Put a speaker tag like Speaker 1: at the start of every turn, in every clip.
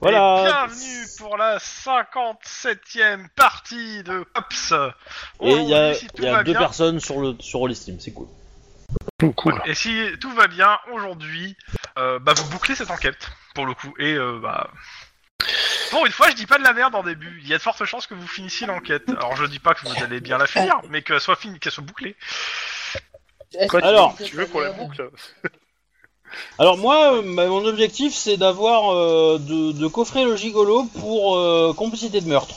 Speaker 1: Voilà.
Speaker 2: Et bienvenue pour la 57ème partie de Ops.
Speaker 1: Et il y a,
Speaker 2: Aujourd'hui, si tout
Speaker 1: il y a
Speaker 2: va
Speaker 1: deux
Speaker 2: bien-
Speaker 1: personnes sur le sur les Steam, c'est cool.
Speaker 3: cool.
Speaker 2: Et si tout va bien aujourd'hui, euh, bah vous bouclez cette enquête pour le coup. Et euh, bah pour une fois, je dis pas de la merde en début. Il y a de fortes chances que vous finissiez l'enquête. Alors je dis pas que vous allez bien la finir, mais qu'elle soit finie, qu'elle soit bouclée.
Speaker 4: Quoi
Speaker 1: Alors.
Speaker 4: tu
Speaker 3: Tu veux qu'on la boucle
Speaker 1: Alors moi, euh, bah, mon objectif c'est d'avoir euh, de, de coffrer le gigolo pour euh, complicité de meurtre.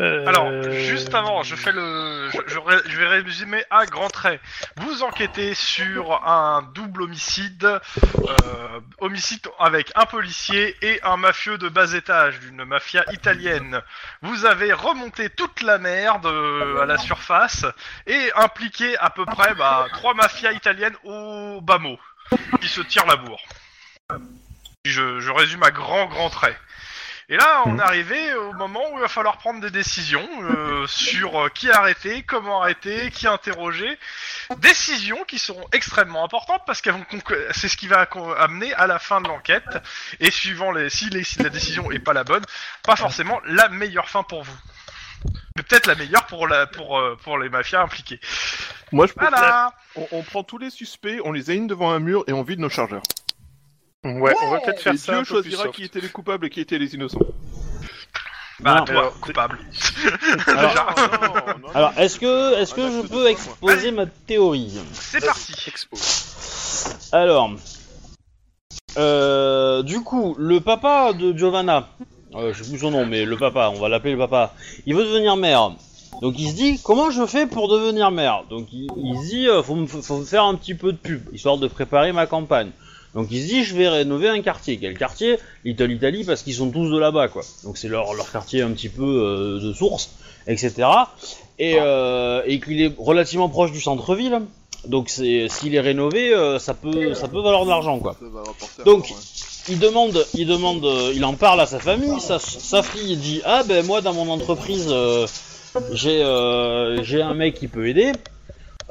Speaker 3: Euh,
Speaker 2: Alors, juste avant, je fais le, je, je ré- je vais résumer à grands traits. Vous enquêtez sur un double homicide, euh, homicide avec un policier et un mafieux de bas étage d'une mafia italienne. Vous avez remonté toute la merde euh, à la surface et impliqué à peu près bah, trois mafias italiennes au bas mot qui se tirent la bourre. Je, je résume à grands grands traits. Et là, on est arrivé au moment où il va falloir prendre des décisions euh, sur euh, qui arrêter, comment arrêter, qui interroger. Décisions qui seront extrêmement importantes parce qu'elles vont conclu- c'est ce qui va con- amener à la fin de l'enquête. Et suivant les, si, les- si la décision est pas la bonne, pas forcément la meilleure fin pour vous. Mais peut-être la meilleure pour, la, pour, euh, pour les mafias impliquées.
Speaker 3: Moi, je peux
Speaker 2: Voilà
Speaker 5: On, on prend tous les suspects, on les aligne devant un mur et on vide nos chargeurs.
Speaker 3: Ouais, on va peut-être faire
Speaker 5: et
Speaker 3: ça. un
Speaker 5: Dieu
Speaker 3: peu plus
Speaker 5: choisira
Speaker 3: soft.
Speaker 5: qui étaient les coupables et qui étaient les innocents.
Speaker 2: Bah,
Speaker 1: Non.
Speaker 2: toi,
Speaker 3: Alors,
Speaker 2: coupable.
Speaker 1: Alors,
Speaker 3: Ah,
Speaker 2: Déjà. bah,
Speaker 5: non, non,
Speaker 1: Alors est-ce que est-ce que
Speaker 5: Ah,
Speaker 1: je
Speaker 5: d'accord,
Speaker 1: peux
Speaker 5: c'est
Speaker 1: exposer ma théorie
Speaker 2: C'est
Speaker 3: Vas-y,
Speaker 2: parti.
Speaker 3: expose.
Speaker 1: Alors, euh, du coup, le papa de Giovanna, euh, je sais plus son nom, mais le papa, on va l'appeler le papa, il veut devenir maire. Donc il se dit, comment je fais pour devenir maire Donc il, il se dit, euh, faut, me, faut me faire un petit peu de pub, histoire de préparer ma campagne. Donc il se dit, je vais rénover un quartier. Quel quartier Little Italy, parce qu'ils sont tous de là-bas, quoi. Donc c'est leur, leur quartier un petit peu euh, de source, etc. Et, euh, et qu'il est relativement proche du centre-ville. Donc c'est s'il est rénové, euh, ça peut ça peut valoir de l'argent quoi.
Speaker 5: ça va rapporter
Speaker 1: Donc,
Speaker 5: encore, ouais.
Speaker 1: Il demande il demande euh, il en parle à sa famille, sa, sa fille dit "Ah ben moi dans mon entreprise euh, j'ai euh, j'ai un mec qui peut aider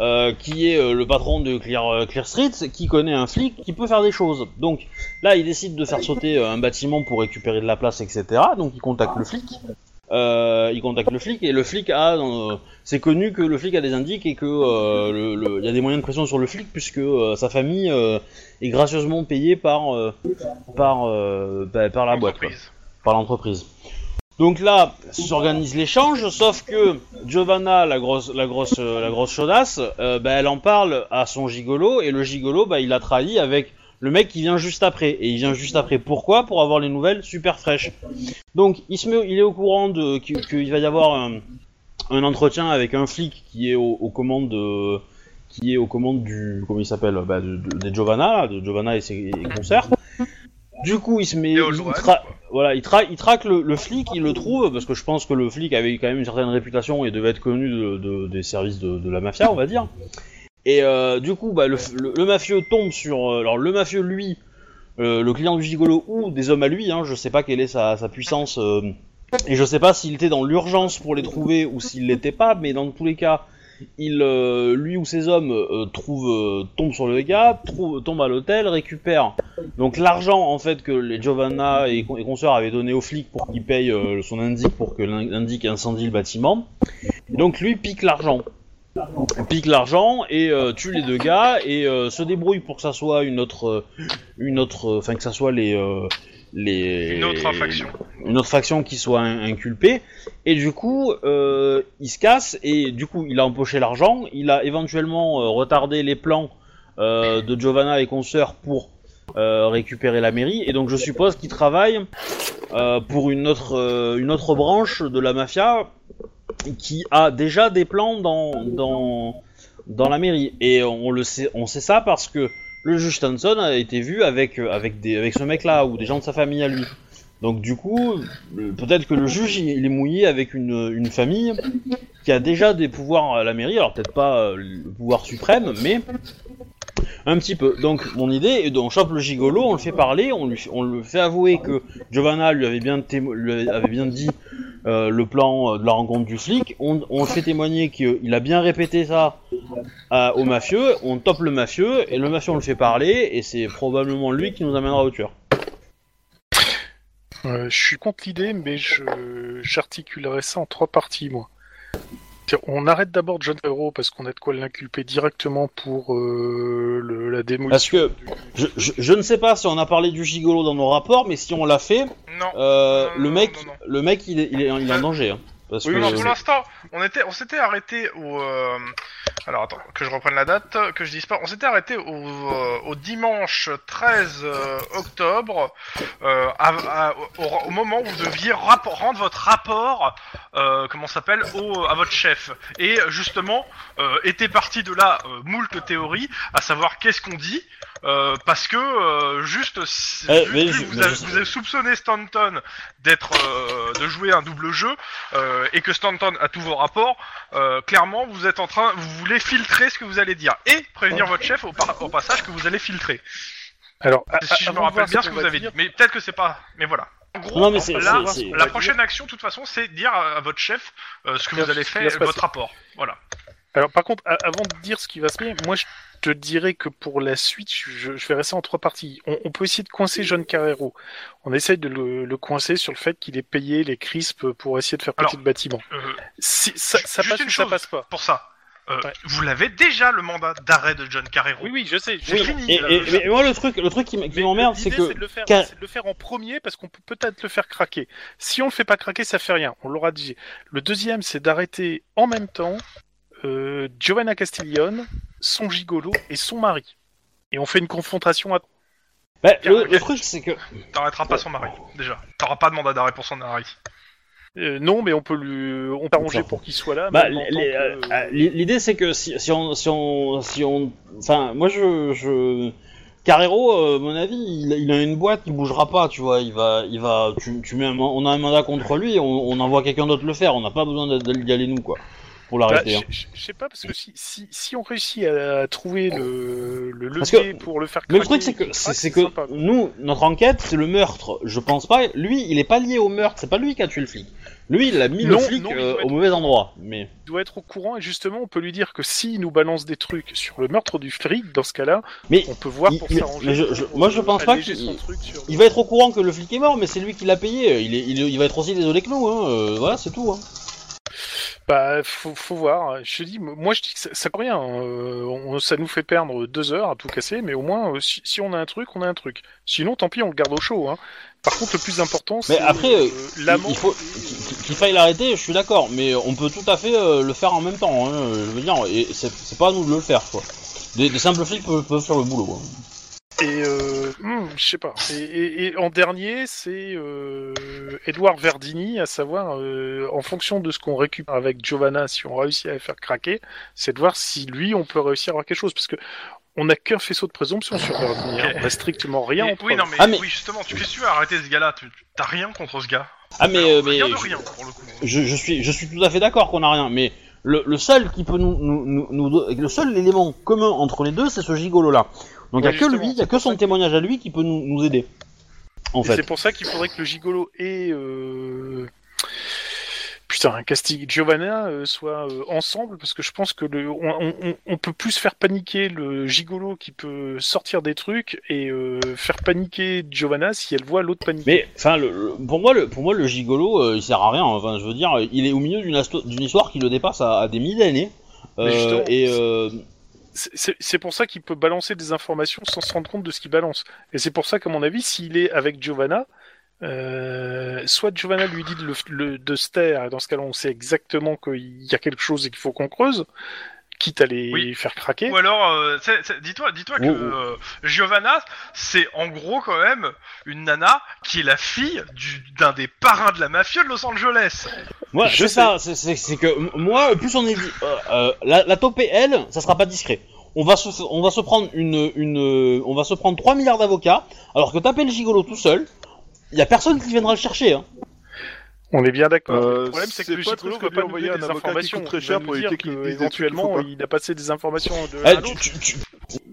Speaker 1: euh, qui est euh, le patron de Clear, euh, Clear Street qui connaît un flic qui peut faire des choses." Donc là, il décide de faire sauter euh, un bâtiment pour récupérer de la place etc. Donc il contacte le flic. Euh, il contacte le flic et le flic a euh, c'est connu que le flic a des indices et que euh, le- le- il y a des moyens de pression sur le flic puisque euh, sa famille euh, est gracieusement payée par euh, par euh, bah, par la boîte, quoi,
Speaker 2: Entreprise.
Speaker 1: par l'entreprise. Donc là, s'organise l'échange, sauf que Giovanna, la grosse, la grosse, euh, la grosse chaudasse, euh, bah, elle en parle à son gigolo et le gigolo, bah, il a trahi avec le mec qui vient juste après. Et il vient juste après. Pourquoi Pour avoir les nouvelles super fraîches. Donc il se met, il est au courant de qu'il qu'il va y avoir un, un entretien avec un flic qui est aux, aux commandes de- qui est aux commandes du comment il s'appelle bah, de, de, des Giovanna, là, de Giovanna et ses et concerts. Du coup, il se met,
Speaker 2: Et au
Speaker 1: il
Speaker 2: Joanne,
Speaker 1: tra-
Speaker 2: quoi.
Speaker 1: voilà, il, tra- il traque le, le flic, il le trouve parce que je pense que le flic avait quand même une certaine réputation et devait être connu de- de- des services de, de la mafia, on va dire. Et euh, du coup, bah, le, le- le mafieux tombe sur euh, alors le mafieux lui, euh, le client du gigolo ou des hommes à lui, hein, je sais pas quelle est sa, sa puissance, euh, et je sais pas s'il était dans l'urgence pour les trouver ou s'il l'était pas, mais dans tous les cas, il, euh, lui ou ses hommes euh, trouvent, euh, tombent sur le gars, trouvent, tombent à l'hôtel, récupèrent donc l'argent en fait que les Giovanna et, con- et consorts avaient donné aux flics pour qu'ils payent euh, son indique pour que l'in- l'indique incendie le bâtiment. Donc lui pique l'argent. Pique l'argent et euh, tue les deux gars et euh, se débrouille pour que ça soit une autre, euh, une autre, euh, enfin que ça soit les, euh, les
Speaker 2: Une autre faction.
Speaker 1: une autre faction qui soit in- inculpée. Et du coup, euh, il se casse et du coup, il a empoché l'argent. Il a éventuellement euh, retardé les plans euh, de Giovanna et consoeurs pour euh, récupérer la mairie. Et donc, je suppose qu'il travaille euh, pour une autre, euh, une autre branche de la mafia qui a déjà des plans dans, dans, dans la mairie. Et on le sait, on sait ça parce que le juge Stanson a été vu avec, euh, avec, des, avec ce mec-là ou des gens de sa famille à lui. Donc du coup, le- peut-être que le juge il il est mouillé avec une, une famille qui a déjà des pouvoirs à la mairie, alors peut-être pas euh, le pouvoir suprême, mais un petit peu. Donc mon idée est d'on chope le gigolo, on le fait parler, on, lui, on le fait avouer que Giovanna lui avait bien, témo- lui avait bien dit euh, le plan euh, de la rencontre du flic, on, on le fait témoigner qu'il a bien répété ça à- au mafieux, on tope le mafieux, et le mafieux on le fait parler, et c'est probablement lui qui nous amènera au tueur.
Speaker 3: Euh, je suis contre l'idée, mais je j'articulerai ça en trois parties, moi. C'est-à-dire, On arrête d'abord John Favreau parce qu'on a de quoi l'inculper directement pour euh, le- la démolition.
Speaker 1: Parce que je, je- je ne sais pas si on a parlé du gigolo dans nos rapports, mais si on l'a fait,
Speaker 2: Non.
Speaker 1: euh,
Speaker 2: Non,
Speaker 1: le
Speaker 2: non,
Speaker 1: mec,
Speaker 2: non, non.
Speaker 1: le mec, il est, il est- il est en danger. hein. Parce
Speaker 2: Oui,
Speaker 1: que-
Speaker 2: non, pour l'instant, on était, on s'était arrêté au. euh, Alors attends, que je reprenne la date, que je dise pas. On s'était arrêté au, euh, au dimanche 13 euh, octobre, euh, à- à- au, au moment où vous deviez rappo- rendre votre rapport, euh, comment ça s'appelle, au- à votre chef. Et justement, euh, était parti de là euh, moult théories, à savoir qu'est-ce qu'on dit. euh, parce que euh, juste, si-
Speaker 1: Eh,
Speaker 2: vu
Speaker 1: mais
Speaker 2: que
Speaker 1: je-
Speaker 2: vous,
Speaker 1: mais
Speaker 2: avez,
Speaker 1: je-
Speaker 2: vous avez soupçonné Stanton d'être euh, de jouer un double jeu, euh, et que Stanton a tous vos rapports, euh, clairement vous êtes en train, vous voulez filtrer ce que vous allez dire et prévenir votre chef au, par- au passage que vous allez filtrer.
Speaker 3: Alors, à-
Speaker 2: Si je me
Speaker 3: avant de
Speaker 2: rappelle
Speaker 3: voir
Speaker 2: bien ce
Speaker 3: qu'on
Speaker 2: que vous
Speaker 3: va
Speaker 2: avez
Speaker 3: dire,
Speaker 2: dit, mais peut-être que c'est pas. Mais voilà. En gros,
Speaker 1: Non, mais c'est-
Speaker 2: là,
Speaker 1: c'est- c'est-
Speaker 2: la prochaine action, de toute façon, c'est dire à, à votre chef euh, ce que
Speaker 3: Dire
Speaker 2: vous allez
Speaker 3: ce qui va
Speaker 2: faire,
Speaker 3: se passer.
Speaker 2: votre rapport. Voilà.
Speaker 3: Alors par contre, a- avant de dire ce qui va se passer, moi je te dirais que pour la suite, je, je vais rester en trois parties. On, on peut essayer de coincer John Carrero. On essaye de le, le coincer sur le fait qu'il ait payé les crisps pour essayer de faire
Speaker 2: Alors,
Speaker 3: petit de bâtiment.
Speaker 2: Euh,
Speaker 3: Si, ça, ça
Speaker 2: juste
Speaker 3: passe
Speaker 2: une
Speaker 3: ou ça
Speaker 2: chose.
Speaker 3: passe pas
Speaker 2: pour ça, euh,
Speaker 3: Ouais.
Speaker 2: vous l'avez déjà le mandat d'arrêt de John Carrero.
Speaker 3: Oui, oui, je sais.
Speaker 2: C'est
Speaker 3: je-
Speaker 2: fini.
Speaker 1: Et,
Speaker 2: là,
Speaker 1: et-
Speaker 2: le-
Speaker 1: mais moi, le truc, le truc qui m- qui
Speaker 3: Mais
Speaker 1: m'emmerde,
Speaker 3: l'idée,
Speaker 1: c'est que
Speaker 3: de le faire,
Speaker 1: Car-
Speaker 3: c'est de le faire en premier parce qu'on peut peut-être le faire craquer. Si on le fait pas craquer, ça fait rien. On l'aura dit. Le deuxième, c'est d'arrêter en même temps euh, Giovanna Castiglione, son gigolo et son mari. Et on fait une confrontation à
Speaker 1: bah, le,
Speaker 2: Car-
Speaker 1: le truc, c'est que
Speaker 2: T'arrêteras pas son mari, déjà. T'auras pas de mandat d'arrêt pour son mari.
Speaker 3: Euh, non, mais on peut lui, on peut arranger
Speaker 1: Enfin.
Speaker 3: pour qu'il soit là.
Speaker 1: Bah,
Speaker 3: même en
Speaker 1: les-
Speaker 3: tant
Speaker 1: les-
Speaker 3: que-
Speaker 1: euh, l'i- l'idée c'est que si, si on, si on, si on, enfin, moi je, je, Carrero, euh, à mon avis, il, il a une boîte, il bougera pas, tu vois, il va, il va, tu, tu mets, un man- on a un mandat contre lui, on, on envoie quelqu'un d'autre le faire, on n'a pas besoin d'a- d'y aller nous quoi, pour
Speaker 3: Bah,
Speaker 1: l'arrêter.
Speaker 3: je
Speaker 1: hein.
Speaker 3: je- je sais pas parce que si, si, si on réussit à trouver le le
Speaker 1: Parce
Speaker 3: levier
Speaker 1: que
Speaker 3: pour le faire
Speaker 1: Mais
Speaker 3: craquer,
Speaker 1: le truc c'est
Speaker 3: et
Speaker 1: que,
Speaker 3: qu'il
Speaker 1: c'est
Speaker 3: craque,
Speaker 1: c'est que
Speaker 3: sympa.
Speaker 1: nous, notre enquête, c'est le meurtre, je pense pas. Lui, il est pas lié au meurtre, c'est pas lui qui a tué le flic. Lui, il a mis
Speaker 3: Non,
Speaker 1: le flic
Speaker 3: non, il
Speaker 1: euh,
Speaker 3: doit
Speaker 1: au
Speaker 3: être-
Speaker 1: mauvais endroit, mais.
Speaker 3: il doit être au courant et justement on peut lui dire que s'il nous balance des trucs sur le meurtre du flic, dans ce cas-là,
Speaker 1: Mais
Speaker 3: on peut voir
Speaker 1: il-
Speaker 3: pour
Speaker 1: il-
Speaker 3: s'arranger.
Speaker 1: mais je- je-
Speaker 3: pour,
Speaker 1: moi, je
Speaker 3: euh,
Speaker 1: pense pas
Speaker 3: alléger
Speaker 1: qu'il-
Speaker 3: son truc sur-
Speaker 1: Il va être au courant que le flic est mort, mais c'est lui qui l'a payé. Il, est, il, est- il va être aussi désolé que nous. Hein. euh, voilà, c'est tout. Hein.
Speaker 3: Bah, faut, faut voir. Je dis, moi, je dis que ça, ça coûte rien. Euh, on- ça nous fait perdre deux heures à tout casser, mais au moins, euh, si, si on a un truc, on a un truc. Sinon, tant pis, on le garde au chaud. Hein. Par contre, le plus important, c'est
Speaker 1: après, euh,
Speaker 3: l'amant
Speaker 1: Il faut qu'il qu'il faille l'arrêter. Je suis d'accord, mais on peut tout à fait euh, le faire en même temps. Hein. euh, Je veux dire, et c'est c'est pas à nous de le faire. Quoi. Des, des simples flics peuvent, peuvent faire le boulot. hein. quoi.
Speaker 3: et euh, hmm, je sais pas. Et, et- et en dernier, c'est euh, Edouard Verdini, à savoir, euh, en fonction de ce qu'on récupère avec Giovanna, si on réussit à la faire craquer, c'est de voir si lui, on peut réussir à avoir quelque chose, parce que on n'a qu'un faisceau de présomption sur Verdini. hein. On n'a strictement rien.
Speaker 2: Et-
Speaker 3: en
Speaker 2: oui,
Speaker 3: preuve.
Speaker 2: non, mais,
Speaker 1: Ah, mais-
Speaker 2: oui, justement, tu, qu'est-ce que tu as arrêté ce gars-là Tu- T'as rien contre ce gars
Speaker 1: Ah mais,
Speaker 2: Alors,
Speaker 1: euh, mais
Speaker 2: Rien de
Speaker 1: je-
Speaker 2: rien, pour le coup.
Speaker 1: je, je suis je suis tout à fait d'accord qu'on a rien, mais le, le seul qui peut nous, nous, nous- nous- le seul élément commun entre les deux, c'est ce gigolo là. Donc il
Speaker 3: Ouais,
Speaker 1: y a que
Speaker 3: justement,
Speaker 1: lui, il y a que son témoignage à lui qui peut nous, nous aider. En
Speaker 3: Et
Speaker 1: fait.
Speaker 3: C'est pour ça qu'il faudrait que le gigolo et euh, putain Castille Giovanna euh, soient euh, ensemble parce que je pense que le on, on- on- on peut plus faire paniquer le gigolo qui peut sortir des trucs et euh, faire paniquer Giovanna si elle voit l'autre paniquer.
Speaker 1: Mais enfin, le- le- pour moi, le, pour moi, le gigolo, euh, il sert à rien. Enfin, je veux dire, il est au milieu d'une asto- d'une histoire qui le dépasse à, à des milliers d'années. Euh,
Speaker 3: Mais justement,
Speaker 1: et euh,
Speaker 3: C'est- C'est c'est pour ça qu'il peut balancer des informations sans se rendre compte de ce qu'il balance. Et c'est pour ça qu'à mon avis, s'il est avec Giovanna, euh, soit Giovanna lui dit de, le, le- de se taire, et dans ce cas-là, on sait exactement qu'il y a quelque chose et qu'il faut qu'on creuse, quitte à les
Speaker 2: Oui.
Speaker 3: faire craquer.
Speaker 2: Ou alors, euh, c'est- c'est- dis-toi, dis-toi que
Speaker 1: Ou- ou-
Speaker 2: euh, Giovanna, c'est en gros quand même une nana qui est la fille du- d'un des parrains de la mafia de Los Angeles.
Speaker 1: moi, c'est
Speaker 3: Je
Speaker 1: ça, c'est- c'est c'est que m- moi, plus on est, euh, euh, la, la topée, elle, ça sera pas discret. On va se, f- on va se prendre une, une, euh, on va se prendre 3 milliards d'avocats, alors que taper le gigolo tout seul, il y a personne qui viendra le chercher. Hein.
Speaker 3: On est bien d'accord.
Speaker 5: Euh,
Speaker 3: le problème, c'est que
Speaker 5: c'est
Speaker 3: le
Speaker 5: pas
Speaker 3: gigolo
Speaker 5: très
Speaker 3: va
Speaker 5: bien
Speaker 3: pas nous
Speaker 5: envoyer
Speaker 3: donner
Speaker 5: un
Speaker 3: des
Speaker 5: avocat qui
Speaker 3: informations.
Speaker 5: coûte très
Speaker 3: Il va
Speaker 5: cher
Speaker 3: nous
Speaker 5: pour
Speaker 3: dire
Speaker 5: éviter qu'il dise des trucs qu'il
Speaker 3: éventuellement
Speaker 5: faut pas.
Speaker 3: il a passé des informations de
Speaker 1: Eh,
Speaker 3: l'un à
Speaker 1: tu,
Speaker 3: l'autre,
Speaker 1: tu- tu-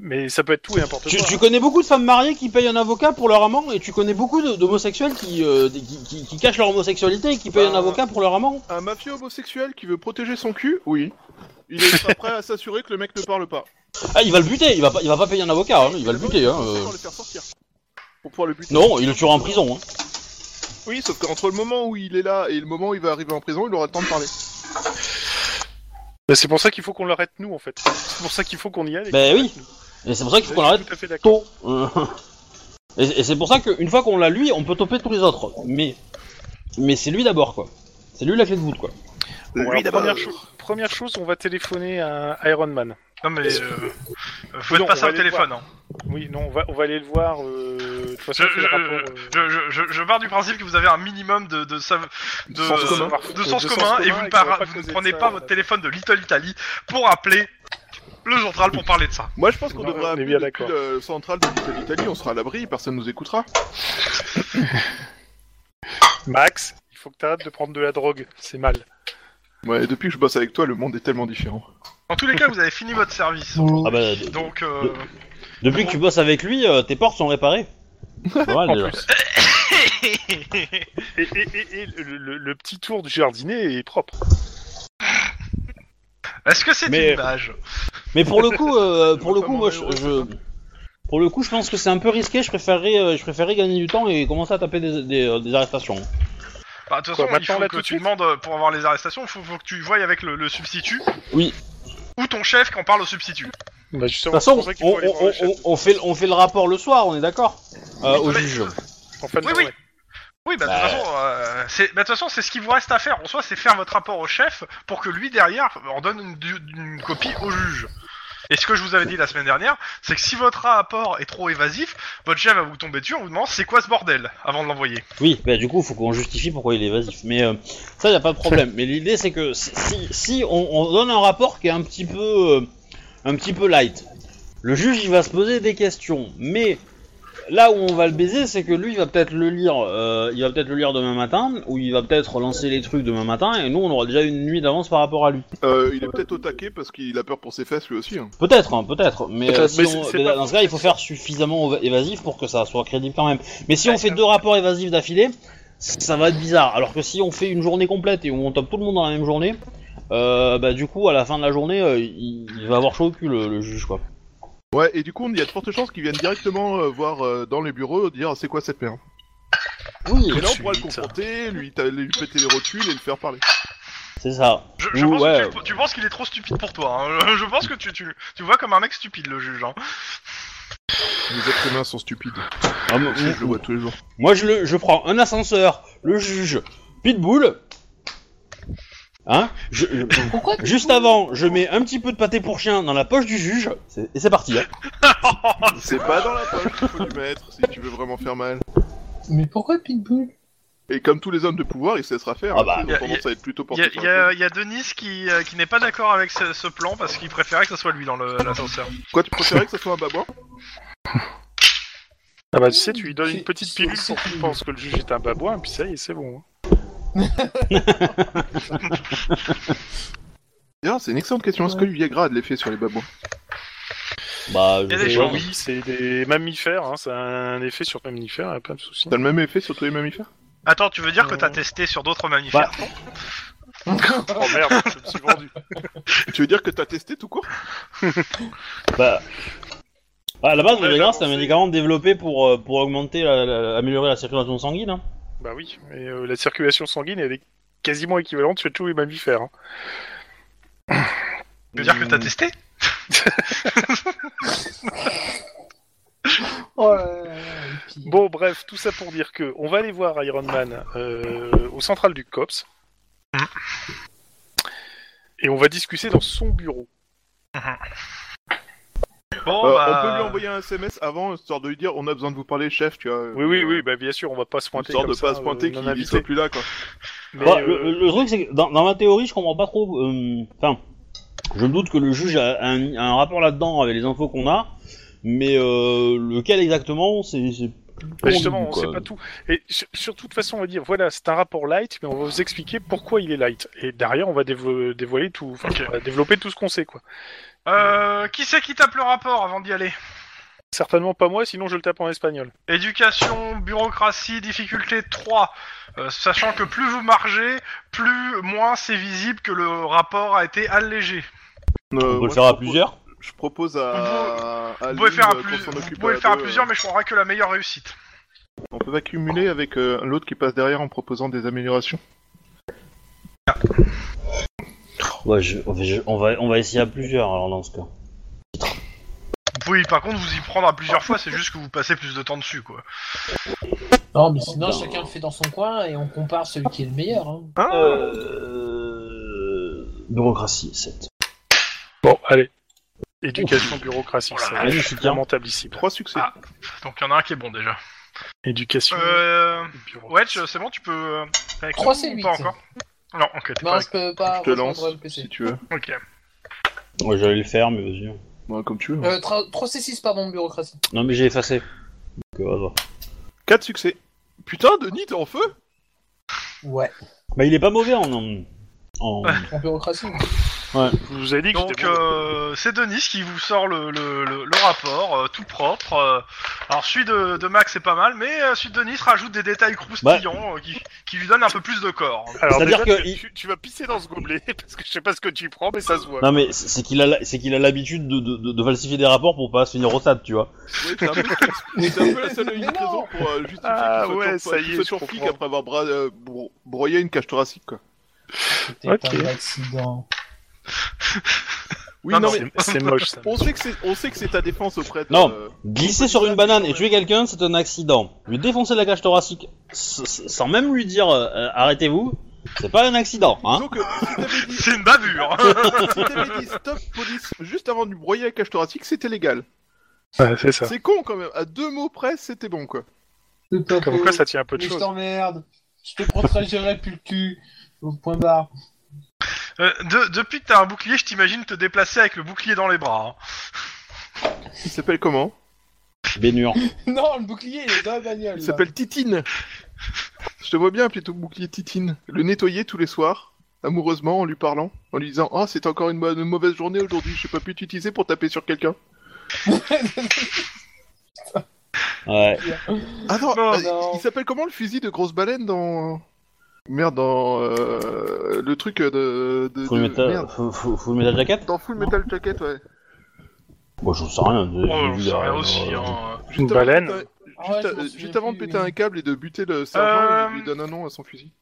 Speaker 3: mais ça peut être tout et n'importe
Speaker 1: tu-
Speaker 3: quoi.
Speaker 1: tu connais beaucoup de femmes mariées qui payent un avocat pour leur amant, et tu connais beaucoup de- d'homosexuels qui, euh, qui, qui- qui cachent leur homosexualité et qui payent un
Speaker 5: Bah,
Speaker 1: avocat pour leur amant.
Speaker 5: Un mafieux homosexuel qui veut protéger son cul Oui. Il est pas prêt à s'assurer que le mec ne parle pas.
Speaker 1: Ah, il va le buter, il va pas, Ah, il va pas payer un avocat, hein, il va le buter. Hein,
Speaker 5: Pour
Speaker 1: euh.
Speaker 5: le faire sortir. Pour pouvoir le buter.
Speaker 1: Non, il le tuera en prison. Hein.
Speaker 5: Oui, sauf qu'entre le moment où il est là et le moment où il va arriver en prison, il aura le temps de parler.
Speaker 3: Bah, c'est pour ça qu'il faut qu'on l'arrête nous en fait. C'est pour ça qu'il faut qu'on y aille.
Speaker 1: Ben oui. Et c'est pour ça qu'il faut qu'on
Speaker 3: Je
Speaker 1: l'arrête
Speaker 3: suis tout à fait d'accord.
Speaker 1: tôt. Euh, et et c'est pour ça qu'une fois qu'on l'a lui, on peut toper tous les autres. Mais, mais c'est lui d'abord, quoi. C'est lui la clé de voûte, quoi.
Speaker 3: Bon, alors, première, chose- première chose, on va téléphoner à Iron Man.
Speaker 2: Non mais euh, faut
Speaker 3: Non,
Speaker 2: être passer
Speaker 3: on va
Speaker 2: au
Speaker 3: aller
Speaker 2: téléphone. hein.
Speaker 3: Oui, non, on va, on va aller le voir. euh, De toute façon,
Speaker 2: Je,
Speaker 3: on fait le
Speaker 2: je-
Speaker 3: rapport, euh,
Speaker 2: je- je- je- je pars du principe que vous avez un minimum de, de, sav- de,
Speaker 3: sens
Speaker 2: euh,
Speaker 3: commun.
Speaker 2: de sens
Speaker 3: De sens
Speaker 2: commun et vous
Speaker 3: commun
Speaker 2: ne,
Speaker 3: et qu'on va
Speaker 2: para-
Speaker 3: pas
Speaker 2: vous ne
Speaker 3: causer de
Speaker 2: prenez
Speaker 3: ça,
Speaker 2: pas
Speaker 3: euh,
Speaker 2: votre téléphone de Little Italy pour appeler le central pour parler de ça.
Speaker 5: Moi, je pense qu'on
Speaker 3: Non, on
Speaker 5: devrait
Speaker 3: est
Speaker 5: appeler
Speaker 3: bien
Speaker 5: depuis
Speaker 3: d'accord.
Speaker 5: le central de l'Italie, Italie, on sera à l'abri, personne nous écoutera.
Speaker 3: euh, Max, il faut que t'arrêtes de prendre de la drogue. C'est mal.
Speaker 5: Ouais, depuis que je bosse avec toi, le monde est tellement différent.
Speaker 2: Dans tous les cas, vous avez fini votre service.
Speaker 1: Ah bah, de-
Speaker 2: Donc, euh,
Speaker 1: depuis que tu bosses avec lui, euh, tes portes sont réparées. Pas mal,
Speaker 3: En
Speaker 1: déjà.
Speaker 3: plus. Et, et- et- et le, le- le petit tour du jardinier est propre.
Speaker 2: est-ce que c'est
Speaker 1: Mais-
Speaker 2: une image
Speaker 1: Mais pour le coup, euh, pour le
Speaker 5: Pas
Speaker 1: coup,
Speaker 5: mon
Speaker 1: moi, je,
Speaker 5: héros,
Speaker 1: je- pour le coup, je pense que c'est un peu risqué. Je préférerais, euh, je préférerais gagner du temps et commencer à taper des, des, euh, des arrestations.
Speaker 2: Bah, De toute
Speaker 3: Quoi,
Speaker 2: façon, il
Speaker 3: maintenant,
Speaker 2: faut
Speaker 3: là,
Speaker 2: que
Speaker 3: tout de
Speaker 2: tu
Speaker 3: suite
Speaker 2: demandes euh, pour avoir les arrestations, il faut, faut que tu voyes avec le, le substitut.
Speaker 1: Oui.
Speaker 2: Ou ton chef qui en parle au substitut.
Speaker 3: Bah,
Speaker 1: De
Speaker 3: justement,
Speaker 1: toute façon,
Speaker 3: c'est pour ça qu'il
Speaker 1: on,
Speaker 3: faut aller voir
Speaker 1: on-
Speaker 3: le chef.
Speaker 1: on- on fait, on fait le rapport le soir, on est d'accord euh, Au
Speaker 2: Mais-
Speaker 1: juge.
Speaker 3: En fin de
Speaker 2: Oui, oui.
Speaker 3: journée.
Speaker 2: Oui, bah de toute
Speaker 1: Bah.
Speaker 2: façon, euh, c'est bah, de toute façon, c'est ce qu'il vous reste à faire. En soi, c'est faire votre rapport au chef pour que lui, derrière, en donne une, du- une copie au juge. Et ce que je vous avais dit la semaine dernière, c'est que si votre rapport est trop évasif, votre chef va vous tomber dessus, on vous demande c'est quoi ce bordel avant de l'envoyer.
Speaker 1: Oui, bah du coup, faut qu'on justifie pourquoi il est évasif. Mais euh, ça, y a pas de problème. Mais l'idée, c'est que si, si, si on, on donne un rapport qui est un petit peu, euh, un petit peu light, le juge, il va se poser des questions. Mais là où on va le baiser, c'est que lui, il va peut-être le lire, euh, il va peut-être le lire demain matin, ou il va peut-être lancer les trucs demain matin, et nous, on aura déjà une nuit d'avance par rapport à lui.
Speaker 5: Euh, il est peut-être au taquet parce qu'il a peur pour ses fesses lui aussi. hein.
Speaker 1: Peut-être, hein, peut-être. Mais, euh,
Speaker 3: Peut-être,
Speaker 1: si
Speaker 3: mais
Speaker 1: on-
Speaker 3: c'est- c'est
Speaker 1: mais
Speaker 3: pas
Speaker 1: dans ce cas, il faut faire suffisamment éva- évasif pour que ça soit crédible quand même. Mais si on fait deux rapports évasifs d'affilée, ça va être bizarre. Alors que si on fait une journée complète et on tape tout le monde dans la même journée, euh, bah du coup, à la fin de la journée, euh, il, il va avoir chaud au cul le, le juge, quoi.
Speaker 5: Ouais, et du coup, il y a de fortes chances qu'ils viennent directement euh, voir euh, dans les bureaux dire c'est quoi cette merde.
Speaker 1: Oui,
Speaker 5: Et là, on
Speaker 3: suite.
Speaker 5: pourra le confronter, lui, ta- lui péter les rotules et le faire parler.
Speaker 1: c'est ça.
Speaker 2: Je, je
Speaker 1: Ou,
Speaker 2: pense
Speaker 1: ouais.
Speaker 2: que tu, tu penses qu'il est trop stupide pour toi. hein. Je pense que tu, tu, tu vois comme un mec stupide le juge. Hein.
Speaker 5: Les êtres humains sont stupides.
Speaker 1: Ah, m-
Speaker 5: Si, je le vois tous les jours.
Speaker 1: Moi, je, le, je prends un ascenseur, le juge, Pitbull. Hein je- je-
Speaker 4: Pourquoi tu-
Speaker 1: Juste avant, je mets un petit peu de pâté pour chien dans la poche du juge, c'est- et c'est parti. hein.
Speaker 5: C'est pas dans la poche qu'il faut lui mettre si tu veux vraiment faire mal.
Speaker 4: Mais pourquoi Pitbull
Speaker 5: Et comme tous les hommes de pouvoir, il se laissera faire.
Speaker 1: Ah
Speaker 5: hein,
Speaker 1: bah.
Speaker 5: Ils ont
Speaker 2: Y a-
Speaker 5: tendance à être plutôt
Speaker 2: Il y a,
Speaker 5: portés
Speaker 2: il
Speaker 5: sur
Speaker 2: y
Speaker 5: la
Speaker 2: a- il y a Denis qui, euh, qui n'est pas d'accord avec ce, ce plan parce qu'il préférait que ce soit lui dans le- l'ascenseur.
Speaker 5: poche. Quoi, tu préférais que ça soit un babouin
Speaker 3: Ah bah, tu sais, tu lui donnes
Speaker 4: C'est-
Speaker 3: une petite
Speaker 4: c'est-
Speaker 3: pilule
Speaker 4: c'est-
Speaker 3: pour qu'il pense que le juge est un babouin, puis ça y est, c'est bon. hein.
Speaker 5: D'ailleurs, c'est une excellente question. Est-ce que le Viagra a de l'effet sur les babouins
Speaker 1: Bah, je
Speaker 2: Il y a des
Speaker 1: sais
Speaker 2: gens,
Speaker 1: pas.
Speaker 3: oui, c'est des mammifères, hein, ça a un effet sur les mammifères, y a pas de souci.
Speaker 5: T'as le même effet sur tous les mammifères
Speaker 2: Attends, tu veux dire que t'as testé sur d'autres mammifères
Speaker 1: Bah,
Speaker 3: Oh merde, je me suis vendu.
Speaker 5: Tu veux dire que t'as testé tout court
Speaker 1: Bah. À la base, le
Speaker 3: Ouais,
Speaker 1: Viagra, c'est un
Speaker 3: l'avancée.
Speaker 1: médicament développé pour, euh, pour augmenter, la- la- améliorer la circulation sanguine. hein.
Speaker 3: Bah oui, mais euh, la circulation sanguine, elle est quasiment équivalente chez tous les mammifères. hein.
Speaker 2: Tu veux dire
Speaker 3: Mmh.
Speaker 1: hmm.
Speaker 2: que t'as testé
Speaker 4: Oh là là là, le pire.
Speaker 3: Bon, bref, tout ça pour dire que on va aller voir Iron Man euh, au central du COPS.
Speaker 1: Ah.
Speaker 3: Et on va discuter dans son bureau.
Speaker 2: Bon,
Speaker 5: Euh,
Speaker 2: bah,
Speaker 5: On peut lui envoyer un SMS avant, histoire de lui dire on a besoin de vous parler, chef, tu vois.
Speaker 3: Oui, oui, oui, bah bien sûr, on va pas se pointer.
Speaker 5: Histoire
Speaker 3: comme
Speaker 5: de pas
Speaker 3: ça,
Speaker 5: se pointer
Speaker 3: euh, non
Speaker 5: qu'il il
Speaker 3: invité.
Speaker 5: soit plus là, quoi.
Speaker 3: Mais,
Speaker 1: Bah,
Speaker 3: euh,
Speaker 1: le, le truc, c'est que dans, dans ma théorie, je comprends pas trop. euh, Enfin, je me doute que le juge a un, un rapport là-dedans avec les infos qu'on a, mais euh, lequel exactement, c'est. c'est plus
Speaker 3: Bah, justement, on
Speaker 1: ambigu,
Speaker 3: sait
Speaker 1: quoi.
Speaker 3: pas tout. Et sur, sur toute façon, on va dire, voilà, c'est un rapport light, mais on va vous expliquer pourquoi il est light. Et derrière, on va dévo- dévoiler tout, enfin,
Speaker 2: Ok.
Speaker 3: on va développer tout ce qu'on sait, quoi.
Speaker 2: euh, qui c'est qui tape le rapport avant d'y aller
Speaker 3: Certainement pas moi, sinon je le tape en espagnol.
Speaker 2: Éducation, bureaucratie, difficulté 3. Euh, sachant que plus vous margez, plus moins c'est visible que le rapport a été allégé.
Speaker 1: On
Speaker 5: Euh,
Speaker 1: peut
Speaker 5: moi,
Speaker 1: le
Speaker 5: je
Speaker 1: faire à
Speaker 5: propose-
Speaker 1: plusieurs
Speaker 5: Je propose à. à
Speaker 2: Vous pouvez
Speaker 5: Lynn,
Speaker 2: faire à
Speaker 5: euh,
Speaker 2: plus,
Speaker 5: qu'on s'en
Speaker 2: vous
Speaker 5: occupe
Speaker 2: pouvez le faire à
Speaker 5: deux,
Speaker 2: plusieurs,
Speaker 5: euh.
Speaker 2: mais je prendrai que la meilleure réussite.
Speaker 5: On peut pas cumuler avec euh, l'autre qui passe derrière en proposant des améliorations.
Speaker 1: Ouais, je- je- on, va, on va essayer à plusieurs alors dans ce cas.
Speaker 2: Oui, par contre, vous y prendre à plusieurs fois, c'est juste que vous passez plus de temps dessus, quoi.
Speaker 4: Non, mais sinon, chacun le fait dans son coin et on compare celui qui est le meilleur. hein.
Speaker 1: Ah, Euh... Bureaucratie 7.
Speaker 3: Bon, allez. Éducation, bureaucratie,
Speaker 2: Oh la
Speaker 3: ça va
Speaker 1: vache.
Speaker 3: être clairement tablissible.
Speaker 5: Trois succès.
Speaker 2: Ah. Donc, il y en a un qui est bon déjà.
Speaker 3: Éducation,
Speaker 2: Euh. Wedge,
Speaker 3: bureaucratie.
Speaker 2: c'est bon, tu peux. euh, avec
Speaker 4: Trois,
Speaker 2: nous
Speaker 4: c'est
Speaker 2: ou
Speaker 4: huit.
Speaker 2: Pas encore Non, ok, t'es pas
Speaker 4: Non, je peux pas.
Speaker 5: je te lance
Speaker 4: rejoindre le
Speaker 5: si
Speaker 4: PC.
Speaker 5: tu veux.
Speaker 2: avec- Ok.
Speaker 1: Ouais, j'allais le faire, mais vas-y.
Speaker 5: Ouais, comme tu veux.
Speaker 4: Euh, tra- processus, pardon, bureaucratie.
Speaker 1: Non, mais j'ai effacé. Donc, euh, va voir.
Speaker 5: Quatre succès. Putain, Denis, t'es en feu
Speaker 4: Ouais.
Speaker 1: Bah, il est pas mauvais en. en... en-
Speaker 4: En bureaucratie.
Speaker 3: Je vous ai dit que
Speaker 2: Donc,
Speaker 3: j'étais bon.
Speaker 2: euh, c'est Denis qui vous sort le, le, le, le rapport, euh, tout propre. euh. alors, celui de, de Max, c'est pas mal, mais euh, celui de Denis rajoute des détails croustillants euh, qui, qui lui donnent un peu plus de corps.
Speaker 3: Alors
Speaker 1: c'est-à-dire
Speaker 3: déjà,
Speaker 1: que
Speaker 3: tu,
Speaker 1: il-
Speaker 3: tu- tu vas pisser dans ce gobelet, parce que je sais pas ce que tu prends, mais ça se voit.
Speaker 1: Non, mais c'est c'est qu'il a la- c'est qu'il a l'habitude de, de, de- de falsifier des rapports pour pas se finir au stade, tu vois.
Speaker 5: Oui, c'est un peu, c'est un peu la seule logique
Speaker 4: Mais non
Speaker 5: présente pour euh, justifier
Speaker 3: Ah
Speaker 5: qu'il soit,
Speaker 3: ouais,
Speaker 5: sur-
Speaker 3: ça
Speaker 5: qu'il
Speaker 3: y est,
Speaker 5: soit
Speaker 3: je
Speaker 5: sur
Speaker 3: comprends.
Speaker 5: flic après avoir bra- euh, bro- broyé une cage thoracique. Quoi.
Speaker 4: C'était
Speaker 3: Ok.
Speaker 4: un accident.
Speaker 5: Oui,
Speaker 2: Non,
Speaker 5: non,
Speaker 2: non,
Speaker 5: mais
Speaker 3: C'est- C'est moche, ça.
Speaker 5: on sait que c'est, on sait que c'est ta défense auprès de.
Speaker 1: Non.
Speaker 5: euh,
Speaker 1: Glisser sur une banane et tuer quelqu'un, c'est un accident. Lui défoncer la cage thoracique s- s- sans même lui dire euh, euh, arrêtez-vous, c'est pas un accident, hein.
Speaker 5: disons que si t'avais dit,
Speaker 2: C'est une bavure hein.
Speaker 5: si t'avais dit stop police juste avant de broyer la cage thoracique, c'était légal.
Speaker 3: Ouais, c'est ça.
Speaker 5: C'est con quand même. À deux mots près, c'était bon quoi.
Speaker 4: Tout à
Speaker 3: Comme
Speaker 4: fait.
Speaker 3: quoi, ça tient un peu de
Speaker 4: Mais je
Speaker 3: choses.
Speaker 4: t'emmerde. Je te protégerai plus le cul. Au point barre.
Speaker 2: Euh, de- Depuis que t'as un bouclier, je t'imagine te déplacer avec le bouclier dans les bras. hein.
Speaker 5: Il s'appelle comment
Speaker 1: Bénure.
Speaker 4: Non, le bouclier, il est dans la bagnole.
Speaker 5: Il
Speaker 4: là.
Speaker 5: s'appelle Titine. Je te vois bien appeler ton bouclier Titine. Le nettoyer tous les soirs, amoureusement, en lui parlant, en lui disant Ah, c'est encore une, mo- une mauvaise journée aujourd'hui, j'ai pas pu t'utiliser pour taper sur quelqu'un.
Speaker 1: Ouais.
Speaker 5: Ah non,
Speaker 2: Non,
Speaker 5: euh,
Speaker 4: non.
Speaker 5: il s'appelle comment le fusil de grosse baleine dans. Merde, dans. euh, le truc de. de,
Speaker 1: Full
Speaker 5: de-
Speaker 1: metal,
Speaker 5: Euh, Merde.
Speaker 1: full, full- full metal jacket
Speaker 5: Dans Full Metal Jacket, ouais.
Speaker 1: Bon, j'en sais rien. de-
Speaker 2: Oh,
Speaker 1: j'ai vu euh,
Speaker 2: c'est
Speaker 1: la-
Speaker 2: rien aussi.
Speaker 1: la-
Speaker 2: Hein.
Speaker 3: Une
Speaker 5: avant de
Speaker 3: baleine
Speaker 5: péter-
Speaker 4: Ah ouais, je m'en
Speaker 5: Juste, euh,
Speaker 4: souviens
Speaker 5: juste avant de
Speaker 4: plus,
Speaker 5: péter
Speaker 4: mais-
Speaker 5: un câble et de buter le sergent, il
Speaker 2: Euh,
Speaker 5: lui donne un nom à son fusil.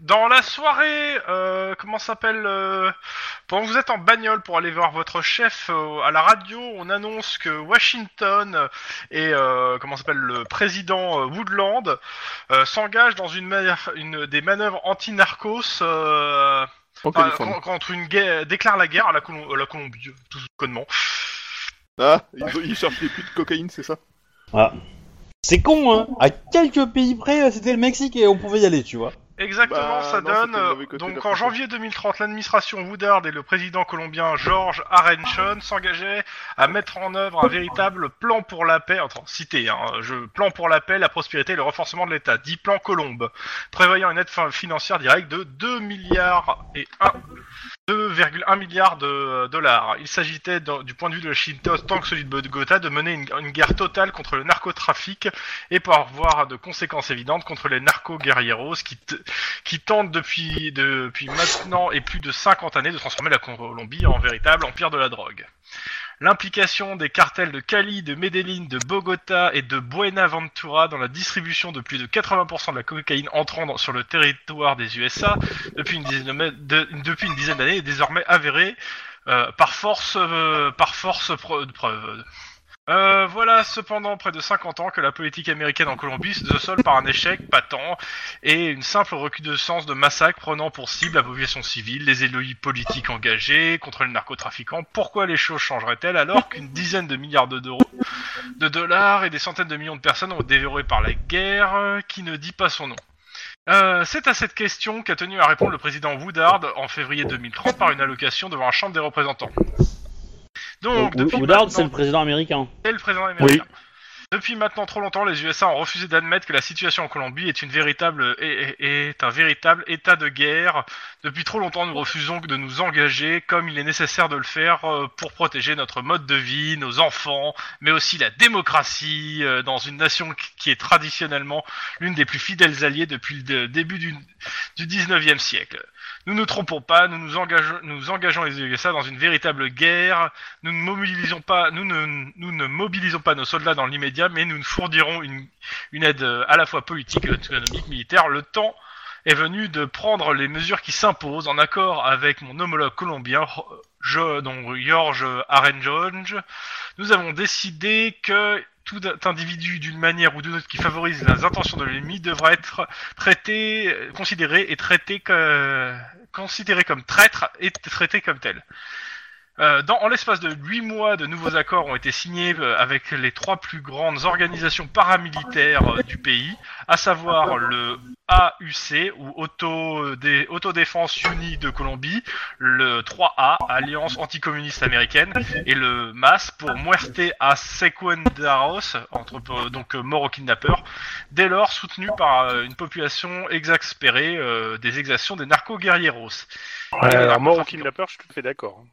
Speaker 2: Dans la soirée, euh, comment ça s'appelle euh, Pendant que vous êtes en bagnole pour aller voir votre chef euh, à la radio, on annonce que Washington et euh, comment ça s'appelle le président euh, Woodland euh, s'engagent dans une, ma- une des manœuvres anti-narcos euh,
Speaker 5: En
Speaker 4: Bah,
Speaker 2: enfin,
Speaker 5: Californie.
Speaker 2: con- contre une guerre, déclare la guerre à la, Colom- à la Colombie, tout connement.
Speaker 5: Ah, ils, ils cherchent les puits de cocaïne, c'est ça
Speaker 1: C'est con, hein À quelques pays près, euh, c'était le Mexique et on pouvait y aller, tu vois.
Speaker 2: Exactement,
Speaker 5: Bah,
Speaker 2: ça
Speaker 5: non,
Speaker 2: donne.
Speaker 5: c'était le mauvais
Speaker 2: euh,
Speaker 5: côté de la
Speaker 2: Donc en
Speaker 5: frontière.
Speaker 2: janvier 2030, l'administration Woodard et le président colombien George Arenchon s'engageaient à mettre en œuvre un véritable plan pour la paix, enfin cité, hein, je, plan pour la paix, la prospérité et le renforcement de l'État, dit plan Colombe, prévoyant une aide fin- financière directe de 2 milliards et 1 2,1 milliards de euh, dollars. Il s'agitait, dans- du point de vue de Washington, tant que celui de Bogota, de mener une, une guerre totale contre le narcotrafic et pour avoir de conséquences évidentes contre les narco-guerrieros qui, t- qui tentent depuis, depuis maintenant et plus de 50 années de transformer la Colombie en véritable empire de la drogue. L'implication des cartels de Cali, de Medellín, de Bogota et de Buenaventura dans la distribution de plus de 80% de la cocaïne entrant dans- sur le territoire des USA depuis une dizaine de ma- de- depuis une dizaine d'années est désormais avérée euh, par force, euh, par force pre- de preuve. Euh, voilà cependant près de 50 ans que la politique américaine en Colombie se solde par un échec patent et une simple recrudescence de massacres prenant pour cible la population civile, les élites politiques engagés contre les narcotrafiquants. Pourquoi les choses changeraient-elles alors qu'une dizaine de milliards de d'euros de dollars et des centaines de millions de personnes ont dévoré par la guerre euh, qui ne dit pas son nom euh, c'est à cette question qu'a tenu à répondre le président Woodard en février 2030 par une allocation devant la Chambre des représentants. Donc, depuis
Speaker 1: Woodard,
Speaker 2: maintenant-
Speaker 1: c'est le président américain.
Speaker 2: et le président américain. Depuis maintenant trop longtemps, les USA ont refusé d'admettre que la situation en Colombie est, une véritable, est, est- est un véritable état de guerre. Depuis trop longtemps, nous refusons de nous engager comme il est nécessaire de le faire euh, pour protéger notre mode de vie, nos enfants, mais aussi la démocratie euh, dans une nation qui- qui est traditionnellement l'une des plus fidèles alliées depuis le dé- début du, du 19e siècle. Nous ne trompons pas, nous nous engageons, nous engageons les USA dans une véritable guerre nous ne mobilisons pas, nous ne, nous ne mobilisons pas nos soldats dans l'immédiat immédiat, mais nous ne fournirons une, une aide euh, à la fois politique, économique, militaire. Le temps est venu de prendre les mesures qui s'imposent en accord avec mon homologue colombien, Jo- Jo- donc George Arenjoge. Nous avons décidé que tout individu d'une manière ou d'une autre qui favorise les intentions de l'ennemi devra être traité, euh, considéré et traité que- considéré comme traître et traité comme tel. Euh, dans, en l'espace de 8 mois, de nouveaux accords ont été signés euh, avec les trois plus grandes organisations paramilitaires euh, du pays, à savoir le AUC, ou Auto- des- Autodéfense Unie de Colombie, le 3A, Alliance anticommuniste américaine, et le MAS pour Muerte a Secuendaros, entre, euh, donc euh, mort aux kidnappeurs, dès lors soutenu par euh, une population exaspérée euh, des exactions des narco-guerrieros.
Speaker 3: Ouais, alors, mort ou
Speaker 2: Trafiquant.
Speaker 3: kidnappeur, je suis tout à fait d'accord. hein.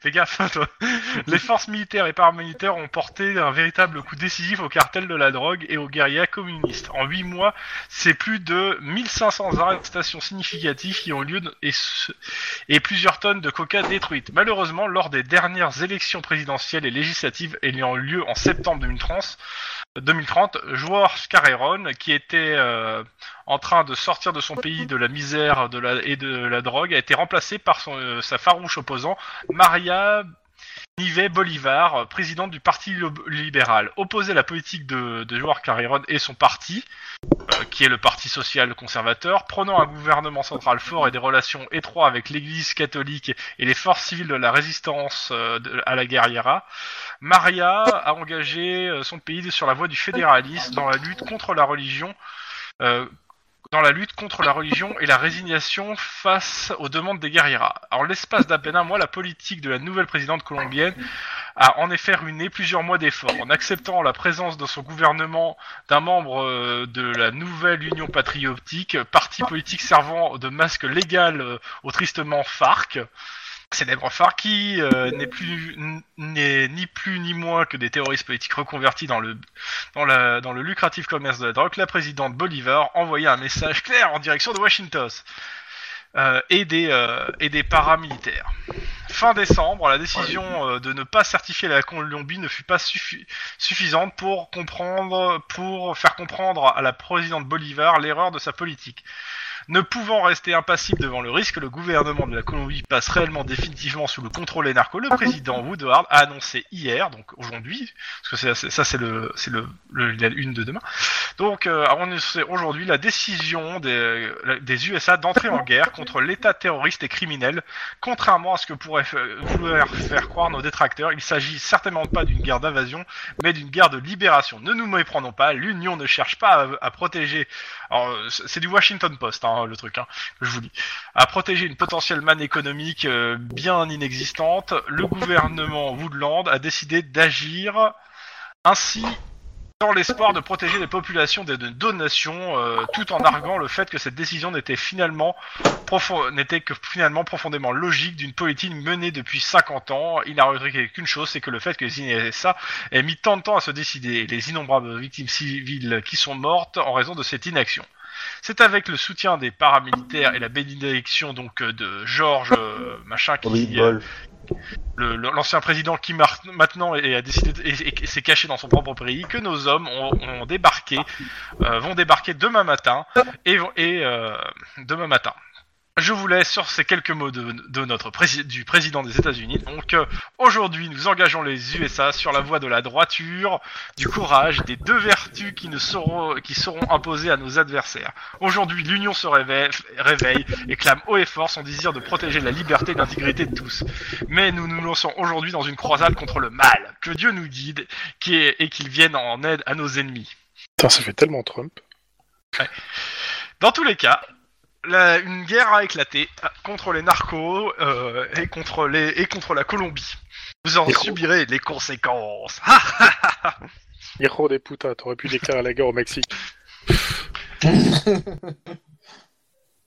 Speaker 2: Fais gaffe, hein, toi. Les forces militaires et paramilitaires ont porté un véritable coup décisif au cartel de la drogue et aux guerriers communistes. En 8 mois, c'est plus de 1500 arrestations significatives qui ont lieu et, ce- et plusieurs tonnes de coca détruites. Malheureusement, lors des dernières élections présidentielles et législatives ayant lieu en septembre 2030, 2030, George Carreron, qui était euh, en train de sortir de son pays de la misère de la, et de la drogue, a été remplacé par son, euh, sa farouche opposant Maria Nivet Bolivar, euh, présidente du Parti lo- libéral, opposait la politique de, de Joao Carreron et son parti, euh, qui est le Parti social conservateur, prenant un gouvernement central fort et des relations étroites avec l'Église catholique et les forces civiles de la résistance euh, de- à la guerriera. Maria a engagé euh, son pays sur la voie du fédéralisme dans la lutte contre la religion. euh, dans la lutte contre la religion et la résignation face aux demandes des guerrieras. Alors, l'espace d'à peine un mois, la politique de la nouvelle présidente colombienne a en effet ruiné plusieurs mois d'efforts. En acceptant la présence dans son gouvernement d'un membre euh, de la nouvelle Union patriotique, euh, parti politique servant de masque légal euh, au tristement FARC, célèbre FARC qui euh, n'est plus n- n'est ni plus ni moins que des terroristes politiques reconvertis dans le dans, la- dans le lucratif commerce de la drogue, la présidente Bolivar envoyait un message clair en direction de Washington euh, et, des, euh, et des paramilitaires. Fin décembre, la décision euh, de ne pas certifier la Colombie ne fut pas suffi- suffisante pour, comprendre, pour faire comprendre à la présidente Bolivar l'erreur de sa politique. Ne pouvant rester impassible devant le risque que le gouvernement de la Colombie passe réellement définitivement sous le contrôle des narcos, le président Woodward a annoncé hier, donc aujourd'hui, parce que c'est- c'est- ça c'est le c'est le, le- la une de demain. Donc euh, on sait aujourd'hui la décision des, la- des USA d'entrer en guerre contre l'État terroriste et criminel. Contrairement à ce que pourraient fa- vouloir faire croire nos détracteurs, il s'agit certainement pas d'une guerre d'invasion, mais d'une guerre de libération. Ne nous méprenons pas, l'Union ne cherche pas à, à protéger. alors, euh, c'est c'est du Washington Post, hein, le truc, hein, je vous lis à protéger une potentielle manne économique euh, bien inexistante, le gouvernement Woodland a décidé d'agir ainsi dans l'espoir de protéger les populations des de donations, euh, tout en arguant le fait que cette décision n'était finalement profo- n'était que finalement profondément logique d'une politique menée depuis 50 ans. Il n'a regretté qu'une chose, c'est que le fait que les INSA aient mis tant de temps à se décider, les innombrables victimes civiles qui sont mortes en raison de cette inaction. C'est avec le soutien des paramilitaires et la bénédiction donc euh, de Georges euh, machin qui
Speaker 1: Big
Speaker 2: euh,
Speaker 1: Ball.
Speaker 2: le- le- l'ancien président qui mar- maintenant et a décidé de- et- et s'est caché dans son propre pays que nos hommes ont, ont débarqué euh, vont débarquer demain matin et, vont- et euh, demain matin. Je vous laisse sur ces quelques mots de, de notre prési- du président des États-Unis. Donc euh, aujourd'hui, nous engageons les USA sur la voie de la droiture, du courage, des deux vertus qui ne seront qui seront imposées à nos adversaires. Aujourd'hui, l'Union se réveille, réveille et clame haut et fort son désir de protéger la liberté et l'intégrité de tous mais nous nous lançons aujourd'hui dans une croisade contre le mal. Que Dieu nous guide qui est- et qu'il vienne en aide à nos ennemis.
Speaker 3: Putain, ça fait tellement Trump.
Speaker 2: Dans tous les cas, la- une guerre a éclaté contre les narcos euh, et, contre les, et contre la Colombie. Vous en
Speaker 3: Et-
Speaker 2: subirez les conséquences. Ah
Speaker 3: Hijo des putains, t'aurais pu déclarer la guerre au Mexique.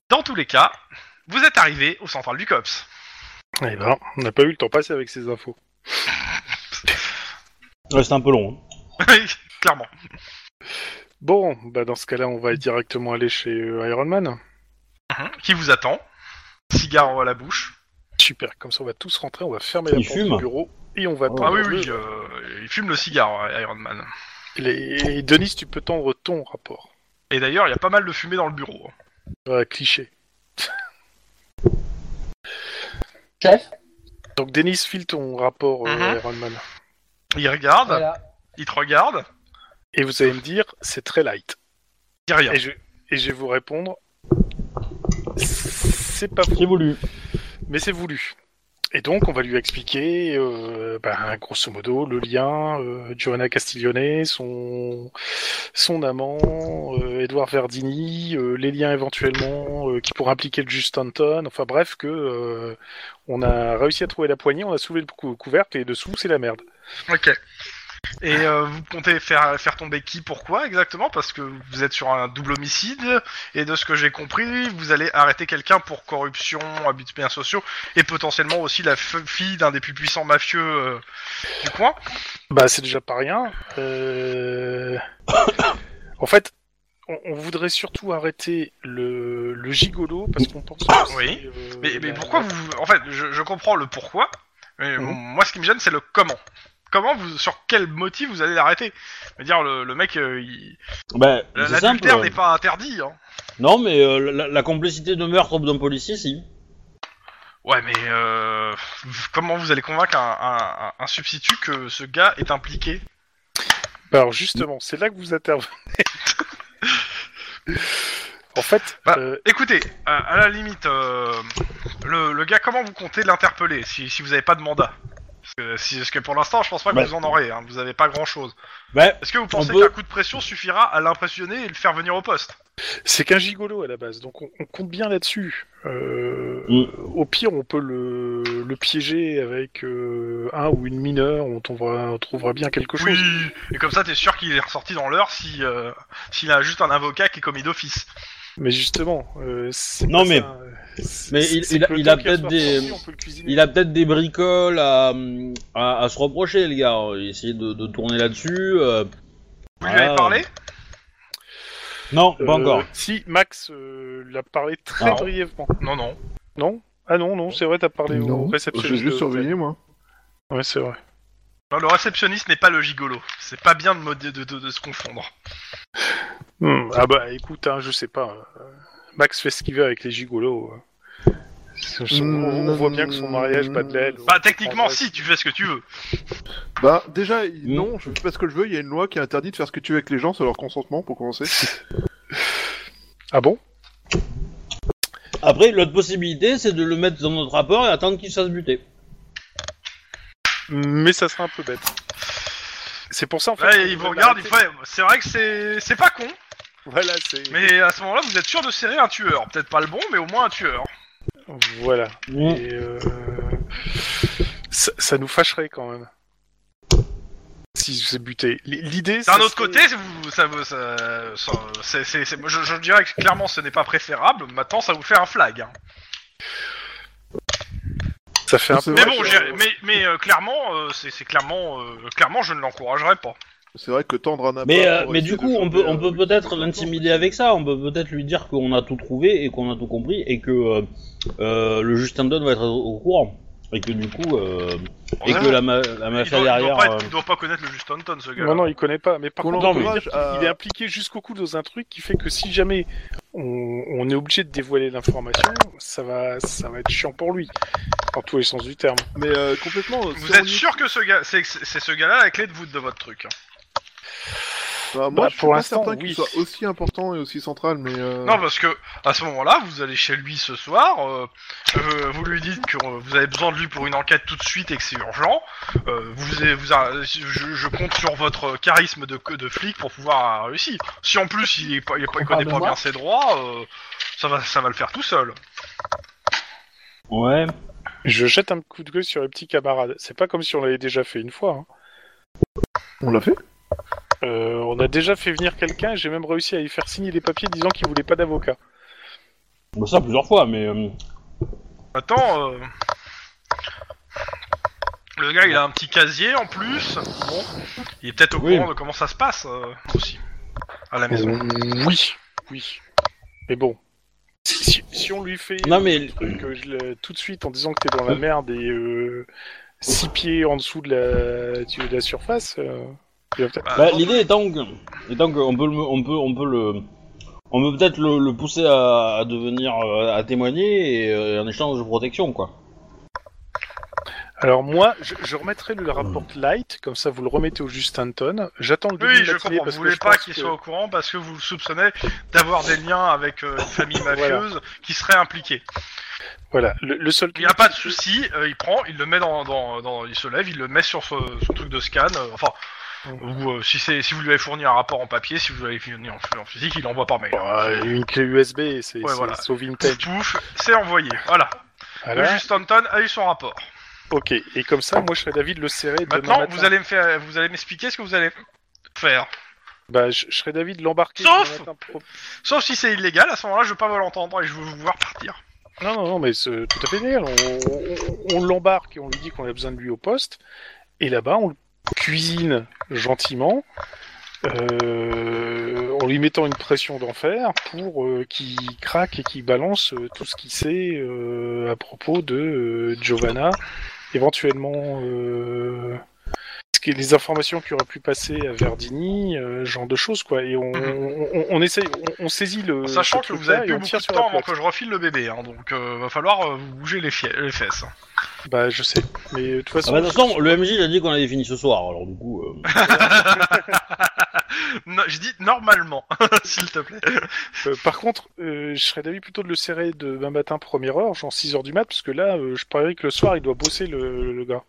Speaker 2: dans tous les cas, vous êtes arrivés au central du COPS.
Speaker 3: Eh ben, on n'a pas eu le temps passé avec ces infos.
Speaker 1: Ouais, c'est un peu long. hein.
Speaker 2: Oui, Clairement.
Speaker 3: Bon, bah dans ce cas-là, on va directement aller chez euh, Iron Man.
Speaker 2: Mhm. Qui vous attend Cigare à la bouche.
Speaker 3: Super, comme ça on va tous rentrer, on va fermer la
Speaker 1: Il
Speaker 3: porte
Speaker 1: fume.
Speaker 3: du bureau et on va
Speaker 2: Ah
Speaker 3: pas.
Speaker 2: oui, oui, euh, il fume le cigare, euh, Iron Man.
Speaker 3: Les- Et Denis, tu peux tendre ton rapport.
Speaker 2: Et d'ailleurs, il y a pas mal de fumée dans le bureau.
Speaker 3: Euh, cliché.
Speaker 4: Chef
Speaker 3: Donc Denis, file ton rapport, euh,
Speaker 2: Mhm.
Speaker 3: Iron Man.
Speaker 2: Il regarde,
Speaker 4: Voilà.
Speaker 2: il te regarde,
Speaker 3: Et vous allez me dire, c'est très light.
Speaker 2: il dit rien.
Speaker 3: Et je, et je vais vous répondre, c'est pas faux,
Speaker 1: C'est voulu.
Speaker 3: mais c'est voulu. Et donc, on va lui expliquer, euh, ben, grosso modo, le lien, euh, Giovanna Castiglione, son, son amant, euh, Edouard Verdini, euh, les liens éventuellement euh, qui pourraient impliquer le Just Anton. Enfin bref, que euh, on a réussi à trouver la poignée, on a soulevé le cou- couvercle et dessous, c'est la merde.
Speaker 2: Ok. Et euh, vous comptez faire, faire tomber qui, pourquoi exactement Parce que vous êtes sur un double homicide, et de ce que j'ai compris, vous allez arrêter quelqu'un pour corruption, abus de biens sociaux, et potentiellement aussi la f- fille d'un des plus puissants mafieux euh, du coin.
Speaker 3: Bah, c'est déjà pas rien. Euh, en fait, on, on voudrait surtout arrêter le, le gigolo parce qu'on pense. Que c'est,
Speaker 2: Oui.
Speaker 3: euh,
Speaker 2: Mais, mais
Speaker 3: la-
Speaker 2: pourquoi vous... En fait, je, je comprends le pourquoi, mais
Speaker 3: Mhm.
Speaker 2: moi ce qui me gêne c'est le comment. Comment vous... Sur quel motif vous allez l'arrêter Je veux dire, le, le mec, euh, il...
Speaker 1: Ben, c'est simple.
Speaker 2: l'adultère n'est pas interdit, hein.
Speaker 1: Non, mais euh, la, la complicité de meurtre d'un policier, si.
Speaker 2: Ouais, mais euh, f- comment vous allez convaincre un, un- un- un substitut que ce gars est impliqué
Speaker 3: Bah, Alors justement, c'est là que vous intervenez. en fait,
Speaker 2: Bah,
Speaker 3: euh,
Speaker 2: Écoutez, à, à la limite, euh, le, le gars, comment vous comptez l'interpeller si, si vous n'avez pas de mandat parce que, si, parce que pour l'instant, je pense pas que
Speaker 1: Ouais.
Speaker 2: vous en aurez, hein, vous n'avez pas grand chose.
Speaker 1: Ben,
Speaker 2: Est-ce que vous pensez
Speaker 1: Bah, peut-
Speaker 2: qu'un coup de pression suffira à l'impressionner et le faire venir au poste
Speaker 3: c'est qu'un gigolo à la base, donc on, on compte bien là-dessus. Euh,
Speaker 1: Mm.
Speaker 3: Au pire, on peut le, le piéger avec euh, un ou une mineure, on trouvera, on trouvera bien quelque chose.
Speaker 2: Oui Et comme ça, t'es sûr qu'il est ressorti dans l'heure si, euh, s'il a juste un avocat qui est commis d'office.
Speaker 3: Mais justement, euh, c'est
Speaker 1: Non,
Speaker 3: pas
Speaker 1: mais-
Speaker 3: ça, euh, c'est-
Speaker 1: mais il-
Speaker 3: c'est
Speaker 1: il a-
Speaker 3: que le
Speaker 1: il a
Speaker 3: temps qu'il
Speaker 1: peut-être
Speaker 3: soit
Speaker 1: des-
Speaker 3: sorti, on peut le cuisiner.
Speaker 1: Il a peut-être des bricoles à, à, à se reprocher, les gars. Essayez de, de tourner là-dessus. euh.
Speaker 2: Vous lui avez
Speaker 1: Ah.
Speaker 2: parlé
Speaker 1: Non,
Speaker 3: Euh,
Speaker 1: pas encore.
Speaker 3: Si Max euh, l'a parlé très
Speaker 1: Ah.
Speaker 3: brièvement.
Speaker 2: Non, non.
Speaker 3: Non Ah non, non, c'est vrai, t'as parlé au
Speaker 5: Non,
Speaker 3: réceptionniste.
Speaker 5: j'ai juste
Speaker 3: de-
Speaker 5: surveillé, moi.
Speaker 3: Ouais, c'est vrai.
Speaker 2: Non, le réceptionniste n'est pas le gigolo. C'est pas bien de, mod- de- de- de se confondre.
Speaker 3: Hmm, Ah bah écoute, hein, je sais pas. euh, Max fait ce qu'il veut avec les gigolos. euh. Son- son- On, on
Speaker 5: Hmm.
Speaker 3: voit bien que son mariage bat de l'aile.
Speaker 2: Bah, techniquement, si, tu fais ce que tu veux.
Speaker 5: Bah, déjà, il-
Speaker 1: Mm.
Speaker 5: non, je fais pas ce que je veux, il y a une loi qui interdit de faire ce que tu veux avec les gens sans leur consentement, pour commencer.
Speaker 3: Ah bon
Speaker 1: Après, l'autre possibilité, c'est de le mettre dans notre rapport et attendre qu'il se fasse buter.
Speaker 3: Mais ça serait un peu bête. C'est pour ça en fait.
Speaker 2: Là,
Speaker 3: qu'on
Speaker 2: il vous
Speaker 3: veut
Speaker 2: regarde, il
Speaker 3: l'arrêter.
Speaker 2: fait. C'est vrai que c'est c'est pas con,
Speaker 3: Voilà, c'est.
Speaker 2: mais à ce moment-là, vous êtes sûr de serrer un tueur. Peut-être pas le bon, mais au moins un tueur.
Speaker 3: Voilà.
Speaker 1: Mm.
Speaker 3: Et, euh, ça, ça nous fâcherait quand même. Si je sais buter. L- L'idée. ça
Speaker 2: D'un autre
Speaker 3: serait-
Speaker 2: côté, vous, ça, vous- ça- ça- c'est- c'est- c'est- je, je dirais que clairement, ce n'est pas préférable. Maintenant, ça vous fait un flag. hein.
Speaker 3: Ça fait un
Speaker 5: C'est
Speaker 3: peu.
Speaker 2: Mais
Speaker 5: vrai
Speaker 2: bon,
Speaker 5: que-
Speaker 2: j'ai- mais, mais euh, clairement, euh, c'est c'est clairement, euh, clairement, je ne l'encouragerais pas.
Speaker 5: C'est vrai que tendre un appât...
Speaker 1: Mais, euh,
Speaker 5: pour
Speaker 1: mais
Speaker 5: essayer
Speaker 1: du
Speaker 5: de
Speaker 1: coup, on
Speaker 5: choper,
Speaker 1: peut, on
Speaker 5: euh,
Speaker 1: peut
Speaker 5: oui,
Speaker 1: peut-être
Speaker 5: c'est-
Speaker 1: l'intimider avec ça. On peut peut-être lui dire qu'on a tout trouvé et qu'on a tout compris et que euh, euh, le Justin Don va être au au courant. Et que du coup, euh, et que la, ma- la
Speaker 2: il
Speaker 1: mafia
Speaker 2: doit, il doit
Speaker 1: derrière.
Speaker 2: pas être-
Speaker 1: euh,
Speaker 2: il doit pas connaître le Juste Anton, ce gars.
Speaker 3: Non, non, il connaît pas. Mais par
Speaker 5: Qu'on
Speaker 3: contre, on peut dire
Speaker 5: l'encourage
Speaker 3: qu'il-
Speaker 5: à...
Speaker 3: il est impliqué jusqu'au cou dans un truc qui fait que si jamais on, on est obligé de dévoiler l'information, ça va, ça va être chiant pour lui, en tous les sens du terme.
Speaker 5: Mais euh, complètement...
Speaker 2: Vous êtes sûr que ce gars, c'est c'est- c'est ce gars-là la clé de voûte de votre truc hein.
Speaker 5: Bah, moi,
Speaker 3: Bah,
Speaker 5: je suis
Speaker 3: pour
Speaker 5: pas
Speaker 3: l'instant,
Speaker 5: certain qu'il
Speaker 3: oui.
Speaker 5: soit aussi important et aussi central, mais... euh,
Speaker 2: Non, parce que à ce moment-là, vous allez chez lui ce soir, euh, euh, vous lui dites que euh, vous avez besoin de lui pour une enquête tout de suite et que c'est urgent. euh, vous, avez- vous a- je, je compte sur votre charisme de, de flic pour pouvoir euh, réussir. Si en plus il, est pas- il, est pas- il connaît
Speaker 4: On parle de
Speaker 2: pas
Speaker 4: moi
Speaker 2: bien ses droits, euh, ça va, ça va le faire tout seul.
Speaker 1: Ouais.
Speaker 3: Je jette un coup de gueule sur les petits camarades. C'est pas comme si on l'avait déjà fait une fois. hein.
Speaker 5: On l'a fait
Speaker 3: Euh, on a déjà fait venir quelqu'un. J'ai même réussi à lui faire signer des papiers disant qu'il voulait pas d'avocat.
Speaker 1: Bah, ça plusieurs fois, mais. euh,
Speaker 2: Attends, euh, le gars, il a un petit casier en plus. Bon, il est peut-être au
Speaker 1: Oui.
Speaker 2: courant de comment ça se passe euh, aussi à la maison.
Speaker 3: Oui, oui. Mais bon. Si, si- si on lui fait
Speaker 1: Non, mais- Hein
Speaker 3: le truc, euh, je le- tout de suite en disant que t'es dans la merde et, euh, six pieds en dessous de la, du- de la surface. euh, il va peut-être-
Speaker 2: Bah,
Speaker 1: Bah, L'idée étant que, étant que on peut le, on peut, on peut le, on peut peut-être le, le pousser à, à devenir, euh, à témoigner et euh, en échange de protection, quoi.
Speaker 3: Alors moi, je, je remettrai le rapport light, comme ça vous le remettez au juste Anton. J'attends le début
Speaker 2: Oui,
Speaker 3: de
Speaker 2: je comprends.
Speaker 3: matinée
Speaker 2: Vous
Speaker 3: parce que
Speaker 2: voulez
Speaker 3: je
Speaker 2: pas
Speaker 3: pense
Speaker 2: qu'il
Speaker 3: que-
Speaker 2: soit au courant parce que vous le soupçonnez d'avoir des liens avec euh, une famille mafieuse qui serait impliquée.
Speaker 3: Voilà, le, le seul
Speaker 2: Il n'y a pas de souci, euh, il prend, il le met dans, dans, dans- il se lève, il le met sur ce- son truc de scan. euh, enfin, ou euh, si c'est, si vous lui avez fourni un rapport en papier, si vous lui avez fourni en, en physique, il l'envoie par mail.
Speaker 3: Bah, une clé USB, c'est
Speaker 2: Ouais,
Speaker 3: c'est-
Speaker 2: voilà.
Speaker 3: c'est au vintage.
Speaker 2: C'est Pouf, c'est envoyé. Voilà. Le
Speaker 3: Voilà.
Speaker 2: Juste Anton a eu son rapport.
Speaker 3: Ok, et comme ça, moi je serais d'avis de le serrer demain
Speaker 2: Maintenant,
Speaker 3: matin.
Speaker 2: vous allez me faire, vous allez m'expliquer ce que vous allez faire.
Speaker 3: Bah, je, je serais d'avis de l'embarquer.
Speaker 2: Sauf
Speaker 3: demain matin pro-
Speaker 2: Sauf si c'est illégal, à ce moment-là, je veux pas vous l'entendre et je veux vous voir partir.
Speaker 3: Non, non, non, mais c'est tout à fait légal. On, on- on l'embarque et on lui dit qu'on a besoin de lui au poste. Et là-bas, on le cuisine gentiment, euh, en lui mettant une pression d'enfer pour euh, qu'il craque et qu'il balance euh, tout ce qu'il sait euh, à propos de euh, Giovanna, éventuellement euh, ce qui est- les informations qui auraient pu passer à Verdini, euh, ce genre de choses, quoi. Et on, on, on- on essaye, on, on saisit le.
Speaker 2: Mhm. En
Speaker 3: ce
Speaker 2: sachant que vous
Speaker 3: truc-là
Speaker 2: avez
Speaker 3: et
Speaker 2: plus
Speaker 3: on
Speaker 2: beaucoup
Speaker 3: tire
Speaker 2: de
Speaker 3: sur la
Speaker 2: temps avant
Speaker 3: plaque.
Speaker 2: que je refile le bébé, hein, donc euh, va falloir euh, vous bouger les, fie- les fesses. hein.
Speaker 3: Bah, je sais. Mais euh, de toute
Speaker 1: Ah
Speaker 3: façon.
Speaker 1: bah, de toute façon, le MJ a dit qu'on avait fini ce soir, alors du coup. euh,
Speaker 2: No- je dis normalement, s'il te plaît.
Speaker 3: Euh, par contre, euh, je serais d'avis plutôt de le serrer demain matin, première heure, genre 6 heures du mat, parce que là, euh, je parie que le soir, il doit bosser le, le gars.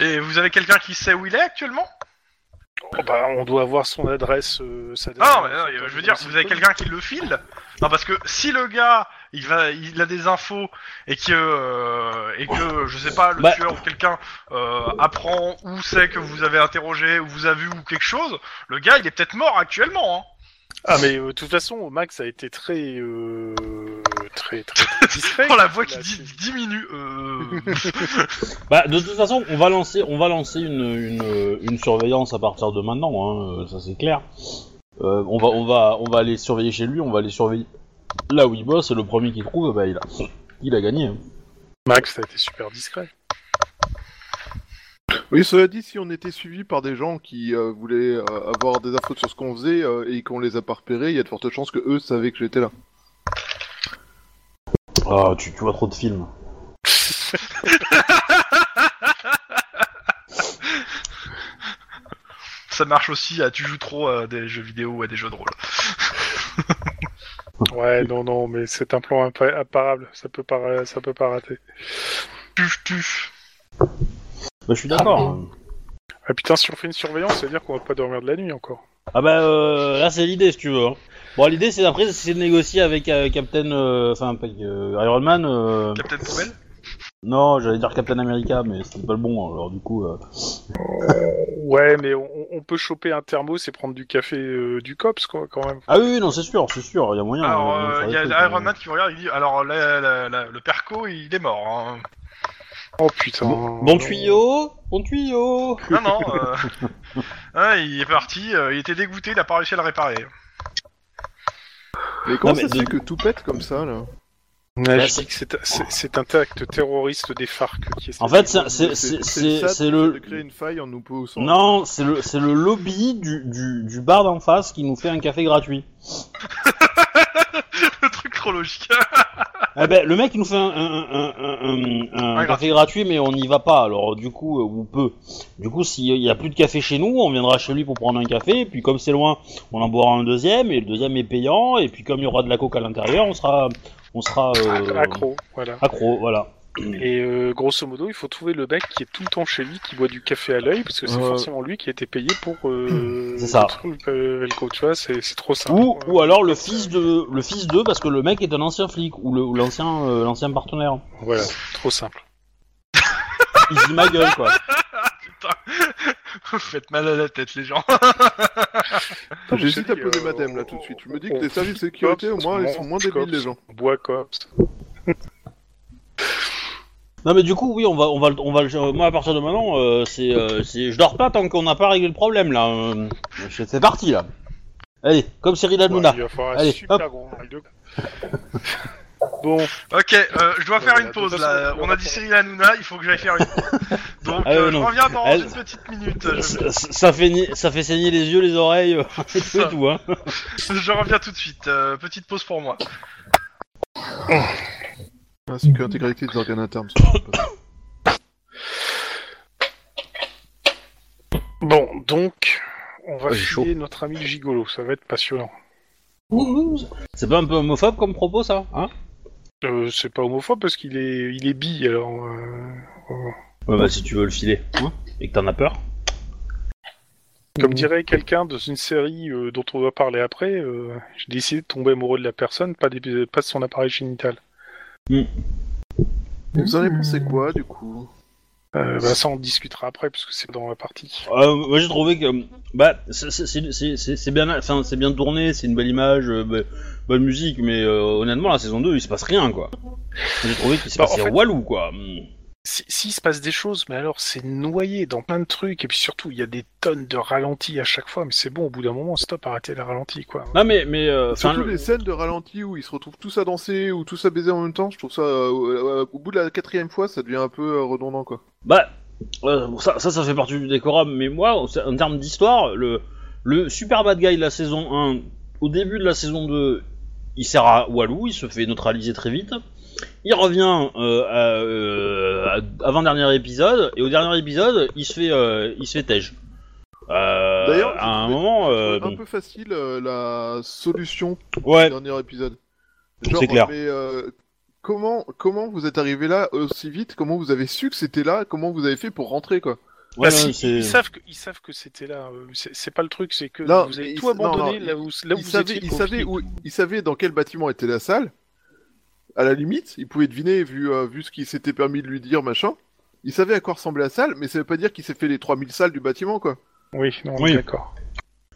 Speaker 2: Et vous avez quelqu'un qui sait où il est actuellement
Speaker 3: Oh, bah, on doit avoir son adresse. euh, sa-
Speaker 2: Non, mais non, euh, je veux dire, vous avez quelqu'un qui le file Non, parce que si le gars, il va, il a des infos et que, euh, et que, je sais pas, le
Speaker 1: Bah.
Speaker 2: tueur ou quelqu'un euh, apprend où c'est que vous avez interrogé, ou vous avez vu ou quelque chose, le gars, il est peut-être mort actuellement. Hein.
Speaker 3: Ah, mais euh, de toute façon, Max a été très. euh, très, très, très discret.
Speaker 2: Oh, la voix qui
Speaker 3: Là,
Speaker 2: dit
Speaker 3: c'est-
Speaker 2: diminue. Euh...
Speaker 1: Bah, de toute façon, on va lancer, on va lancer une, une, une surveillance à partir de maintenant, hein, euh, ça c'est clair. Euh, on va, on va, on va aller surveiller chez lui, on va aller surveiller là où il bosse, et le premier qui trouve, bah il a, il a gagné. hein.
Speaker 3: Max a été super discret.
Speaker 5: Oui, cela dit, si on était suivi par des gens qui euh, voulaient euh, avoir des infos sur ce qu'on faisait euh, et qu'on les a pas repérés, il y a de fortes chances que eux savaient que j'étais là.
Speaker 1: Ah, tu, tu vois trop de films.
Speaker 2: Ça marche aussi, à tu joues trop à des jeux vidéo ou à des jeux de rôle.
Speaker 3: Ouais, non, non, mais c'est un plan impa- imparable. Ça peut pas, ça peut pas rater.
Speaker 2: Tuf, tuf.
Speaker 1: Bah, je suis d'accord.
Speaker 3: Ah putain, si on fait une surveillance, ça veut dire qu'on va pas dormir de la nuit encore.
Speaker 1: Ah bah euh, là c'est l'idée si tu veux. hein. Bon l'idée c'est après c'est de négocier avec euh, Captain, euh, enfin pas- euh, Iron Man. euh,
Speaker 2: Captain Poubelle
Speaker 1: non j'allais dire Captain America mais c'était pas le bon alors du coup. euh,
Speaker 3: Ouais, mais on, on peut choper un thermos et prendre du café euh, du COPS, quoi, quand même.
Speaker 1: Ah oui oui, non c'est sûr c'est sûr il y a moyen.
Speaker 2: Alors,
Speaker 1: hein,
Speaker 2: euh,
Speaker 1: on fera des
Speaker 2: il y a
Speaker 1: trucs,
Speaker 2: Iron
Speaker 1: hein.
Speaker 2: Man qui vous regarde, il dit Alors, la- la- la- le perco, il est mort. Hein.
Speaker 3: Oh putain.
Speaker 1: Bon tuyau, bon tuyau.
Speaker 2: Non, non. euh, hein, il est parti, euh, il était dégoûté, il a pas réussi à le réparer.
Speaker 5: Mais comment
Speaker 1: mais
Speaker 5: ça se
Speaker 1: de-
Speaker 5: fait que tout pète comme ça, là
Speaker 3: Ouais,
Speaker 1: Bah,
Speaker 3: je
Speaker 1: c'est-
Speaker 3: dis que c'est- c'est c'est un acte terroriste des FARC qui est.
Speaker 1: En fait, c'est- c'est c'est- c'est-
Speaker 5: le SAD
Speaker 1: c'est
Speaker 5: qui essaie de
Speaker 1: le
Speaker 5: créer une faille en nous poussant.
Speaker 1: non, c'est le c'est le lobby du, du, du bar d'en face qui nous fait un café gratuit.
Speaker 2: le truc trop logique.
Speaker 1: Ah ben le mec il nous fait un, un, un- un- un- un
Speaker 2: Ouais,
Speaker 1: café gratuit mais on n'y va pas alors du coup euh, on peut. Du coup s'il n'y a plus de café chez nous on viendra chez lui pour prendre un café et puis comme c'est loin on en boira un deuxième et le deuxième est payant et puis comme il y aura de la coke à l'intérieur on sera on sera euh,
Speaker 3: Accro, voilà.
Speaker 1: accro, voilà.
Speaker 3: Et euh, grosso modo, il faut trouver le mec qui est tout le temps chez lui, qui boit du café à l'œil, parce que c'est
Speaker 5: Euh.
Speaker 3: forcément lui qui a été payé pour euh,
Speaker 1: C'est ça.
Speaker 3: le truc, euh, Velcro, tu vois, c'est c'est trop simple.
Speaker 1: Ou,
Speaker 3: quoi.
Speaker 1: ou alors le fils de le fils d'eux parce que le mec est un ancien flic ou le- ou l'ancien euh, l'ancien partenaire.
Speaker 3: Voilà, trop simple.
Speaker 1: Il se dit ma gueule quoi.
Speaker 2: Putain. Vous faites mal à la tête, les gens.
Speaker 5: J'hésite
Speaker 3: Je te
Speaker 5: à
Speaker 3: dis,
Speaker 5: poser
Speaker 3: euh,
Speaker 5: madame, là, tout de suite. Je me dis que
Speaker 3: on-
Speaker 5: les services de sécurité, au
Speaker 3: cops,
Speaker 5: moins, ils
Speaker 3: on-
Speaker 5: sont moins
Speaker 3: cops,
Speaker 5: débiles, les gens.
Speaker 3: On boit COPS.
Speaker 1: Non mais du coup oui on va on va le- on va le- euh, moi à partir de maintenant euh, c'est euh, c'est je dors pas tant qu'on n'a pas réglé le problème là euh, c'est c'est parti là allez comme Cyril
Speaker 3: Ouais,
Speaker 1: Hanouna
Speaker 3: il va falloir un
Speaker 1: Allez,
Speaker 3: super
Speaker 1: hop.
Speaker 3: gros. Bon,
Speaker 2: Ok, euh, je dois faire
Speaker 3: Ouais,
Speaker 2: une
Speaker 3: de
Speaker 2: pause
Speaker 3: toute
Speaker 2: là.
Speaker 3: façon,
Speaker 2: On
Speaker 3: on
Speaker 2: a dit Cyril Hanouna, il faut que j'aille faire une pause. Donc
Speaker 1: Ah ouais,
Speaker 2: euh, je
Speaker 1: non.
Speaker 2: reviens dans
Speaker 1: Elle-
Speaker 2: une petite minute. euh, Je...
Speaker 1: Ça, ça fait, ni- ça fait saigner les yeux, les oreilles, euh, et tout, et tout, hein.
Speaker 2: je reviens tout de suite. Euh, petite pause pour moi.
Speaker 5: Ah, c'est que l'intégralité des organes internes. ça, c'est pas-
Speaker 3: bon, donc, on va
Speaker 1: Ouais, j'ai
Speaker 3: filer notre ami le gigolo, ça va être passionnant.
Speaker 1: C'est pas un peu homophobe comme propos, ça hein
Speaker 3: Euh, c'est pas homophobe parce qu'il est, il est bi, alors. euh,
Speaker 1: Ouais, bah si tu veux le filer, hein, et que t'en as peur. Mm.
Speaker 3: Comme dirait quelqu'un dans une série euh, dont on va parler après, euh, j'ai décidé de tomber amoureux de la personne, pas, des- pas de son appareil génital.
Speaker 5: Vous en avez pensé quoi, du coup
Speaker 3: Euh, bah, ça, on discutera après parce que c'est dans la partie.
Speaker 1: Euh, moi j'ai trouvé que bah c'est- c'est- c'est c'est- c'est- c'est bien, enfin, c'est bien tourné, c'est une belle image, euh, bah, bonne musique, mais euh, honnêtement la saison 2 il se passe rien quoi. J'ai trouvé qu'il se
Speaker 3: Bah, en
Speaker 1: passait
Speaker 3: fait-
Speaker 1: walou quoi. Mm.
Speaker 3: Si- S'il se passe des choses, mais alors c'est noyé dans plein de trucs, et puis surtout, il y a des tonnes de ralentis à chaque fois, mais c'est bon, au bout d'un moment, stop, arrêtez les ralentis, quoi.
Speaker 1: Non mais mais euh, enfin,
Speaker 5: Surtout
Speaker 1: le-
Speaker 5: les scènes de ralenti où ils se retrouvent tous à danser ou tous à baiser en même temps, je trouve ça, euh, euh, au bout de la quatrième fois, ça devient un peu euh, redondant, quoi.
Speaker 1: bah euh, ça, ça ça fait partie du décorum, mais moi en en termes d'histoire le le super bad guy de la saison 1 au début de la saison 2 il sert à walou, il se fait neutraliser très vite. Il revient euh, à, euh, à- avant-dernier épisode, et au dernier épisode, il se fait, euh, il se fait tège. Euh,
Speaker 5: D'ailleurs,
Speaker 1: à un moment, euh,
Speaker 5: un peu facile euh, la solution
Speaker 1: ouais,
Speaker 5: du dernier épisode.
Speaker 1: C'est clair.
Speaker 5: Mais, euh, comment, comment vous êtes arrivé là aussi vite Comment vous avez su que c'était là Comment vous avez fait pour rentrer, quoi
Speaker 1: ouais,
Speaker 3: Bah, si,
Speaker 1: ouais, c'est-
Speaker 3: ils savent que, ils savent que c'était là. euh, C'est c'est pas le truc, c'est que
Speaker 5: Non,
Speaker 3: vous avez
Speaker 5: mais
Speaker 3: tout
Speaker 5: ils- non,
Speaker 3: abandonné
Speaker 5: non,
Speaker 3: là où, là où
Speaker 5: il
Speaker 3: vous
Speaker 5: savait,
Speaker 3: étiez
Speaker 5: il
Speaker 3: pour
Speaker 5: savait
Speaker 3: finir.
Speaker 5: où, il savait dans quel bâtiment était la salle. À la limite, il pouvait deviner vu, euh, vu ce qui s'était permis de lui dire, machin. Il savait à quoi ressemblait la salle, mais ça veut pas dire qu'il s'est fait les 3000 salles du bâtiment, quoi.
Speaker 3: Oui, non,
Speaker 1: Oui.
Speaker 3: d'accord.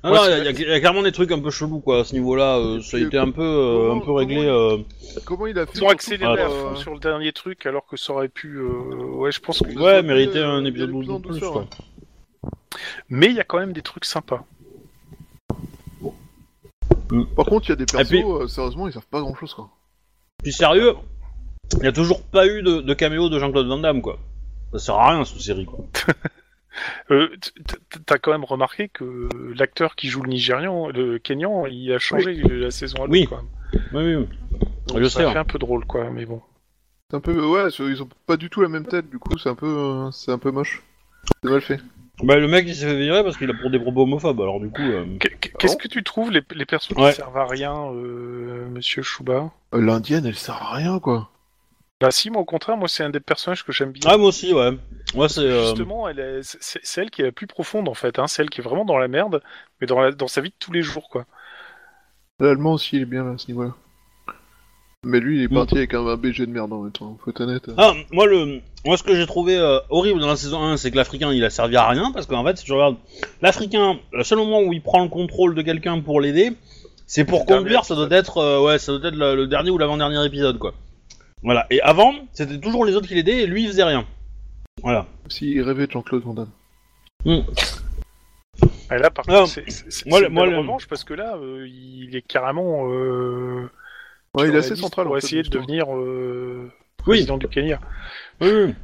Speaker 1: Ah Non,
Speaker 3: Ouais,
Speaker 1: non, il
Speaker 3: c'est-
Speaker 1: y, a- il y a clairement des trucs un peu chelous quoi à ce niveau-là. euh, ça a été un peu, euh, un peu réglé. euh.
Speaker 5: Comment il a fait
Speaker 3: Ils ont
Speaker 5: surtout
Speaker 3: accéléré
Speaker 5: pour,
Speaker 3: à
Speaker 5: euh,
Speaker 3: fond sur le dernier truc alors que ça aurait pu. euh, Ouais, je pense que.
Speaker 5: pour que ce soit
Speaker 1: Ouais,
Speaker 5: plus,
Speaker 1: mérité
Speaker 5: euh,
Speaker 1: un épisode
Speaker 5: bien
Speaker 1: de plus.
Speaker 5: douceur,
Speaker 1: quoi.
Speaker 5: hein.
Speaker 3: Mais il y a quand même des trucs sympas.
Speaker 5: Par contre, il y a des persos,
Speaker 1: puis-
Speaker 5: euh, sérieusement, ils savent pas grand chose, quoi.
Speaker 1: Puis sérieux, il y a toujours pas eu de, de caméo de Jean-Claude Van Damme quoi. Ça sert à rien cette série quoi.
Speaker 3: Euh, t- t- T'as quand même remarqué que l'acteur qui joue le Nigérian, le Kenyan, il a changé de la saison à l'autre.
Speaker 1: Oui.
Speaker 3: quand même.
Speaker 1: Oui, oui.
Speaker 3: Donc,
Speaker 1: Je
Speaker 3: ça
Speaker 1: sais,
Speaker 3: fait
Speaker 1: hein.
Speaker 3: un peu drôle, quoi, mais bon.
Speaker 5: C'est un peu, ouais, c'est- ils ont pas du tout la même tête, du coup, c'est un peu, euh, c'est un peu moche. C'est mal fait.
Speaker 1: Bah, le mec il s'est fait virer parce qu'il a pour des propos homophobes alors du coup. euh,
Speaker 3: Qu'est- Qu'est-ce que tu trouves les, les personnes
Speaker 1: Ouais.
Speaker 3: qui servent à rien, euh, Monsieur Chouba
Speaker 5: Euh, L'indienne, elle sert à rien, quoi.
Speaker 3: Bah si, moi au contraire, moi c'est un des personnages que j'aime bien.
Speaker 1: Ah moi aussi ouais. Moi c'est. euh,
Speaker 3: Justement, elle est- c'est c'est elle qui est la plus profonde en fait, hein. c'est elle qui est vraiment dans la merde, mais dans, la- dans sa vie de tous les jours quoi.
Speaker 5: L'allemand aussi, il est bien là, à ce niveau-là. Mais lui, il est
Speaker 1: Mm.
Speaker 5: parti avec un, un BG de merde en même temps, faut être honnête. hein.
Speaker 1: Ah, moi, le... moi ce que j'ai trouvé euh, horrible dans la saison 1, c'est que l'Africain, il a servi à rien, parce qu'en fait, si je regarde, l'Africain, le seul moment où il prend le contrôle de quelqu'un pour l'aider, c'est pour
Speaker 3: Le dernier
Speaker 1: conduire, ça doit être, euh, ouais, ça doit être le, le dernier ou l'avant-dernier épisode, quoi. Voilà, et avant, c'était toujours les autres qui l'aidaient, et lui, il faisait rien. Voilà.
Speaker 5: Si, il rêvait de Jean-Claude Van Damme.
Speaker 3: Et là par
Speaker 1: Ah,
Speaker 3: contre, c'est- c'est c'est
Speaker 1: moi, le-
Speaker 3: une
Speaker 1: moi,
Speaker 3: belle
Speaker 1: le-
Speaker 3: revanche parce que là, euh, il est carrément... Euh,
Speaker 5: Ouais, il est
Speaker 3: sur la
Speaker 5: assez
Speaker 3: liste
Speaker 5: central.
Speaker 3: Pour
Speaker 5: en fait,
Speaker 3: essayer de
Speaker 5: l'histoire.
Speaker 3: devenir euh,
Speaker 1: Oui,
Speaker 3: président du Kenya.
Speaker 1: oui, oui.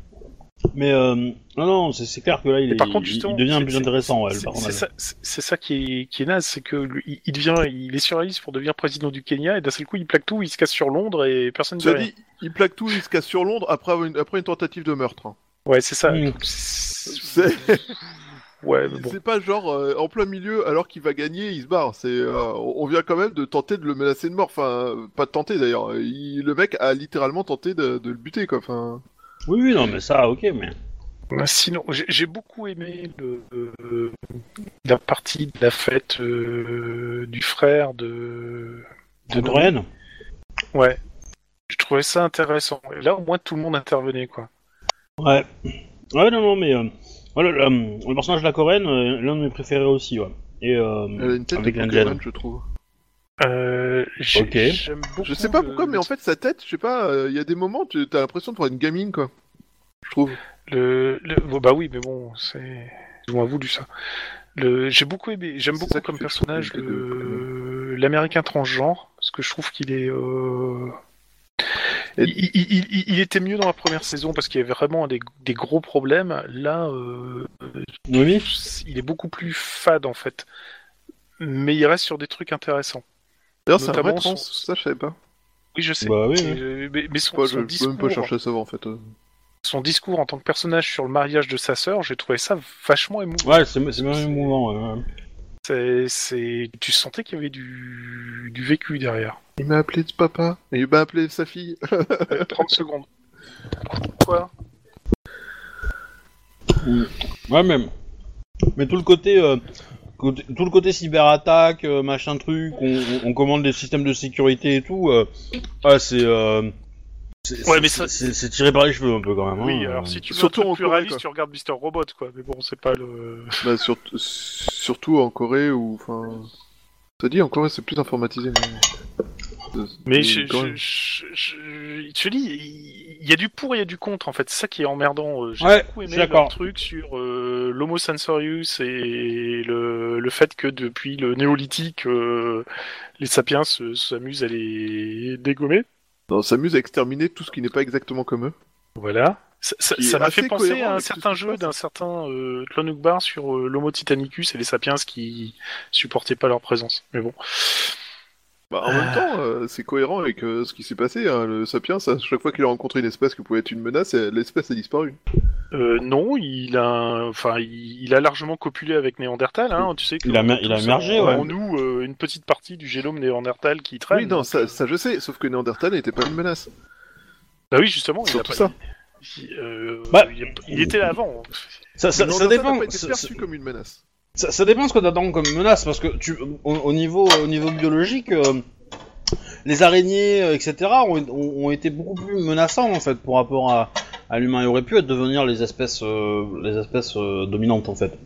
Speaker 1: Mais, euh, non, non, c'est- c'est clair que là, il,
Speaker 3: Et par
Speaker 1: est-
Speaker 3: contre,
Speaker 1: il-
Speaker 3: justement,
Speaker 1: il devient
Speaker 3: c'est-
Speaker 1: plus
Speaker 3: c'est-
Speaker 1: intéressant, ouais, le
Speaker 3: C'est- C'est
Speaker 1: personnage.
Speaker 3: ça, c'est- c'est ça qui est, qui est naze, c'est que lui, il- il devient, il est sur la liste pour devenir président du Kenya et d'un seul coup il plaque tout, il se casse sur Londres et personne ne dit
Speaker 5: Cela
Speaker 3: rien.
Speaker 5: dit, il plaque tout, il se casse sur Londres après une, après une tentative de meurtre. hein.
Speaker 3: Ouais, c'est ça.
Speaker 1: Mm.
Speaker 5: C'est
Speaker 3: Ouais, mais bon.
Speaker 5: c'est pas genre euh, en plein milieu alors qu'il va gagner, il se barre. C'est euh, on vient quand même de tenter de le menacer de mort. Enfin, euh, pas de tenter d'ailleurs. Il- Le mec a littéralement tenté de, de le buter quoi. Enfin,
Speaker 1: Oui, oui, non, mais ça, ok, mais.
Speaker 3: Bah, Sinon, j'ai j'ai beaucoup aimé le, euh, la partie de la fête euh, du frère de.
Speaker 1: De Dorian
Speaker 3: Ouais. Je trouvais ça intéressant. Et là, au moins, tout le monde intervenait, quoi.
Speaker 1: Ouais. Ouais, non, non, mais euh, voilà, le, euh, le personnage de la Coréenne, euh, l'un de mes préférés aussi, ouais. Et euh,
Speaker 5: elle a une tête
Speaker 1: avec
Speaker 5: de
Speaker 1: l'Indienne.
Speaker 5: Pokémon, je trouve.
Speaker 3: Euh, j'ai-
Speaker 1: Ok.
Speaker 3: j'aime beaucoup
Speaker 5: Je sais pas
Speaker 3: le-
Speaker 5: pourquoi, mais en fait sa tête, je sais pas. euh, Il y a des moments, tu as l'impression de voir une gamine quoi. Je trouve.
Speaker 3: Le, le- bon, bah oui, mais bon, c'est. Ils ont voulu ça. Le, j'ai beaucoup aimé, j'aime
Speaker 5: C'est
Speaker 3: beaucoup
Speaker 5: ça qui
Speaker 3: comme
Speaker 5: fait le
Speaker 3: personnage
Speaker 5: côté de-
Speaker 3: le- l'américain transgenre, parce que je trouve qu'il est. euh,
Speaker 5: Et-
Speaker 3: Il, il- il- il- il était mieux dans la première saison parce qu'il y avait vraiment des, des gros problèmes. Là, euh,
Speaker 1: Noémie
Speaker 3: il est beaucoup plus fade en fait. Mais il reste sur des trucs intéressants.
Speaker 5: D'ailleurs, c'est un vrai
Speaker 3: Notamment
Speaker 5: trans,
Speaker 3: son-
Speaker 5: ça je savais pas.
Speaker 3: Oui, je sais.
Speaker 1: Bah oui.
Speaker 3: Et, euh, mais, mais son,
Speaker 5: Ouais,
Speaker 3: son
Speaker 5: je je peux même pas
Speaker 3: discours,
Speaker 5: chercher à savoir en fait. euh.
Speaker 3: son discours en tant que personnage sur le mariage de sa sœur, j'ai trouvé ça vachement émouvant.
Speaker 1: Ouais, c'est c'est même émouvant. ouais, ouais.
Speaker 3: C'est- c'est- Tu sentais qu'il y avait du, du vécu derrière.
Speaker 5: Il m'a appelé de papa, et il m'a appelé sa fille.
Speaker 3: 30 secondes.
Speaker 1: Ouais, même. Mais tout le côté, euh, côté- tout le côté cyberattaque, euh, machin truc, on, on- on commande des systèmes de sécurité et tout. euh, ah, c'est. euh, c'est-
Speaker 3: Ouais,
Speaker 1: c'est-
Speaker 3: mais ça-
Speaker 1: c'est c'est tiré par les cheveux un peu quand même.
Speaker 3: Oui,
Speaker 1: hein.
Speaker 3: alors si tu veux
Speaker 5: euh, Surtout
Speaker 3: un truc
Speaker 5: en
Speaker 3: plus
Speaker 5: Corée,
Speaker 3: réaliste,
Speaker 5: quoi.
Speaker 3: tu regardes Mister Robot, quoi. Mais bon, c'est pas le.
Speaker 5: bah, sur- surtout en Corée ou enfin. Ça dit en Corée c'est plus informatisé. Mais, euh,
Speaker 3: Mais je,
Speaker 5: quand même.
Speaker 3: je, je, je- je te dis, il il y a du pour et il y a du contre, en fait. C'est ça qui est emmerdant. Euh, J'ai
Speaker 1: Ouais,
Speaker 3: beaucoup
Speaker 1: je suis
Speaker 3: aimé le
Speaker 1: d'accord.
Speaker 3: truc sur euh, l'homo sensorius et le, le fait que depuis le néolithique, euh, les sapiens se- s'amusent à les dégommer.
Speaker 5: On s'amuse à exterminer tout ce qui n'est pas exactement comme eux.
Speaker 3: Voilà. Ça- Ça
Speaker 5: Qui est
Speaker 3: ça m'a
Speaker 5: assez
Speaker 3: fait penser
Speaker 5: cohérent
Speaker 3: à un
Speaker 5: avec tout ce
Speaker 3: certain
Speaker 5: qui se
Speaker 3: jeu
Speaker 5: passe.
Speaker 3: d'un certain euh, Clonugbar sur euh, l'homo titanicus et les sapiens qui supportaient pas leur présence. Mais bon.
Speaker 5: Bah, en
Speaker 3: Ah.
Speaker 5: même temps, euh, c'est cohérent avec euh, ce qui s'est passé. hein. Le sapiens, à chaque fois qu'il a rencontré une espèce qui pouvait être une menace, euh, l'espèce a disparu.
Speaker 3: Euh, non, il a, enfin, il, il a largement copulé avec Néandertal. Hein, tu sais que
Speaker 1: Il a mer- il a
Speaker 3: tous
Speaker 1: mergé,
Speaker 3: en-
Speaker 1: ouais.
Speaker 3: en nous euh, une petite partie du génome Néandertal qui traîne.
Speaker 5: oui, non, ça, ça je sais, sauf que Néandertal n'était pas une menace.
Speaker 3: Bah oui, justement. Il a
Speaker 5: Surtout
Speaker 3: pas,
Speaker 5: ça.
Speaker 3: Il, euh,
Speaker 1: Bah-
Speaker 3: il, a- il était là avant. hein.
Speaker 1: Ça, ça- ça
Speaker 5: Néandertal n'a
Speaker 1: dépend.
Speaker 5: pas été
Speaker 1: ça-
Speaker 5: perçu comme une menace.
Speaker 1: Ça, ça dépend ce que t'attends comme menace, parce que tu, au, au niveau, au niveau biologique, euh, les araignées, euh, etc., ont, ont- ont été beaucoup plus menaçants en fait pour rapport à, à l'humain. Ils auraient pu être devenir les espèces, euh, les espèces euh, dominantes en fait.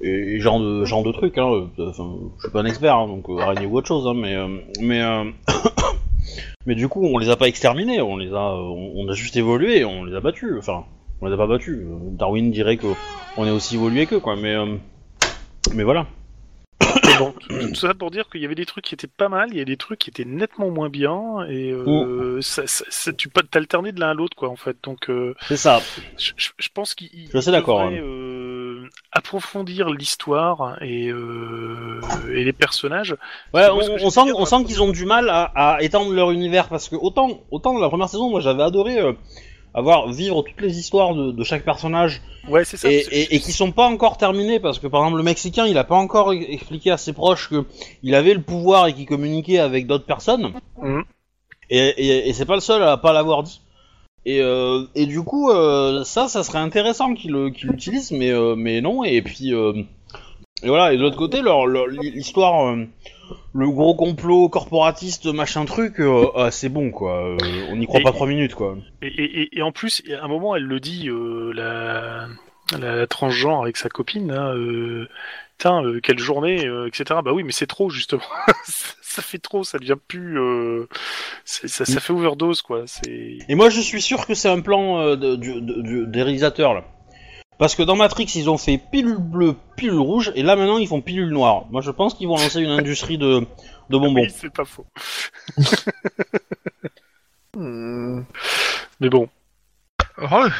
Speaker 1: Et, et genre de, genre de truc. Hein, euh, enfin, je suis pas un expert, hein, donc euh, araignée ou autre chose, hein, mais, euh, mais, euh, mais du coup, on les a pas exterminés, on les a, euh, on, on a juste évolué, on les a battus. Enfin, on les a pas battus. Euh, Darwin dirait que on est aussi évolué qu'eux, quoi. Mais euh, mais voilà.
Speaker 3: Mais bon, tout, tout ça pour dire qu'il y avait des trucs qui étaient pas mal, il y a des trucs qui étaient nettement moins bien, et euh, ça, ça- ça- tu peux t'alterner de l'un à l'autre, quoi, en fait. Donc, euh,
Speaker 1: C'est ça.
Speaker 3: je, je- je pense qu'il il
Speaker 1: suis assez d'accord, hein.
Speaker 3: devrait, euh, approfondir l'histoire et, euh, et les personnages.
Speaker 1: Ouais,
Speaker 3: C'est
Speaker 1: on,
Speaker 3: moi ce que
Speaker 1: on
Speaker 3: j'ai
Speaker 1: sent,
Speaker 3: dit,
Speaker 1: on
Speaker 3: moi.
Speaker 1: sent qu'ils ont du mal à, à étendre leur univers parce que autant, autant la première saison, moi j'avais adoré euh, avoir vivre toutes les histoires de, de chaque personnage
Speaker 3: Ouais, c'est ça.
Speaker 1: et,
Speaker 3: parce que-
Speaker 1: et, et qui sont pas encore terminées parce que par exemple le Mexicain, il a pas encore e- expliqué à ses proches que il avait le pouvoir et qu'il communiquait avec d'autres personnes.
Speaker 3: Mhm.
Speaker 1: Et, et, et c'est pas le seul à pas l'avoir dit. Et, euh, et du coup, euh, ça, ça serait intéressant qu'il le- qu'il l'utilise, mais, euh, mais non. Et puis, euh, et voilà. Et de l'autre côté, leur, leur- l'histoire, euh, le gros complot corporatiste, machin truc, euh, ah, c'est bon quoi. Euh, on n'y croit
Speaker 3: Et-
Speaker 1: pas trois minutes quoi.
Speaker 3: Et, et- et- et en plus, à un moment, elle le dit, euh, la, la, la transgenre avec sa copine, là, euh, Tain, euh, quelle journée, euh, etc. Bah oui, mais c'est trop, justement. ça, ça fait trop, ça devient plus. euh, c'est- ça, ça fait overdose, quoi. C'est.
Speaker 1: Et moi, je suis sûr que c'est un plan euh, de- du- de- du- des réalisateurs là. Parce que dans Matrix, ils ont fait pilule bleue, pilule rouge, et là maintenant ils font pilule noire. Moi, je pense qu'ils vont lancer une industrie de, de bonbons.
Speaker 3: Oui, c'est pas faux.
Speaker 5: Hmm.
Speaker 3: Mais bon.
Speaker 2: Heureux.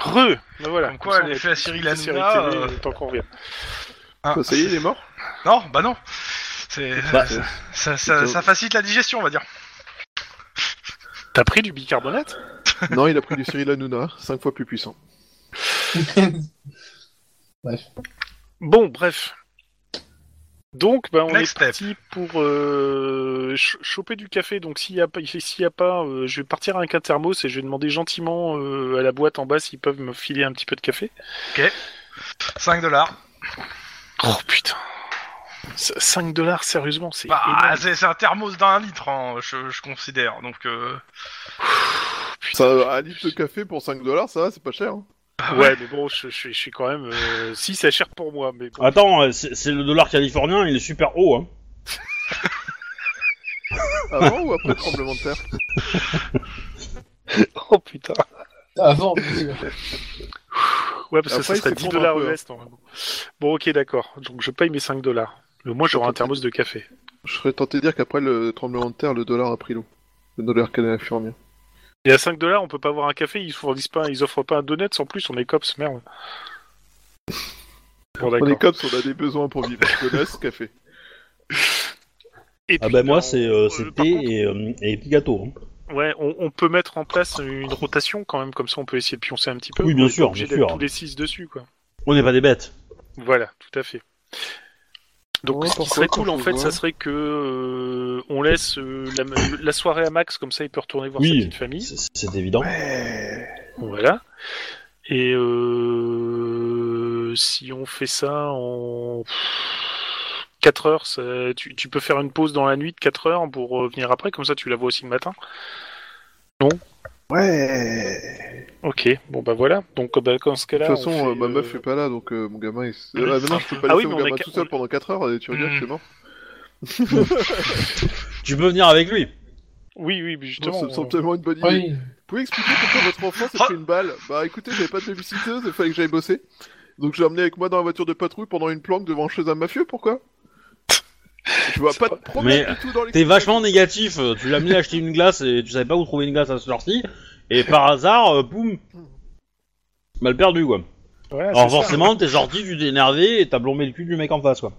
Speaker 3: Re Bah voilà.
Speaker 2: Comme quoi,
Speaker 3: ça, on
Speaker 2: l'effet
Speaker 3: est-
Speaker 2: Cyril
Speaker 3: la
Speaker 2: Hanouna,
Speaker 3: série télé,
Speaker 2: euh,
Speaker 3: Tant qu'on revient.
Speaker 2: Ah,
Speaker 5: Bah, ça y est, il est mort.
Speaker 2: Non, bah non. C'est
Speaker 1: Bah,
Speaker 2: ça, ça, ça- ça facilite la digestion, on va dire.
Speaker 3: T'as pris du bicarbonate
Speaker 5: non, il a pris du Cyril Hanouna, 5 fois plus puissant.
Speaker 3: Bon, bref. Donc, bah, on
Speaker 2: Next
Speaker 3: est parti pour euh, ch- choper du café. Donc, s'il n'y a pas, s'il y a pas euh, je vais partir avec un thermos et je vais demander gentiment euh, à la boîte en bas s'ils peuvent me filer un petit peu de café.
Speaker 2: 5 dollars.
Speaker 3: Oh putain. C- 5 dollars, sérieusement, c'est
Speaker 2: Bah,
Speaker 3: énorme.
Speaker 2: c'est c'est un thermos d'un litre, hein, je, je considère. Donc, euh,
Speaker 5: Ça, un litre de café pour 5 dollars, ça va, c'est pas cher. hein.
Speaker 3: Ouais, mais bon, je, je suis- je suis quand même. euh, si, c'est cher pour moi, mais bon.
Speaker 1: Attends, euh, c'est c'est le dollar californien, il est super haut. Hein.
Speaker 5: Avant ou après le tremblement de terre
Speaker 3: Oh putain.
Speaker 4: Avant, bien sûr.
Speaker 3: Ouais, parce que ça
Speaker 5: Après, il
Speaker 3: serait
Speaker 5: s'effondre
Speaker 3: 10
Speaker 5: un
Speaker 3: dollars
Speaker 5: peu, hein.
Speaker 3: US normalement. Bon, ok, d'accord. Donc, je paye mes 5 dollars. Mais moi, j'aurai un thermos de café.
Speaker 5: Je serais tenté de dire qu'après le tremblement de terre, le dollar a pris l'eau. Le dollar canadien.
Speaker 3: Et à 5 dollars, on peut pas avoir un café, ils fournissent pas, ils offrent pas un donut en plus, on est cops, merde. Bon,
Speaker 5: On
Speaker 3: d'accord.
Speaker 5: est cops, on a des besoins pour vivre. Connasse, café.
Speaker 3: Et
Speaker 1: Ah
Speaker 3: puis,
Speaker 1: bah
Speaker 3: euh,
Speaker 1: moi c'est euh, c'est
Speaker 3: euh, par
Speaker 1: thé
Speaker 3: contre,
Speaker 1: et, euh, et gâteau.
Speaker 3: Ouais, on, on peut mettre en place une rotation quand même, comme ça on peut essayer de pioncer un petit peu.
Speaker 1: Oui,
Speaker 3: On
Speaker 1: bien
Speaker 3: est pas
Speaker 1: sûr,
Speaker 3: obligé
Speaker 1: bien
Speaker 3: d'être
Speaker 1: sûr.
Speaker 3: tous les 6 dessus, quoi.
Speaker 1: On n'est pas des bêtes.
Speaker 3: Voilà, tout à fait. Donc,
Speaker 5: Ouais,
Speaker 3: ce qui
Speaker 5: pourquoi
Speaker 3: serait
Speaker 5: pas,
Speaker 3: cool, en
Speaker 5: faut
Speaker 3: fait,
Speaker 5: voir.
Speaker 3: ça serait que euh, on laisse euh, la, la soirée à Max, comme ça, il peut retourner voir
Speaker 1: Oui.
Speaker 3: sa petite famille.
Speaker 1: C'est- C'est évident.
Speaker 3: Voilà. Et euh, si on fait ça en 4 heures, ça- tu, tu peux faire une pause dans la nuit de 4 heures pour revenir après, comme ça, tu la vois aussi le matin.
Speaker 5: Ouais.
Speaker 3: Ok, bon bah voilà. Donc, bah, dans ce
Speaker 5: De
Speaker 3: cas-là,
Speaker 5: toute
Speaker 3: on
Speaker 5: façon,
Speaker 3: fait,
Speaker 5: euh, ma meuf
Speaker 3: euh,
Speaker 5: est pas là, donc euh, mon gamin. Est...
Speaker 2: Oui,
Speaker 5: Ah, mais non, je peux pas
Speaker 3: Ah oui,
Speaker 5: laisser mon
Speaker 3: mais on est
Speaker 5: gamin
Speaker 3: ca- Mm.
Speaker 5: tout seul
Speaker 3: on-
Speaker 5: pendant 4 heures. euh, Tu regardes,
Speaker 2: Hmm.
Speaker 5: c'est mort.
Speaker 1: Tu peux venir avec lui.
Speaker 3: Oui, oui, mais
Speaker 5: Bon,
Speaker 3: justement.
Speaker 5: ça me
Speaker 3: on-
Speaker 5: semble tellement une bonne idée.
Speaker 4: Oui.
Speaker 5: Vous pouvez expliquer pourquoi votre enfant
Speaker 1: Ah
Speaker 5: s'est fait une balle Bah écoutez, j'avais pas de babysitter, il fallait que j'aille bosser. Donc j'ai emmené avec moi dans la voiture de patrouille pendant une planque devant chez un mafieux, pourquoi Je vois
Speaker 3: C'est
Speaker 5: pas de problème
Speaker 1: Mais
Speaker 5: du tout dans les...
Speaker 1: T'es vachement négatif. euh, Tu l'as amené acheter une glace et tu savais pas où trouver une glace à ce heure-ci. Et par hasard, euh, boum. Mal perdu quoi.
Speaker 3: Voilà,
Speaker 1: Alors
Speaker 3: Ah, c'est ça.
Speaker 1: forcément, t'es sorti, tu t'es énervé et t'as blombé le cul du mec en face quoi.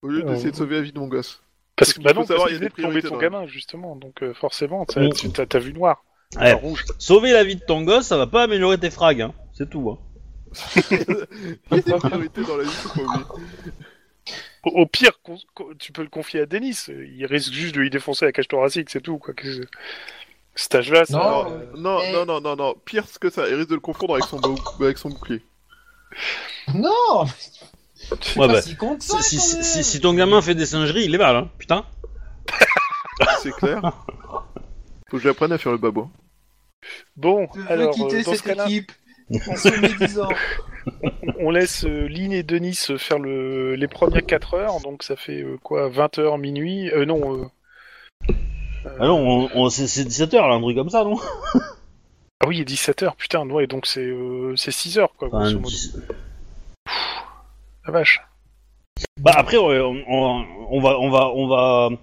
Speaker 5: Au lieu d'essayer de sauver la vie de mon gosse.
Speaker 3: Parce que
Speaker 5: Il
Speaker 3: bah
Speaker 5: faut
Speaker 3: non,
Speaker 5: savoir,
Speaker 3: parce
Speaker 5: il y
Speaker 3: qu'il
Speaker 5: a
Speaker 3: venait
Speaker 5: des
Speaker 3: de tomber ton
Speaker 5: priorités,
Speaker 3: gamin, justement, donc euh, forcément, t'as
Speaker 1: Mm.
Speaker 3: tu- t'as- t'as vu noir.
Speaker 1: Ouais.
Speaker 3: rouge.
Speaker 1: Sauver la vie de ton gosse, ça va pas améliorer tes frags. Hein. C'est tout. Hein.
Speaker 5: Il y a des priorités dans la vie, faut pas oublier.
Speaker 3: Au, au pire, con- con- tu peux le confier à Denis, euh, il risque juste de lui défoncer la cage thoracique, c'est tout, quoi. Qu'est-ce que- Cet âge-là, c'est...
Speaker 4: Non,
Speaker 5: Alors,
Speaker 4: euh,
Speaker 5: non,
Speaker 4: mais-
Speaker 5: non, non, non, non, pire ce que ça, il risque de le confondre avec son, bou- avec son bouclier.
Speaker 4: Non
Speaker 1: Ouais, bah,
Speaker 4: si compte ça,
Speaker 1: si, si- si-
Speaker 4: quand même.
Speaker 1: si- si ton gamin fait des singeries, il est mal. Hein. Putain.
Speaker 5: C'est clair Faut que j'apprenne à faire le babouin.
Speaker 3: Bon,
Speaker 4: Je veux
Speaker 3: alors,
Speaker 4: quitter
Speaker 3: euh, dans ce
Speaker 4: cette
Speaker 3: cas-là,
Speaker 4: équipe en se médisant.
Speaker 3: on laisse euh, Lynn et Denis euh, faire le... les premières 4 heures, donc ça fait euh, quoi, 20 heures, minuit euh, Non, euh,
Speaker 1: Ah non, on, on- c'est 17h là, un truc comme ça non
Speaker 3: ah oui, il est 17 heures, putain, ouais, donc c'est euh, c'est 6 heures, quoi,
Speaker 1: Enfin,
Speaker 3: grosso modo.
Speaker 1: dix-
Speaker 3: La vache.
Speaker 1: Bah après, ouais, on, on- on va, on va, on va,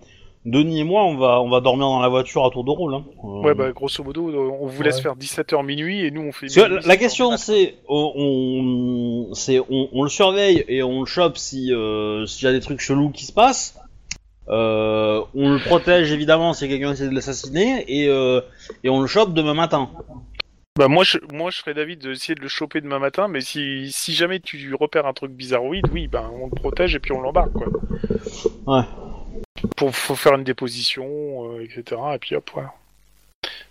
Speaker 1: Denis et moi, on va, on va dormir dans la voiture à tour de rôle. hein. Euh,
Speaker 3: Ouais, bah grosso modo, euh, on vous laisse
Speaker 4: Ouais.
Speaker 3: faire 17h minuit et nous on fait.
Speaker 1: parce que la,
Speaker 3: minuit,
Speaker 1: la
Speaker 3: 17h
Speaker 1: question
Speaker 3: matin.
Speaker 1: c'est, on, on- c'est, on, on le surveille et on le chope si, euh, s'il y a des trucs chelous qui se passent. Euh, on le protège évidemment si quelqu'un essaie de l'assassiner et, euh, et on le chope demain matin.
Speaker 3: Bah, moi, je, moi je serais d'avis d'essayer de le choper demain matin, mais si, si jamais tu repères un truc bizarroïde, oui, bah on le protège et puis on l'embarque quoi.
Speaker 1: Ouais.
Speaker 3: Pour, faut faire une déposition, euh, etc. Et puis hop, voilà.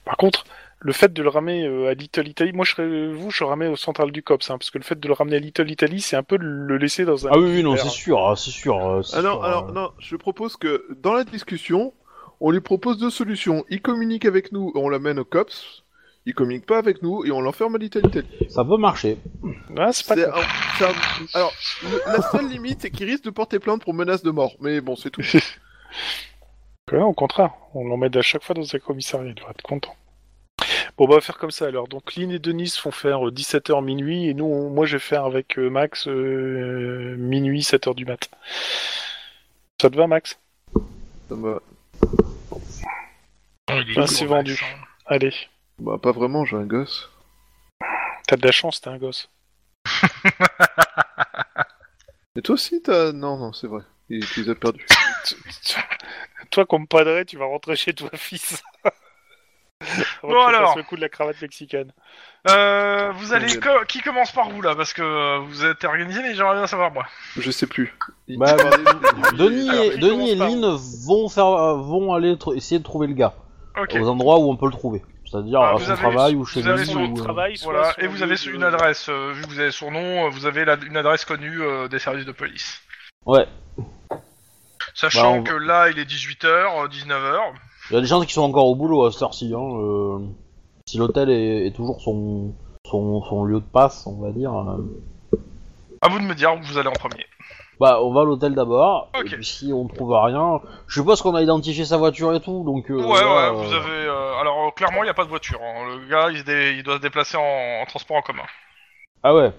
Speaker 3: Par contre, le fait de le ramener euh, à Little Italy, moi je serais, vous, je le ramène au central du COPS, hein, parce que le fait de le ramener à Little Italy, c'est un peu de le laisser dans un.
Speaker 1: Ah oui, oui, non,
Speaker 3: univers.
Speaker 1: c'est sûr, ah, c'est sûr. euh, c'est
Speaker 5: Alors,
Speaker 1: sûr,
Speaker 5: alors,
Speaker 1: euh.
Speaker 5: non, je propose que dans la discussion, on lui propose deux solutions. Il communique avec nous, on l'amène au COPS. Il communique pas avec nous et on l'enferme à l'Italie.
Speaker 1: ça peut marcher.
Speaker 3: Ah, c'est pas
Speaker 5: C'est
Speaker 3: con.
Speaker 5: un- c'est un- Alors, le- la seule limite, c'est qu'il risque de porter plainte pour menace de mort. Mais bon, c'est tout.
Speaker 3: Ouais, au contraire, on l'emmène à chaque fois dans un commissariat, il devrait être content. Bon, bah, on va faire comme ça alors. Donc, Lynn et Denis font faire 17h minuit, et nous, on- moi, je vais faire avec euh, Max euh, minuit, 7h du mat. Ça te va, Max
Speaker 5: Ça me-
Speaker 3: Ah, c'est vendu. Allez,
Speaker 5: Bah, pas vraiment, j'ai un gosse.
Speaker 3: t'as de la chance, t'es un gosse.
Speaker 5: Et toi aussi, t'as. Non, non, c'est vrai. Il tu les as perdus.
Speaker 3: Toi, comme padré, tu vas rentrer chez toi, fils. Avant
Speaker 2: Bon,
Speaker 3: que tu
Speaker 2: alors.
Speaker 3: fasses Le coup de la cravate mexicaine.
Speaker 2: Euh, vous allez
Speaker 5: Ouais.
Speaker 2: co- qui commence par vous là parce que euh, vous êtes organisé mais j'aimerais bien savoir moi.
Speaker 5: Je sais plus. Il-
Speaker 1: Bah,
Speaker 5: Il-
Speaker 1: Denis
Speaker 5: Alors,
Speaker 1: et,
Speaker 3: il
Speaker 1: Denis et
Speaker 3: commence par
Speaker 1: Lynn vont faire, vont aller tr- essayer de trouver le gars.
Speaker 2: Ok.
Speaker 1: aux endroits où on peut le trouver. C'est-à-dire
Speaker 2: Ah,
Speaker 1: à
Speaker 2: vous
Speaker 1: son
Speaker 2: avez-
Speaker 1: travail ou chez
Speaker 2: vous
Speaker 1: lui.
Speaker 2: avez son
Speaker 1: ou, euh,
Speaker 3: travail, soit
Speaker 2: Voilà
Speaker 3: sur
Speaker 2: et vous
Speaker 3: le
Speaker 2: avez
Speaker 3: lieu
Speaker 2: une
Speaker 3: de-
Speaker 2: adresse euh, vu que vous avez son nom euh, vous avez la- une adresse connue euh, des services de police.
Speaker 1: Ouais. Bah,
Speaker 2: Sachant
Speaker 1: on va-
Speaker 2: que là il est euh, 18h 19h.
Speaker 1: Il y a des gens qui sont encore au boulot à cette heure-ci. Hein, euh, Si l'hôtel est, est toujours son, son, son lieu de passe, on va dire. euh,
Speaker 2: À vous de me dire où vous allez en premier.
Speaker 1: Bah, on va à l'hôtel d'abord.
Speaker 2: Ok.
Speaker 1: Et puis si on trouve rien, je suppose qu'on a identifié sa voiture et tout. Donc. euh,
Speaker 2: ouais ouais
Speaker 1: voilà, euh,
Speaker 2: vous avez euh, alors euh, clairement il n'y a pas de voiture. hein. Le gars il, se dé- il doit se déplacer en, en transport en commun.
Speaker 1: Ah ouais.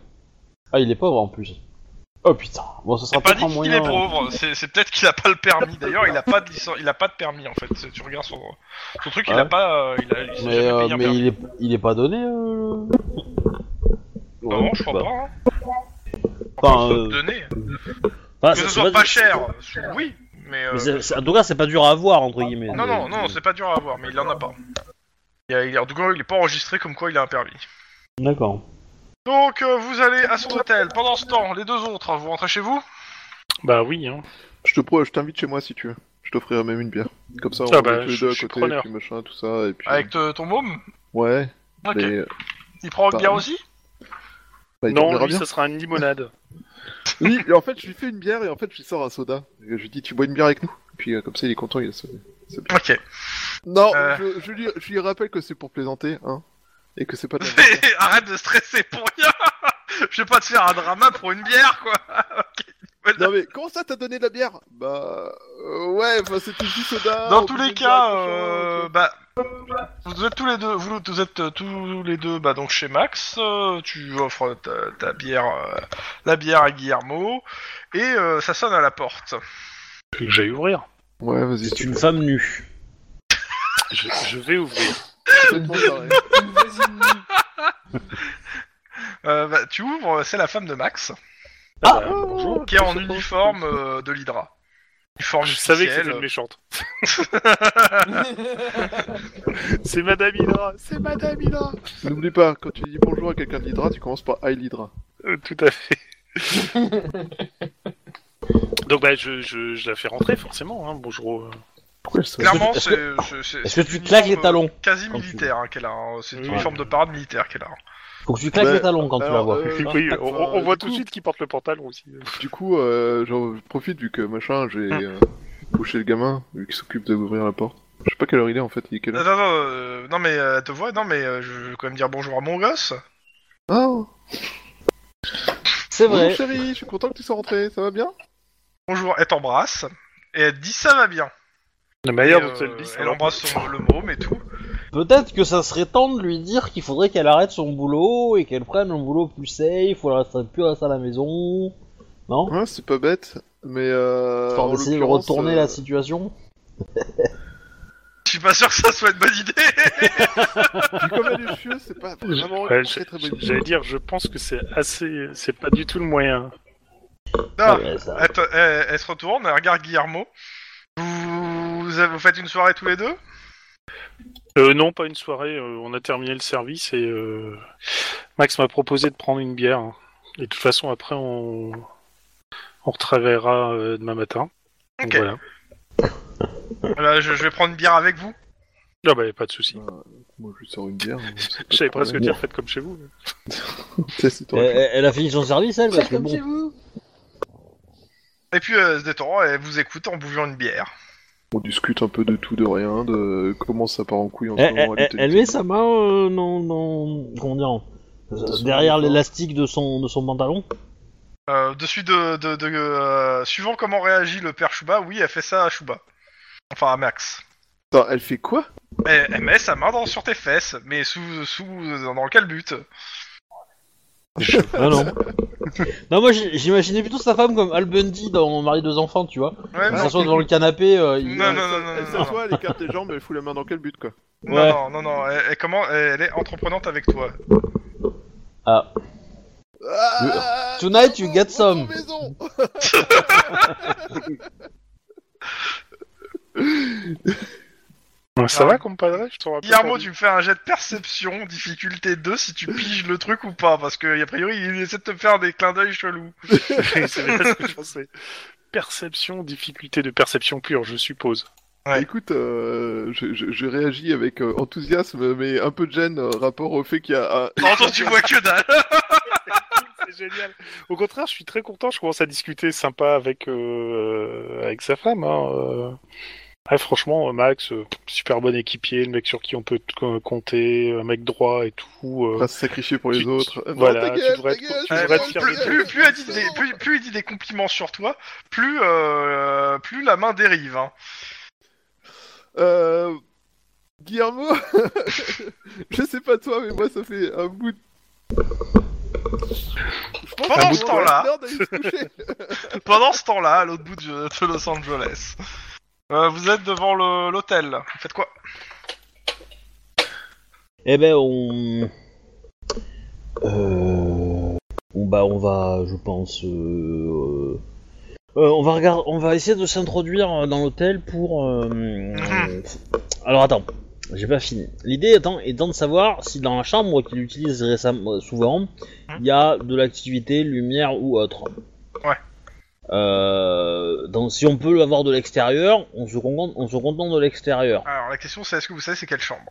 Speaker 1: Ah, il est pauvre en plus. Oh putain, bon, ça sera
Speaker 2: C'est pas
Speaker 1: peut-être
Speaker 2: dit
Speaker 1: un
Speaker 2: qu'il
Speaker 1: moyen. hein.
Speaker 2: est pauvre, c'est c'est peut-être qu'il a pas le permis. D'ailleurs, il a pas de licence, il a pas de permis en fait. Si Tu regardes son, son truc, il a
Speaker 1: Ouais.
Speaker 2: pas, euh, il a, il s'est
Speaker 1: Mais,
Speaker 2: jamais
Speaker 1: euh,
Speaker 2: payé un
Speaker 1: mais
Speaker 2: permis.
Speaker 1: il, est, il est pas donné. Euh... le-
Speaker 2: Non,
Speaker 1: Ouais,
Speaker 2: je crois
Speaker 1: bah,
Speaker 2: pas. hein.
Speaker 1: Enfin,
Speaker 2: Faut
Speaker 1: euh,
Speaker 2: donner.
Speaker 1: enfin,
Speaker 2: que
Speaker 1: c'est-
Speaker 2: ce
Speaker 1: c'est
Speaker 2: soit pas
Speaker 1: du-
Speaker 2: cher, oui, mais. euh,
Speaker 1: mais c'est- c'est- en tout cas, c'est pas dur à avoir entre guillemets.
Speaker 2: Non, non, non, c'est pas dur à avoir, mais il en a pas. Il a- il a- en tout cas, il est pas enregistré comme quoi il a un permis.
Speaker 1: D'accord.
Speaker 2: Donc, euh, vous allez à son hôtel. Pendant ce temps, les deux autres, vous rentrez chez vous
Speaker 3: Bah oui, hein.
Speaker 5: Je te pro... je t'invite chez moi si tu veux. Je t'offrirai même une bière. Comme ça, on
Speaker 3: Ah
Speaker 5: est
Speaker 3: bah,
Speaker 5: tous les
Speaker 3: je-
Speaker 5: deux
Speaker 3: je
Speaker 5: à
Speaker 3: suis
Speaker 5: côté,
Speaker 3: preneur.
Speaker 5: puis machin, tout ça, et puis...
Speaker 2: Avec te- ton môme
Speaker 5: Ouais,
Speaker 2: Ok.
Speaker 5: mais... euh,
Speaker 2: Il prend une
Speaker 5: Bah,
Speaker 2: bière aussi
Speaker 5: bah, il
Speaker 3: non,
Speaker 5: dormira
Speaker 3: lui,
Speaker 5: bien.
Speaker 3: ça sera une limonade.
Speaker 5: Oui, et en fait, je lui fais une bière, et en fait, je lui sors un soda. Et je lui dis, tu bois une bière avec nous Et Puis euh, comme ça, il est content, il a soda.
Speaker 2: Ok.
Speaker 5: Non,
Speaker 2: Euh.
Speaker 5: je, je lui, je lui rappelle que c'est pour plaisanter, hein. Et que c'est pas de la merde.
Speaker 2: Mais Arrête de stresser pour rien Je vais pas te faire un drama pour une bière, quoi
Speaker 5: Non mais, comment ça t'as donné de la bière Bah... euh, ouais, bah, c'était du soda...
Speaker 2: Dans
Speaker 5: on
Speaker 2: tous
Speaker 5: buvait
Speaker 2: les
Speaker 5: une bière avec
Speaker 2: cas,
Speaker 5: machin,
Speaker 2: euh,
Speaker 5: ok.
Speaker 2: bah, vous êtes tous les deux, vous, vous êtes euh, tous les deux, bah, donc chez Max, euh, tu offres ta, ta bière, euh, la bière à Guillermo, et euh, ça sonne à la porte.
Speaker 3: Je vais ouvrir.
Speaker 5: Ouais, vas-y,
Speaker 1: C'est
Speaker 5: tu
Speaker 1: une femme nue.
Speaker 3: Je, je vais ouvrir.
Speaker 5: fais de soirée.
Speaker 4: Une voisine nue.
Speaker 2: Euh, bah, tu ouvres, c'est la femme de Max,
Speaker 3: Ah,
Speaker 5: Ah, bonjour.
Speaker 2: qui est en uniforme euh, de l'Hydra. Uniforme
Speaker 3: je savais que
Speaker 2: officiel.
Speaker 3: c'était une méchante. C'est Madame Hydra, c'est Madame Hydra.
Speaker 5: N'oublie pas, quand tu dis bonjour à quelqu'un de l'Hydra, tu commences par Hi l'Hydra.
Speaker 3: Euh, Tout à fait. Donc bah je, je, je la fais rentrer forcément. Hein. Bonjour. euh.
Speaker 5: Pourquoi je sais
Speaker 2: Clairement,
Speaker 1: Est-ce
Speaker 2: c'est. c'est- c'est-
Speaker 1: Est-ce
Speaker 2: c'est
Speaker 1: que tu
Speaker 2: une
Speaker 1: claques les
Speaker 2: uniforme,
Speaker 1: talons
Speaker 2: euh, Quasi
Speaker 1: quand tu-
Speaker 2: militaire hein, qu'elle a, hein, c'est une
Speaker 3: Oui.
Speaker 2: uniforme de parade militaire qu'elle a. hein.
Speaker 1: Faut que tu claques
Speaker 5: Ouais.
Speaker 1: les talons quand tu la
Speaker 5: Alors,
Speaker 1: vois.
Speaker 5: euh,
Speaker 3: oui, on,
Speaker 5: enfin,
Speaker 3: on voit
Speaker 5: du
Speaker 3: tout de
Speaker 5: coup-
Speaker 3: suite qu'il porte le pantalon aussi.
Speaker 5: Du coup, euh, j'en profite vu que machin,
Speaker 2: Hum.
Speaker 5: j'ai euh, couché le gamin, vu qu'il s'occupe d'ouvrir la porte. Je sais pas quelle heure il est en fait, il est quelle
Speaker 2: Non,
Speaker 5: heure
Speaker 2: non, non, euh, non, mais euh, elle te voit, non, mais euh, je veux quand même dire bonjour à mon gosse.
Speaker 5: Ah
Speaker 1: C'est
Speaker 5: Bonjour
Speaker 1: vrai.
Speaker 5: chérie, je suis content que tu sois rentré, ça va bien
Speaker 2: Bonjour, elle t'embrasse, et elle te dit ça va bien.
Speaker 3: La manière
Speaker 2: Et,
Speaker 3: dont elle
Speaker 2: euh,
Speaker 3: le dit, ça
Speaker 2: elle
Speaker 3: va.
Speaker 2: embrasse son, le môme et tout.
Speaker 1: Peut-être que ça serait temps de lui dire qu'il faudrait qu'elle arrête son boulot et qu'elle prenne un boulot plus safe, ou elle reste plus rester à la maison. Non
Speaker 5: Ouais, Hein, c'est pas bête, mais euh.
Speaker 1: Histoire
Speaker 5: en
Speaker 1: d'essayer de
Speaker 5: l'occurrence,
Speaker 1: retourner
Speaker 5: euh,
Speaker 1: la situation.
Speaker 2: Je suis pas sûr que ça soit une bonne idée.
Speaker 5: Vu euh, comme elle est chieuse, c'est pas vraiment
Speaker 3: Ouais,
Speaker 5: très très
Speaker 3: je-
Speaker 5: bonne idée.
Speaker 3: J'allais dire, je pense que c'est assez, c'est pas du tout le moyen.
Speaker 5: Ah
Speaker 2: Non,
Speaker 1: Ouais, ça-
Speaker 2: elle, te- elle- elle se retourne, elle regarde Guillermo. Vous, vous avez- vous faites une soirée tous les deux
Speaker 3: Euh, non, pas une soirée. euh, on a terminé le service et euh, Max m'a proposé de prendre une bière. Et de toute façon, après, on, on retravaillera euh, demain matin. Donc,
Speaker 2: Ok.
Speaker 3: voilà.
Speaker 2: Voilà, je, je vais prendre une bière avec vous.
Speaker 3: Ah bah, pas de souci.
Speaker 5: Moi je lui sors une bière. hein,
Speaker 3: Je savais presque dire, faites comme chez vous.
Speaker 1: Elle, elle- elle a fini son service, elle, parce
Speaker 4: Faites
Speaker 1: que
Speaker 4: comme
Speaker 1: bon.
Speaker 5: euh,
Speaker 4: chez vous.
Speaker 2: Et puis euh, elle se détend, elle vous écoute en buvant une bière.
Speaker 5: On discute un peu de tout, de rien, de comment ça part en couille en ce
Speaker 1: Elle,
Speaker 5: moment.
Speaker 1: elle-
Speaker 5: à
Speaker 1: Eh, elle met sa main euh, non, non, comment dire, euh,
Speaker 5: son
Speaker 1: derrière
Speaker 5: uniforme.
Speaker 1: l'élastique de son, de son pantalon.
Speaker 2: Euh, dessus de, de, de euh, suivant comment réagit le père Chouba, oui, elle fait ça à Chouba. Enfin à Max.
Speaker 5: Attends, elle fait quoi
Speaker 2: Elle, elle met sa main dans, sur tes fesses, mais sous, sous dans quel but
Speaker 1: Ah non. non, moi j'- j'imaginais plutôt sa femme comme Al Bundy dans Marie deux enfants, tu vois.
Speaker 2: Ouais,
Speaker 1: Elle
Speaker 2: mais-
Speaker 1: s'assoit devant le canapé. euh, il-
Speaker 2: Non,
Speaker 5: Elle
Speaker 2: non,
Speaker 5: se-
Speaker 2: non,
Speaker 5: Elle
Speaker 2: non,
Speaker 5: s'assoit, elle écarte les jambes, elle fout la main dans quel but quoi
Speaker 2: non,
Speaker 1: Ouais.
Speaker 2: non, non, non, elle, elle comment, elle est entreprenante avec toi.
Speaker 1: Ah.
Speaker 5: Ah,
Speaker 1: Tonight you get some.
Speaker 5: maison.
Speaker 3: Ouais, Ça va, compadre Je te rappelle.
Speaker 2: Guillermo, tu me fais un jet de perception, difficulté 2, si tu piges le truc ou pas, parce que a priori, il essaie de te faire des clins d'œil chelous.
Speaker 3: C'est bien ce que je pensais. Perception, difficulté de perception pure, je suppose.
Speaker 2: Ouais.
Speaker 5: Écoute, euh, je, je- je réagis avec euh, enthousiasme, mais un peu de gêne euh, rapport au fait qu'il y a. un-
Speaker 2: Attends, tu vois que dalle
Speaker 3: C'est génial. Au contraire, je suis très content. Je commence à discuter sympa avec euh, avec sa femme. hein, euh. Ouais, franchement, euh, Max, euh, super bon équipier, le mec sur qui on peut t- euh, compter, un mec droit et tout. euh.
Speaker 5: à se sacrifier pour les
Speaker 3: Tu-
Speaker 5: autres.
Speaker 3: tu-
Speaker 5: Euh,
Speaker 3: voilà,
Speaker 5: non, ta
Speaker 3: tu
Speaker 5: gueule,
Speaker 3: devrais
Speaker 5: ta
Speaker 3: être-
Speaker 5: gueule,
Speaker 3: tu
Speaker 5: ta
Speaker 3: devrais
Speaker 5: gueule,
Speaker 3: te
Speaker 2: plus,
Speaker 3: faire
Speaker 5: ta
Speaker 2: plus,
Speaker 3: des-
Speaker 5: gueule,
Speaker 2: plus elle dit
Speaker 5: ta
Speaker 2: des,
Speaker 5: gueule.
Speaker 2: plus, plus elle dit des compliments sur toi, plus, euh, plus la main dérive. Hein.
Speaker 5: Euh, Guillermo, je sais pas toi, mais moi ça fait un bout de...
Speaker 2: Pendant ce temps-là,
Speaker 5: Merde, il se couchait.
Speaker 2: pendant ce temps-là, à l'autre bout du- de Los Angeles, euh, vous êtes devant le- l'hôtel. Vous Faites quoi
Speaker 1: Eh ben, on. Euh... on- Bah, on va, je pense. euh, euh, on, va regard... on va essayer de s'introduire euh, dans l'hôtel pour. euh, euh, Alors, attends, j'ai pas fini. L'idée étant, étant de savoir si dans la chambre qu'il utilise récemment, euh, souvent, il y a de l'activité, lumière ou autre.
Speaker 2: Ouais.
Speaker 1: Euh, donc, si on peut l'avoir de l'extérieur, on se contente, on se contente de l'extérieur.
Speaker 2: Alors la question c'est est-ce que vous savez c'est quelle chambre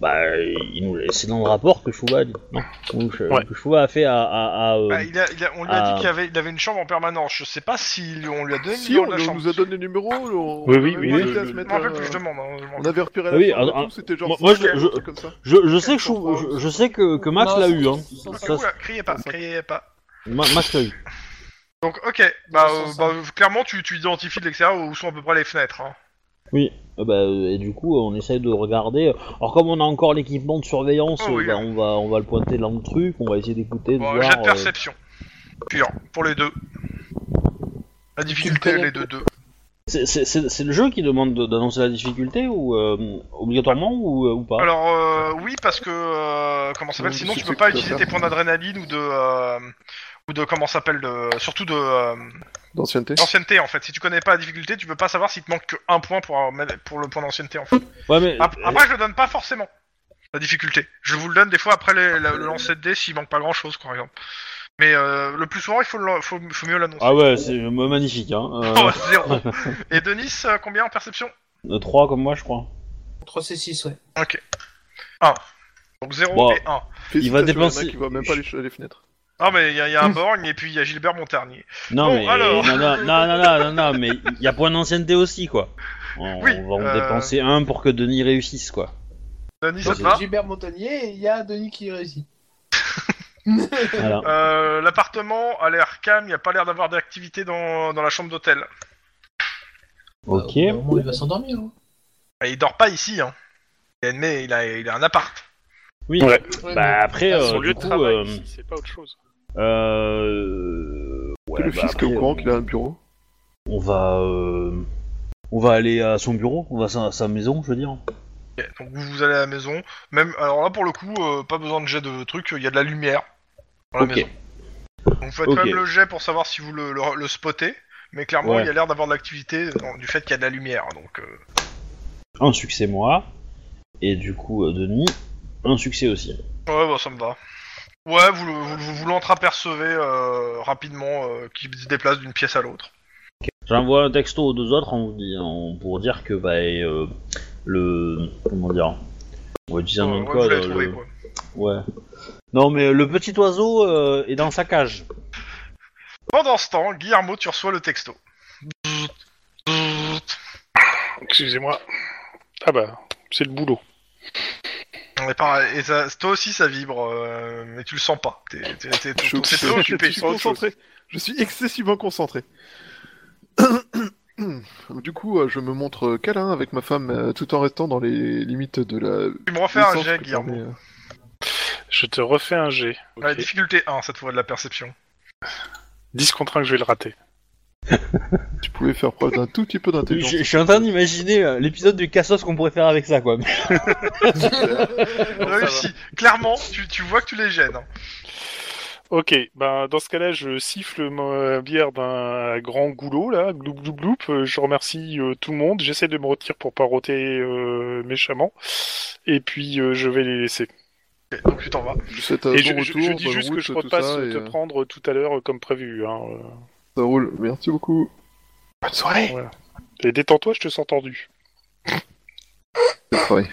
Speaker 1: Bah, il nous... c'est dans le rapport que Chouba a dit. Non, ou que-
Speaker 3: Ouais.
Speaker 1: que Chouba a fait à. à, à, euh,
Speaker 2: Bah, il a- il a- On lui a
Speaker 1: Ah.
Speaker 2: dit qu'il avait, il avait une chambre en permanence. Je sais pas si on lui a donné
Speaker 5: Si,
Speaker 2: le
Speaker 5: on,
Speaker 2: nom de la
Speaker 5: on
Speaker 2: chambre.
Speaker 5: nous a donné le numéro. On,
Speaker 3: Oui,
Speaker 5: on
Speaker 3: oui,
Speaker 5: avait
Speaker 3: oui,
Speaker 5: demandé
Speaker 3: oui.
Speaker 5: à se
Speaker 2: Je
Speaker 5: mettre,
Speaker 2: me rappelle plus, je
Speaker 5: euh,
Speaker 2: demande. hein, je me
Speaker 5: On
Speaker 2: rappelle.
Speaker 5: avait repéré la
Speaker 1: Ah Oui,
Speaker 5: chambre et
Speaker 1: alors,
Speaker 5: tout, c'était genre.
Speaker 1: moi- moi,
Speaker 5: cinq,
Speaker 1: je-
Speaker 5: un truc comme ça.
Speaker 1: je, je sais que Chou- je, je sais
Speaker 2: euh,
Speaker 1: que, que Max
Speaker 4: Non,
Speaker 1: l'a eu. Hein.
Speaker 2: Ok,
Speaker 1: Ça,
Speaker 2: oula, euh, criez pas, criez pas.
Speaker 1: Ma- Max l'a eu.
Speaker 2: Donc, ok, bah,
Speaker 4: Non,
Speaker 2: euh,
Speaker 4: sans ça.
Speaker 2: bah, euh, clairement, tu, tu identifies de l'extérieur où sont à peu près les fenêtres. hein.
Speaker 1: Oui. Euh, Bah, euh, et du coup, on essaye de regarder. Alors, comme on a encore l'équipement de surveillance,
Speaker 2: Oh, oui.
Speaker 1: euh, bah, on, va, on va le pointer dans le truc, on va essayer d'écouter, de
Speaker 2: Bon,
Speaker 1: voir.
Speaker 2: jet de
Speaker 1: euh,
Speaker 2: perception. Pur, pour les deux. La difficulté,
Speaker 4: connais
Speaker 2: les deux, deux.
Speaker 1: c'est- C'est c'est- c'est le jeu qui demande de- d'annoncer la difficulté ou euh, obligatoirement ou, euh, ou pas
Speaker 2: Alors, euh, oui, parce que. euh, comment ça s'appelle
Speaker 5: Oui,
Speaker 2: Sinon,
Speaker 5: je
Speaker 2: tu
Speaker 5: sais
Speaker 2: peux pas
Speaker 5: que tu
Speaker 2: utiliser
Speaker 5: vas
Speaker 2: tes
Speaker 5: faire.
Speaker 2: points d'adrénaline ou de. euh, ou de. Comment ça s'appelle de, Surtout de. euh,
Speaker 5: D'ancienneté.
Speaker 2: d'ancienneté, en fait. Si tu connais pas la difficulté, tu peux pas savoir s'il te manque que un point pour, avoir- pour le point d'ancienneté, en fait.
Speaker 1: Ouais, mais.
Speaker 2: Ap- Après, je le donne pas forcément. La difficulté. Je vous le donne des fois après les- la- le lancer de dés s'il manque pas grand chose, par exemple. Mais euh, le plus souvent, il faut, le- faut, faut mieux l'annoncer.
Speaker 1: Ah ouais, c'est euh, magnifique. Hein.
Speaker 2: Oh,
Speaker 1: Euh,
Speaker 2: zéro. Et Denis, euh, combien en perception
Speaker 1: euh, trois comme moi, je crois.
Speaker 4: 3C6, ouais.
Speaker 2: Donc 0
Speaker 1: Bon.
Speaker 2: et 1.
Speaker 1: Il va
Speaker 5: Félicitations,
Speaker 1: dépenser-
Speaker 5: y en a qui voient même pas les, ch- les fenêtres.
Speaker 2: Non, mais il y, a- il y a un borgne et puis il y a Gilbert Montarnier.
Speaker 1: Non,
Speaker 2: Bon,
Speaker 1: mais.
Speaker 2: alors.
Speaker 1: Non, non, non, non, non, non, non, mais il y a point d'ancienneté aussi, quoi. On,
Speaker 2: Oui,
Speaker 1: on va en
Speaker 2: euh.
Speaker 1: dépenser un pour que Denis réussisse, quoi.
Speaker 2: Denis, ça
Speaker 1: Vas-y.
Speaker 2: te va
Speaker 4: Gilbert Montagnier et il y a Denis qui réussit.
Speaker 1: Voilà.
Speaker 2: Euh, L'appartement a l'air calme, il n'y a pas l'air d'avoir d'activité dans, dans la chambre d'hôtel.
Speaker 1: Ok.
Speaker 4: Bah, au moins, il va s'endormir. hein.
Speaker 2: Et il dort pas ici, hein. Il a, une- mais il a, il a un appart.
Speaker 1: Oui.
Speaker 3: Ouais.
Speaker 4: Ouais,
Speaker 1: Bah
Speaker 4: mais-
Speaker 1: après,
Speaker 4: Ah,
Speaker 1: euh,
Speaker 3: Son
Speaker 1: du
Speaker 3: lieu de
Speaker 1: coup,
Speaker 3: travail,
Speaker 1: euh,
Speaker 3: ici, c'est pas autre chose.
Speaker 1: euh, ouais,
Speaker 5: C'est le
Speaker 1: bah,
Speaker 5: fils qui est
Speaker 1: après,
Speaker 5: au courant
Speaker 1: on-
Speaker 5: qu'il a un bureau.
Speaker 1: On va, euh, on va aller à son bureau, on va à sa, à sa maison, je veux dire.
Speaker 2: Ok, Donc vous, vous allez à la maison. Même, alors là, pour le coup, euh, pas besoin de jet de trucs, il y a de la lumière dans la
Speaker 1: Ok.
Speaker 2: maison. Vous faites
Speaker 1: Ok.
Speaker 2: quand même le jet pour savoir si vous le, le, le spottez, mais clairement
Speaker 1: Ouais.
Speaker 2: il y a l'air d'avoir de l'activité dans- du fait qu'il y a de la lumière. Donc euh,
Speaker 1: Un succès moi, et du coup euh, Denis, un succès aussi.
Speaker 2: ouais, bah, ça me va. Ouais, vous, le- vous, vous, vous l'entreapercevez euh, rapidement euh, qui se déplace d'une pièce à l'autre.
Speaker 1: J'envoie un texto aux deux autres en, vous dit- en- pour dire que bah, et, euh, le comment dire, on va utiliser un
Speaker 2: Ouais,
Speaker 1: nom de
Speaker 2: ouais,
Speaker 1: code.
Speaker 2: vous l'avez
Speaker 1: euh,
Speaker 2: trouvé,
Speaker 1: le-
Speaker 2: quoi.
Speaker 1: Ouais. Non mais le petit oiseau euh, est dans sa cage.
Speaker 2: Pendant ce temps, Guillermo, tu reçois le texto. Zut, zut.
Speaker 3: Excusez-moi. Ah bah, c'est le boulot.
Speaker 2: Et, pareil, et ça- toi aussi ça vibre, euh, mais tu le sens pas. T'es t'es- t'es-
Speaker 5: Je
Speaker 2: t'es-
Speaker 5: suis
Speaker 2: t'es préoccupé.
Speaker 5: Je suis concentré. Je suis excessivement concentré. du coup, euh, je me montre euh, câlin avec ma femme euh, tout en restant dans les limites de la.
Speaker 2: Tu me refais un
Speaker 5: licence
Speaker 2: jet,
Speaker 5: que
Speaker 2: Guillermo.
Speaker 5: permet, euh,
Speaker 3: Je te refais un G.
Speaker 2: Ouais, difficulté 1 cette fois de la perception.
Speaker 3: 10 contre 1 que je vais le rater.
Speaker 5: Tu pouvais faire preuve d'un tout petit peu
Speaker 1: Je,
Speaker 5: d'intelligence.
Speaker 1: je suis en train d'imaginer euh, l'épisode du Cassos qu'on pourrait faire avec ça quoi.
Speaker 2: Réussi. Clairement, tu, tu vois que tu les gênes. hein.
Speaker 3: Ok, ben dans ce cas-là, je siffle ma bière d'un grand goulot là, gloup gloup gloup. Euh, Je remercie euh, tout le monde. J'essaie de me retirer pour pas roter euh, méchamment. Et puis euh, je vais les laisser.
Speaker 2: Ok, donc tu t'en vas.
Speaker 5: Je souhaite un
Speaker 3: et
Speaker 5: euh, bon
Speaker 3: je, je-
Speaker 5: retour.
Speaker 3: je dis
Speaker 5: bonne
Speaker 3: juste que
Speaker 5: route,
Speaker 3: je
Speaker 5: tout
Speaker 3: repasse
Speaker 5: ça, et,
Speaker 3: te
Speaker 5: euh,
Speaker 3: prendre tout à l'heure euh, comme prévu. Hein. euh,
Speaker 5: Ça roule. Merci beaucoup. Bonne soirée.
Speaker 3: voilà. Et détends-toi, je te sens tendu.
Speaker 5: Bon travail.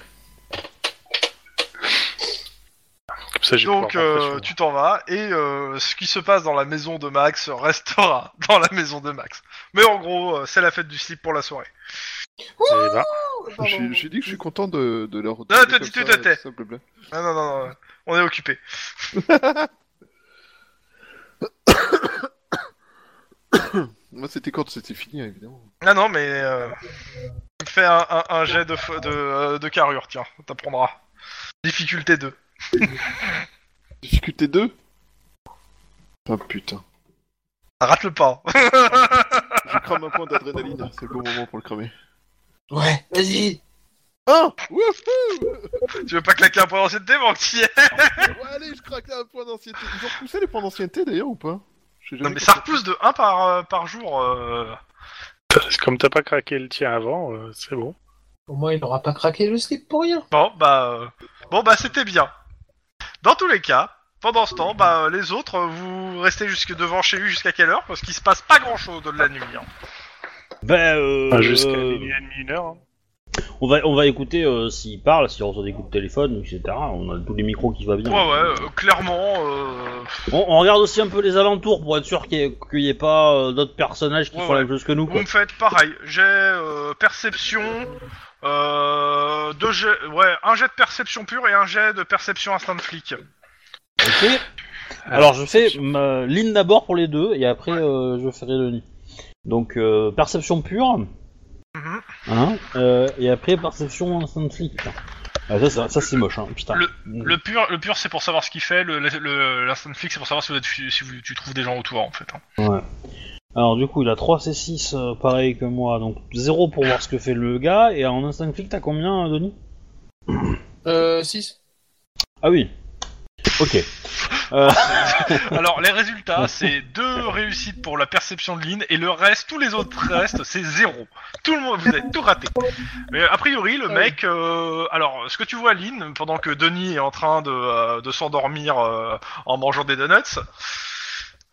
Speaker 3: Comme ça, j'ai
Speaker 2: Donc
Speaker 3: pas
Speaker 2: euh,
Speaker 3: l'impression.
Speaker 2: tu t'en vas et euh, ce qui se passe dans la maison de Max restera dans la maison de Max. Mais en gros, euh, c'est la fête du slip pour la soirée.
Speaker 3: Eh ben,
Speaker 5: J'ai j'ai dit que je suis content de, de leur.
Speaker 2: Non,
Speaker 5: retourner
Speaker 2: te dis
Speaker 5: comme
Speaker 2: tout
Speaker 5: ça,
Speaker 2: à fait.
Speaker 5: ça, blablabla.
Speaker 2: Non, non, non, non, on est occupé.
Speaker 5: Moi, c'était quand c'était fini, hein, évidemment.
Speaker 2: Non, non, mais euh, fais un, un- un jet de, fo- de, euh, de carrure, tiens, t'apprendras. Difficulté 2.
Speaker 5: Difficulté 2 Ah putain.
Speaker 2: Rate le pas. hein.
Speaker 5: Je crame un point d'adrénaline, hein, c'est le bon moment pour le cramer.
Speaker 4: Ouais, vas-y.
Speaker 5: Ah Ouf
Speaker 2: tu veux pas claquer un point d'ancienneté, mon petit
Speaker 5: Ouais, Allez, je craque là un point d'ancienneté. Ils ont repoussé les points d'ancienneté d'ailleurs ou pas Je sais
Speaker 2: Non,
Speaker 5: jamais
Speaker 2: mais ça
Speaker 5: compris.
Speaker 2: repousse de 1 par, euh, par jour. euh.
Speaker 3: Parce que Comme t'as pas craqué le tien avant, euh, c'est bon.
Speaker 4: Au moins, il n'aura pas craqué le slip pour rien.
Speaker 2: Bon, bah, euh, bon, bah, c'était bien. Dans tous les cas, pendant ce temps, bah, euh, les autres, euh, vous restez jusque devant chez lui jusqu'à quelle heure Parce qu'il se passe pas grand chose de la nuit. hein.
Speaker 1: Ben, euh,
Speaker 3: Enfin, Ah, Jusqu'à
Speaker 1: euh,
Speaker 3: minuit et demi, une heure. hein.
Speaker 1: on, va, on va écouter euh, s'il parle, s'il reçoit des coups de téléphone, etc. On a tous les micros qui va bien.
Speaker 2: Ouais, ouais, euh, clairement. euh,
Speaker 1: On, on regarde aussi un peu les alentours pour être sûr qu'il n'y ait, qu'il y ait pas euh, d'autres personnages qui
Speaker 2: Ouais,
Speaker 1: font la
Speaker 2: ouais.
Speaker 1: même chose que nous.
Speaker 2: Vous
Speaker 1: Quoi.
Speaker 2: me faites pareil. J'ai euh, perception. Euh, deux jets- ouais, un jet de perception pure et un jet de perception instant de flic.
Speaker 1: Ok.
Speaker 2: Ah,
Speaker 1: Alors je fais ma ligne d'abord pour les deux et après euh, je ferai le nid. Donc euh, perception pure.
Speaker 2: Mhm.
Speaker 1: hein, euh, et après perception instant flic. putain. Ah, ça, ça, ça, c'est moche, hein, putain.
Speaker 2: Le pur, le pur c'est pour savoir ce qu'il fait. Le- le- L'instant flic, c'est pour savoir si, vous êtes, fu- si vous- tu trouves des gens autour, en fait. hein.
Speaker 1: Alors du coup il a 3 C6 euh, pareil que moi, donc 0 pour voir ce que fait le gars et en instant flic t'as combien euh, Denis
Speaker 4: Euh, 6.
Speaker 1: Ah oui. Ok.
Speaker 2: Alors, les résultats, c'est deux réussites pour la perception de Lynn et le reste, tous les autres restes, c'est zéro. Tout le monde, vous avez tout raté. Mais a priori, le mec, euh, alors, ce que tu vois, Lynn, pendant que Denis est en train de, euh, de s'endormir euh, en mangeant des donuts,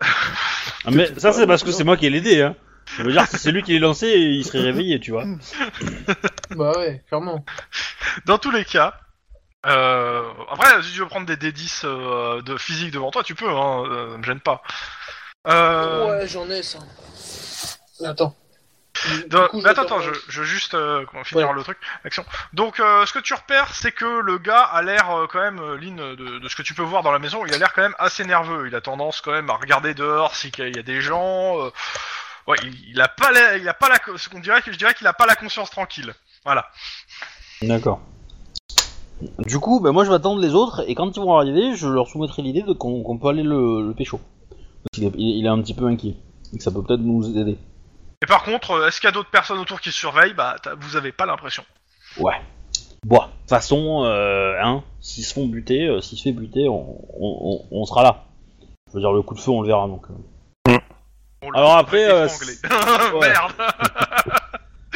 Speaker 1: Ah, mais ça c'est parce que c'est moi qui ai l'aidé. Hein. Je veux dire si c'est lui qui l'ai lancé il serait réveillé tu vois.
Speaker 4: Bah ouais, clairement.
Speaker 2: dans tous les cas, euh, après, si tu veux prendre des D10 euh, de physique devant toi, tu peux, hein, euh, ça me gêne pas. Euh,
Speaker 4: Ouais, j'en ai ça. Attends. Du
Speaker 2: Dans-
Speaker 4: coup,
Speaker 2: mais attends, attends,
Speaker 4: t'en-
Speaker 2: je, je veux juste euh, qu'on finir
Speaker 4: Ouais.
Speaker 2: le truc. Action. Donc, euh, ce que tu repères, c'est que le gars a l'air euh, quand même, euh, Lynn, de, de ce que tu peux voir dans la maison, il a l'air quand même assez nerveux. Il a tendance quand même à regarder dehors s'il y a- il y a des gens. euh, Ouais, il, il a pas, la, il a pas la, co- ce qu'on dirait, que je dirais qu'il a pas la conscience tranquille. Voilà.
Speaker 1: D'accord. Du coup, ben moi je vais attendre les autres et quand ils vont arriver, je leur soumettrai l'idée de qu'on qu'on peut aller le, le pécho. Parce qu'il est- Il est, il est un petit peu inquiet et que ça peut peut-être nous aider.
Speaker 2: Et par contre, euh, est-ce qu'il y a d'autres personnes autour qui se surveillent Bah, t'as- vous avez pas l'impression.
Speaker 1: Ouais. Bon, de toute façon, euh, hein, s'ils se font buter, euh, s'ils se fait buter, on, on- on- on sera là. Je veux dire, le coup de feu, on le verra donc. euh.
Speaker 2: On le-
Speaker 1: Alors après, euh,
Speaker 2: étranglé.
Speaker 1: ouais.
Speaker 2: Merde.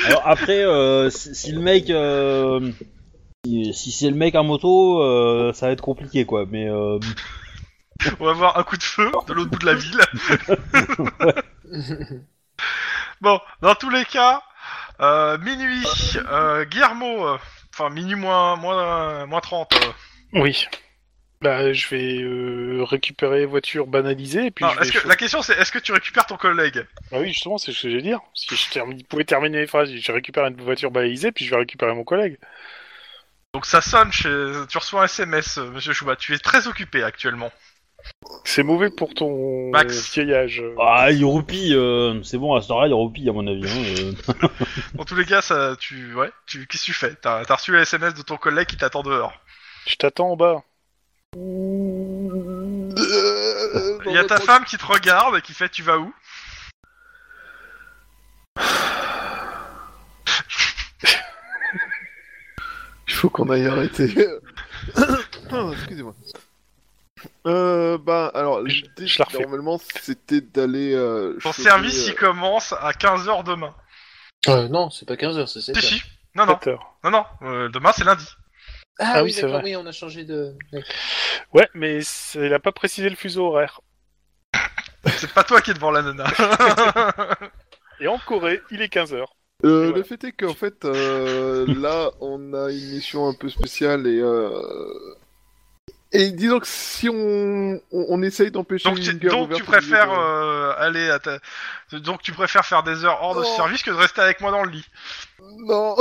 Speaker 1: Alors après, euh, si, si le mec. euh, si si c'est le mec en moto, euh, ça va être compliqué quoi, mais. euh,
Speaker 2: On va avoir un coup de feu de l'autre bout de la ville. Bon, dans tous les cas, euh, minuit, euh, Guillermo, euh, enfin minuit moins, moins, moins 30. euh.
Speaker 3: Oui. Bah, je vais euh, récupérer voiture banalisée et puis.
Speaker 2: Non,
Speaker 3: je vais
Speaker 2: est-ce que-
Speaker 3: chauffer-
Speaker 2: la question c'est est-ce que tu récupères ton collègue
Speaker 3: Bah oui, justement, c'est ce que j'allais dire. Si je termine- pouvais terminer les phrases, je récupère une voiture balisée, puis je vais récupérer mon collègue.
Speaker 2: Donc ça sonne, chez... tu reçois un SMS, euh, monsieur Chouba, tu es très occupé actuellement.
Speaker 3: C'est mauvais pour ton
Speaker 2: Max.
Speaker 3: vieillage.
Speaker 1: Ah, il roupille, euh, c'est bon, à ce heure-là, il roupille à mon avis. hein, euh.
Speaker 2: Dans tous les cas, ça, tu, ouais, tu, qu'est-ce que tu fais T'as t'as reçu un SMS de ton collègue qui t'attend dehors.
Speaker 3: Je t'attends en bas.
Speaker 5: Euh,
Speaker 2: Il y a ta femme qui te regarde et qui fait tu vas où
Speaker 5: Il faut qu'on aille arrêter. Ah, Excusez-moi. Euh, bah, alors,
Speaker 3: Je-
Speaker 5: l'idée,
Speaker 3: je la refais.
Speaker 5: normalement, c'était d'aller. Euh,
Speaker 2: Ton
Speaker 5: choper,
Speaker 2: service
Speaker 5: euh,
Speaker 2: il commence à 15h demain.
Speaker 4: Euh, non, c'est pas 15h, c'est 7
Speaker 2: Si, si. Non, non,
Speaker 3: Sept heures.
Speaker 2: non, non, euh, demain c'est lundi.
Speaker 4: Ah,
Speaker 3: Ah oui,
Speaker 4: oui,
Speaker 3: c'est
Speaker 4: d'accord,
Speaker 3: vrai.
Speaker 4: oui, on a changé de.
Speaker 3: Ouais, mais c'est- elle a pas précisé le fuseau horaire.
Speaker 2: C'est pas toi qui es devant la nana.
Speaker 3: Et en Corée, il est 15h.
Speaker 5: Euh,
Speaker 3: Et voilà.
Speaker 5: Le fait est qu'en fait, euh, là, on a une mission un peu spéciale et. Euh... Et disons que si on, on, on essaye d'empêcher
Speaker 2: Donc, tu,
Speaker 5: une guerre
Speaker 2: donc
Speaker 5: ouverte
Speaker 2: tu
Speaker 5: au milieu
Speaker 2: préfères
Speaker 5: de-
Speaker 2: euh, aller à ta... donc tu préfères faire des heures hors de ce
Speaker 5: Oh.
Speaker 2: service que de rester avec moi dans le lit.
Speaker 5: Non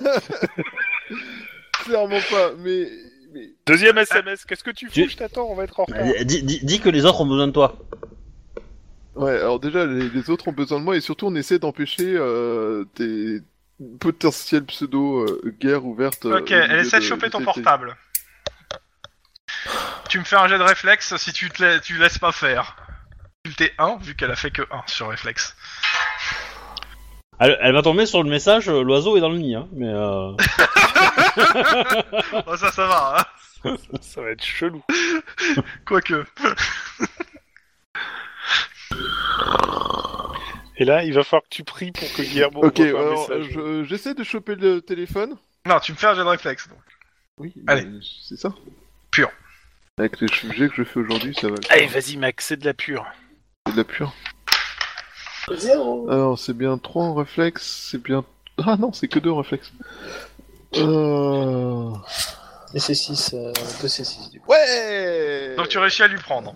Speaker 5: Clairement pas, mais. mais...
Speaker 3: Deuxième SMS, qu'est-ce que tu fous
Speaker 1: Tu-
Speaker 3: Je t'attends, on va être en
Speaker 5: Ah,
Speaker 3: retard.
Speaker 1: Euh, Dis, dis- dis que les autres ont besoin de toi.
Speaker 5: Ouais, alors déjà, les, les autres ont besoin de moi et surtout, on essaie d'empêcher euh, des potentielles pseudo-guerres ouvertes. euh,
Speaker 2: ok,
Speaker 5: au
Speaker 2: elle
Speaker 5: milieu
Speaker 2: essaie de choper ton
Speaker 5: des-
Speaker 2: portable. Tu me fais un jet de réflexe si tu te la- tu laisses pas faire. difficulté 1, vu qu'elle a fait que 1 sur réflexe.
Speaker 1: Elle, elle va tomber sur le message euh, l'oiseau est dans le nid, hein, mais euh,
Speaker 2: Oh, ça, ça va, hein
Speaker 3: Ça va être chelou.
Speaker 2: Quoique.
Speaker 3: Et là, il va falloir que tu pries pour que Guillermo
Speaker 5: ok,
Speaker 3: envoie pas un
Speaker 5: alors euh,
Speaker 3: message.
Speaker 5: je- j'essaie de choper le téléphone.
Speaker 2: Non, tu me fais un jet de réflexe. donc.
Speaker 5: Oui,
Speaker 2: Allez.
Speaker 5: euh, c'est ça.
Speaker 2: Pur.
Speaker 5: Avec les sujets que je fais aujourd'hui, ça va. le
Speaker 3: Allez,
Speaker 5: faire.
Speaker 3: vas-y, Max, c'est de la pure.
Speaker 5: C'est de la pure.
Speaker 4: Zéro.
Speaker 5: Alors, c'est bien 3 en réflexe, c'est bien. Ah non, c'est que 2 en réflexe. Euh...
Speaker 4: Et c'est 6, 2 c'est 6 du coup.
Speaker 5: Ouais
Speaker 2: Donc tu réussis à lui prendre.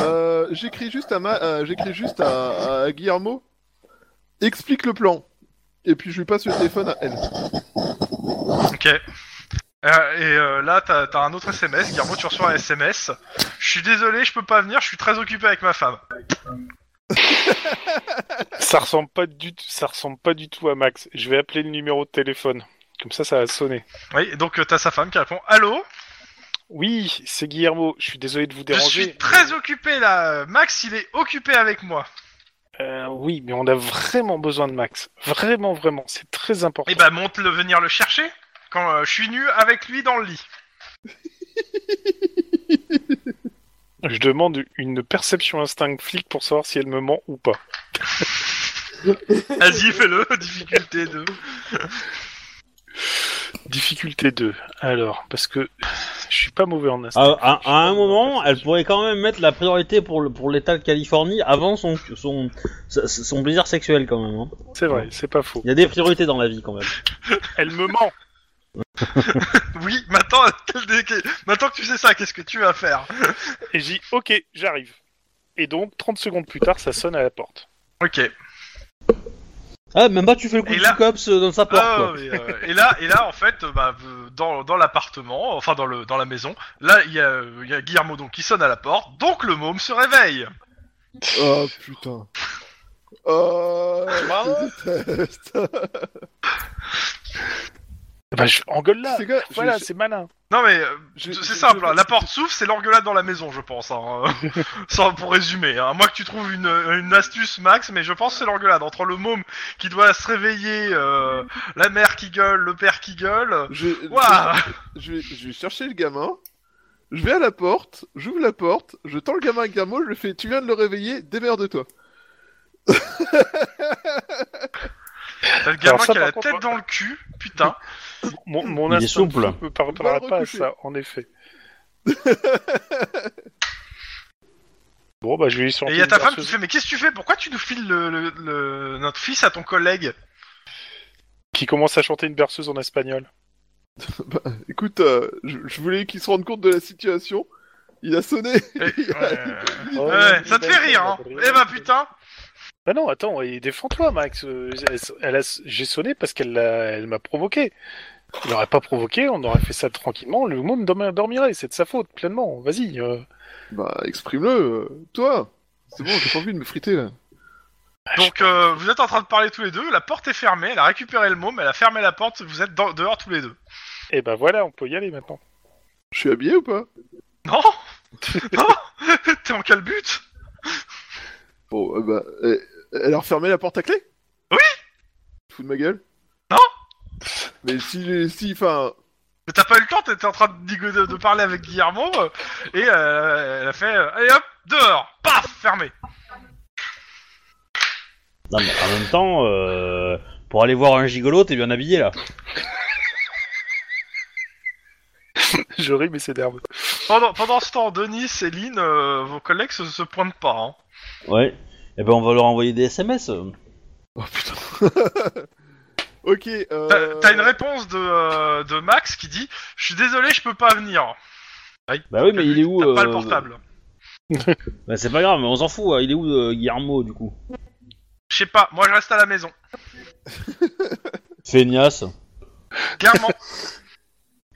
Speaker 5: Euh, J'écris juste, à, ma... euh, j'écris juste à... à Guillermo explique le plan. Et puis je lui passe le téléphone à elle.
Speaker 2: Ok. Euh, et euh, là, t'as t'as un autre SMS. Guillermo, tu reçois un SMS. Je suis désolé, je peux pas venir, je suis très occupé avec ma femme.
Speaker 3: Ça ressemble pas du tout, ça ressemble pas du tout à Max. Je vais appeler le numéro de téléphone. Comme ça, ça va sonner.
Speaker 2: Oui, donc euh, t'as sa femme qui répond Allô
Speaker 3: Oui, c'est Guillermo. Je suis désolé de vous
Speaker 2: Je
Speaker 3: déranger.
Speaker 2: suis très occupé là. Max, il est occupé avec moi.
Speaker 3: Euh, oui, mais on a vraiment besoin de Max. Vraiment, vraiment. C'est très important.
Speaker 2: Et bah, monte le venir le chercher quand euh, je suis nu avec lui dans le lit. ben.
Speaker 3: Je demande une perception instinct flic pour savoir si elle me ment ou pas.
Speaker 2: Vas-y, fais-le. Difficulté 2.
Speaker 3: Difficulté 2. Alors, parce que je suis pas mauvais en instinct.
Speaker 1: à, à- à un moment, elle pourrait quand même mettre la priorité pour le- pour l'État de Californie avant son, son, sa- son plaisir sexuel quand même. hein.
Speaker 5: Ah.
Speaker 3: C'est vrai, c'est pas faux.
Speaker 1: Il y a des priorités dans la vie quand même.
Speaker 3: Elle me ment.
Speaker 2: Oui, maintenant, maintenant que tu sais ça, qu'est-ce que tu vas faire
Speaker 3: Et j'ai dit, ok, j'arrive. Et donc, 30 secondes plus tard, ça sonne à la porte.
Speaker 2: Ok.
Speaker 1: Ah, même pas tu fais le coup
Speaker 2: Et
Speaker 1: de
Speaker 2: là-
Speaker 1: cops euh, dans sa porte.
Speaker 2: Ah,
Speaker 1: quoi.
Speaker 2: mais, euh, et là, et là, en fait, euh, bah, euh, dans, dans l'appartement, enfin dans le dans la maison, là, il y a, euh, il y a Guillermo donc qui sonne à la porte, donc le môme se réveille.
Speaker 5: Oh putain. Oh, je te déteste.
Speaker 3: Bah, je engueule là.
Speaker 5: C'est quoi Je-
Speaker 3: Voilà,
Speaker 5: je-
Speaker 3: c'est malin.
Speaker 2: Non mais euh,
Speaker 5: Je-
Speaker 2: c'est
Speaker 5: je-
Speaker 2: simple,
Speaker 5: je-
Speaker 2: hein, la porte s'ouvre, c'est l'engueulade dans la maison, je pense. Hein, euh, sans pour résumer, hein, à moins que tu trouves une, une astuce Max, mais je pense que c'est l'engueulade entre le môme qui doit se réveiller, euh, la mère qui gueule, le père qui gueule. euh,
Speaker 5: je-
Speaker 2: Waouh
Speaker 5: je vais, je vais chercher le gamin. Je vais à la porte, j'ouvre la porte, je tends le gamin à Guillermo, je lui fais Tu viens de le réveiller, démerde-toi.
Speaker 2: T'as le gamin
Speaker 3: Alors ça,
Speaker 2: qui a la
Speaker 3: par contre,
Speaker 2: tête dans le cul, putain.
Speaker 3: Mon, mon
Speaker 1: Il est
Speaker 3: instinct
Speaker 1: souple.
Speaker 3: flic me par-
Speaker 5: Faut pas
Speaker 3: parlera
Speaker 5: le
Speaker 3: pas à
Speaker 5: recoucher.
Speaker 3: ça, en effet. bon, bah, je vais lui sortir.
Speaker 2: Et il y a
Speaker 3: une
Speaker 2: ta femme qui
Speaker 3: berceuse
Speaker 2: fait mais qu'est-ce que tu fais Pourquoi tu nous files le- le- le, notre fils à ton collègue
Speaker 3: qui commence à chanter une berceuse en espagnol.
Speaker 5: Écoute, euh, je, je voulais qu'il se rende compte de la situation. Il a sonné.
Speaker 2: Et- ouais.
Speaker 3: Oh,
Speaker 2: Ouais,
Speaker 3: non,
Speaker 2: ça te fait rire, hein Eh bah putain
Speaker 3: Bah non, attends, et défends-toi, Max. Euh, elle- elle a- J'ai sonné parce qu'elle l'a- elle m'a provoqué. Il n'aurait pas provoqué, on aurait fait ça tranquillement. Le môme dormi- dormirait, c'est de sa faute, pleinement. Vas-y. euh.
Speaker 5: Bah, exprime-le, euh, toi. C'est bon, j'ai pas envie de me friter là.
Speaker 2: Donc euh, vous êtes en train de parler tous les deux, la porte est fermée, elle a récupéré le môme, elle a fermé la porte, vous êtes dans- dehors tous les deux.
Speaker 3: Et bah voilà, on peut y aller maintenant.
Speaker 5: Je suis habillé ou pas
Speaker 2: Non Non T'es en quel but
Speaker 5: Bon, euh, bah, euh, elle a refermé la porte à clé
Speaker 2: Oui
Speaker 5: Tu te fous de ma gueule
Speaker 2: Non
Speaker 5: Mais si, si, enfin,
Speaker 2: Mais t'as pas eu le temps, t'étais en train de, digo- de, de parler avec Guillermo, euh, et euh, elle a fait... euh, allez hop, dehors Paf Fermé
Speaker 1: Non, mais en même temps, euh, pour aller voir un gigolo, t'es bien habillé là.
Speaker 3: je ris, mais c'est d'herbe.
Speaker 2: pendant, pendant ce temps, Denis et Lynn, euh, vos collègues se, se pointent pas. Hein.
Speaker 1: Ouais. Et ben on va leur envoyer des SMS.
Speaker 5: ok.
Speaker 2: T'as
Speaker 5: Euh...
Speaker 2: t'as une réponse de, euh, de Max qui dit « Je suis désolé, je peux pas venir.
Speaker 1: Bah oui, mais il est où
Speaker 2: T'as pas le
Speaker 1: euh,
Speaker 2: portable.
Speaker 1: Bah c'est pas grave, mais on s'en fout. hein. Il est où euh, Guillermo du coup
Speaker 2: Je sais pas, moi je reste à la maison.
Speaker 1: Feignasse.
Speaker 2: Clairement.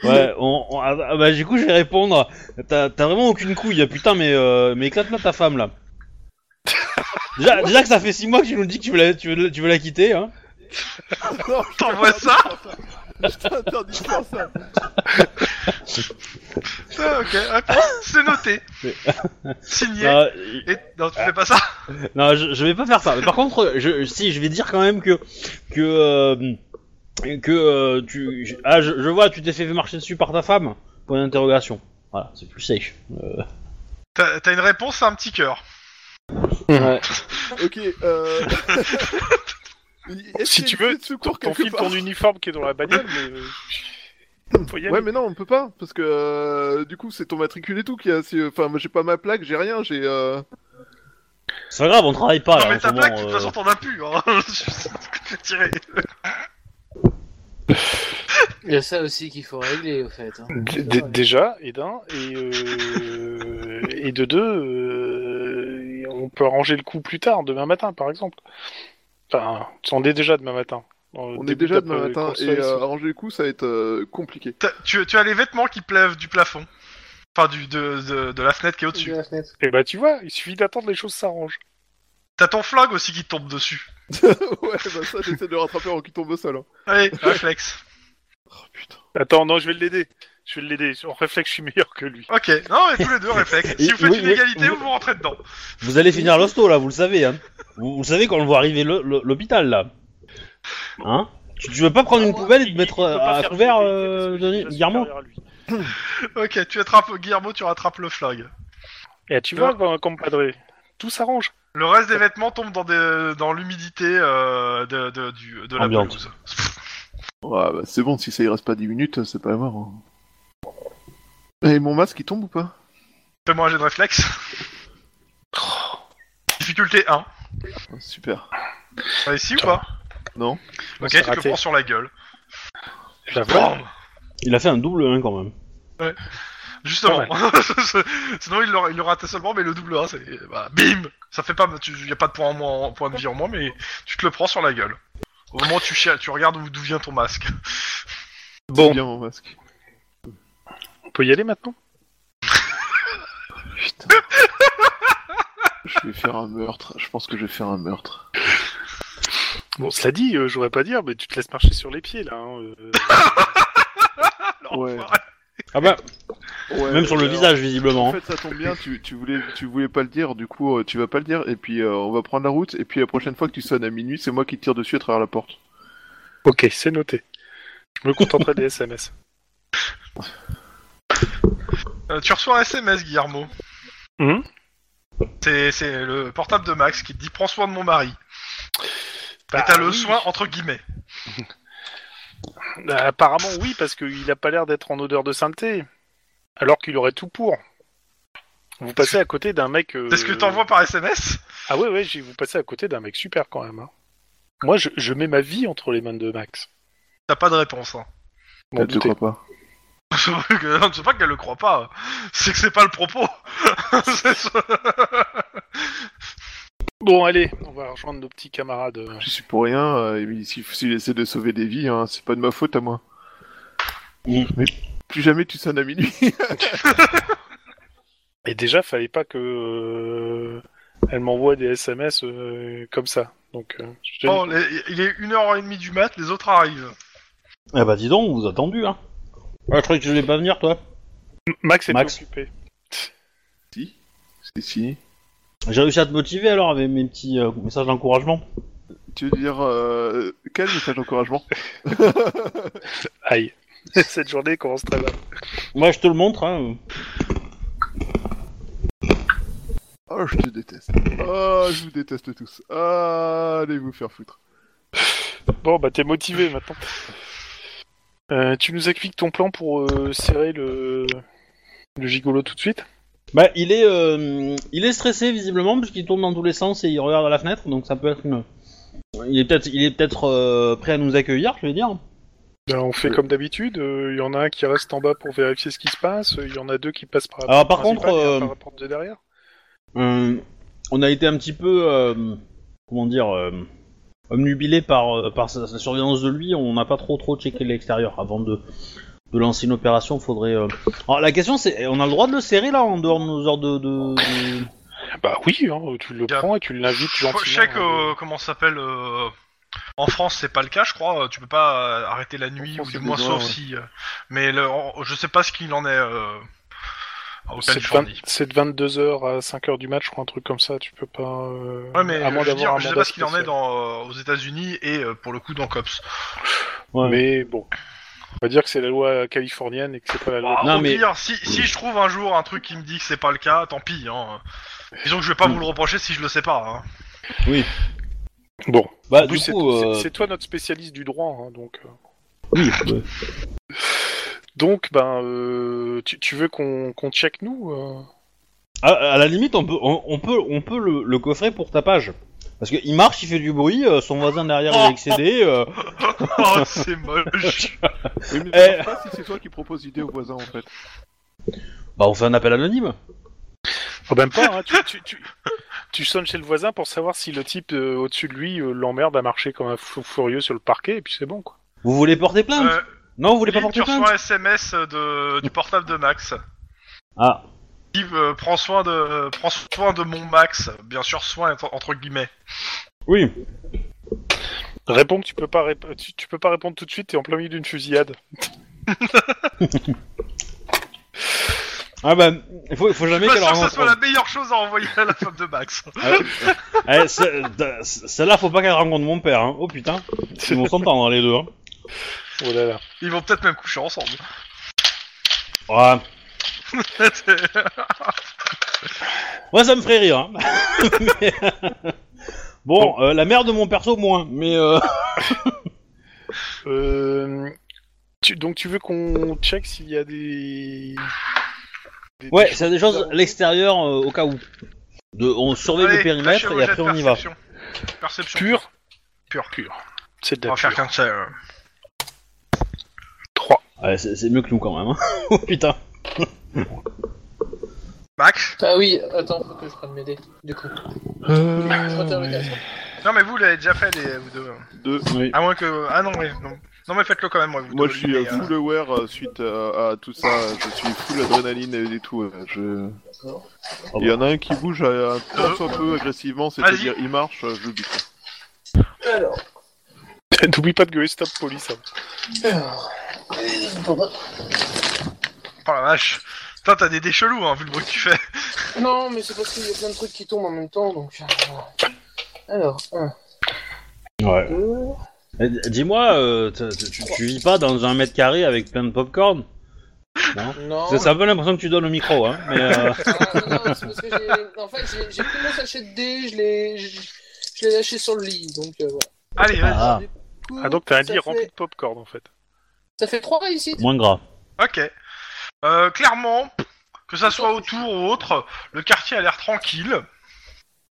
Speaker 1: Ouais, on, on- ah, bah du coup je vais répondre. T'as t'as vraiment aucune couille, putain, mais, euh, mais éclate-la ta femme là. Déjà, déjà que ça fait 6 mois que tu nous dis que tu veux la, tu veux, la- tu veux la quitter, hein.
Speaker 5: Non,
Speaker 2: T'envoies ça
Speaker 5: je t'interdis de faire ça.
Speaker 2: Ah, ok, réponse, c'est noté. Signé.
Speaker 1: Euh,
Speaker 2: Et... Non, tu fais pas ça.
Speaker 1: Non, je, je vais pas faire ça. Mais par contre, je, si, je vais dire quand même que que euh, que euh, tu je- ah je, je vois, tu t'es fait marcher dessus par ta femme. Point d'interrogation. Voilà, c'est plus safe. Euh,
Speaker 2: T'as t'as une réponse, c'est un petit cœur.
Speaker 5: Ok, euh...
Speaker 3: Si tu veux,
Speaker 5: secours quelque
Speaker 3: T'enfiles
Speaker 5: part
Speaker 3: ton uniforme qui est dans la bagnole, mais. euh, faut y aller.
Speaker 5: Ouais, mais non, on peut pas, parce que euh, du coup, c'est ton matricule et tout qui a. c'est- Enfin, moi, j'ai pas ma plaque, j'ai rien, j'ai. euh,
Speaker 1: C'est pas grave, on travaille pas.
Speaker 2: non,
Speaker 1: là,
Speaker 2: mais
Speaker 1: en
Speaker 2: ta
Speaker 1: ce
Speaker 2: plaque, de
Speaker 1: moment,
Speaker 2: toute
Speaker 1: euh.
Speaker 2: façon, t'en as plus. Hein. Je vais tirer.
Speaker 4: Il y a ça aussi qu'il faut régler, au fait. hein.
Speaker 3: D- d- Déjà, et d'un, et, euh, et de deux, euh, on peut arranger le coup plus tard, demain matin par exemple. Enfin, on est déjà demain matin.
Speaker 5: on est déjà demain matin, et euh, arranger le coup, ça va être euh, compliqué.
Speaker 2: T'as- Tu, tu as les vêtements qui pleuvent du plafond. Enfin, du, de, de, de la fenêtre qui est au-dessus.
Speaker 4: De la fenêtre.
Speaker 3: Et bah tu vois, il suffit d'attendre, les choses s'arrangent.
Speaker 2: T'as ton flingue aussi qui te tombe dessus.
Speaker 5: ouais, bah ça, j'essaie de le rattraper avant qu'il tombe au sol. hein.
Speaker 2: Allez, réflexe.
Speaker 5: Oh putain.
Speaker 3: Attends, non, je vais l'aider. Je vais l'aider. En réflexe, je suis meilleur que lui.
Speaker 2: Ok, non, mais tous les deux réflexe. Si vous faites
Speaker 1: Oui,
Speaker 2: une
Speaker 1: oui,
Speaker 2: égalité,
Speaker 1: oui.
Speaker 2: vous vous rentrez dedans.
Speaker 1: Vous allez finir l'hosto là, vous le savez. Hein. Vous, vous le savez quand on voit arriver le- le- l'hôpital là. Hein tu, tu veux pas prendre une poubelle et te mettre euh, à couvert, euh, Denis- Guillermo
Speaker 2: Ok, tu attrapes Guillermo, tu rattrapes le flingue.
Speaker 3: Et Eh, tu vois, com- compadre, tout s'arrange.
Speaker 2: Le reste des vêtements tombe dans, des, dans l'humidité euh, de, de, du- de la
Speaker 1: Ambiante.
Speaker 2: pelouse.
Speaker 5: Ouais, bah, c'est bon, si ça y reste pas 10 minutes, c'est pas mort. hein. Et mon masque, il tombe ou pas
Speaker 2: Fais-moi un jet de réflexe. Difficulté 1.
Speaker 5: Oh, Super.
Speaker 2: Réussi ou pas
Speaker 5: Non.
Speaker 2: Ok,
Speaker 3: s'est
Speaker 2: tu te
Speaker 3: raté. Bah,
Speaker 2: prends sur la gueule.
Speaker 3: La
Speaker 2: Bam
Speaker 1: Il a fait un double 1 quand même.
Speaker 2: Justement. Sinon, il l'aurait il l'aurait raté seulement, mais le double 1, c'est. Bah, bim Ça fait pas. Il n'y a pas de point, en moins, point de vie en moins, mais tu te le prends sur la gueule. Au moment où tu, chia- tu regardes où- d'où vient ton masque.
Speaker 5: C'est
Speaker 3: Bon,
Speaker 5: bien mon masque.
Speaker 3: on peut y aller maintenant
Speaker 5: Putain. je vais faire un meurtre. Je pense que je vais faire un meurtre.
Speaker 3: Bon, cela dit, euh, j'aurais pas dire, mais tu te laisses marcher sur les pieds là. hein, euh.
Speaker 5: Ouais.
Speaker 1: Ah bah,
Speaker 5: Ouais,
Speaker 1: même sur le
Speaker 5: alors,
Speaker 1: visage visiblement. hein.
Speaker 5: En fait, ça tombe bien, tu, tu, voulais, tu voulais pas le dire, du coup, euh, tu vas pas le dire, et puis euh, on va prendre la route, et puis la prochaine fois que tu sonnes à minuit, c'est moi qui te tire dessus à travers la porte.
Speaker 3: Ok, c'est noté. Je me contenterai des SMS.
Speaker 2: Euh, tu reçois un SMS, Guillermo.
Speaker 3: Mhm.
Speaker 2: C'est c'est le portable de Max qui te dit Prends soin de mon mari.
Speaker 3: Bah,
Speaker 2: Et t'as le
Speaker 3: oui.
Speaker 2: soin entre guillemets.
Speaker 3: Bah, apparemment, oui, parce qu'il a pas l'air d'être en odeur de sainteté. Alors qu'il aurait tout pour. Vous passez à côté d'un mec. euh,
Speaker 2: C'est ce que t'envoies par SMS
Speaker 3: Ah ouais, ouais, j'ai- vous passez à côté d'un mec super quand même. hein. Moi, je, je mets ma vie entre les mains de Max.
Speaker 2: T'as pas de réponse. Hein.
Speaker 3: M'en
Speaker 5: Elle te
Speaker 3: douter.
Speaker 5: croit pas.
Speaker 2: Je sais pas qu'elle le croit pas. C'est que c'est pas le propos. C'est ça.
Speaker 3: Bon, allez, on va rejoindre nos petits camarades. euh.
Speaker 5: J'y suis pour rien, euh, et puis si, si j'essaie de sauver des vies, hein, c'est pas de ma faute à moi.
Speaker 1: Mm.
Speaker 5: Mais plus jamais tu sonnes à minuit.
Speaker 3: Et déjà, fallait pas que euh, elle m'envoie des SMS euh, comme ça. Donc, euh, je-
Speaker 2: Bon, les- il est 1h30 du mat, les autres arrivent.
Speaker 1: Ah bah dis donc, on vous attendu hein. Ah, je croyais que tu voulais pas venir toi.
Speaker 3: Max est
Speaker 1: Max.
Speaker 3: occupé.
Speaker 5: si, si, si.
Speaker 1: J'ai réussi à te motiver alors avec mes petits euh, messages d'encouragement.
Speaker 5: Tu veux dire, euh, quel message d'encouragement
Speaker 3: Aïe. Cette journée commence très mal.
Speaker 1: Moi je te le montre hein.
Speaker 5: Oh, je te déteste. Oh, je vous déteste tous. Ah, allez vous faire foutre.
Speaker 3: Bon, bah t'es motivé maintenant. Euh, tu nous expliques ton plan pour euh, serrer le... le gigolo tout de suite
Speaker 1: Bah il est euh, il est stressé visiblement puisqu'il tourne dans tous les sens et il regarde à la fenêtre donc ça peut être une il est peut-être il est peut-être euh, prêt à nous accueillir, je vais dire.
Speaker 3: Ben, On fait comme d'habitude, euh, il y en a un qui reste en bas pour vérifier ce qui se passe, euh, il y en a deux qui passent par la
Speaker 1: Alors,
Speaker 3: porte
Speaker 1: par contre,
Speaker 3: principale et un
Speaker 1: euh,
Speaker 3: par la porte de derrière.
Speaker 1: Euh, on a été un petit peu euh, comment dire euh, omnubilé par euh, par sa, sa surveillance de lui, on n'a pas trop trop checké l'extérieur avant de de lancer une opération, faudrait. euh, Alors la question c'est, on a le droit de le serrer là en dehors de nos heures de- de- de...
Speaker 3: Bah oui, hein, tu le
Speaker 2: Y a-
Speaker 3: prends et tu l'invites gentiment.
Speaker 2: Je sais que,
Speaker 3: hein.
Speaker 2: euh, comment ça s'appelle euh, En France, c'est pas le cas, je crois. Tu peux pas euh, arrêter la nuit,
Speaker 5: France,
Speaker 2: ou
Speaker 5: c'est
Speaker 2: du moins
Speaker 5: des
Speaker 2: sauf
Speaker 5: droits, ouais.
Speaker 2: si. euh, mais le- en- je sais pas ce qu'il en est. euh, à Open
Speaker 3: C'est de, vingt-
Speaker 2: Fourni.
Speaker 3: c'est de 22h à 5h du match, je crois, un truc comme ça. Tu peux pas. euh,
Speaker 2: Ouais, mais
Speaker 3: à moins
Speaker 2: je, veux
Speaker 3: d'avoir
Speaker 2: dire,
Speaker 3: un
Speaker 2: je sais
Speaker 3: mandat
Speaker 2: pas ce qu'il en est
Speaker 3: spécial.
Speaker 2: dans, euh, aux États-Unis et euh, pour le coup dans COPS.
Speaker 1: Ouais.
Speaker 3: Mais bon. On va dire que c'est la loi californienne et que c'est pas la loi.
Speaker 2: Ah,
Speaker 1: Non,
Speaker 2: au
Speaker 1: mais-
Speaker 2: pire, si, si je trouve un jour un truc qui me dit que c'est pas le cas, tant pis. Hein. Disons que je vais pas vous le reprocher si je le sais pas. Hein.
Speaker 3: Bon,
Speaker 1: Bah,
Speaker 3: En plus,
Speaker 1: du
Speaker 3: c'est
Speaker 1: coup,
Speaker 3: c'est-
Speaker 1: euh,
Speaker 3: c'est toi notre spécialiste du droit, hein, donc. euh.
Speaker 1: oui, bah,
Speaker 3: Donc, ben, euh, tu, tu veux qu'on qu'on check nous euh
Speaker 1: à, à la limite, on peut, on, on peut, on peut le, le coffrer pour tapage. Parce qu'il marche, il fait du bruit, euh, son voisin derrière est excédé. euh,
Speaker 2: oh, c'est moche.
Speaker 5: Oui, mais
Speaker 1: Eh.
Speaker 5: je sais pas si c'est toi qui propose l'idée au voisin en fait.
Speaker 1: Bah, on fait un appel anonyme.
Speaker 3: Ah, Même pas, hein, tu, tu, tu, tu sonnes chez le voisin pour savoir si le type euh, au-dessus de lui euh, l'emmerde à marcher comme un fou furieux sur le parquet, et puis c'est bon, quoi.
Speaker 1: Vous voulez porter plainte
Speaker 2: Euh,
Speaker 1: Non, vous voulez pas
Speaker 2: Lynn,
Speaker 1: porter
Speaker 2: tu
Speaker 1: plainte
Speaker 2: reçois un SMS de, du portable de Max.
Speaker 1: Ah,
Speaker 2: Qui euh, prend soin de euh, prend soin de mon Max, bien sûr soin entre, entre guillemets.
Speaker 1: oui.
Speaker 3: Réponds que tu peux pas, rép- tu, tu peux pas répondre tout de suite, t'es en plein milieu d'une fusillade.
Speaker 1: Ah bah, il faut, il faut jamais
Speaker 2: Je suis
Speaker 1: qu'elle
Speaker 2: pas sûr que
Speaker 1: rencontre. Ah,
Speaker 2: ce soit la meilleure chose à envoyer à la femme de Max.
Speaker 1: Eh, c'est- euh, Celle-là, faut pas qu'elle rencontre mon père. Hein. Oh putain, ils vont s'entendre les deux. Hein.
Speaker 3: Oh là là.
Speaker 2: Ils vont peut-être même coucher ensemble.
Speaker 1: Ouais. Ouais, ça me ferait rire. Hein. Mais, euh, Bon, euh, la mère de mon perso, moins. Mais euh,
Speaker 3: Euh, tu- donc tu veux qu'on check s'il y a des... des-
Speaker 1: ouais,
Speaker 3: des
Speaker 1: c'est des choses à l'extérieur euh, au cas où. De, on surveille
Speaker 2: Allez,
Speaker 1: le périmètre
Speaker 2: lâchez vos
Speaker 1: et
Speaker 2: jets de
Speaker 1: après on y va.
Speaker 2: Perception. Perception.
Speaker 3: Pur
Speaker 2: Pur.
Speaker 3: C'est de
Speaker 2: On
Speaker 3: la
Speaker 2: va faire
Speaker 3: pure.
Speaker 2: comme ça. euh.
Speaker 3: 3.
Speaker 1: Ouais, c'est c'est mieux que nous quand même. Hein. Oh putain.
Speaker 2: Max
Speaker 4: Ah oui, attends, faut que je prenne mes dés. Du coup,
Speaker 3: Ah,
Speaker 4: interrogation.
Speaker 2: Non mais vous l'avez déjà fait les vous deux.
Speaker 5: Deux.
Speaker 1: Oui.
Speaker 2: À moins que ah non mais non. Non, mais faites-le quand même. vous
Speaker 5: Moi
Speaker 2: deux,
Speaker 5: je suis
Speaker 2: mais,
Speaker 5: euh, full aware euh, suite à, à tout ça, je suis full adrénaline et, et tout. euh, Je... Il y en a un qui bouge euh, un peu, un peu agressivement, c'est-à-dire il marche, euh, je le bute.
Speaker 4: Alors,
Speaker 3: N'oublie pas de gueuler stop police. hein.
Speaker 4: alors.
Speaker 2: Oh la vache. Putain, t'as des dés chelous, hein, vu le bruit que tu fais.
Speaker 4: Non, mais c'est parce qu'il y a plein de trucs qui tombent en même temps, donc. euh, voilà. Alors, 1,
Speaker 1: Ouais.
Speaker 4: 2,
Speaker 1: Eh, d- Dis-moi, euh, t- t- tu, tu vis pas dans un mètre carré avec plein de popcorn
Speaker 4: non.
Speaker 1: C'est c'est un peu l'impression que tu donnes au micro, hein. Mais euh,
Speaker 4: Ah, non, non, c'est parce que j'ai- en fait, j'ai- j'ai pris mon sachet de dés, je l'ai je- je l'ai lâché sur le lit, donc euh, voilà.
Speaker 2: Allez, vas-y.
Speaker 1: Ah.
Speaker 4: Du coup,
Speaker 3: Ah donc t'as un
Speaker 4: ça
Speaker 3: lit rempli
Speaker 4: fait-
Speaker 3: de popcorn en fait.
Speaker 4: Ça fait 3 réussites.
Speaker 1: moins gras.
Speaker 5: Ah.
Speaker 2: Ok. Euh, clairement, que ça soit autour ou autre, le quartier a l'air tranquille.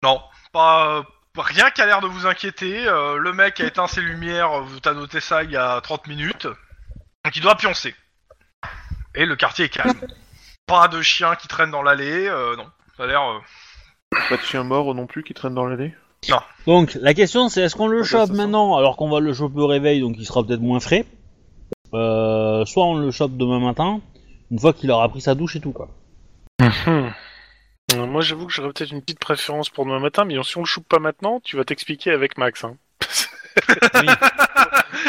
Speaker 2: Non, pas euh, rien qui a l'air de vous inquiéter. Euh, le mec a éteint ses lumières, vous t'as noté ça il y a 30 minutes. Donc il doit pioncer. Et le quartier est calme. Pas de chiens qui traînent dans l'allée, euh, non. Ça a l'air... euh,
Speaker 5: Pas de chien mort non plus qui traîne dans l'allée
Speaker 1: Donc, la question c'est est-ce qu'on le
Speaker 5: bah,
Speaker 1: chope
Speaker 5: ça sent.
Speaker 1: maintenant alors qu'on va le choper au réveil donc il sera peut-être moins frais Euh, Soit on le chope demain matin, une fois qu'il aura pris sa douche et tout quoi.
Speaker 3: Euh, Moi j'avoue que j'aurais peut-être une petite préférence pour demain matin, mais si on le choupe pas maintenant, tu vas t'expliquer avec Max. Hein.
Speaker 1: Oui.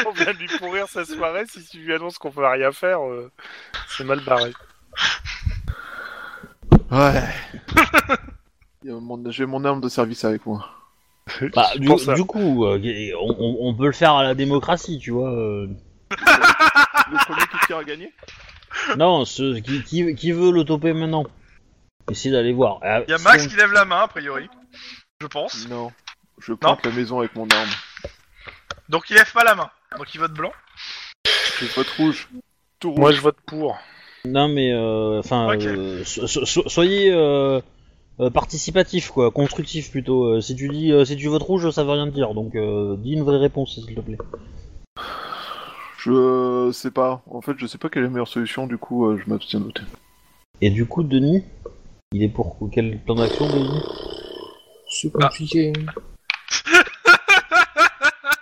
Speaker 3: on vient de lui pourrir sa soirée, si tu lui annonces qu'on peut rien faire, euh, c'est mal barré.
Speaker 5: Ouais. Il y a mon- J'ai mon arme de service avec moi.
Speaker 1: Bah, du,
Speaker 3: pour ça.
Speaker 1: du coup, euh, y- on, on- on peut le faire à la démocratie, tu vois. euh.
Speaker 5: Ah, Le premier qui tire à gagner
Speaker 1: Non, ce, qui, qui, qui veut le toper maintenant Essayez d'aller voir. Euh,
Speaker 2: Il y a Max
Speaker 1: donc-
Speaker 2: qui lève la main, a priori. Je pense.
Speaker 5: Non. Je plante la maison avec mon arme.
Speaker 2: Donc il lève pas la main. Donc il vote blanc.
Speaker 5: Je vote rouge. Tout rouge.
Speaker 3: Moi je vote pour.
Speaker 1: Non mais, euh, enfin,
Speaker 2: Ok.
Speaker 1: euh, so- so- so- soyez euh, euh, participatif quoi, constructif plutôt. Euh, si tu dis, euh, si tu votes rouge, ça veut rien dire. Donc, euh, dis une vraie réponse s'il te plaît.
Speaker 5: Je sais pas. En fait, je sais pas quelle est la meilleure solution, du coup, euh, je m'abstiens de voter.
Speaker 1: Et du coup, Denis, il est pour quel plan d'action, Denis
Speaker 4: C'est
Speaker 2: Bah.
Speaker 4: compliqué. hein.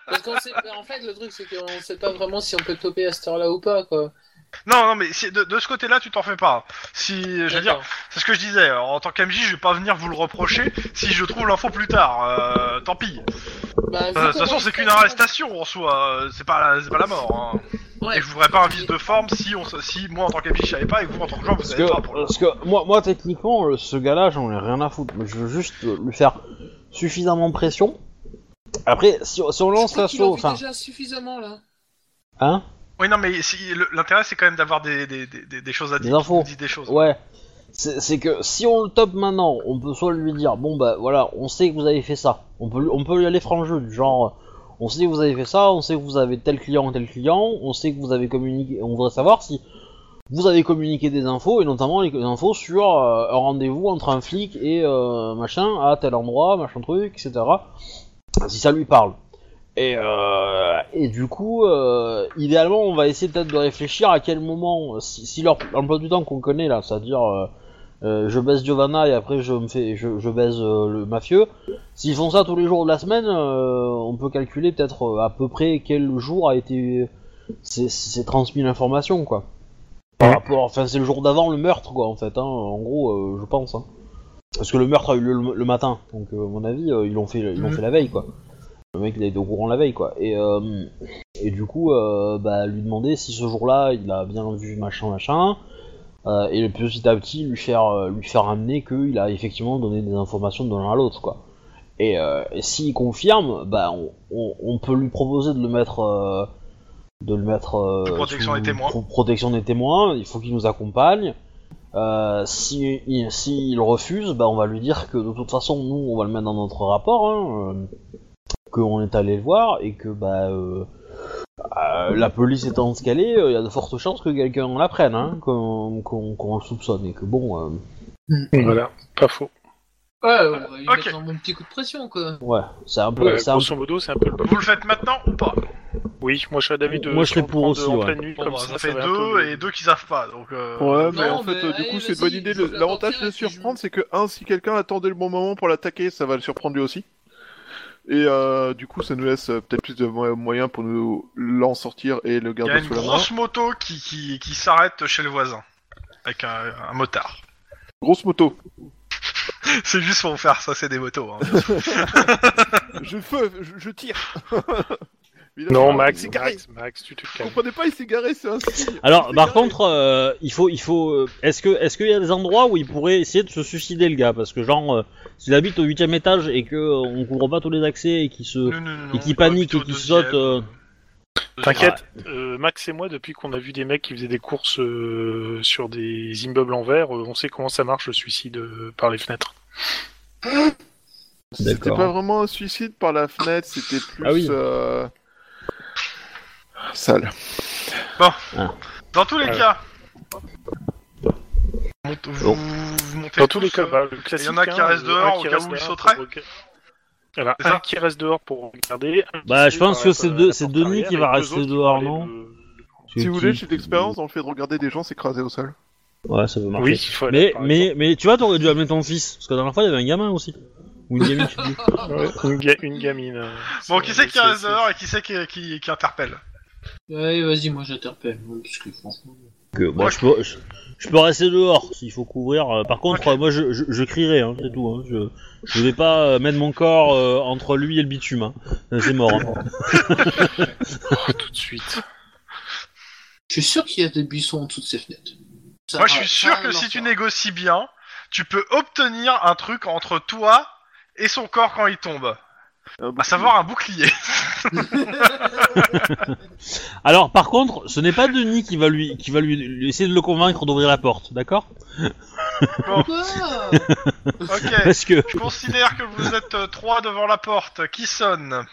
Speaker 4: Parce qu'on sait... En fait, le truc, c'est qu'on sait pas vraiment si on peut toper à cette heure-là ou pas, quoi.
Speaker 2: Non, non, mais c'est- de, de ce côté-là, tu t'en fais pas. Si, je veux dire,
Speaker 4: D'accord.
Speaker 2: c'est ce que je disais. Alors, en tant qu'MJ, je vais pas venir vous le reprocher si je trouve l'info plus tard. euh, tant pis.
Speaker 4: Bah, vu
Speaker 2: Euh, De toute
Speaker 4: comment
Speaker 2: façon,
Speaker 4: il
Speaker 2: c'est
Speaker 4: fait-
Speaker 2: qu'une arrestation en soi. euh, C'est pas, la- c'est pas la mort. hein.
Speaker 4: Ouais.
Speaker 2: Et je voudrais pas un vice de forme si, on, si moi en tant qu'MJ, je savais pas et vous en tant que joueur, vous
Speaker 1: Parce
Speaker 2: savez pas. Pour
Speaker 1: que,
Speaker 2: le...
Speaker 1: parce que moi, moi techniquement, euh, ce gars-là, j'en ai rien à foutre. Mais je veux juste euh, lui faire suffisamment de pression. Après, si, on- si on
Speaker 4: Je
Speaker 1: lance
Speaker 4: crois qu'il en
Speaker 1: l'assaut,
Speaker 4: vit
Speaker 1: enfin,
Speaker 4: déjà suffisamment là.
Speaker 1: hein,
Speaker 2: Oui, non, mais si- le- l'intérêt, c'est quand même d'avoir des, des, des, des- des choses à dire. qui
Speaker 1: infos.
Speaker 2: nous disent des choses.
Speaker 1: ouais. C'est c'est que si on le top maintenant, on peut soit lui dire, bon bah voilà, on sait que vous avez fait ça. On peut, lui- on peut lui aller franc jeu, du genre, euh, on sait que vous avez fait ça, on sait que vous avez tel client, tel client, on sait que vous avez communiqué, on voudrait savoir si vous avez communiqué des infos, et notamment les infos sur euh, un rendez-vous entre un flic et euh, machin à tel endroit, machin truc, etc. Si ça lui parle. Et, euh, et du coup, euh, idéalement, on va essayer peut-être de réfléchir à quel moment, euh, si, si leur emploi du temps qu'on connaît là, c'est-à-dire euh, euh, je baisse Giovanna et après je me fais, je, je baise euh, le mafieux, s'ils font ça tous les jours de la semaine, euh, on peut calculer peut-être euh, à peu près quel jour a été c'est- c'est transmis l'information quoi. Par rapport, enfin c'est le jour d'avant le meurtre quoi en fait, hein, en gros euh, je pense. hein. Parce que le meurtre a eu lieu le, le matin, donc euh, à mon avis euh, ils l'ont fait, ils l'ont fait la veille quoi. Le mec il a été au courant la veille quoi. Et, euh, et du coup, euh, bah, lui demander si ce jour-là il a bien vu machin machin. euh, et petit à petit lui faire, euh, lui faire amener qu'il a effectivement donné des informations de l'un à l'autre quoi. Et, euh, et s'il confirme, bah on, on- on peut lui proposer de le mettre. euh, de le mettre. euh,
Speaker 2: Protection
Speaker 1: sous-
Speaker 2: des témoins.
Speaker 1: pro- protection des témoins, il faut qu'il nous accompagne. Euh, si, il, si il refuse, bah on va lui dire que de toute façon, nous, on va le mettre dans notre rapport, hein, euh, qu'on est allé le voir et que bah euh, euh, la police étant ce qu'elle est, il y a de fortes chances que quelqu'un la prenne, hein, qu'on qu'on- qu'on le soupçonne et que bon, euh,
Speaker 3: Voilà, pas faux.
Speaker 4: Ouais, on va lui
Speaker 2: Ok.
Speaker 4: mettre un bon petit coup de pression quoi.
Speaker 1: ouais, c'est un peu,
Speaker 3: Ouais,
Speaker 1: c'est un
Speaker 3: grosso modo, c'est un peu le
Speaker 2: Vous le faites maintenant ou pas
Speaker 3: Oui, moi je suis à David de.
Speaker 1: Moi, je serais
Speaker 3: de
Speaker 1: pour
Speaker 3: prendre
Speaker 1: aussi,
Speaker 3: En
Speaker 1: ouais.
Speaker 3: pleine nuit,
Speaker 2: Bon,
Speaker 3: comme
Speaker 2: bah,
Speaker 3: ça,
Speaker 2: ça, fait
Speaker 3: va un
Speaker 2: deux
Speaker 3: peu le-
Speaker 2: et deux qui savent pas. Donc, euh,
Speaker 5: Ouais, mais
Speaker 4: Non,
Speaker 5: en fait,
Speaker 4: mais
Speaker 5: euh, du
Speaker 4: allez,
Speaker 5: coup, c'est une
Speaker 4: vas-y,
Speaker 5: bonne idée.
Speaker 4: je vais
Speaker 5: Le-
Speaker 4: faire
Speaker 5: L'avantage de
Speaker 4: sortir et puis je-
Speaker 5: surprendre, c'est que, un, si quelqu'un attendait le bon moment pour l'attaquer, ça va le surprendre lui aussi. Et euh, du coup, ça nous laisse euh, peut-être plus de mo- moyens pour nous l'en sortir et le
Speaker 2: il y a
Speaker 5: garder
Speaker 2: une
Speaker 5: sous la main.
Speaker 2: grosse moto qui, qui, qui s'arrête chez le voisin avec un, un motard.
Speaker 5: Grosse moto.
Speaker 2: C'est juste pour vous faire ça, c'est des motos. hein.
Speaker 5: Je feu, je, je tire.
Speaker 3: Non,
Speaker 5: Il
Speaker 3: Max,
Speaker 5: s'est garé.
Speaker 3: Max, Max, tu te
Speaker 5: Vous
Speaker 3: calmes.
Speaker 5: comprenez pas, il s'est garé, c'est un signe.
Speaker 1: Alors,
Speaker 5: Il s'est
Speaker 1: par
Speaker 5: garé.
Speaker 1: contre, euh, il faut, il faut. euh, Est-ce que, est-ce qu'il y a des endroits où il pourrait essayer de se suicider le gars Parce que genre, euh, s'il habite au huitième étage et que euh, on couvre pas tous les accès et qu'il se,
Speaker 2: Non, non, non,
Speaker 1: et qui
Speaker 2: non,
Speaker 1: panique
Speaker 2: plutôt
Speaker 1: et qui
Speaker 2: deuxième,
Speaker 1: saute, euh,
Speaker 2: deuxième.
Speaker 3: T'inquiète, euh, Max et moi, depuis qu'on a vu des mecs qui faisaient des courses euh, sur des immeubles en verre, euh, on sait comment ça marche le suicide euh, par les fenêtres.
Speaker 5: C'était pas vraiment un suicide par la fenêtre, c'était plus.
Speaker 1: Ah oui.
Speaker 5: euh, Sale.
Speaker 2: Dans tous les
Speaker 3: Ouais.
Speaker 2: cas. Mont- vous, vous montez
Speaker 3: Dans tous les cas,
Speaker 2: euh,
Speaker 3: bah, le classique.
Speaker 2: il y en a qui restent
Speaker 3: euh,
Speaker 2: dehors
Speaker 3: un qui
Speaker 2: au cas
Speaker 3: reste
Speaker 2: où ils
Speaker 3: dehors
Speaker 2: sauteraient.
Speaker 3: pour rega- Voilà,
Speaker 2: C'est ça
Speaker 3: un qui reste dehors pour regarder. un qui
Speaker 1: Bah, je
Speaker 3: saute
Speaker 1: pense
Speaker 3: par
Speaker 1: que
Speaker 3: la-
Speaker 1: c'est
Speaker 3: la
Speaker 1: deux-
Speaker 3: porte
Speaker 1: c'est Denis
Speaker 3: arrière
Speaker 1: qui
Speaker 3: et
Speaker 1: va
Speaker 3: deux
Speaker 1: rester
Speaker 3: autres qui vont
Speaker 1: dehors,
Speaker 3: aller
Speaker 1: non
Speaker 3: le-
Speaker 5: Si vous voulez, j'ai de l'expérience dans le fait de regarder des gens s'écraser au sol.
Speaker 1: Ouais, ça peut marcher.
Speaker 3: Oui, il faut aller
Speaker 1: mais,
Speaker 3: par
Speaker 1: mais, mais, tu vois, t'aurais dû amener ton fils parce que la dernière fois, il y avait un gamin aussi. Ou une gamine, je sais plus.
Speaker 3: Ouais, une, ga- une gamine. euh,
Speaker 2: Bon,
Speaker 3: c'est-
Speaker 2: qui c'est qui
Speaker 3: c'est-
Speaker 2: reste
Speaker 3: c'est-
Speaker 2: dehors et qui c'est qui, qui, qui interpelle
Speaker 4: Ouais, vas-y, moi j'interpelle. moi, Parce que franchement.
Speaker 1: Que, bon, je peux, je, je peux rester dehors s'il faut couvrir. euh, Par contre, euh, moi, je, je, je crierai, hein, c'est tout. Hein, je, je vais pas euh, mettre mon corps euh, entre lui et le bitume. Hein. C'est mort. hein.
Speaker 3: Tout de suite.
Speaker 4: Je suis sûr qu'il y a des buissons en dessous de ces fenêtres. Ça
Speaker 2: Moi,
Speaker 4: va-
Speaker 2: je suis
Speaker 4: ça
Speaker 2: sûr
Speaker 4: va
Speaker 2: que
Speaker 4: l'en
Speaker 2: si tu
Speaker 4: faire.
Speaker 2: négocies bien, tu peux obtenir un truc entre toi et son corps quand il tombe. À savoir un bouclier.
Speaker 1: Alors par contre, ce n'est pas Denis qui va lui qui va lui, lui- essayer de le convaincre d'ouvrir la porte, d'accord
Speaker 4: Quoi
Speaker 2: ok.
Speaker 1: Parce que
Speaker 2: Je considère que vous êtes euh, trois devant la porte. Qui sonne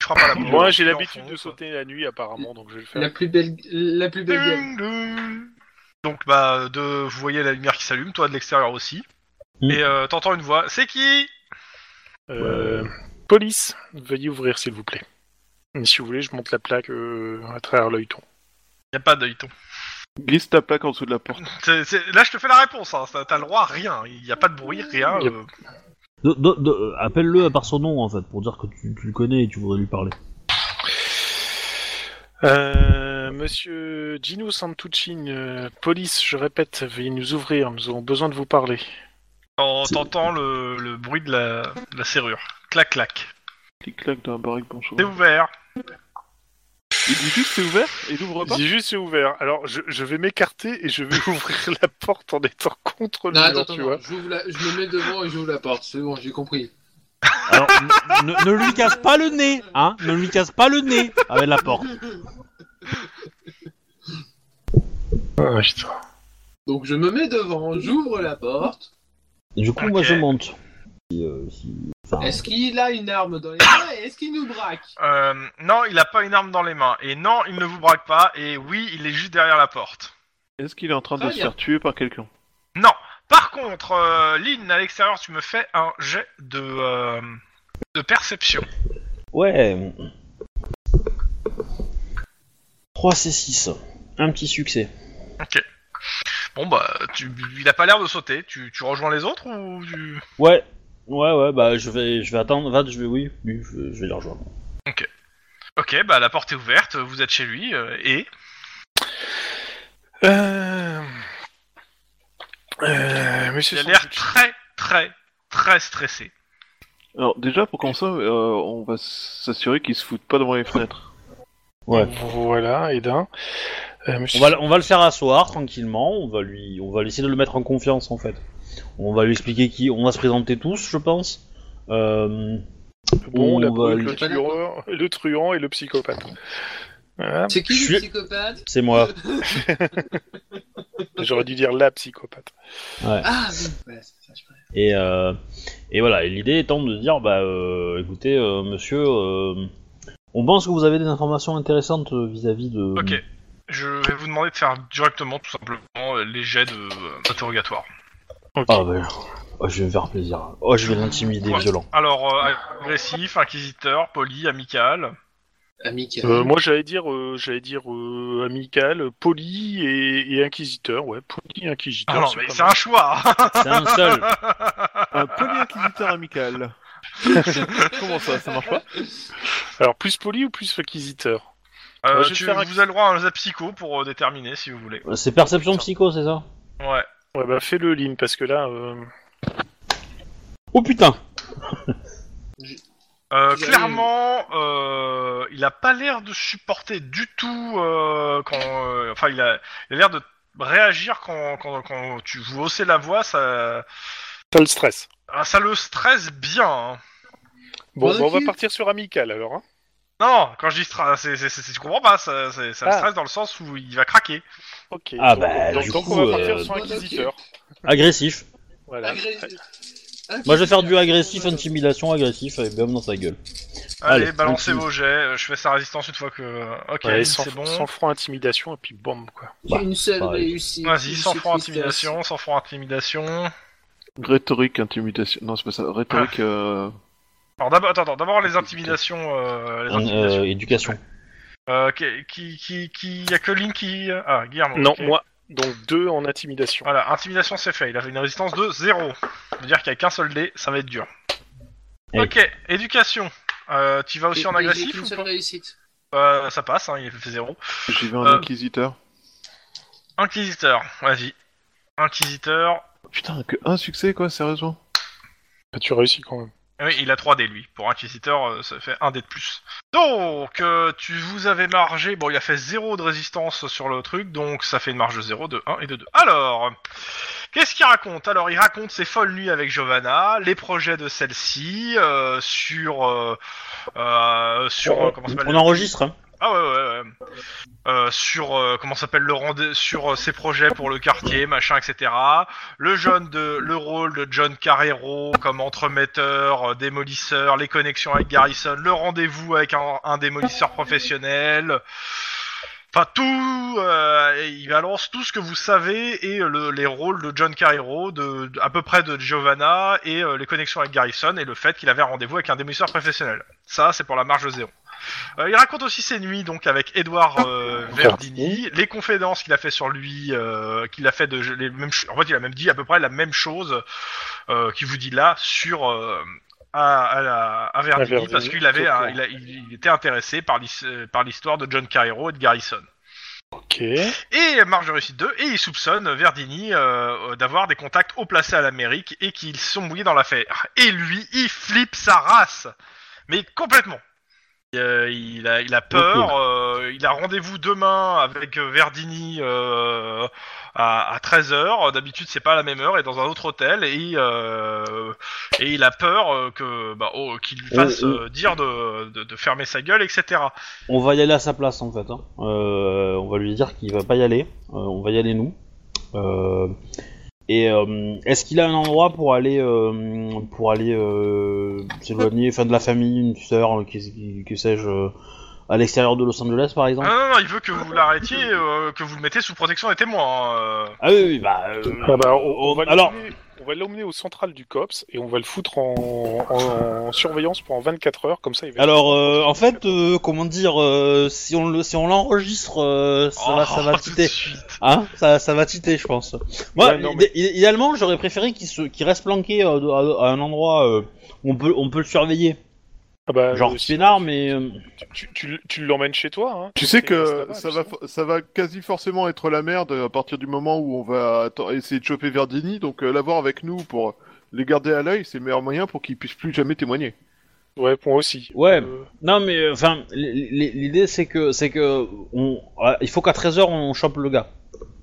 Speaker 2: Je crois pas la porte.
Speaker 3: Moi, j'ai
Speaker 2: Ils en hein.
Speaker 3: l'habitude
Speaker 2: font,
Speaker 3: de
Speaker 2: ça.
Speaker 3: sauter la nuit, apparemment, donc je vais le faire.
Speaker 4: La plus belle, la plus belle gueule.
Speaker 2: Ding, ding. Donc bah de, vous voyez la lumière qui s'allume, toi de l'extérieur aussi.
Speaker 1: Mm.
Speaker 2: Et euh, t'entends une voix. C'est qui
Speaker 3: Euh, police, veuillez ouvrir, s'il vous plaît. Et si vous voulez, je monte la plaque euh, à travers l'œilleton.
Speaker 2: Y a pas d'œilleton.
Speaker 5: Glisse ta plaque en dessous de la porte.
Speaker 2: C'est- c'est- Là je te fais la réponse. Hein. T'as t'as le droit à rien. Y a pas de bruit, rien.
Speaker 3: Yep.
Speaker 2: euh.
Speaker 1: de- de- de- appelle-le par son nom en fait pour dire que tu, tu le connais et tu voudrais lui parler.
Speaker 3: Euh, Euh, monsieur Gino Santucci, euh, police, je répète, veuillez nous ouvrir, nous avons besoin de vous parler.
Speaker 2: En t'entends le, le bruit de la, de la serrure. Clac, clac.
Speaker 5: Clic-clac dans la baraque bonjour.
Speaker 2: C'est ouvert.
Speaker 5: Il dit juste c'est ouvert et il ouvre pas.
Speaker 3: J'ai juste c'est ouvert, alors je, je vais m'écarter et je vais ouvrir la porte en étant contre le
Speaker 4: Non,
Speaker 3: mur,
Speaker 4: attends, attends,
Speaker 3: tu vois.
Speaker 4: j'ouvre la- je me mets devant et j'ouvre la porte. C'est bon, j'ai compris.
Speaker 1: Alors, n- ne, ne lui casse pas le nez, hein Ne lui casse pas le nez avec la porte.
Speaker 3: Ah, putain.
Speaker 4: Donc je me mets devant, j'ouvre la porte.
Speaker 1: Et du coup, moi,
Speaker 2: Ok.
Speaker 1: je monte. Si, euh, si- enfin,
Speaker 4: Est-ce qu'il a une arme dans les mains et est-ce qu'il nous braque
Speaker 2: Euh, non, il a pas une arme dans les mains. Et non, il ne vous braque pas. Et oui, il est juste derrière la porte.
Speaker 5: Est-ce qu'il est en train de
Speaker 4: Très
Speaker 5: se
Speaker 4: bien.
Speaker 5: faire tuer par quelqu'un
Speaker 2: Non. Par contre, euh, Lynn, à l'extérieur, tu me fais un jet de, euh, de perception.
Speaker 1: Ouais. 3 C6. Un petit succès.
Speaker 2: Bon, bah, tu, il a pas l'air de sauter. Tu, tu rejoins les autres ou tu...
Speaker 1: Ouais. Ouais, ouais, bah, je vais, je vais attendre. Va, je vais, oui, oui, je vais, je vais les rejoindre.
Speaker 2: Ok, bah, la porte est ouverte. Vous êtes chez lui. euh, et
Speaker 3: Euh... Euh, monsieur
Speaker 2: il a l'air
Speaker 3: Santucci.
Speaker 2: très, très, très stressé.
Speaker 5: Alors déjà pour qu'on ça, euh, on va s'assurer qu'il se foute pas devant les fenêtres.
Speaker 1: Ouais.
Speaker 3: Voilà, Edin. Euh,
Speaker 1: On
Speaker 3: monsieur-
Speaker 1: va, le- on va le faire asseoir tranquillement. On va lui, on va essayer de le mettre en confiance en fait. On va lui expliquer qui, on va se présenter tous, je pense. Euh,
Speaker 3: Bon,
Speaker 1: on
Speaker 3: la
Speaker 1: va
Speaker 3: brute,
Speaker 1: lui-
Speaker 3: le, truand, le truand et le psychopathe. Voilà.
Speaker 4: C'est qui
Speaker 1: Je-
Speaker 4: le psychopathe
Speaker 1: c'est moi.
Speaker 3: J'aurais dû dire la psychopathe.
Speaker 4: Ah oui, voilà, c'est ça, je préfère.
Speaker 1: Et, euh, et voilà, et l'idée étant de dire, bah euh, écoutez, euh, monsieur, euh, on pense que vous avez des informations intéressantes euh, vis-à-vis de.
Speaker 2: Ok.
Speaker 3: Mmh.
Speaker 2: Je vais vous demander de faire directement, tout simplement, euh, les jets de, euh, d'interrogatoire.
Speaker 3: Ok.
Speaker 1: Ah ben, oh, je vais me faire plaisir. Oh, je vais l'intimider
Speaker 2: Ouais.
Speaker 1: violent.
Speaker 2: Alors, euh, agressif, inquisiteur, poli, amical.
Speaker 4: Amical.
Speaker 3: Euh, moi, j'allais dire, euh, j'allais dire euh, amical, poli et, et inquisiteur. Ouais, poli, inquisiteur.
Speaker 2: Ah non,
Speaker 3: c'est
Speaker 2: mais
Speaker 3: pas
Speaker 2: c'est
Speaker 3: mal.
Speaker 2: un choix. hein.
Speaker 1: C'est un seul.
Speaker 5: Un polyinquisiteur amical. Comment ça, ça marche pas
Speaker 3: Alors, plus poli ou plus inquisiteur
Speaker 2: Euh,
Speaker 3: Ouais, je vais
Speaker 2: tu-
Speaker 3: faire un-
Speaker 2: Vous avez le droit à un jet psycho pour euh, déterminer si vous voulez.
Speaker 1: C'est perception psycho, c'est ça
Speaker 2: Ouais.
Speaker 3: Ouais, bah fais-le, Lynn, parce que là, euh,
Speaker 1: Oh putain.
Speaker 2: Euh,
Speaker 4: Il y a
Speaker 2: clairement, euh, il a pas l'air de supporter du tout euh, quand. euh, enfin, il a il a l'air de réagir quand, quand, quand tu vous haussez la voix, ça,
Speaker 3: ça le stress.
Speaker 2: ah, ça le stresse bien. hein.
Speaker 3: Bon,
Speaker 4: Bon,
Speaker 3: bah, on
Speaker 4: ok.
Speaker 3: va partir sur amical alors. Hein.
Speaker 2: Non, quand je dis stra- c'est, c'est, c'est- tu comprends pas, ça, c'est- ça le
Speaker 3: Ah.
Speaker 2: stresse dans le sens où il va craquer.
Speaker 3: Ok.
Speaker 1: Ah,
Speaker 3: donc,
Speaker 1: bah,
Speaker 3: donc-
Speaker 1: du
Speaker 3: donc,
Speaker 1: coup,
Speaker 3: on va partir
Speaker 1: euh,
Speaker 3: sur inquisiteur.
Speaker 1: Agressif.
Speaker 3: Voilà.
Speaker 4: Agressif.
Speaker 1: Moi, je vais faire du agressif, intimidation, agressif, et même dans sa gueule.
Speaker 2: Allez,
Speaker 1: Allez,
Speaker 2: balancez
Speaker 1: continue.
Speaker 2: vos jets. euh, Je fais sa résistance une fois que. Ok,
Speaker 3: Ouais, sans,
Speaker 2: c'est bon.
Speaker 3: sans franc intimidation et puis bombe quoi.
Speaker 4: J'ai une seule
Speaker 1: pareil.
Speaker 4: réussite.
Speaker 2: Vas-y,
Speaker 4: une
Speaker 2: sans
Speaker 4: seule
Speaker 2: franc
Speaker 4: tristesse.
Speaker 2: intimidation, sans franc intimidation.
Speaker 5: Rhétorique, intimidation. Non, c'est pas ça. Rhétorique.
Speaker 2: Ah.
Speaker 5: euh,
Speaker 2: Alors d'abord, attends, attends, d'abord les intimidations, euh, les
Speaker 1: En,
Speaker 2: intimidations.
Speaker 1: euh, éducation.
Speaker 2: Euh, qui, qui, qui, qui- y a que Link qui, ah, Guillermo.
Speaker 3: Non,
Speaker 2: ok.
Speaker 3: moi, donc deux en intimidation.
Speaker 2: Voilà, intimidation c'est fait. Il avait une résistance de 0 Ça veut dire qu'avec un seul dé, ça va être dur.
Speaker 1: Oui.
Speaker 2: Ok, éducation. Euh, tu vas aussi
Speaker 4: Et-
Speaker 2: en
Speaker 4: et j'ai
Speaker 2: agressif
Speaker 4: qu'une
Speaker 2: ou
Speaker 4: seule
Speaker 2: pas
Speaker 4: réussite.
Speaker 2: Euh, Ça passe, hein, il fait 0
Speaker 5: J'y vais en
Speaker 2: Euh.
Speaker 5: inquisiteur.
Speaker 2: Inquisiteur, vas-y. Inquisiteur.
Speaker 5: Putain, que un succès quoi, sérieusement
Speaker 3: Bah, tu réussis quand même.
Speaker 2: Ah Oui, il a 3 dés lui. Pour Inquisiteur, euh, ça fait un dé de plus. Donc, euh, tu vous avez margé. Bon, il a fait 0 de résistance sur le truc, donc ça fait une marge de 0, de 1 et de 2. Alors, qu'est-ce qu'il raconte Alors, il raconte ses folles nuits avec Giovanna, les projets de celle-ci, euh, sur. euh, euh, sur. euh, comment ça
Speaker 1: On
Speaker 2: s'appelle
Speaker 1: enregistre, hein.
Speaker 2: Ah ouais, ouais, ouais. Euh, sur euh, comment s'appelle le rendez sur euh, ses projets pour le quartier, machin, etc. Le jeune de le rôle de John Carrero comme entremetteur, euh, démolisseur, les connexions avec Garrison, le rendez-vous avec un, un démolisseur professionnel. Enfin tout, euh, et il balance tout ce que vous savez et euh, le- les rôles de John Carrero, de, de- à peu près de Giovanna et euh, les connexions avec Garrison et le fait qu'il avait un rendez-vous avec un démolisseur professionnel. Ça c'est pour la marge de zéro. Euh, il raconte aussi ses nuits donc avec Edouard euh, Verdini, les confidences qu'il a fait sur lui, euh, qu'il a fait de les mêmes. ch- En fait, il a même dit à peu près la même chose euh, qu'il vous dit là sur euh, à, à la- à Verdini,
Speaker 3: Verdini,
Speaker 2: parce qu'il avait,
Speaker 3: tout
Speaker 2: un-
Speaker 3: court.
Speaker 2: il, a- il- il était intéressé par l'his- euh, par l'histoire de John Cairo et de Garrison.
Speaker 3: Ok.
Speaker 2: Et Marjorie cite 2, et il soupçonne Verdini euh, d'avoir des contacts haut placés à l'Amérique et qu'ils sont mouillés dans l'affaire. Et lui, il flippe sa race, mais complètement. Euh, il, a, il a peur, euh, il a rendez-vous demain avec Verdini euh, à, à 13h, d'habitude c'est pas à la même heure, et dans un autre hôtel, et, euh, et il a peur euh, que bah, oh, qu'il lui
Speaker 1: Oh,
Speaker 2: fasse
Speaker 1: oh.
Speaker 2: euh, dire de, de, de fermer sa gueule, etc.
Speaker 1: On va y aller à sa place en fait. hein. Euh, on va lui dire qu'il va pas y aller. Euh, on va y aller nous. Euh, et euh, est-ce qu'il a un endroit pour aller euh, pour aller euh, s'éloigner, enfin de la famille, une sœur, euh, qui- qui- que sais-je, euh, à l'extérieur de Los Angeles par exemple
Speaker 2: Ah non, non, il veut que vous l'arrêtiez, euh, que vous le mettez sous protection des témoins. hein, euh.
Speaker 1: Ah oui, oui, bah. euh,
Speaker 3: Ah bah, on, on va
Speaker 1: alors,
Speaker 3: l'emmener- on va l'emmener au central du COPS et on va le foutre en, en- en surveillance pendant 24 heures, comme ça il va
Speaker 1: alors euh, en fait, euh, comment dire, euh, si on le, si on l'enregistre, euh, ça va, ça va
Speaker 2: Oh, tout de
Speaker 1: quitter.
Speaker 2: suite.
Speaker 1: Hein ça, ça va titer, je pense. Moi,
Speaker 3: Ouais, non,
Speaker 1: idé- idéalement, j'aurais préféré qu'il se, qu'il reste planqué euh, à, à un endroit euh, où on peut, on peut le surveiller.
Speaker 3: Ah bah,
Speaker 1: Genre
Speaker 3: euh, si-
Speaker 1: Pénard, mais. euh,
Speaker 3: tu, tu- tu l'emmènes chez toi. Hein.
Speaker 5: Tu sais
Speaker 3: Et reste
Speaker 5: que
Speaker 3: là-bas,
Speaker 5: ça
Speaker 3: tu
Speaker 5: va,
Speaker 3: sais.
Speaker 5: fo- ça va quasi forcément être la merde euh, à partir du moment où on va atten- essayer de choper Verdini, donc euh, l'avoir avec nous pour les garder à l'œil, c'est le meilleur moyen pour qu'ils puissent plus jamais témoigner.
Speaker 3: Ouais, moi aussi.
Speaker 1: Ouais.
Speaker 3: Euh,
Speaker 1: Non, mais euh, enfin, l- l- l'idée c'est que, c'est que, on, ah, il faut qu'à 13h on chope le gars.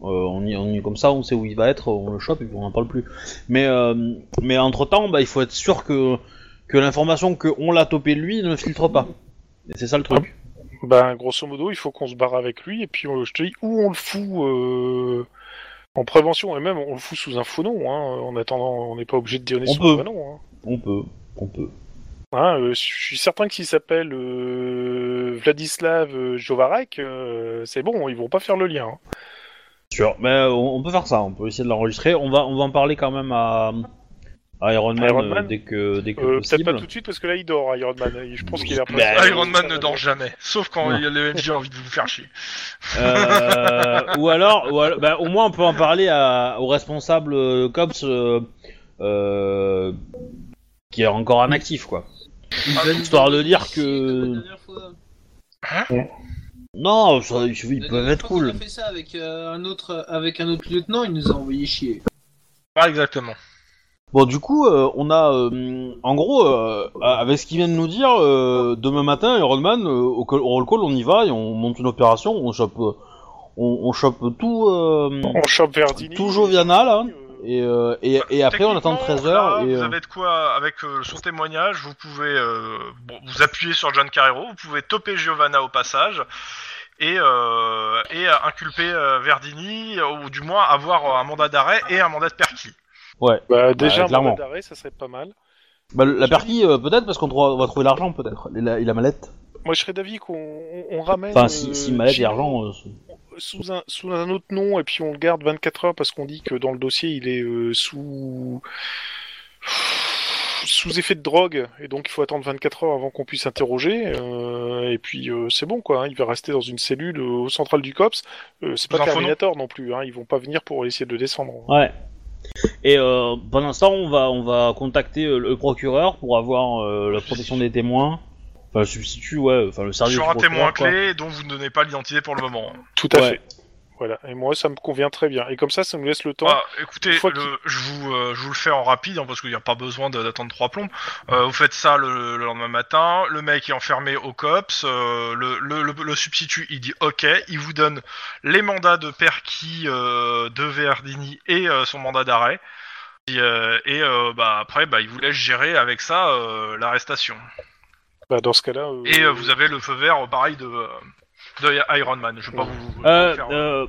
Speaker 1: Euh, on y, on y- comme ça, on sait où il va être, on le chope et puis on n'en parle plus. Mais, euh, mais entre temps, bah, il faut être sûr que, que l'information qu'on l'a topé lui ne filtre pas. Et C'est ça le truc.
Speaker 3: Ben, grosso modo, il faut qu'on se barre avec lui, et puis on, je te dis, ou on le fout euh, en prévention, et même on le fout sous un faux nom, hein, en attendant, on n'est pas obligé de donner
Speaker 1: On
Speaker 3: son
Speaker 1: peut.
Speaker 3: vrai nom. Hein.
Speaker 1: On peut, on peut.
Speaker 3: Hein, euh, je suis certain que s'il s'appelle euh, Vladislav euh, Jovarek, euh, c'est bon, ils vont pas faire le lien. hein.
Speaker 1: Sûr. Mais euh, on, on peut faire ça, on peut essayer de l'enregistrer. On va, on va en parler quand même à, à Iron Man,
Speaker 3: Iron
Speaker 1: euh,
Speaker 3: Man
Speaker 1: dès que, dès que
Speaker 3: Euh, Peut-être pas
Speaker 1: possible.
Speaker 3: tout de suite, parce que là, il dort, hein, Iron Man. et Je pense qu'il est après.
Speaker 1: Ben,
Speaker 2: Bah, Iron Man ne dort jamais, sauf quand
Speaker 1: Non.
Speaker 2: il- le MJ a envie de vous faire chier.
Speaker 1: Euh, ou alors, ou alors- bah, au moins on peut en parler à, au responsable euh, cops euh, euh, qui est encore en actif quoi. Ah, Histoire de dire que non, ça, ils ils peuvent être cool.
Speaker 4: cool. On a fait ça avec euh, un autre avec un autre lieutenant, il nous a envoyé chier.
Speaker 2: Pas exactement.
Speaker 1: Bon, du coup, euh, on a, euh, en gros, euh, avec ce qu'il vient de nous dire, euh, demain matin, Iron Man, euh, au, call- au roll call, on y va et on monte une opération, on chope, euh, on, on chope tout, euh,
Speaker 3: On chope Verdini.
Speaker 1: tout Joviana là, et, euh, et, et après on attend
Speaker 2: Techniquement,
Speaker 1: 13
Speaker 2: là,
Speaker 1: heures et
Speaker 2: Vous
Speaker 1: euh,
Speaker 2: avez de quoi, avec euh, son témoignage, vous pouvez euh, bon, vous appuyer sur John Carrero, vous pouvez toper Giovanna au passage et, euh, et euh, inculper euh, Verdini, ou du moins avoir euh, un mandat d'arrêt et un mandat de perquis.
Speaker 1: ouais.
Speaker 3: Bah, déjà, un
Speaker 1: clairement.
Speaker 3: mandat d'arrêt, ça serait pas mal.
Speaker 1: Bah, la perquis euh, peut-être parce qu'on trouvera- on va trouver l'argent peut-être et la, et la mallette.
Speaker 3: Moi, je serais d'avis qu'on on, on ramène.
Speaker 1: Enfin, si,
Speaker 3: euh,
Speaker 1: si mallette et
Speaker 3: Gino
Speaker 1: argent. euh, c'est-
Speaker 3: sous un, sous un autre nom et puis on le garde 24 heures parce qu'on dit que dans le dossier il est euh, sous sous effet de drogue et donc il faut attendre 24 heures avant qu'on puisse interroger euh, et puis euh, c'est bon quoi hein, il va rester dans une cellule euh, au central du cops Euh, c'est pas
Speaker 2: Dans un
Speaker 3: Terminator non plus hein, ils vont pas venir pour essayer de le descendre
Speaker 1: Ouais. Et euh, pendant ce temps, on va, on va contacter euh, le procureur pour avoir euh, la protection des témoins. Enfin, le substitut, ouais, enfin le service.
Speaker 2: Sur
Speaker 1: du
Speaker 2: un
Speaker 1: procureur,
Speaker 2: témoin
Speaker 1: quoi.
Speaker 2: clé dont vous ne donnez pas l'identité pour le moment.
Speaker 3: tout à
Speaker 1: Ouais.
Speaker 3: fait voilà et moi ça me convient très bien et comme ça ça nous laisse le temps
Speaker 2: Bah, écoutez,
Speaker 3: Une fois
Speaker 2: le- je, vous, euh, je vous le fais en rapide hein, parce qu'il n'y a pas besoin de- d'attendre trois plombes. Euh, vous faites ça le, le lendemain matin, le mec est enfermé au COPS, euh, le, le, le- le substitut il dit ok, il vous donne les mandats de perquis euh, de Verdini et euh, son mandat d'arrêt. Et, euh, et, euh, bah, après, bah, il vous laisse gérer avec ça euh, l'arrestation.
Speaker 3: Bah, dans ce cas là euh,
Speaker 2: Et euh, vous avez le feu vert, euh, pareil, de, euh, de Iron Man. Je ne vais pas vous, vous
Speaker 1: Euh,
Speaker 2: faire, euh,
Speaker 1: euh,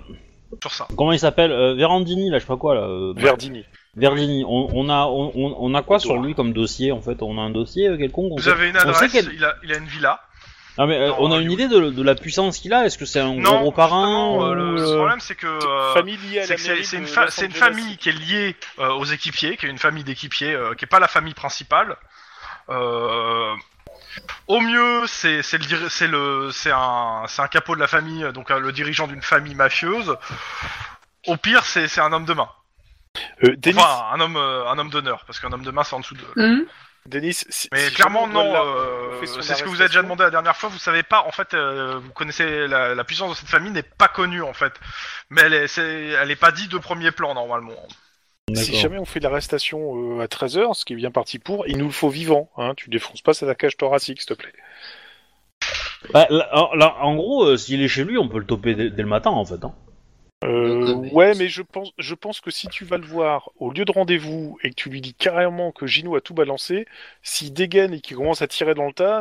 Speaker 2: sur ça.
Speaker 1: comment il s'appelle euh, Verandini, là, je sais pas quoi, là. euh,
Speaker 3: Verdini
Speaker 1: Verdini. On, on a, on, on- on a quoi sur lui comme dossier, en fait On a un dossier euh, quelconque on
Speaker 2: Vous
Speaker 1: sait-
Speaker 2: avez une
Speaker 1: on sait
Speaker 2: adresse,
Speaker 1: qu'elle-
Speaker 2: il, a, il a une villa.
Speaker 1: Ah, mais, euh,
Speaker 2: Non,
Speaker 1: on a
Speaker 2: euh,
Speaker 1: une idée de, de la puissance qu'il a Est-ce que c'est un
Speaker 2: Non,
Speaker 1: gros parrain
Speaker 2: justement,
Speaker 1: ou,
Speaker 2: euh, le, le
Speaker 1: euh,
Speaker 2: problème c'est que euh,
Speaker 3: famille liée à
Speaker 2: c'est
Speaker 3: la
Speaker 2: que c'est-
Speaker 3: mairie
Speaker 2: c'est
Speaker 3: de
Speaker 2: une, fa-
Speaker 3: Los
Speaker 2: c'est une
Speaker 3: Angeles.
Speaker 2: famille qui est liée euh, aux équipiers, qui est une famille d'équipiers, euh, qui est pas la famille principale. Euh, au mieux, c'est c'est le dir- c'est le c'est un c'est un capot de la famille, donc euh, le dirigeant d'une famille mafieuse. Au pire, c'est c'est un homme de main.
Speaker 3: Euh, Denis,
Speaker 2: Enfin, un homme euh, un homme d'honneur, parce qu'un homme de main c'est en dessous de.
Speaker 3: Denis, si-
Speaker 2: Mais
Speaker 3: si
Speaker 2: clairement,
Speaker 3: Jean-Paul
Speaker 2: non.
Speaker 3: Goldman
Speaker 2: euh,
Speaker 3: fait son
Speaker 2: c'est ce que vous avez déjà
Speaker 3: arrestation.
Speaker 2: demandé la dernière fois. Vous savez pas, en fait, euh, vous connaissez la, la puissance de cette famille n'est pas connue en fait. Mais elle est, c'est- elle est pas dite de premier plan normalement.
Speaker 3: Si
Speaker 1: D'accord.
Speaker 3: jamais on fait de l'arrestation euh, à 13h, ce qui est bien parti pour, il nous le faut vivant. Hein. Tu défonces pas sa cage thoracique, s'il te plaît.
Speaker 1: Bah, là, en- là, en gros, euh, s'il est chez lui, on peut le toper dès, dès le matin en fait. hein.
Speaker 3: Euh,
Speaker 4: Donc, euh, mais-
Speaker 3: ouais, mais je pense, je pense que si tu vas le voir au lieu de rendez-vous et que tu lui dis carrément que Gino a tout balancé, s'il dégaine et qu'il commence à tirer dans le tas,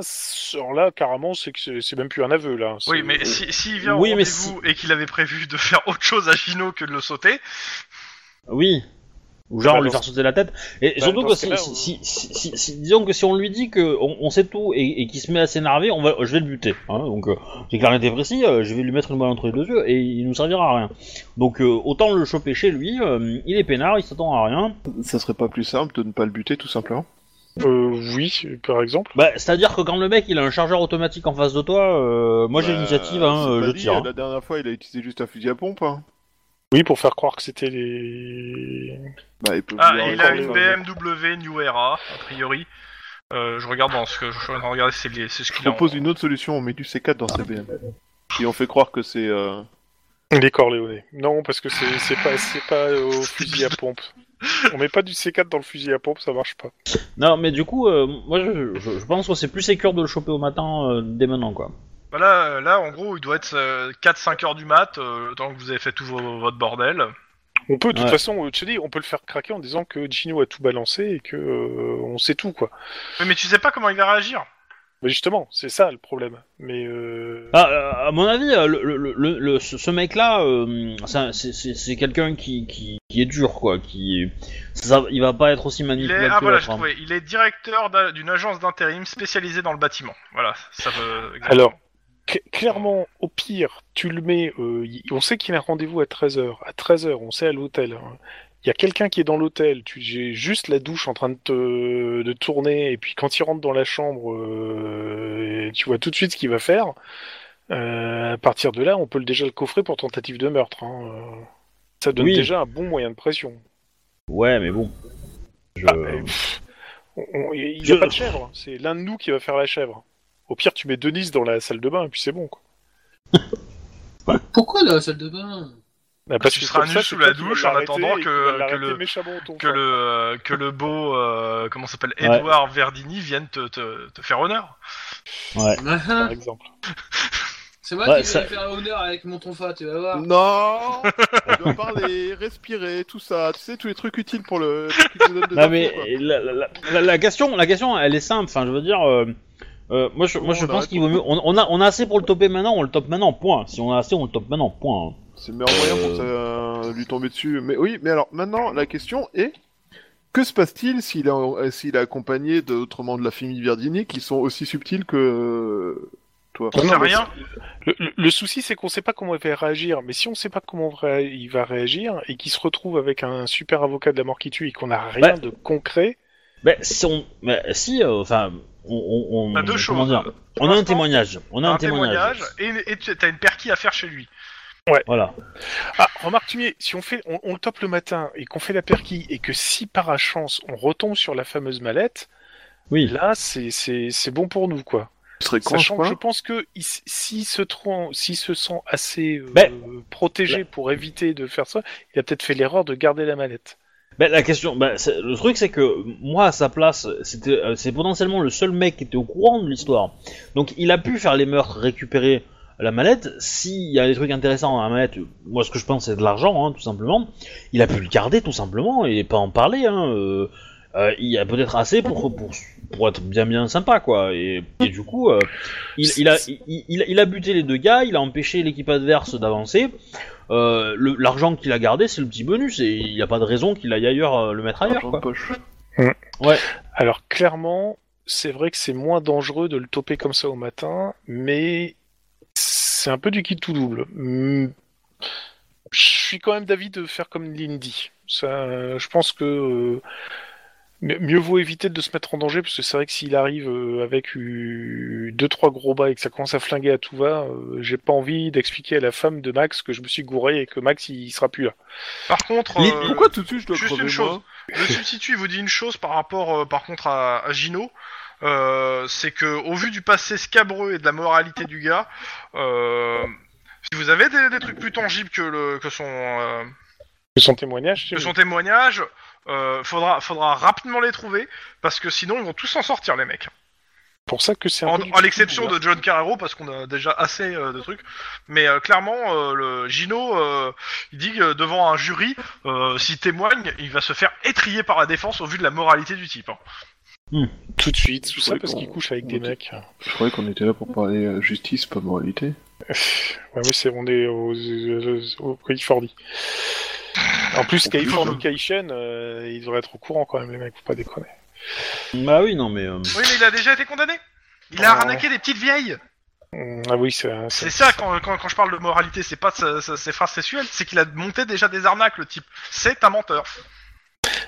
Speaker 3: alors là, carrément, c'est que c'est- c'est même plus un aveu, là. C'est-
Speaker 2: Oui, mais si, s'il vient
Speaker 1: Oui,
Speaker 2: au
Speaker 1: mais
Speaker 2: rendez-vous et qu'il avait prévu de faire autre chose à Gino que de le sauter,
Speaker 1: Oui. Ou genre
Speaker 3: Bah,
Speaker 1: lui
Speaker 3: dans
Speaker 1: faire sauter la tête. Et
Speaker 5: ben,
Speaker 3: Bah,
Speaker 1: surtout
Speaker 3: dans
Speaker 1: que
Speaker 3: ce
Speaker 1: si,
Speaker 3: cas-là,
Speaker 1: si,
Speaker 3: on-
Speaker 1: si, si- si- si- disons que si on lui dit que on, on sait tout et, et qu'il se met à s'énerver, on va, je vais le buter. hein. donc euh, j'ai clair et précis, euh, je vais lui mettre une balle entre les deux yeux et il nous servira à rien. Donc euh, autant le choper chez lui, euh, il est peinard, il s'attend à rien.
Speaker 5: Ça serait pas plus simple de ne pas le buter, tout simplement
Speaker 3: Euh, oui, par exemple.
Speaker 1: Bah c'est à dire que quand le mec il a un chargeur automatique en face de toi, euh, moi j'ai
Speaker 5: Bah,
Speaker 1: l'initiative,
Speaker 5: c'est
Speaker 1: hein, euh,
Speaker 5: pas
Speaker 1: je
Speaker 5: dit,
Speaker 1: tire.
Speaker 5: euh,
Speaker 1: hein.
Speaker 5: La dernière fois, il a utilisé juste un fusil à pompe. Hein.
Speaker 3: Oui, pour faire croire que c'était les.
Speaker 5: Bah, il peut
Speaker 2: ah,
Speaker 5: vouloir
Speaker 2: et il a
Speaker 5: encore
Speaker 2: une
Speaker 5: faire-
Speaker 2: BMW New Era a priori. Euh, je regarde dans ce que je suis en train de regarder, c'est les- c'est ce
Speaker 5: Je
Speaker 2: qu'il en
Speaker 5: propose une autre solution, on met du C4 dans ses BM. Et on fait croire que c'est... euh,
Speaker 3: Les Corléonais. Non, parce que c'est c'est pas, c'est pas euh, au fusil à pompe. On met pas du C4 dans le fusil à pompe, ça marche pas.
Speaker 1: Non mais du coup, euh, moi je, je- je pense que c'est plus sécure de le choper au matin euh, dès maintenant quoi.
Speaker 2: Bah là, euh, là, en gros, il doit être 4-5 heures du mat, euh, le temps que vous avez fait tout vo- votre bordel.
Speaker 3: On peut, de
Speaker 1: Ouais.
Speaker 3: toute façon, euh, tu dis, on peut le faire craquer en disant que Gino a tout balancé et que euh, on sait tout, quoi.
Speaker 2: Mais, mais tu sais pas comment il va réagir.
Speaker 3: Mais justement, c'est ça le problème. Mais euh,
Speaker 1: Ah, euh, à mon avis, euh, le, le- le- le- ce ce mec-là, euh, c'est un- c'est- c'est c'est quelqu'un qui, qui, qui est dur, quoi. Qui, ça, il va pas être aussi
Speaker 2: Il
Speaker 1: manipulateur.
Speaker 2: est, ah voilà, j'ai
Speaker 1: hein.
Speaker 2: trouvé. Il est directeur d'a- d'une agence d'intérim spécialisée dans le bâtiment. Voilà, ça veut.
Speaker 3: Alors, cl- clairement, au pire, tu le mets. euh, y- on sait qu'il a un rendez-vous à 13h. À 13h, on sait à l'hôtel. hein. Il y a quelqu'un qui est dans l'hôtel. Tu J'ai juste la douche en train de, te- de tourner. Et puis, quand il rentre dans la chambre, euh, tu vois tout de suite ce qu'il va faire. Euh, à partir de là, on peut le- déjà le coffrer pour tentative de meurtre. hein. Euh, Ça donne
Speaker 1: Oui.
Speaker 3: déjà un bon moyen de pression.
Speaker 1: Ouais, mais bon. Je-
Speaker 3: Ah, mais, pff, on- on- Il n'y
Speaker 1: Je-
Speaker 3: a pas de chèvre. hein. C'est l'un de nous qui va faire la chèvre. Au pire, tu mets Denise dans la salle de bain et puis c'est bon. Quoi.
Speaker 4: Pourquoi la salle de bain
Speaker 3: Bah,
Speaker 2: tu
Speaker 3: que
Speaker 2: seras
Speaker 3: comme
Speaker 2: nu
Speaker 3: ça,
Speaker 2: sous
Speaker 3: c'est
Speaker 2: la
Speaker 3: toi qui vas
Speaker 2: douche en
Speaker 3: l'arrêter
Speaker 2: attendant
Speaker 3: et qui
Speaker 2: que-
Speaker 3: vas l'arrêter
Speaker 2: que le-
Speaker 3: méchamment au ton
Speaker 2: Que
Speaker 3: frère.
Speaker 2: le, euh, que le beau, euh, comment s'appelle,
Speaker 1: Ouais.
Speaker 2: Edouard Verdini vienne te, te, te faire honneur.
Speaker 4: Ah, ah.
Speaker 3: Par exemple.
Speaker 4: C'est moi
Speaker 1: Ouais,
Speaker 4: qui
Speaker 1: ça-
Speaker 4: vais lui faire honneur avec mon tonfa, tu vas
Speaker 2: Euh,
Speaker 4: voir.
Speaker 5: Non On doit parler, respirer, tout ça. Tu sais, tous les trucs utiles pour le... qui nous donnent
Speaker 2: Ah,
Speaker 5: des
Speaker 1: Non,
Speaker 5: infos,
Speaker 1: mais
Speaker 5: quoi.
Speaker 1: la, la- la- la question, la question, elle est simple. Enfin, je veux dire, euh, euh, moi, je, moi, je
Speaker 5: On a
Speaker 1: pense qu'il vaut mieux. On, on a, on a assez pour le toper maintenant. On le tope maintenant. Point. Si on a assez, on le tope maintenant. Point.
Speaker 5: C'est le meilleur moyen
Speaker 1: Euh.
Speaker 5: pour ça- lui tomber dessus. Mais oui, mais alors maintenant, la question est que se passe-t-il s'il est, en- euh, s'il est accompagné d'autres membres de la famille Verdini qui sont aussi subtils que euh, toi
Speaker 2: On
Speaker 3: Ah Non,
Speaker 2: sait
Speaker 3: mais
Speaker 2: rien.
Speaker 3: Le, le- le souci, c'est qu'on ne sait pas comment il va réagir. Mais si on ne sait pas comment va- il va réagir et qu'il se retrouve avec un super avocat de la mort qui tue et qu'on n'a rien
Speaker 1: Ouais.
Speaker 3: de concret,
Speaker 1: Ben, si on, ben, si, euh, enfin, on, on, on,
Speaker 2: T'as deux
Speaker 1: comment
Speaker 2: choses.
Speaker 1: dire on a un
Speaker 2: l'instant,
Speaker 1: témoignage. On a un,
Speaker 2: un témoignage,
Speaker 1: témoignage.
Speaker 2: et, et tu as une perquis à faire chez lui.
Speaker 1: Voilà.
Speaker 3: Ah, remarque, tu y es. si on fait, on, on le tope le matin et qu'on fait la perquis et que si par un chance on retombe sur la fameuse mallette,
Speaker 1: Oui.
Speaker 3: là c'est c'est c'est bon pour nous quoi.
Speaker 5: Tu serais con,
Speaker 3: Sachant que
Speaker 5: quoi
Speaker 3: je pense que il s- s'il se trouve, s'il se sent assez euh,
Speaker 1: Ben,
Speaker 3: protégé pour éviter de faire ça, il a peut-être fait l'erreur de garder la mallette.
Speaker 1: Ben, la question, ben, c'est- le truc c'est que moi à sa place, c'était, euh, c'est potentiellement le seul mec qui était au courant de l'histoire. Donc il a pu faire les meurtres, récupérer la mallette. S'il y a des trucs intéressants dans la mallette, moi ce que je pense c'est de l'argent, hein, tout simplement. Il a pu le garder tout simplement et pas en parler. Hein, euh, euh, il y a peut-être assez pour, pour, pour être bien bien sympa quoi. Et, et du coup, euh, il, il a, il, il- il a buté les deux gars, il a empêché l'équipe adverse d'avancer. Euh, le- L'argent qu'il a gardé, c'est le petit bonus, et il n'y a pas de raison qu'il aille ailleurs euh, le mettre ailleurs.
Speaker 5: Argent de
Speaker 1: Quoi.
Speaker 5: poche.
Speaker 3: Alors clairement, c'est vrai que c'est moins dangereux de le toper comme ça au matin, mais c'est un peu du kit tout double. Hmm. Je suis quand même d'avis de faire comme Lindy. Ça, euh, je pense que euh, Mais mieux vaut éviter de se mettre en danger, parce que c'est vrai que s'il arrive euh, avec euh, deux trois gros bas et que ça commence à flinguer à tout va, euh, j'ai pas envie d'expliquer à la femme de Max que je me suis gouré et que Max il, il sera plus là.
Speaker 2: Par contre,
Speaker 1: Mais
Speaker 2: euh,
Speaker 5: Pourquoi tout de suite je dois
Speaker 2: Juste
Speaker 5: crever,
Speaker 2: une
Speaker 5: moi
Speaker 2: chose. Le substitut il vous dit une chose par rapport, euh, par contre, à, à Gino. Euh, c'est que, au vu du passé scabreux et de la moralité du gars, euh, si vous avez des, des trucs plus tangibles que, le, que, son, euh,
Speaker 3: Son témoignage,
Speaker 2: que
Speaker 3: c'est-
Speaker 2: son témoignage, euh, faudra, faudra rapidement les trouver parce que sinon ils vont tous s'en sortir, les mecs.
Speaker 3: pour ça que c'est un
Speaker 2: En,
Speaker 3: peu du
Speaker 2: à l'exception
Speaker 3: tout, hein,
Speaker 2: de John Carrero parce qu'on a déjà assez euh, de trucs. Mais euh, clairement, euh, le Gino, euh, il dit que devant un jury, euh, s'il témoigne, il va se faire étrier par la défense au vu de la moralité du type. hein.
Speaker 3: hein. tout de suite, tout ça
Speaker 5: Oui,
Speaker 3: parce
Speaker 5: bon.
Speaker 3: qu'il couche avec des
Speaker 5: Ok.
Speaker 3: mecs.
Speaker 5: Je croyais qu'on était là pour parler euh, justice, pas moralité.
Speaker 3: Ouais, mais Ah c'est on est aux, aux- aux Californie. En plus,
Speaker 5: En plus,
Speaker 3: Californication, euh, ils devraient être au courant quand même, les mecs, faut pas déconner.
Speaker 1: Bah oui, non, mais. euh,
Speaker 2: Oui, mais il a déjà été condamné. Il a
Speaker 3: Oh.
Speaker 2: arnaqué des petites vieilles.
Speaker 3: Hum, Ah oui, c'est
Speaker 2: C'est ça quand, quand, quand je parle de moralité, c'est pas sa- sa- ses phrases sexuelles, c'est qu'il a monté déjà des arnaques, le type. C'est un menteur.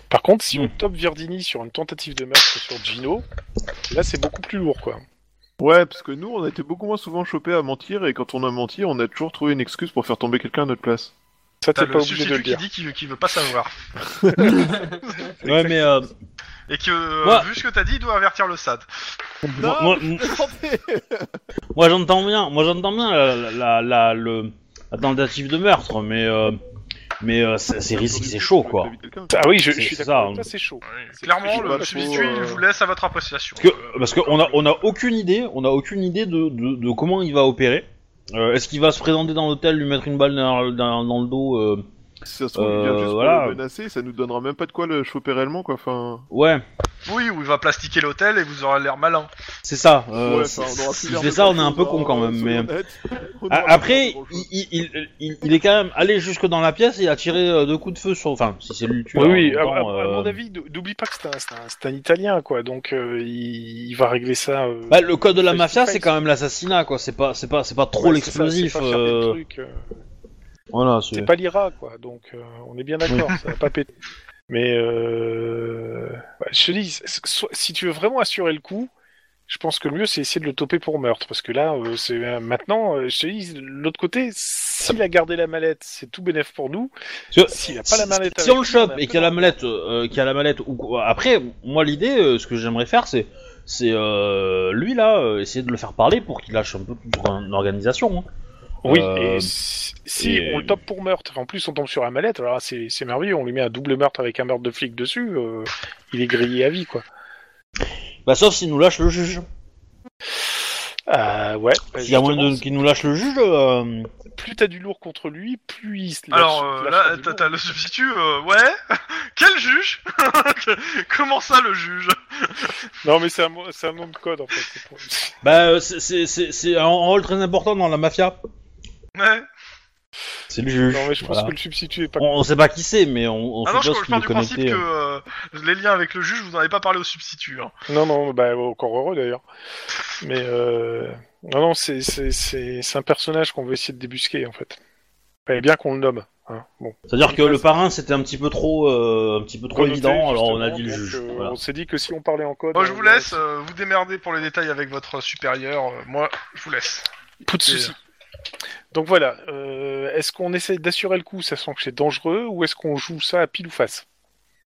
Speaker 3: Par contre, si
Speaker 1: Mm.
Speaker 3: on top Verdini sur une tentative de meurtre sur Gino, là c'est beaucoup plus lourd quoi.
Speaker 5: Ouais, parce que nous, on a été beaucoup moins souvent chopés à mentir, et quand on a menti, on a toujours trouvé une excuse pour faire tomber quelqu'un à notre place.
Speaker 3: Ça
Speaker 2: T'as
Speaker 3: t'es pas
Speaker 2: le
Speaker 3: obligé de
Speaker 2: substitut
Speaker 3: le
Speaker 2: qui
Speaker 3: dire.
Speaker 2: dit qu'il qu'il veut pas savoir.
Speaker 1: Ouais, mais. euh,
Speaker 2: Et que, euh,
Speaker 1: Moi-
Speaker 2: vu ce que t'as dit, il doit avertir le SAD.
Speaker 1: moi- moi- Moi j'entends bien, moi j'entends bien la, la, la- la- le, la tentative de meurtre, mais euh, mais euh, c'est c'est risqué, c'est chaud quoi.
Speaker 3: Ah oui, je, je
Speaker 1: C'est-
Speaker 3: suis
Speaker 1: c'est ça,
Speaker 3: d'accord. avec
Speaker 1: on-
Speaker 3: toi, c'est chaud.
Speaker 2: Clairement,
Speaker 5: c'est
Speaker 2: le
Speaker 5: pas
Speaker 2: le
Speaker 5: trop,
Speaker 2: substitut, il
Speaker 5: euh,
Speaker 2: vous laisse à votre appréciation.
Speaker 1: Parce que parce qu'on a on a aucune idée, on a aucune idée de, de, de comment il va opérer. Euh, Est-ce qu'il va se présenter dans l'hôtel, lui mettre une balle dans, dans, dans le dos euh,
Speaker 5: Si ça se trouve, il vient
Speaker 1: Euh,
Speaker 5: juste pour
Speaker 1: voilà.
Speaker 5: le menacer, ça nous donnera même pas de quoi le choper réellement, quoi. Enfin,
Speaker 1: Ouais,
Speaker 2: Oui, ou il va plastiquer l'hôtel et vous aurez l'air malin.
Speaker 1: c'est ça. Euh,
Speaker 5: ouais,
Speaker 1: si-
Speaker 5: enfin, on aura plus
Speaker 1: S'il
Speaker 5: l'air
Speaker 1: fait
Speaker 5: de
Speaker 1: ça, on est un
Speaker 5: grand-chose,
Speaker 1: peu con quand
Speaker 5: hein,
Speaker 1: même. Mais
Speaker 5: soyons honnêtes. On
Speaker 1: Ah,
Speaker 5: aura plus l'air de
Speaker 1: après,
Speaker 5: grand-chose.
Speaker 1: il, il, il, il- il est quand même allé jusque dans la pièce et il a tiré euh, deux coups de feu sur. Enfin, si c'est lui le tueur.
Speaker 3: Oui, oui,
Speaker 1: en
Speaker 3: à,
Speaker 1: même temps,
Speaker 3: à- à
Speaker 1: euh,
Speaker 3: mon avis, d- n'oublie pas que c'est un, c'est un- c'est un Italien quoi, donc euh, il, il va régler ça. euh,
Speaker 1: Bah, le code de la
Speaker 3: face to
Speaker 1: mafia, c'est
Speaker 3: face.
Speaker 1: quand même l'assassinat, quoi. C'est pas, c'est pas, c'est pas trop
Speaker 3: ouais, c'est ça,
Speaker 1: l'explosif.
Speaker 3: C'est pas, faire des
Speaker 1: euh,
Speaker 3: trucs, euh,
Speaker 1: Voilà, c'est.
Speaker 3: c'est pas l'IRA quoi, donc euh, on est bien d'accord, ça va pas péter. Mais euh, ouais, je te dis, so- so- si tu veux vraiment assurer le coup, je pense que le mieux c'est essayer de le toper pour meurtre, parce que là, euh, c'est euh, maintenant, euh, je te dis, de l'autre côté, s'il a gardé la mallette, c'est tout bénéf pour nous.
Speaker 1: Parce que
Speaker 3: S'il a pas la mallette,
Speaker 1: si
Speaker 3: avec
Speaker 1: on le
Speaker 3: lui,
Speaker 1: chope
Speaker 3: est un
Speaker 1: et
Speaker 3: peu
Speaker 1: qu'il y a la
Speaker 3: dans-
Speaker 1: mallette, euh, qu'il y a la mallette, ou quoi- après, moi l'idée, euh, ce que j'aimerais faire, c'est, c'est euh, lui là, euh, essayer de le faire parler pour qu'il lâche un peu toute son organisation. hein.
Speaker 3: Oui,
Speaker 1: Euh,
Speaker 3: et si si
Speaker 1: et-
Speaker 3: on le top pour meurtre, en plus on tombe sur la mallette, alors là, c'est c'est merveilleux, on lui met un double meurtre avec un meurtre de flic dessus, euh, il est grillé à vie quoi.
Speaker 1: Bah sauf s'il nous lâche le juge.
Speaker 3: Ah ouais. bah,
Speaker 1: S'il y a moyen de-
Speaker 3: justement,
Speaker 1: qu'il nous lâche le juge, euh,
Speaker 3: plus t'as du lourd contre lui, plus il se lâche.
Speaker 2: Alors
Speaker 3: il se
Speaker 2: euh,
Speaker 3: lâche
Speaker 2: là,
Speaker 3: sur du
Speaker 2: t'as
Speaker 3: lourd.
Speaker 2: t'as le substitut, euh, ouais Quel juge Comment ça le juge
Speaker 3: Non, mais c'est un, mo- c'est un nom de code en fait. c'est pour-
Speaker 1: bah euh, c'est, c'est, c'est, c'est un rôle très important dans la mafia.
Speaker 2: Ouais.
Speaker 1: C'est le juge.
Speaker 3: Non, mais je pense
Speaker 1: Voilà.
Speaker 3: que le substitut est pas.
Speaker 1: on, on sait pas qui c'est, mais on, on
Speaker 2: Ah non, je,
Speaker 1: suppose
Speaker 2: je
Speaker 1: qu'il
Speaker 2: pars
Speaker 1: est
Speaker 2: du principe
Speaker 1: connecté. hein.
Speaker 2: que euh, les liens avec le juge, vous n'en avez pas parlé au substitut. hein.
Speaker 3: Non, non, bah encore heureux d'ailleurs. Mais euh... non, non, c'est c'est- c'est- c'est un personnage qu'on veut essayer de débusquer en fait. Fallait bien qu'on le nomme. Hein. Bon.
Speaker 1: C'est-à-dire que le parrain c'était un petit peu trop, euh, un petit peu trop
Speaker 3: Connoté,
Speaker 1: évident, alors on a
Speaker 3: justement,
Speaker 1: dit le
Speaker 3: donc,
Speaker 1: juge.
Speaker 3: euh,
Speaker 1: voilà.
Speaker 3: On s'est dit que si on parlait en code.
Speaker 2: Moi, je vous
Speaker 3: on-
Speaker 2: laisse, euh, vous démerdez pour les détails avec votre supérieur. euh, moi, je vous laisse.
Speaker 3: Pas de soucis. Donc voilà, euh, est-ce qu'on essaye d'assurer le coup, sachant que c'est dangereux, ou est-ce qu'on joue ça à pile ou face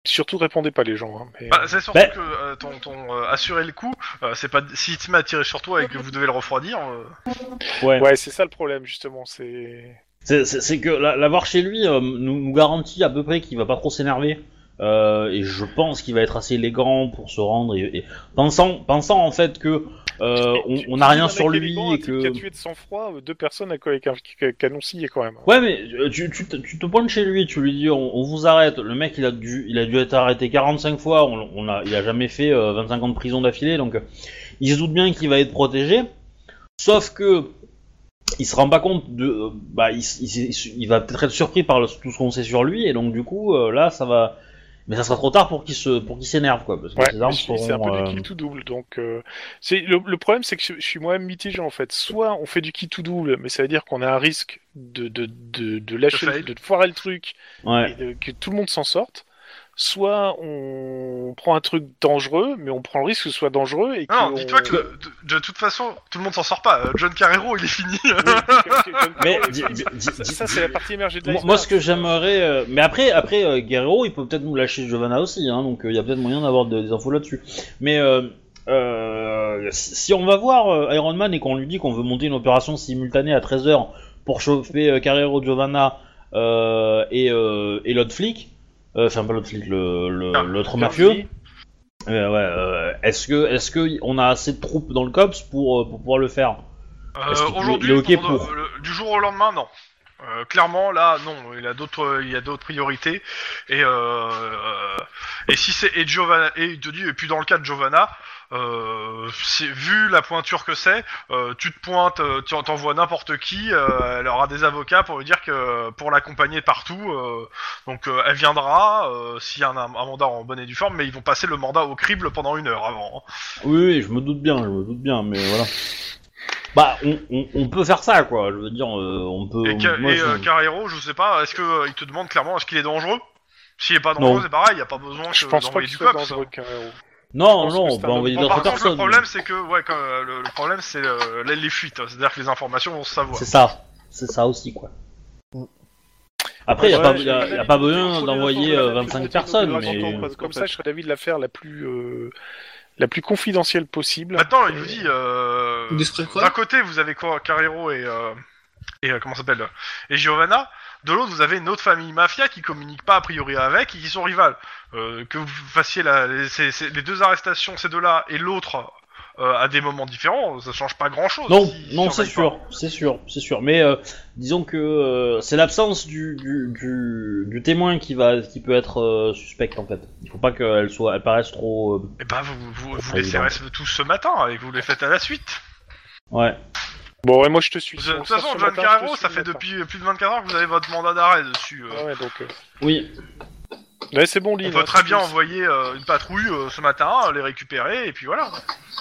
Speaker 3: Surtout répondez pas les gens. Hein, mais-
Speaker 2: Bah, c'est surtout
Speaker 1: Ben-
Speaker 2: que euh, ton, ton, euh, assurer le coup, euh, c'est pas si tu m'as tiré sur toi et que vous devez le refroidir. euh,
Speaker 1: Ouais.
Speaker 3: Ouais, c'est ça le problème justement. C'est
Speaker 1: C'est- C'est c'est que la- l'avoir chez lui euh, nous, nous garantit à peu près qu'il va pas trop s'énerver. Euh, et je pense qu'il va être assez élégant pour se rendre. Et, et- pensant, pensant en fait que euh, on-
Speaker 3: Tu-
Speaker 1: on
Speaker 3: tu
Speaker 1: n'a
Speaker 3: dis
Speaker 1: rien
Speaker 3: un
Speaker 1: sur
Speaker 3: mec
Speaker 1: lui
Speaker 3: élégant, un
Speaker 1: et
Speaker 3: type qui a
Speaker 1: que.
Speaker 3: tué de sang-froid euh, deux personnes avec un ca- canon scié quand même.
Speaker 1: Ouais, mais euh, tu, tu, te- tu te pointes chez lui, tu lui dis on, on vous arrête. Le mec, il a dû, il a dû être arrêté 45 fois. On, on a, il a jamais fait euh, 25 ans de prison d'affilée, donc euh, il se doute bien qu'il va être protégé. Sauf que il se rend pas compte de, euh, bah, il, s- il s- il va peut-être être surpris par le- tout ce qu'on sait sur lui, et donc du coup, euh, là, ça va. Mais ça sera trop tard pour qu'il se, pour qu'il s'énerve, quoi, parce que
Speaker 3: Ouais,
Speaker 1: ses armes
Speaker 3: mais je te dis, c'est un
Speaker 1: seront,
Speaker 3: peu
Speaker 1: euh,
Speaker 3: du kill tout double. Donc, euh, c'est le, le problème, c'est que je, je suis moi-même mitigé en fait. Soit on fait du kill tout double, mais ça veut dire qu'on a un risque de de de, de lâcher,
Speaker 2: De fail.
Speaker 3: de foirer le truc
Speaker 1: ouais.
Speaker 3: et de- que tout le monde s'en sorte. soit on prend un truc dangereux, mais on prend le risque que ce soit dangereux et que
Speaker 2: Non,
Speaker 3: on-
Speaker 2: dis-toi que de, de toute façon, tout le monde s'en sort pas. Euh, John Carrero, il est fini.
Speaker 3: Oui, que- que- que-
Speaker 1: Mais
Speaker 3: que-
Speaker 1: di- di- di-
Speaker 3: Ah, ça,
Speaker 1: di-
Speaker 3: ça, c'est la partie émergée de
Speaker 1: Moi,
Speaker 3: l'iceberg.
Speaker 1: moi, ce que j'aimerais. euh, Mais après, après euh, Guerrero, il peut peut-être nous lâcher Giovanna aussi, hein, donc il y a peut-être moyen d'avoir de- des infos là-dessus. Mais euh, euh, si, si on va voir euh, Iron Man et qu'on lui dit qu'on veut monter une opération simultanée à 13h pour choper euh, Guerrero, Giovanna euh, et, euh, et l'autre flic, euh, enfin, pas l'autre flic, le- le-
Speaker 2: Ah,
Speaker 1: l'autre mafieux. Euh, ouais, euh, est-ce que, est-ce que on a assez de troupes dans le cops pour, euh, pour pouvoir le faire
Speaker 2: Euh,
Speaker 1: Est-ce qu'il-
Speaker 2: Aujourd'hui,
Speaker 1: il est ok
Speaker 2: de-
Speaker 1: pour
Speaker 2: le- du jour au lendemain, non. Euh, clairement, là, non. Il a d'autres, euh, il a d'autres priorités. Et euh, et si c'est et Giovanna et il te dit et puis dans le cas de Giovanna, euh, c'est- vu la pointure que c'est, euh, tu te pointes, euh, tu en- t'envoies n'importe qui. euh, elle aura des avocats pour lui dire que pour l'accompagner partout. euh, donc euh, elle viendra euh, s'il y a un, un mandat en bonne et due forme, mais ils vont passer le mandat au crible pendant une heure avant. hein.
Speaker 1: Oui, oui, je me doute bien, je me doute bien, mais voilà. Bah, on, on, on peut faire ça, quoi. Je veux dire, euh, on peut.
Speaker 2: Et,
Speaker 1: on-
Speaker 2: Ca-
Speaker 1: moi,
Speaker 2: et,
Speaker 1: je-
Speaker 2: euh, Carrero, je sais pas, est-ce que euh, il te demande clairement est-ce qu'il est dangereux S'il est pas dangereux,
Speaker 1: Non.
Speaker 2: c'est pareil, y a pas besoin que
Speaker 3: je pense pas
Speaker 2: d'envoyer
Speaker 3: qu'il
Speaker 2: du
Speaker 3: soit
Speaker 2: cops.
Speaker 3: dangereux qu'un héros.
Speaker 1: non,
Speaker 3: je pense
Speaker 1: non, on
Speaker 3: que c'est
Speaker 1: peut
Speaker 3: un
Speaker 1: envoyer
Speaker 2: hein. Bon,
Speaker 1: d'autres
Speaker 2: par contre,
Speaker 1: personnes.
Speaker 2: le problème c'est que ouais, quand, euh, le, le problème c'est euh, les, les fuites, hein, c'est-à-dire que les informations vont se
Speaker 1: mais
Speaker 2: savoir.
Speaker 1: C'est ça, c'est ça aussi, quoi. Après, il
Speaker 3: Ouais,
Speaker 1: a, pas,
Speaker 3: j'ai-
Speaker 1: y a- y a pas besoin d'envoyer euh, 25 personnes,
Speaker 5: Parce
Speaker 1: mais. euh,
Speaker 5: qu'en
Speaker 3: Comme
Speaker 5: fait-
Speaker 3: ça, je serais d'avis de la faire la plus, euh, la plus confidentielle possible.
Speaker 2: Maintenant, il vous dit euh,
Speaker 4: Vous discutez quoi
Speaker 2: d'un côté vous avez quoi Carrero et euh, et euh, comment ça s'appelle et Giovanna. De l'autre, vous avez une autre famille mafia qui communique pas a priori avec et qui sont rivales. Euh, que vous fassiez la, les, ces- ces- les deux arrestations, ces deux-là et l'autre euh, à des moments différents, ça change pas grand-chose.
Speaker 1: Non,
Speaker 2: s'ils
Speaker 1: non, c'est
Speaker 2: surveillent pas.
Speaker 1: sûr, c'est sûr, c'est sûr. Mais euh, disons que euh, c'est l'absence du, du, du, du témoin qui va, qui peut être euh, suspecte en fait. Il faut pas qu'elle soit, elle paraisse trop. euh,
Speaker 2: Eh ben, vous, vous, vous
Speaker 1: Très
Speaker 2: les
Speaker 1: évident.
Speaker 2: CRS tous ce matin et vous les faites à la suite.
Speaker 1: Ouais.
Speaker 3: Bon, ouais, moi, je te suis.
Speaker 2: Vous-
Speaker 3: Si
Speaker 2: De
Speaker 3: on
Speaker 2: toute
Speaker 3: sort
Speaker 2: façon,
Speaker 3: ce
Speaker 2: John
Speaker 3: matin, je te
Speaker 2: Carrero,
Speaker 3: suis
Speaker 2: ça
Speaker 3: le
Speaker 2: fait
Speaker 3: matin.
Speaker 2: depuis euh, plus de 24 heures que vous avez votre mandat d'arrêt dessus. euh.
Speaker 3: Ah ouais, donc, euh,
Speaker 1: Oui.
Speaker 3: ouais, c'est bon,
Speaker 2: On
Speaker 3: Lynn.
Speaker 2: peut
Speaker 3: hein,
Speaker 2: très
Speaker 3: c'est-
Speaker 2: bien envoyer euh, une patrouille euh, ce matin, euh, les récupérer, et puis voilà.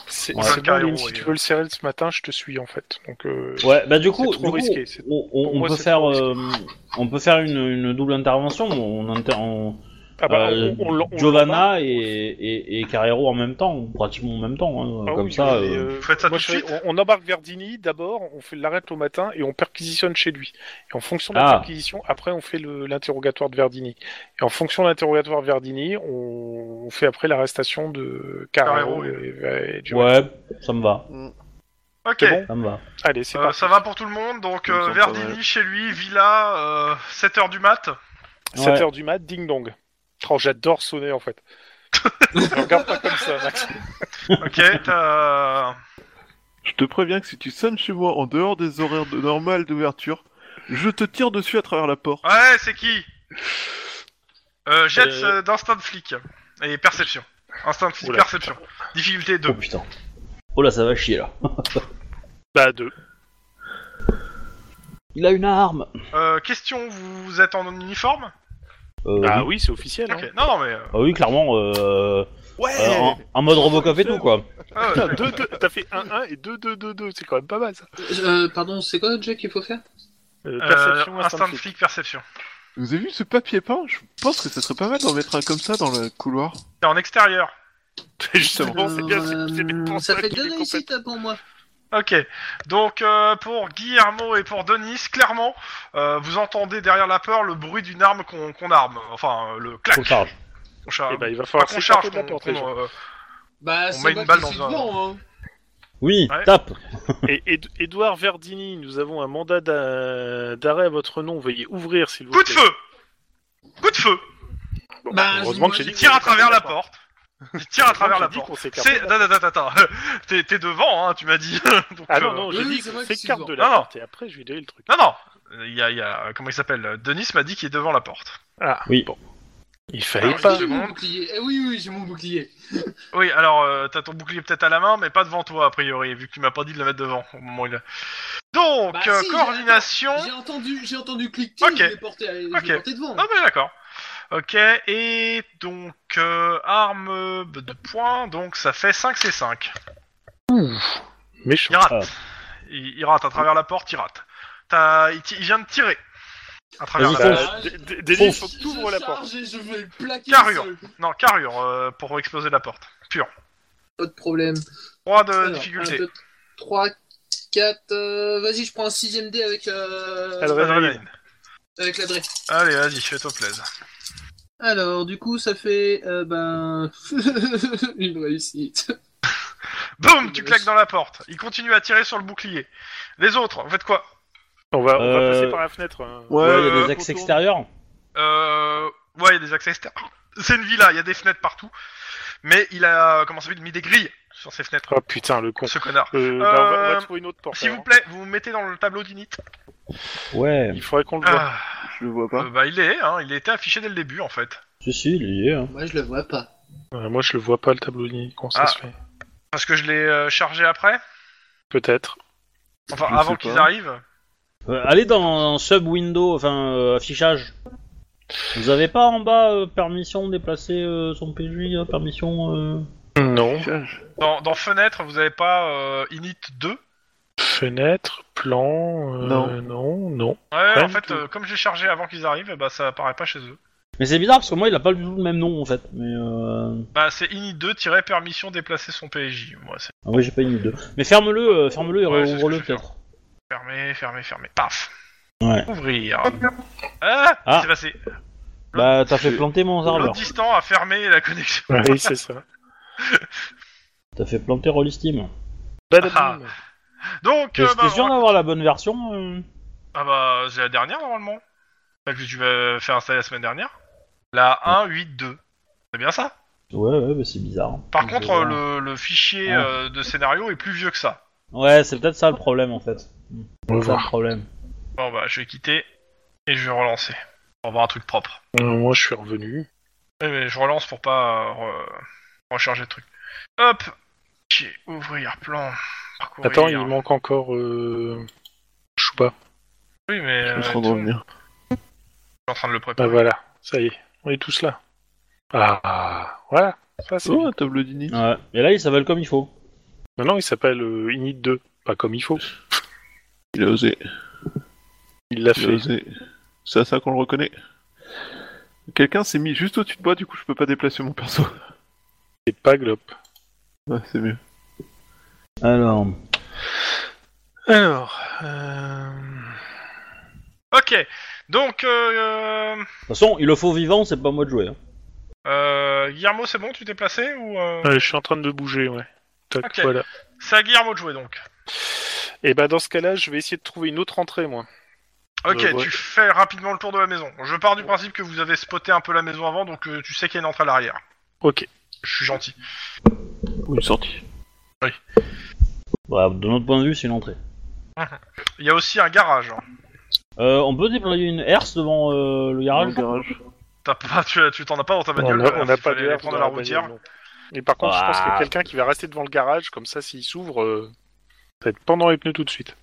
Speaker 3: C'est
Speaker 1: Ouais.
Speaker 2: John
Speaker 3: c'est bon,
Speaker 2: Carrero,
Speaker 3: Lynn, si
Speaker 2: oui.
Speaker 3: tu veux le serrer ce matin, je te suis, en fait. Donc, euh,
Speaker 1: Ouais, bah du coup,
Speaker 3: C'est trop
Speaker 1: du coup,
Speaker 3: risqué, c'est-
Speaker 1: on, on-
Speaker 3: pour
Speaker 1: on
Speaker 3: moi,
Speaker 1: peut
Speaker 3: c'est
Speaker 1: faire,
Speaker 3: trop risqué.
Speaker 1: euh, on peut faire une, une double intervention. On, inter- on-
Speaker 3: ah bah,
Speaker 1: euh,
Speaker 3: on- on l'en- on l'embarque.
Speaker 1: Giovanna et, et, et Carrero en même temps, ou pratiquement en même temps, hein,
Speaker 3: Ah
Speaker 1: comme
Speaker 3: oui,
Speaker 1: ça.
Speaker 3: mais,
Speaker 1: euh,
Speaker 3: euh,
Speaker 2: Vous faites ça
Speaker 3: moi,
Speaker 2: tout de
Speaker 3: je fais- on, on embarque Verdini d'abord, on fait l'arrête au matin et on perquisitionne chez lui. Et en fonction de
Speaker 1: Ah.
Speaker 3: la perquisition, après on fait le- l'interrogatoire de Verdini. Et en fonction de l'interrogatoire de Verdini, on, on fait après l'arrestation de Carrero.
Speaker 2: Carrero,
Speaker 3: et, et du-
Speaker 1: ouais, ça me va,
Speaker 2: Ok,
Speaker 3: C'est bon
Speaker 1: ça me va.
Speaker 3: Allez, c'est
Speaker 2: Euh,
Speaker 3: parti.
Speaker 2: ça va pour tout le monde, donc
Speaker 5: Ça me
Speaker 2: euh,
Speaker 5: semble pas
Speaker 2: Verdini
Speaker 5: mal.
Speaker 2: chez lui, Villa, 7h du mat.
Speaker 3: 7h du mat, ding dong. Oh, j'adore sonner en fait. Je regarde pas comme ça, Max.
Speaker 2: Ok, t'as-
Speaker 5: Je te préviens que si tu sonnes chez moi en dehors des horaires de- normales d'ouverture, je te tire dessus à travers la porte.
Speaker 2: Ouais, c'est qui euh, Jet
Speaker 3: Euh.
Speaker 2: euh, d'instinct de flic. Et perception. Instinct de flic,
Speaker 3: Oula.
Speaker 2: perception. Difficulté 2.
Speaker 1: Oh putain. Oh là, ça va chier là.
Speaker 3: Bah, deux.
Speaker 1: Il a une arme.
Speaker 5: Oh.
Speaker 2: Euh, question, vous êtes en uniforme
Speaker 1: Euh,
Speaker 3: Bah
Speaker 1: oui.
Speaker 3: oui, c'est officiel.
Speaker 2: Ok, non, non, mais... euh,
Speaker 1: Ah oui, clairement, euh,
Speaker 3: Ouais!
Speaker 1: euh, en, en mode Robocop et tout quoi.
Speaker 2: ah ouais,
Speaker 3: Putain, deux, deux, t'as fait 1-1 et 2-2-2-2, c'est quand même pas mal ça.
Speaker 4: Euh, pardon, c'est quoi, Jack, qu'il faut faire
Speaker 3: Euh,
Speaker 2: Euh,
Speaker 3: perception,
Speaker 2: instinct,
Speaker 3: instinct
Speaker 2: de
Speaker 3: de
Speaker 2: flic, perception.
Speaker 5: Vous avez vu ce papier peint Je pense que ça serait pas mal d'en mettre un comme ça dans le couloir.
Speaker 2: T'es en extérieur.
Speaker 3: Justement, c'est bien,
Speaker 4: Euh,
Speaker 3: c'est- c'est bien pour
Speaker 4: Ça
Speaker 3: qu'il
Speaker 4: fait
Speaker 3: est
Speaker 4: deux
Speaker 3: complètement-
Speaker 4: réussites pour moi.
Speaker 2: Ok. Donc euh, pour Guillermo et pour Denis, clairement, euh, vous entendez derrière la peur le bruit d'une arme qu'on qu'on arme. Enfin, euh, le clac.
Speaker 1: Faut charge.
Speaker 2: Qu'on charge.
Speaker 3: Eh ben, il va
Speaker 2: Pas
Speaker 3: falloir
Speaker 2: qu'on charge,
Speaker 3: s'échapper de la
Speaker 2: qu'on-
Speaker 3: porte, les gens.
Speaker 2: qu'on, euh,
Speaker 4: Bah,
Speaker 2: On
Speaker 4: c'est
Speaker 2: met une
Speaker 4: moi
Speaker 2: balle
Speaker 4: qui
Speaker 2: dans
Speaker 4: suis
Speaker 2: un-
Speaker 4: devant, hein.
Speaker 1: Oui,
Speaker 2: Ouais.
Speaker 1: tape.
Speaker 3: Et Ed- Edouard Verdini, nous avons un mandat d'a- d'arrêt à votre nom. Veuillez ouvrir, s'il vous
Speaker 2: Coup
Speaker 3: plaît.
Speaker 2: de feu Coup de feu
Speaker 3: Bon,
Speaker 4: Bah,
Speaker 3: heureusement
Speaker 4: je-
Speaker 3: que j'ai
Speaker 2: Il
Speaker 3: dit
Speaker 2: tire à travers la porte. Il tire à travers la
Speaker 3: J'ai dit
Speaker 2: porte.
Speaker 3: qu'on s'écartait
Speaker 2: C'est...
Speaker 3: de la
Speaker 2: Attends, attends, attends, attends. T'es, t'es devant, hein, tu m'as dit. Donc,
Speaker 3: Ah non,
Speaker 2: euh,
Speaker 3: non,
Speaker 4: Oui,
Speaker 3: j'ai
Speaker 4: oui,
Speaker 3: dit
Speaker 4: c'est
Speaker 3: qu'on
Speaker 4: moi qui suis
Speaker 3: s'écarte de
Speaker 2: devant.
Speaker 3: la
Speaker 2: Non, non.
Speaker 3: porte et après je lui ai donné le truc.
Speaker 2: Non, non. Il y a, il y a- euh, Comment il s'appelle Denis m'a dit qu'il est devant la porte.
Speaker 3: Ah,
Speaker 1: Oui.
Speaker 3: bon. Il
Speaker 2: Alors,
Speaker 3: fallait
Speaker 2: je
Speaker 3: pas.
Speaker 4: J'ai mon
Speaker 2: secondes.
Speaker 4: bouclier. Eh oui, oui, j'ai mon bouclier.
Speaker 2: Oui, alors, euh, t'as ton bouclier peut-être à la main, mais pas devant toi, a priori, vu que tu m'as pas dit de le mettre devant au moment où il a... Donc,
Speaker 4: Bah,
Speaker 2: euh,
Speaker 4: si, j'ai-
Speaker 2: coordination...
Speaker 4: J'ai entendu, j'ai entendu cliqueter,
Speaker 2: Ok.
Speaker 4: je l'ai porté, je l'ai
Speaker 2: Ok.
Speaker 4: porté devant.
Speaker 2: Ah mais d'accord. Ok, et donc euh, arme de poing, donc ça fait 5 C5.
Speaker 3: Méchant.
Speaker 2: Il rate.
Speaker 1: Ah.
Speaker 2: Il, il rate à travers la porte, il rate. T'as- il, ti- il vient de tirer. À travers
Speaker 1: Vas-y,
Speaker 2: la
Speaker 1: fonce.
Speaker 2: porte.
Speaker 4: Ah,
Speaker 3: D- d- Délivre, faut que
Speaker 4: Je-
Speaker 3: t'ouvres
Speaker 4: je
Speaker 3: la
Speaker 4: charge
Speaker 3: porte.
Speaker 4: et je vais le plaquer.
Speaker 2: Carrure.
Speaker 4: seul.
Speaker 2: Non, carrure euh, pour exploser la porte. Pure.
Speaker 4: Pas de problème.
Speaker 2: 3 de
Speaker 4: Alors,
Speaker 2: difficulté.
Speaker 4: un, deux, Trois, quatre. euh, Vas-y, je prends un sixième dé avec, euh,
Speaker 3: Alors-
Speaker 2: Adrénaline.
Speaker 4: avec la dré.
Speaker 2: Allez, vas-y, fais-toi plaisir.
Speaker 4: Alors, du coup, ça fait euh, ben une réussite.
Speaker 2: Boum, tu claques dans la porte. Il continue à tirer sur le bouclier. Les autres, vous faites quoi
Speaker 3: On va, on va
Speaker 1: Euh,
Speaker 3: passer par la fenêtre. hein.
Speaker 5: Ouais,
Speaker 1: Ouais, il y a
Speaker 2: euh,
Speaker 1: des axes
Speaker 5: retourne.
Speaker 1: extérieurs.
Speaker 2: Euh, ouais, il y a des accès extérieurs. C'est une villa, il y a des fenêtres partout. Mais il a, comment ça s'appelle, mis des grilles sur ses fenêtres,
Speaker 3: Oh putain, le con.
Speaker 2: ce connard.
Speaker 3: Euh, bah, on, va, on va
Speaker 2: Euh,
Speaker 3: trouver une autre porte.
Speaker 2: S'il vous
Speaker 3: alors.
Speaker 2: plaît, vous vous mettez dans le tableau d'init.
Speaker 1: Ouais,
Speaker 3: Il faudrait qu'on le voit.
Speaker 2: Ah,
Speaker 5: Je le vois pas.
Speaker 2: euh, bah, il est, hein, il était affiché dès le début en fait.
Speaker 1: ceci, il y est. hein.
Speaker 4: Moi, je le vois pas.
Speaker 3: Euh, moi, je le vois pas le tableau ni comment ça
Speaker 2: Ah.
Speaker 3: se fait.
Speaker 2: Parce que je l'ai euh, chargé après,
Speaker 3: Peut-être.
Speaker 2: enfin
Speaker 5: Je
Speaker 2: avant
Speaker 5: sais
Speaker 2: qu'ils
Speaker 5: pas.
Speaker 2: arrivent.
Speaker 1: Euh, allez dans sub window, enfin euh, affichage. Vous avez pas en bas euh, permission déplacer euh, son PJ, euh, permission. euh,
Speaker 3: Non.
Speaker 2: Dans, dans fenêtre, vous avez pas euh, init 2
Speaker 3: Fenêtre, plan. euh,
Speaker 5: Non.
Speaker 3: Non, non.
Speaker 2: Ouais,
Speaker 3: Pas
Speaker 2: en
Speaker 3: du
Speaker 2: fait,
Speaker 3: tout.
Speaker 2: euh, comme j'ai chargé avant qu'ils arrivent, eh bah ça apparaît pas chez eux.
Speaker 1: Mais c'est bizarre parce que moi il a pas du tout le même nom en fait. Mais euh...
Speaker 2: Bah c'est init 2 permission déplacer son PJ. Moi, c'est
Speaker 1: ah ouais, j'ai pas une idée. Mais ferme-le, euh, ferme-le et
Speaker 2: Ouais, c'est ce que
Speaker 1: rouvre-le
Speaker 2: je vais faire.
Speaker 1: peut-être.
Speaker 2: fermé, fermé, fermé. Paf.
Speaker 1: Ouais.
Speaker 2: Ouvrir. Ah,
Speaker 1: Ah.
Speaker 2: c'est passé.
Speaker 1: Bah t'as fait planter mon serveur.
Speaker 2: L'autre distant a fermé la connexion.
Speaker 3: oui, c'est ça.
Speaker 1: T'as fait planter Roll Steam.
Speaker 4: bah,
Speaker 2: Ah,
Speaker 3: Badaboum.
Speaker 2: Donc,
Speaker 1: T'es
Speaker 2: euh, bah,
Speaker 1: t'es sûr
Speaker 2: on-
Speaker 1: d'avoir la bonne version euh
Speaker 2: ah bah, c'est la dernière normalement. Celle que tu vas faire installer la semaine dernière. La 1.8.2. C'est bien ça
Speaker 1: Ouais, ouais, bah, c'est bizarre.
Speaker 2: Par
Speaker 1: Je
Speaker 2: contre, euh,
Speaker 1: vois.
Speaker 2: le, le fichier
Speaker 1: Ouais.
Speaker 2: euh, de scénario est plus vieux que ça.
Speaker 1: Ouais, c'est peut-être ça le problème en fait.
Speaker 3: On
Speaker 1: C'est
Speaker 3: va
Speaker 1: ça
Speaker 3: voir.
Speaker 1: le problème.
Speaker 2: Bon bah, je vais quitter et je vais relancer. On va voir un truc propre.
Speaker 3: Euh, Moi, je suis revenu.
Speaker 2: Ouais, mais je relance pour pas euh, re- recharger le truc. Hop Fichier, ouvrir, plan, parcourir.
Speaker 3: Attends, il manque encore. Euh... Chouba.
Speaker 2: Oui, mais.
Speaker 5: Je
Speaker 2: euh,
Speaker 5: suis en train de
Speaker 2: tout- je suis
Speaker 5: revenir.
Speaker 2: en train de le préparer.
Speaker 3: Bah voilà, ça y est. On est tous là. Ah, voilà. Ça, c'est.
Speaker 5: Oh, un tableau d'Ini.
Speaker 1: Ouais. Et là ils s'appellent comme il faut.
Speaker 3: Maintenant, il s'appelle euh, Init 2. Pas comme il faut.
Speaker 5: Il a osé.
Speaker 3: Il l'a
Speaker 5: Il a
Speaker 3: fait.
Speaker 5: osé. C'est à ça qu'on le reconnaît. Quelqu'un s'est mis juste au-dessus de moi, du coup je peux pas déplacer mon perso.
Speaker 3: C'est pas Glop.
Speaker 5: Ouais, c'est mieux.
Speaker 1: Alors.
Speaker 3: Alors. euh, Ah
Speaker 2: Ok, donc, euh, euh,
Speaker 1: De toute façon, il le faut vivant, c'est pas moi de jouer. hein.
Speaker 2: euh, Guillermo, c'est bon, tu t'es placé ou. euh,
Speaker 3: Ouais, je suis en train de bouger, ouais. Toc,
Speaker 2: Ok.
Speaker 3: voilà.
Speaker 2: C'est à Guillermo de jouer donc.
Speaker 3: Et bah, dans ce cas-là, je vais essayer de trouver une autre entrée, moi.
Speaker 2: Ok,
Speaker 3: Euh, ouais.
Speaker 2: tu fais rapidement le tour de la maison. Je pars du principe que vous avez spoté un peu la maison avant, donc euh, tu sais qu'il y a une entrée à l'arrière.
Speaker 3: Ok.
Speaker 2: Je suis gentil.
Speaker 5: Ou une sortie.
Speaker 1: Bah, de notre point de vue, c'est une entrée.
Speaker 2: Il y a aussi un garage. hein.
Speaker 1: Euh, on peut déployer une herse devant euh, le
Speaker 2: Ah,
Speaker 5: Dans
Speaker 1: garage
Speaker 5: le garage.
Speaker 2: T'as pas, tu tu t'en as pas dans ta bagnole.
Speaker 3: On a- on
Speaker 2: alors
Speaker 3: n'a
Speaker 2: qu'il
Speaker 3: pas
Speaker 2: fallait
Speaker 3: de herbe
Speaker 2: prendre
Speaker 3: dans
Speaker 2: la
Speaker 3: la
Speaker 2: routière.
Speaker 3: bagnole, non. Mais par contre, je pense
Speaker 1: Ah.
Speaker 3: qu'il y a quelqu'un qui va rester devant le garage, comme ça, s'il s'ouvre, euh, ça va être pendant les pneus tout de suite.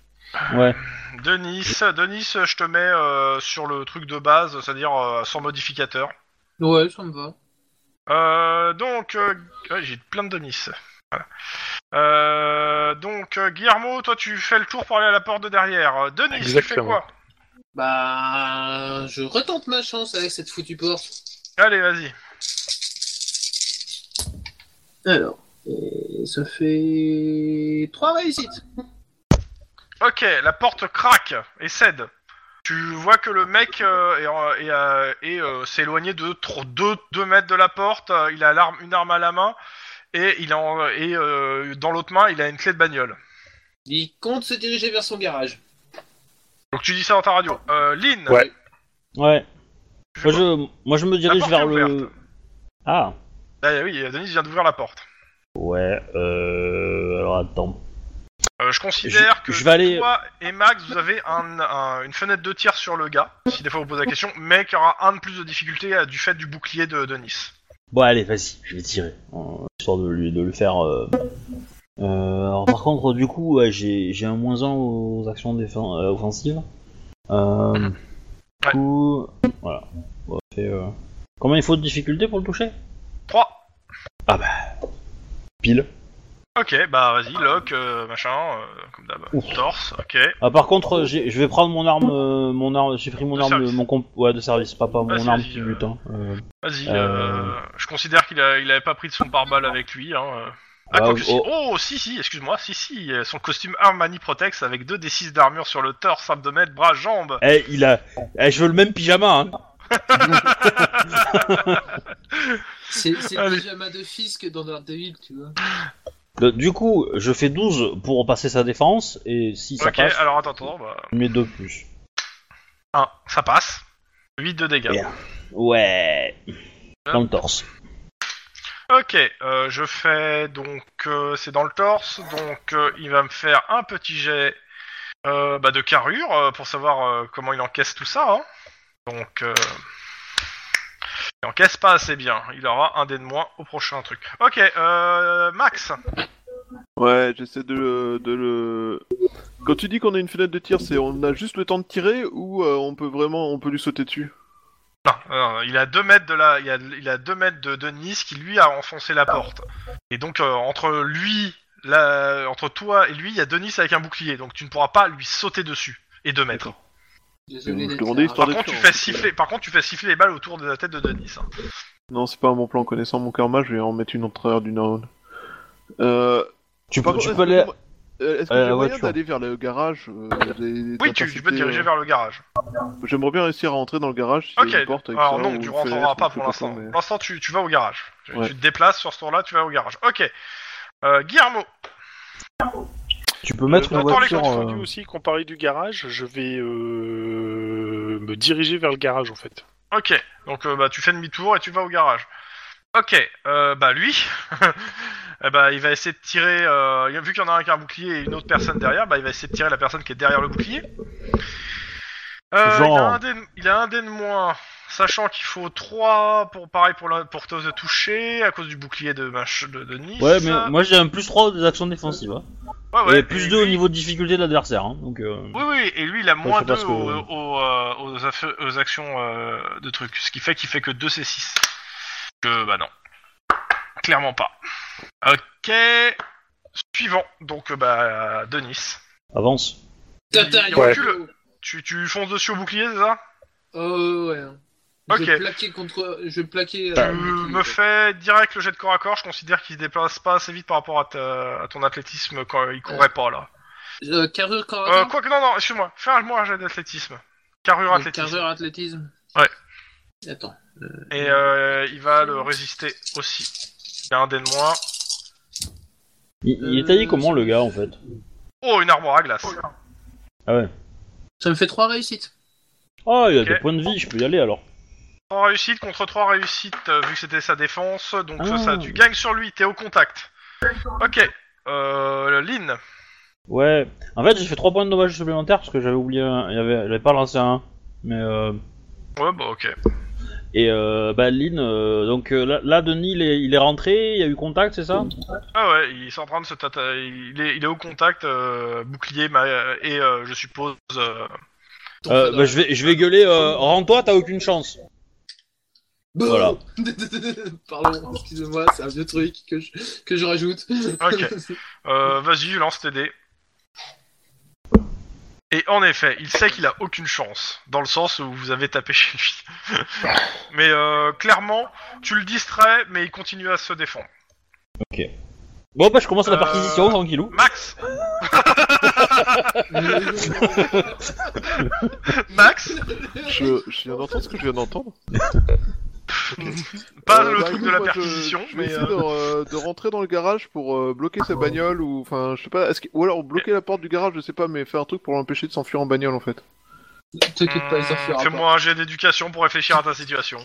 Speaker 1: Ouais.
Speaker 2: Denis, Denis, je te mets euh, sur le truc de base, c'est-à-dire euh, sans modificateur.
Speaker 4: Ouais, ça me va.
Speaker 2: Euh, donc, euh, ouais, j'ai plein de Denis. Voilà. Euh, donc, euh, Guillermo, toi, tu fais le tour pour aller à la porte de derrière. Euh, Denis, tu fais
Speaker 3: Exactement.
Speaker 2: quoi
Speaker 4: Bah, je retente ma chance avec cette foutue porte.
Speaker 2: Allez, vas-y.
Speaker 4: Alors, et ça fait trois réussites.
Speaker 2: Ok, la porte craque et cède. Tu vois que le mec euh, est, en- est, euh, est, euh, s'est éloigné de 2 deux, deux mètres de la porte, euh, il a l'arme, une arme à la main, et, il en, et euh, dans l'autre main, il a une clé de bagnole.
Speaker 4: Il compte se diriger vers son garage.
Speaker 2: Donc tu dis ça dans ta radio. Euh, Lynn,
Speaker 3: Ouais.
Speaker 1: Ouais.
Speaker 2: tu fais
Speaker 1: Moi
Speaker 2: quoi
Speaker 1: je, moi, je me dirige
Speaker 2: porte
Speaker 1: vers
Speaker 2: est
Speaker 1: le.
Speaker 2: ouverte.
Speaker 1: Ah.
Speaker 2: Ah oui, Denis vient d'ouvrir la porte.
Speaker 1: Ouais. Euh. Alors attends.
Speaker 2: Euh, je considère
Speaker 1: Je-
Speaker 2: que
Speaker 1: je vais aller-
Speaker 2: toi et Max, vous avez un- un- une fenêtre de tir sur le gars, si des fois vous posez la question, mais qu'il y aura un de plus de difficulté euh, du fait du bouclier de Denis.
Speaker 1: Bon, allez, vas-y, je vais tirer. euh, histoire de, lui, de le faire. euh. Euh, alors, par contre, du coup, ouais, j'ai j'ai un moins 1 aux actions défen- euh, offensives. Euh.
Speaker 2: Mhm.
Speaker 1: Du coup. Voilà. On va faire, euh, Combien il faut de difficulté pour le toucher
Speaker 2: 3.
Speaker 1: Pile.
Speaker 2: Ok, bah vas-y, lock, euh, machin, euh, comme d'hab.
Speaker 1: Ouf.
Speaker 2: Torse, ok.
Speaker 1: Ah, par contre, j'ai- je vais prendre mon arme, euh, mon arme, j'ai pris mon
Speaker 2: De
Speaker 1: arme,
Speaker 2: service.
Speaker 1: mon comp, ouais, de service, pas, pas mon
Speaker 2: Vas-y,
Speaker 1: arme
Speaker 2: vas-y,
Speaker 1: qui
Speaker 2: euh.
Speaker 1: bute, hein. Euh,
Speaker 2: Vas-y,
Speaker 1: Euh.
Speaker 2: euh, je considère qu'il a, il avait pas pris de son pare-balles avec lui. Hein. euh. Ah,
Speaker 1: Ah,
Speaker 2: quoique si.
Speaker 1: oh.
Speaker 2: Oh, si, si, excuse-moi, si, si. euh, Son costume Armani Protex avec 2 D6 d'armure sur le torse, abdomen, bras, jambes.
Speaker 1: Eh, il a, eh, je veux le même pyjama, hein.
Speaker 4: C'est c'est le
Speaker 2: Allez.
Speaker 4: pyjama de Fisk dans Daredevil, tu vois.
Speaker 1: Donc, du coup, je fais 12 pour passer sa défense, et si ça
Speaker 2: ok,
Speaker 1: passe,
Speaker 2: alors attends, attends, bah.
Speaker 1: je mets 2 plus.
Speaker 2: 1, ça passe. 8 de dégâts.
Speaker 1: Merde. Ouais. Dans le torse.
Speaker 2: Ok, euh, je fais donc euh, c'est dans le torse, donc euh, il va me faire un petit jet euh, bah, de carrure euh, pour savoir euh, comment il encaisse tout ça. hein. Donc euh, il encaisse pas assez bien. Il aura un dé de moins au prochain truc. Ok, euh, Max.
Speaker 5: Ouais, j'essaie de, le- de le. Quand tu dis qu'on a une fenêtre de tir, c'est on a juste le temps de tirer ou euh, on peut vraiment on peut lui sauter dessus
Speaker 2: Non, non, non, euh, il a deux mètres de la, il a, il a deux mètres de Denis qui lui a enfoncé la porte. Et donc euh, entre lui, la, entre toi et lui, il y a Denis avec un bouclier, donc tu ne pourras pas lui sauter dessus et deux mètres.
Speaker 4: Désolé
Speaker 5: Je
Speaker 4: d'être
Speaker 5: demandais
Speaker 4: là.
Speaker 5: histoire
Speaker 2: Par
Speaker 5: de
Speaker 2: contre, tu
Speaker 5: tuer,
Speaker 2: fais
Speaker 5: hein.
Speaker 2: siffler. Par contre, tu fais siffler les balles autour de la tête de Denis. hein.
Speaker 5: Non, c'est pas un bon plan. Connaissant mon karma, je vais en mettre une en travers du round. Euh,
Speaker 1: Tu
Speaker 5: par
Speaker 1: peux,
Speaker 5: contre,
Speaker 1: tu
Speaker 5: est-ce
Speaker 1: peux
Speaker 5: que
Speaker 1: aller,
Speaker 5: moi- euh, Est-ce que
Speaker 1: euh,
Speaker 5: j'ai
Speaker 1: la
Speaker 5: moyen
Speaker 1: voiture.
Speaker 5: d'aller vers le garage euh, des-
Speaker 2: Oui,
Speaker 5: des
Speaker 2: tu, tu peux te
Speaker 5: intercités,
Speaker 2: diriger
Speaker 5: euh,
Speaker 2: vers le garage.
Speaker 5: J'aimerais bien réussir à rentrer dans le garage. Si
Speaker 2: Ok.
Speaker 5: Porte avec
Speaker 2: Alors
Speaker 5: ça,
Speaker 2: non,
Speaker 5: ou
Speaker 2: tu
Speaker 5: une
Speaker 2: rentreras
Speaker 5: fenêtre,
Speaker 2: pas
Speaker 5: je
Speaker 2: pour
Speaker 5: sais
Speaker 2: l'instant.
Speaker 5: quoi, mais-
Speaker 2: Pour l'instant, tu, tu vas au garage. Tu-
Speaker 5: Ouais.
Speaker 2: Tu te déplaces sur ce tour-là, tu vas au garage. Ok. Euh, Guillermo.
Speaker 1: tu peux mettre
Speaker 2: dans-
Speaker 1: une
Speaker 2: dans les
Speaker 1: voiture.
Speaker 2: comptes
Speaker 1: euh,
Speaker 3: Entendu aussi qu'on parlait du garage, je vais euh, me diriger vers le garage en fait.
Speaker 2: Ok. Donc euh, bah tu fais demi-tour et tu vas au garage. Ok. Euh, bah lui, eh bah il va essayer de tirer. euh, vu qu'il y en a un qui a un bouclier et une autre personne derrière, bah il va essayer de tirer la personne qui est derrière le bouclier. Euh,
Speaker 1: Genre.
Speaker 2: il, a un dé de- il a un dé de moins, sachant qu'il faut 3 pour pareil pour, la- pour te toucher à cause du bouclier de, mach- de, de Nice.
Speaker 1: Ouais, mais moi j'ai un plus 3 des actions défensives. hein.
Speaker 2: Ouais, Ah ouais,
Speaker 1: et plus
Speaker 2: et
Speaker 1: 2 au
Speaker 2: lui-
Speaker 1: niveau de difficulté de l'adversaire. hein, Donc, euh,
Speaker 2: Oui, oui, et lui il a moins
Speaker 1: sais pas
Speaker 2: 2
Speaker 1: ce que-
Speaker 2: aux, aux, euh, aux aff- aux actions euh, de trucs, ce qui fait qu'il fait que 2 C6. Que bah non. Clairement pas. Ok. Suivant, donc euh, bah Denis.
Speaker 1: avance.
Speaker 4: Tata,
Speaker 2: Il
Speaker 4: il
Speaker 2: Ouais.
Speaker 4: recule.
Speaker 2: Tu, tu fonces dessus au bouclier, c'est ça
Speaker 4: Oh ouais.
Speaker 2: Ok. Euh,
Speaker 4: Je vais plaquer contre. Je euh, vais plaquer.
Speaker 2: Tu me fais direct le jet de corps à corps, je considère qu'il se déplace pas assez vite par rapport à, ta- à ton athlétisme quand il courait pas là.
Speaker 4: Euh, carrure corps à
Speaker 2: Euh,
Speaker 4: corps.
Speaker 2: quoi que non, non, excuse-moi, fais-moi un jet d'athlétisme. Carrure
Speaker 4: Donc,
Speaker 2: athlétisme.
Speaker 4: Carrure athlétisme.
Speaker 2: Ouais.
Speaker 4: Attends.
Speaker 2: Et euh, il va le résister aussi. Il y a un dé de moins.
Speaker 1: Il, il est taillé
Speaker 4: Euh,
Speaker 1: comment
Speaker 4: c'est-
Speaker 1: le gars en fait
Speaker 2: Oh, une armoire à glace.
Speaker 1: Ah ouais.
Speaker 4: Ça me fait 3 réussites.
Speaker 1: Oh, il a
Speaker 2: Ok.
Speaker 1: des points de vie, je peux y aller alors.
Speaker 2: 3 réussites contre 3 réussites, euh, vu que c'était sa défense. Donc ça,
Speaker 1: Ah.
Speaker 2: ça, tu gagnes sur lui, t'es au contact. Ok. Euh, Lynn.
Speaker 1: Ouais. En fait, j'ai fait 3 points de dommages supplémentaires parce que j'avais oublié un. il y avait- J'avais pas lancé un. Mais euh...
Speaker 2: Ouais, bah ok.
Speaker 1: Et euh, bah, Lynn, euh, donc euh, là, là, Denis, il est, il est rentré, il y a eu contact, c'est ça
Speaker 2: Ah ouais, il est en train de se tata... Il est, il est au contact, euh, bouclier, ma... et euh, je suppose... euh,
Speaker 4: Ton
Speaker 1: euh,
Speaker 4: feu
Speaker 1: bah, je, vais, je vais gueuler, euh, rends-toi, t'as aucune chance.
Speaker 4: Bon.
Speaker 1: Voilà.
Speaker 4: hein. Pardon, excusez-moi, c'est un vieux truc que je, que je rajoute.
Speaker 2: Ok. euh, Vas-y, lance tes dés. Et en effet, il sait qu'il a aucune chance, dans le sens où vous avez tapé chez lui. mais euh, clairement, tu le distrais, mais il continue à se défendre.
Speaker 1: Bon, bah, je commence la
Speaker 2: Euh,
Speaker 1: perquisition, tranquillou.
Speaker 2: Max Max
Speaker 5: Je, je viens d'entendre ce que je viens d'entendre.
Speaker 2: Pas
Speaker 5: Euh,
Speaker 2: le
Speaker 5: bah,
Speaker 2: truc de
Speaker 5: écoute,
Speaker 2: la
Speaker 5: moi, je-
Speaker 2: perquisition,
Speaker 5: je vais
Speaker 2: mais.
Speaker 5: essayer
Speaker 2: euh, Oh.
Speaker 5: de, euh, de rentrer dans le garage pour euh, bloquer sa bagnole ou enfin je sais pas. est-ce que- Ou alors bloquer la porte du garage, je sais pas, mais faire un truc pour l'empêcher de s'enfuir en bagnole en fait.
Speaker 4: T'inquiète pas, il s'en
Speaker 2: hmm,
Speaker 4: fera pas.
Speaker 2: Fais-moi un jet d'éducation pour réfléchir à ta situation.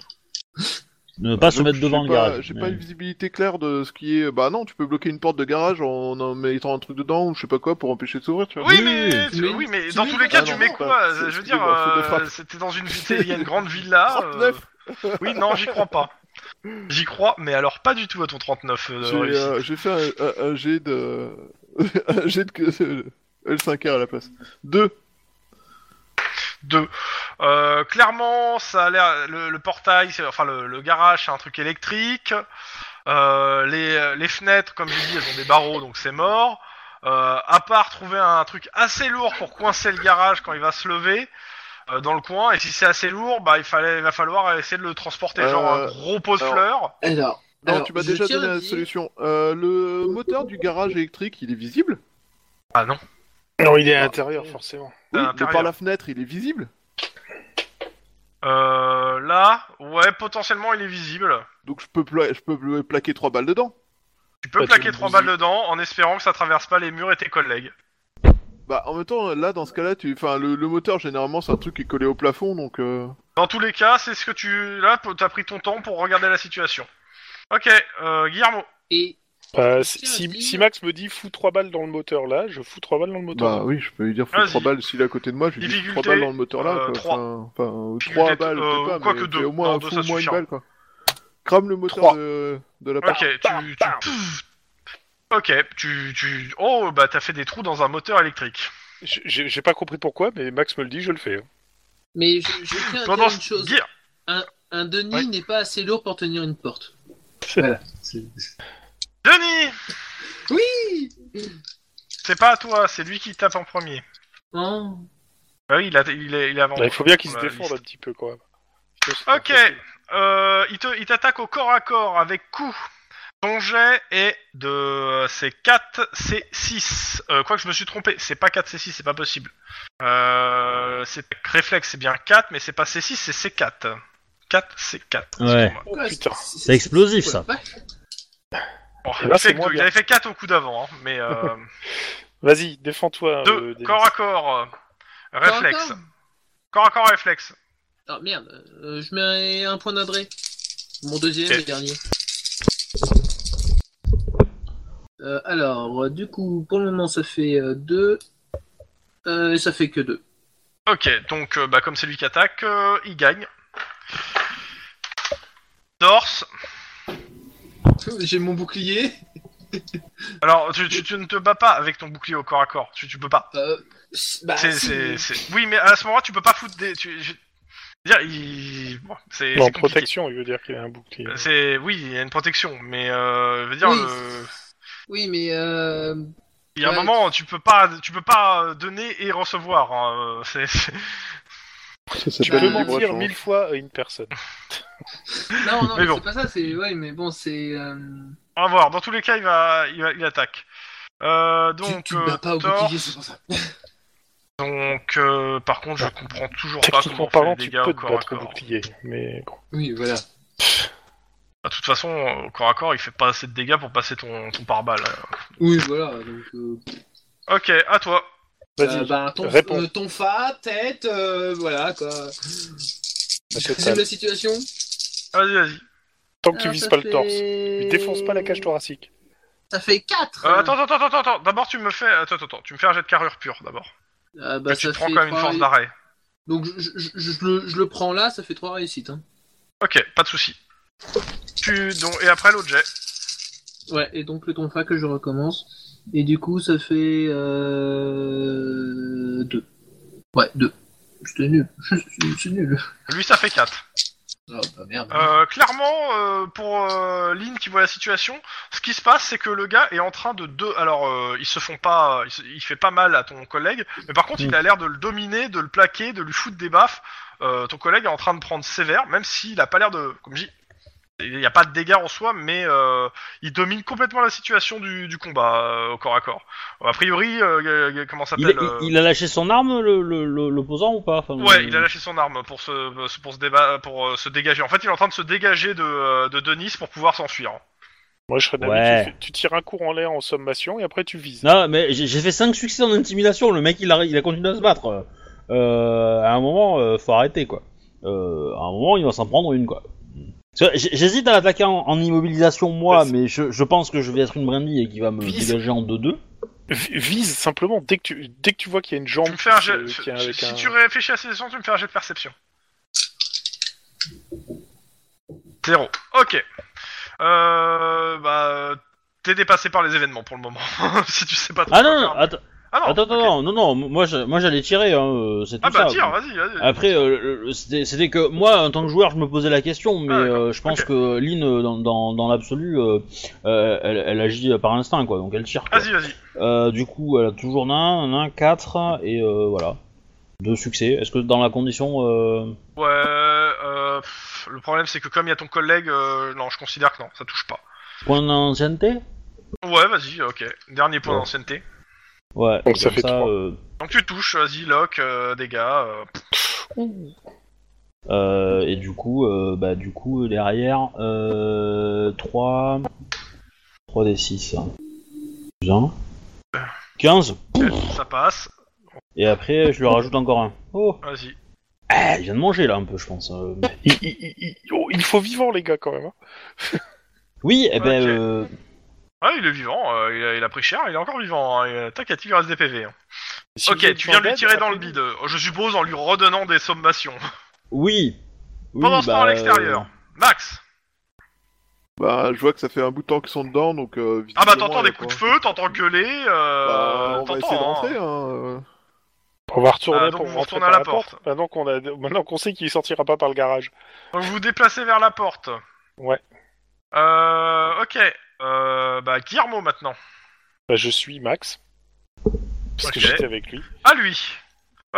Speaker 1: Ne pas se
Speaker 5: Donc,
Speaker 1: mettre
Speaker 5: j'ai
Speaker 1: devant le
Speaker 5: pas-
Speaker 1: garage.
Speaker 5: J'ai
Speaker 1: mais-
Speaker 5: pas une visibilité claire de ce qui est. Bah non, tu peux bloquer une porte de garage en, en mettant un truc dedans ou je sais pas quoi pour empêcher de s'ouvrir, tu vois.
Speaker 2: Euh, Oui,
Speaker 1: Oui,
Speaker 2: mais,
Speaker 4: tu mets-
Speaker 2: oui, mais
Speaker 4: tu
Speaker 2: dans
Speaker 4: mets-
Speaker 2: tous les cas,
Speaker 5: Ah,
Speaker 2: tu
Speaker 5: non,
Speaker 2: mets
Speaker 5: non,
Speaker 2: quoi
Speaker 5: c'est-
Speaker 2: euh, Je veux
Speaker 5: c'est
Speaker 2: dire,
Speaker 5: des morceaux de
Speaker 2: euh,
Speaker 5: frappe.
Speaker 2: c'était dans une ville, il y a une grande villa. euh,
Speaker 5: 39.
Speaker 2: Oui, non, j'y crois pas. J'y crois, mais alors pas du tout à ton 39 euh,
Speaker 5: J'ai
Speaker 2: réussi.
Speaker 5: euh, j'ai fait un, un- un jet de. un jet de. euh, L5R à la place. Deux.
Speaker 2: Deux. Euh, clairement, ça a l'air. Le, le portail, c'est- enfin le, le garage, c'est un truc électrique. Euh, les, les fenêtres, comme je dis, elles ont des barreaux, donc c'est mort. Euh, à part trouver un truc assez lourd pour coincer le garage quand il va se lever euh, dans le coin, et si c'est assez lourd, bah il, fallait, il va falloir essayer de le transporter,
Speaker 5: Euh,
Speaker 2: genre un gros pot de
Speaker 5: alors-
Speaker 2: fleurs.
Speaker 4: Alors,
Speaker 5: Non,
Speaker 4: alors,
Speaker 5: tu m'as
Speaker 4: je
Speaker 5: déjà
Speaker 4: tiens
Speaker 5: donné
Speaker 4: à
Speaker 5: la
Speaker 4: dire-
Speaker 5: solution. Euh, le moteur du garage électrique, il est visible
Speaker 2: Ah non.
Speaker 3: Non, il est à l'intérieur,
Speaker 2: À
Speaker 3: forcément.
Speaker 5: Oui, mais
Speaker 2: l'intérieur.
Speaker 5: par la fenêtre, il est visible.
Speaker 2: Euh, là, ouais, potentiellement il est visible.
Speaker 5: Donc je peux, pla- je peux pla- plaquer trois balles dedans.
Speaker 2: Tu peux
Speaker 3: Pas tout
Speaker 2: plaquer
Speaker 3: le
Speaker 2: trois
Speaker 3: visible.
Speaker 2: balles dedans en espérant que ça traverse pas les murs et tes collègues.
Speaker 5: Bah en même temps, là dans ce cas-là, tu... enfin, le, le moteur généralement c'est un truc qui est collé au plafond, donc. euh,
Speaker 2: Dans tous les cas, c'est ce que tu. Là, t'as pris ton temps pour regarder la situation. Ok, euh, Guillermo.
Speaker 4: Et
Speaker 3: Euh,
Speaker 4: Je tiens à
Speaker 3: si,
Speaker 4: dire-
Speaker 3: si Max me dit fous 3 balles dans le moteur là, je fous 3 balles dans le moteur.
Speaker 5: Bah oui, je peux lui dire faut
Speaker 2: Vas-y.
Speaker 5: trois balles s'il est à côté de moi, je lui dis
Speaker 2: Difficulté,
Speaker 5: trois balles dans le moteur là.
Speaker 2: euh,
Speaker 5: quoi.
Speaker 2: trois.
Speaker 5: Enfin, enfin,
Speaker 2: Difficulté,
Speaker 5: trois balles,
Speaker 2: euh,
Speaker 5: je sais pas,
Speaker 2: quoi
Speaker 5: mais
Speaker 2: que deux.
Speaker 5: fais au moins,
Speaker 2: Non, deux,
Speaker 5: faut
Speaker 2: ça
Speaker 5: au moins une
Speaker 2: suffira.
Speaker 5: balle quoi. Crame le moteur
Speaker 3: Trois.
Speaker 5: de, de la
Speaker 2: Ok,
Speaker 5: partie.
Speaker 2: tu.
Speaker 3: bam,
Speaker 2: tu-
Speaker 3: bam.
Speaker 2: pfff. Ok, tu, tu. Oh, bah t'as fait des trous dans un moteur électrique.
Speaker 3: J- J'ai j'ai pas compris pourquoi, mais Max me le dit, je le fais. hein.
Speaker 4: mais je, je tiens à
Speaker 2: Pendant
Speaker 4: dire une chose.
Speaker 2: Guir-
Speaker 4: Un Denis
Speaker 2: Oui.
Speaker 4: n'est pas assez lourd pour tenir une porte.
Speaker 2: Denis
Speaker 4: Oui
Speaker 2: C'est pas à toi, c'est lui qui tape en premier.
Speaker 4: Oh.
Speaker 2: Ah oui, il a, il est, il est avant.
Speaker 3: Bah, il faut bien qu'il se
Speaker 2: Ouais,
Speaker 3: défende
Speaker 2: liste.
Speaker 3: un petit peu quand même.
Speaker 2: Ok. Euh, il te- il t'attaque au corps à corps avec coup. Ton jet est de. C'est 4, c'est 6. Euh, quoi que je me suis trompé, c'est pas 4, c'est 6, c'est pas possible. Euh, c'est réflexe, c'est bien 4, mais c'est pas C6, c'est C4. 4, C4.
Speaker 1: Ouais.
Speaker 2: excuse-moi.
Speaker 3: Oh, putain.
Speaker 1: C'est explosif, ça.
Speaker 2: Bon,
Speaker 3: Et là,
Speaker 2: il, fait
Speaker 3: c'est moins
Speaker 2: que- il
Speaker 3: bien.
Speaker 2: avait fait 4 au coup d'avant, hein, mais. Euh,
Speaker 3: Vas-y, défends-toi.
Speaker 2: 2,
Speaker 3: euh, Denis.
Speaker 2: corps à corps. euh, réflexe.
Speaker 4: Encore
Speaker 2: Corps à corps, réflexe.
Speaker 4: Ah merde, euh, je mets un point d'adresse. Mon deuxième
Speaker 2: Ok.
Speaker 4: et dernier. Euh, alors, euh, du coup, pour le moment, ça fait 2. et ça fait que 2.
Speaker 2: Ok, donc euh, bah, comme c'est lui qui attaque, euh, il gagne. Dorse.
Speaker 4: J'ai mon bouclier.
Speaker 2: Alors, tu, tu- tu ne te bats pas avec ton bouclier au corps à corps. Tu, tu peux pas.
Speaker 4: Euh, bah,
Speaker 2: C'est-
Speaker 4: si.
Speaker 2: c'est- c'est- Oui, mais à ce moment-là, tu peux pas foutre des. Tu... je- je veux Dire, il... bon, c'est
Speaker 3: Non,
Speaker 2: c'est compliqué.
Speaker 3: protection, il veut dire qu'il a un bouclier.
Speaker 2: C'est oui, il y a une protection, mais euh, je veux dire,
Speaker 4: Oui.
Speaker 2: le-
Speaker 4: Oui, mais euh,
Speaker 2: il y a un
Speaker 4: Ouais.
Speaker 2: moment, tu peux pas, tu peux pas euh, donner et recevoir. hein, euh, c'est- c'est-
Speaker 5: Ça
Speaker 3: Tu
Speaker 5: s'appelle
Speaker 3: peux
Speaker 5: le
Speaker 4: Bah,
Speaker 5: libre
Speaker 3: mentir
Speaker 5: échange.
Speaker 3: mille fois à une personne.
Speaker 4: non, non,
Speaker 2: Mais
Speaker 4: mais
Speaker 2: bon.
Speaker 4: c'est pas ça. C'est ouais, mais bon, c'est. euh,
Speaker 2: On va voir. Dans tous les cas, il va, il, va- il attaque. Euh,
Speaker 4: tu-
Speaker 2: donc,
Speaker 4: tu
Speaker 2: euh,
Speaker 4: ne bats pas au
Speaker 2: Thor,
Speaker 4: bouclier, c'est pour ça.
Speaker 2: donc euh, par contre, je comprends toujours pas comment
Speaker 3: Techniquement
Speaker 2: on fait
Speaker 3: parlant,
Speaker 2: les
Speaker 3: tu
Speaker 2: dégâts
Speaker 3: peux
Speaker 2: au
Speaker 3: te
Speaker 2: corps à
Speaker 3: battre au
Speaker 2: corps.
Speaker 3: bouclier, mais bon.
Speaker 4: Oui, voilà.
Speaker 2: Bah, De toute façon, euh, au corps à corps, il fait pas assez de dégâts pour passer ton, ton pare-balles.
Speaker 4: Oui, voilà. Donc, euh,
Speaker 2: Ok, à toi.
Speaker 3: Vas-y,
Speaker 4: euh, bah, ton,
Speaker 3: réponds.
Speaker 4: euh, ton fa, tête, euh, voilà quoi. Je
Speaker 3: Total.
Speaker 4: résume la situation.
Speaker 2: Vas-y, Euh, vas-y.
Speaker 3: tant
Speaker 4: Ah,
Speaker 3: que tu vises pas le torse. Il défonce pas la cage thoracique.
Speaker 4: Ça fait hein. 4
Speaker 2: Euh, attends, attends, attends, attends. D'abord, tu me fais, attends, attends, attends. tu me fais un jet de carrure pure d'abord.
Speaker 4: bah,
Speaker 2: tu
Speaker 4: ça
Speaker 2: prends
Speaker 4: fait
Speaker 2: quand même une
Speaker 4: trois
Speaker 2: force
Speaker 4: réu-
Speaker 2: d'arrêt.
Speaker 4: Donc je, je- je- je le, je le prends là, ça fait 3 réussites. hein.
Speaker 2: Ok, pas de souci. Tu donc et après l'autre jet.
Speaker 4: Ouais, et donc le tonfa que je recommence. Et du coup, ça fait. Euh... 2. Ouais, 2. C'était nul. C'est nul.
Speaker 2: Lui, ça fait 4.
Speaker 4: Oh, bah merde.
Speaker 2: Euh, clairement, euh, pour euh, Lynn qui voit la situation, ce qui se passe, c'est que le gars est en train de deux. Alors, euh, ils se font pas, il, se- il fait pas mal à ton collègue, mais par contre,
Speaker 1: Mm.
Speaker 2: il a l'air de le dominer, de le plaquer, de lui foutre des baffes. Euh, ton collègue est en train de prendre sévère, même s'il a pas l'air de, comme je dis, il n'y a pas de dégâts en soi, mais euh, il domine complètement la situation du, du combat euh, au corps à corps. A priori, euh, y a- y a- comment ça
Speaker 1: Il,
Speaker 2: s'appelle euh,
Speaker 1: il- il a lâché son arme, le- le- le- l'opposant, ou pas Enfin,
Speaker 2: Ouais,
Speaker 1: euh,
Speaker 2: il a lâché son arme pour se, pour, se déba- pour euh, se dégager. En fait, il est en train de se dégager de, euh, de Denis pour pouvoir s'enfuir.
Speaker 3: Moi, je serais d'avis,
Speaker 1: Ouais.
Speaker 3: tu, fais- tu tires un coup en l'air en sommation et après tu vises.
Speaker 1: Non, mais j'ai j'ai fait 5 succès en intimidation, le mec il a, il a continué à se battre. Euh, à un moment, euh, faut arrêter quoi. Euh, à un moment, il va s'en prendre une quoi. Parce que j'- J'hésite à l'attaquer en, en immobilisation moi,
Speaker 3: Vas-y.
Speaker 1: mais je, je pense que je vais être une brindille et qu'il va me
Speaker 3: Vise.
Speaker 1: dégager en 2-2.
Speaker 3: V- Vise simplement dès que tu, dès que tu vois qu'il y a une jambe.
Speaker 2: Tu me fais un jet-
Speaker 3: euh, qui est
Speaker 2: si
Speaker 3: avec un-
Speaker 2: tu réfléchis à ces leçons, tu me fais un jet de perception. Zéro. Ok. Euh, bah, t'es dépassé par les événements pour le moment. si tu sais pas trop.
Speaker 1: Ah
Speaker 2: quoi
Speaker 1: non, non,
Speaker 2: faire.
Speaker 1: attends.
Speaker 2: Ah non,
Speaker 1: attends,
Speaker 2: ok.
Speaker 1: attends, non, non, non, moi, je- moi j'allais tirer, hein, euh, c'est tout
Speaker 2: Ah bah
Speaker 1: ça.
Speaker 2: tire, vas-y, vas-y.
Speaker 1: Après, euh, le- le- c'était c'était que moi, en tant que joueur, je me posais la question, mais
Speaker 2: Ah,
Speaker 1: euh, je pense
Speaker 2: ok.
Speaker 1: que Lynn, euh, dans, dans, dans l'absolu, euh, euh, elle, elle agit par instinct, quoi, donc elle tire. quoi.
Speaker 2: Vas-y, vas-y.
Speaker 1: Euh, du coup, elle a toujours un, un, 4, et euh, voilà. Deux succès. Est-ce que dans la condition. euh,
Speaker 2: Ouais, euh, pff, le problème c'est que comme il y a ton collègue, euh, non, je considère que non, ça touche pas.
Speaker 1: Point d'ancienneté
Speaker 2: Ouais, vas-y, ok. Dernier point
Speaker 1: Ouais.
Speaker 2: d'ancienneté.
Speaker 1: Ouais,
Speaker 3: Donc ça
Speaker 1: comme
Speaker 3: fait trois.
Speaker 1: euh,
Speaker 2: Donc tu touches, vas-y, lock, euh, dégâts. euh, pff,
Speaker 1: Euh, et du coup, euh, bah, du coup, euh, derrière, euh, 3... 3 des 6. 15.
Speaker 2: ça passe.
Speaker 1: Et après, je lui rajoute encore un. Oh
Speaker 2: Vas-y.
Speaker 1: Ah, Il vient de manger, là, un peu, je pense. euh.
Speaker 3: Il, il- il- il- oh, il faut vivant, les gars, quand même. hein.
Speaker 1: Oui, eh ben...
Speaker 2: Ok.
Speaker 1: euh,
Speaker 2: Ouais, il est vivant, euh, il, a, il a pris cher, il est encore vivant. hein, et, euh, T'inquiète, il lui reste des PV. hein.
Speaker 3: Si vous
Speaker 2: ok,
Speaker 3: êtes
Speaker 2: tu viens de lui
Speaker 3: bed,
Speaker 2: tirer dans le
Speaker 3: appelez-nous.
Speaker 2: bide, euh, je suppose en lui redonnant des sommations.
Speaker 1: Oui Oui,
Speaker 2: Pendant ce temps, à
Speaker 1: bah,
Speaker 2: l'extérieur. Max
Speaker 5: Bah, je vois que ça fait un bout de temps qu'ils sont dedans, donc. euh,
Speaker 2: Ah bah
Speaker 5: visiblement,
Speaker 2: t'entends
Speaker 5: il y a
Speaker 2: des coups de
Speaker 5: pas-
Speaker 2: feu, t'entends gueuler,
Speaker 5: Bah,
Speaker 2: euh,
Speaker 5: on va essayer de
Speaker 2: t'entends, hein.
Speaker 5: rentrer, hein. euh.
Speaker 3: On va retourner
Speaker 2: Ah, donc
Speaker 3: pour
Speaker 2: vous
Speaker 3: rentrer
Speaker 2: retournez
Speaker 3: par
Speaker 2: à la
Speaker 3: la
Speaker 2: porte.
Speaker 3: porte. Maintenant qu'on a, maintenant qu'on sait qu'il sortira pas par le garage.
Speaker 2: Donc vous vous déplacez vers la porte.
Speaker 3: Ouais.
Speaker 2: Euh, ok. Euh, bah Guillermo maintenant.
Speaker 3: Bah, je suis Max. Parce que
Speaker 2: Ok.
Speaker 3: j'étais avec lui.
Speaker 2: À lui.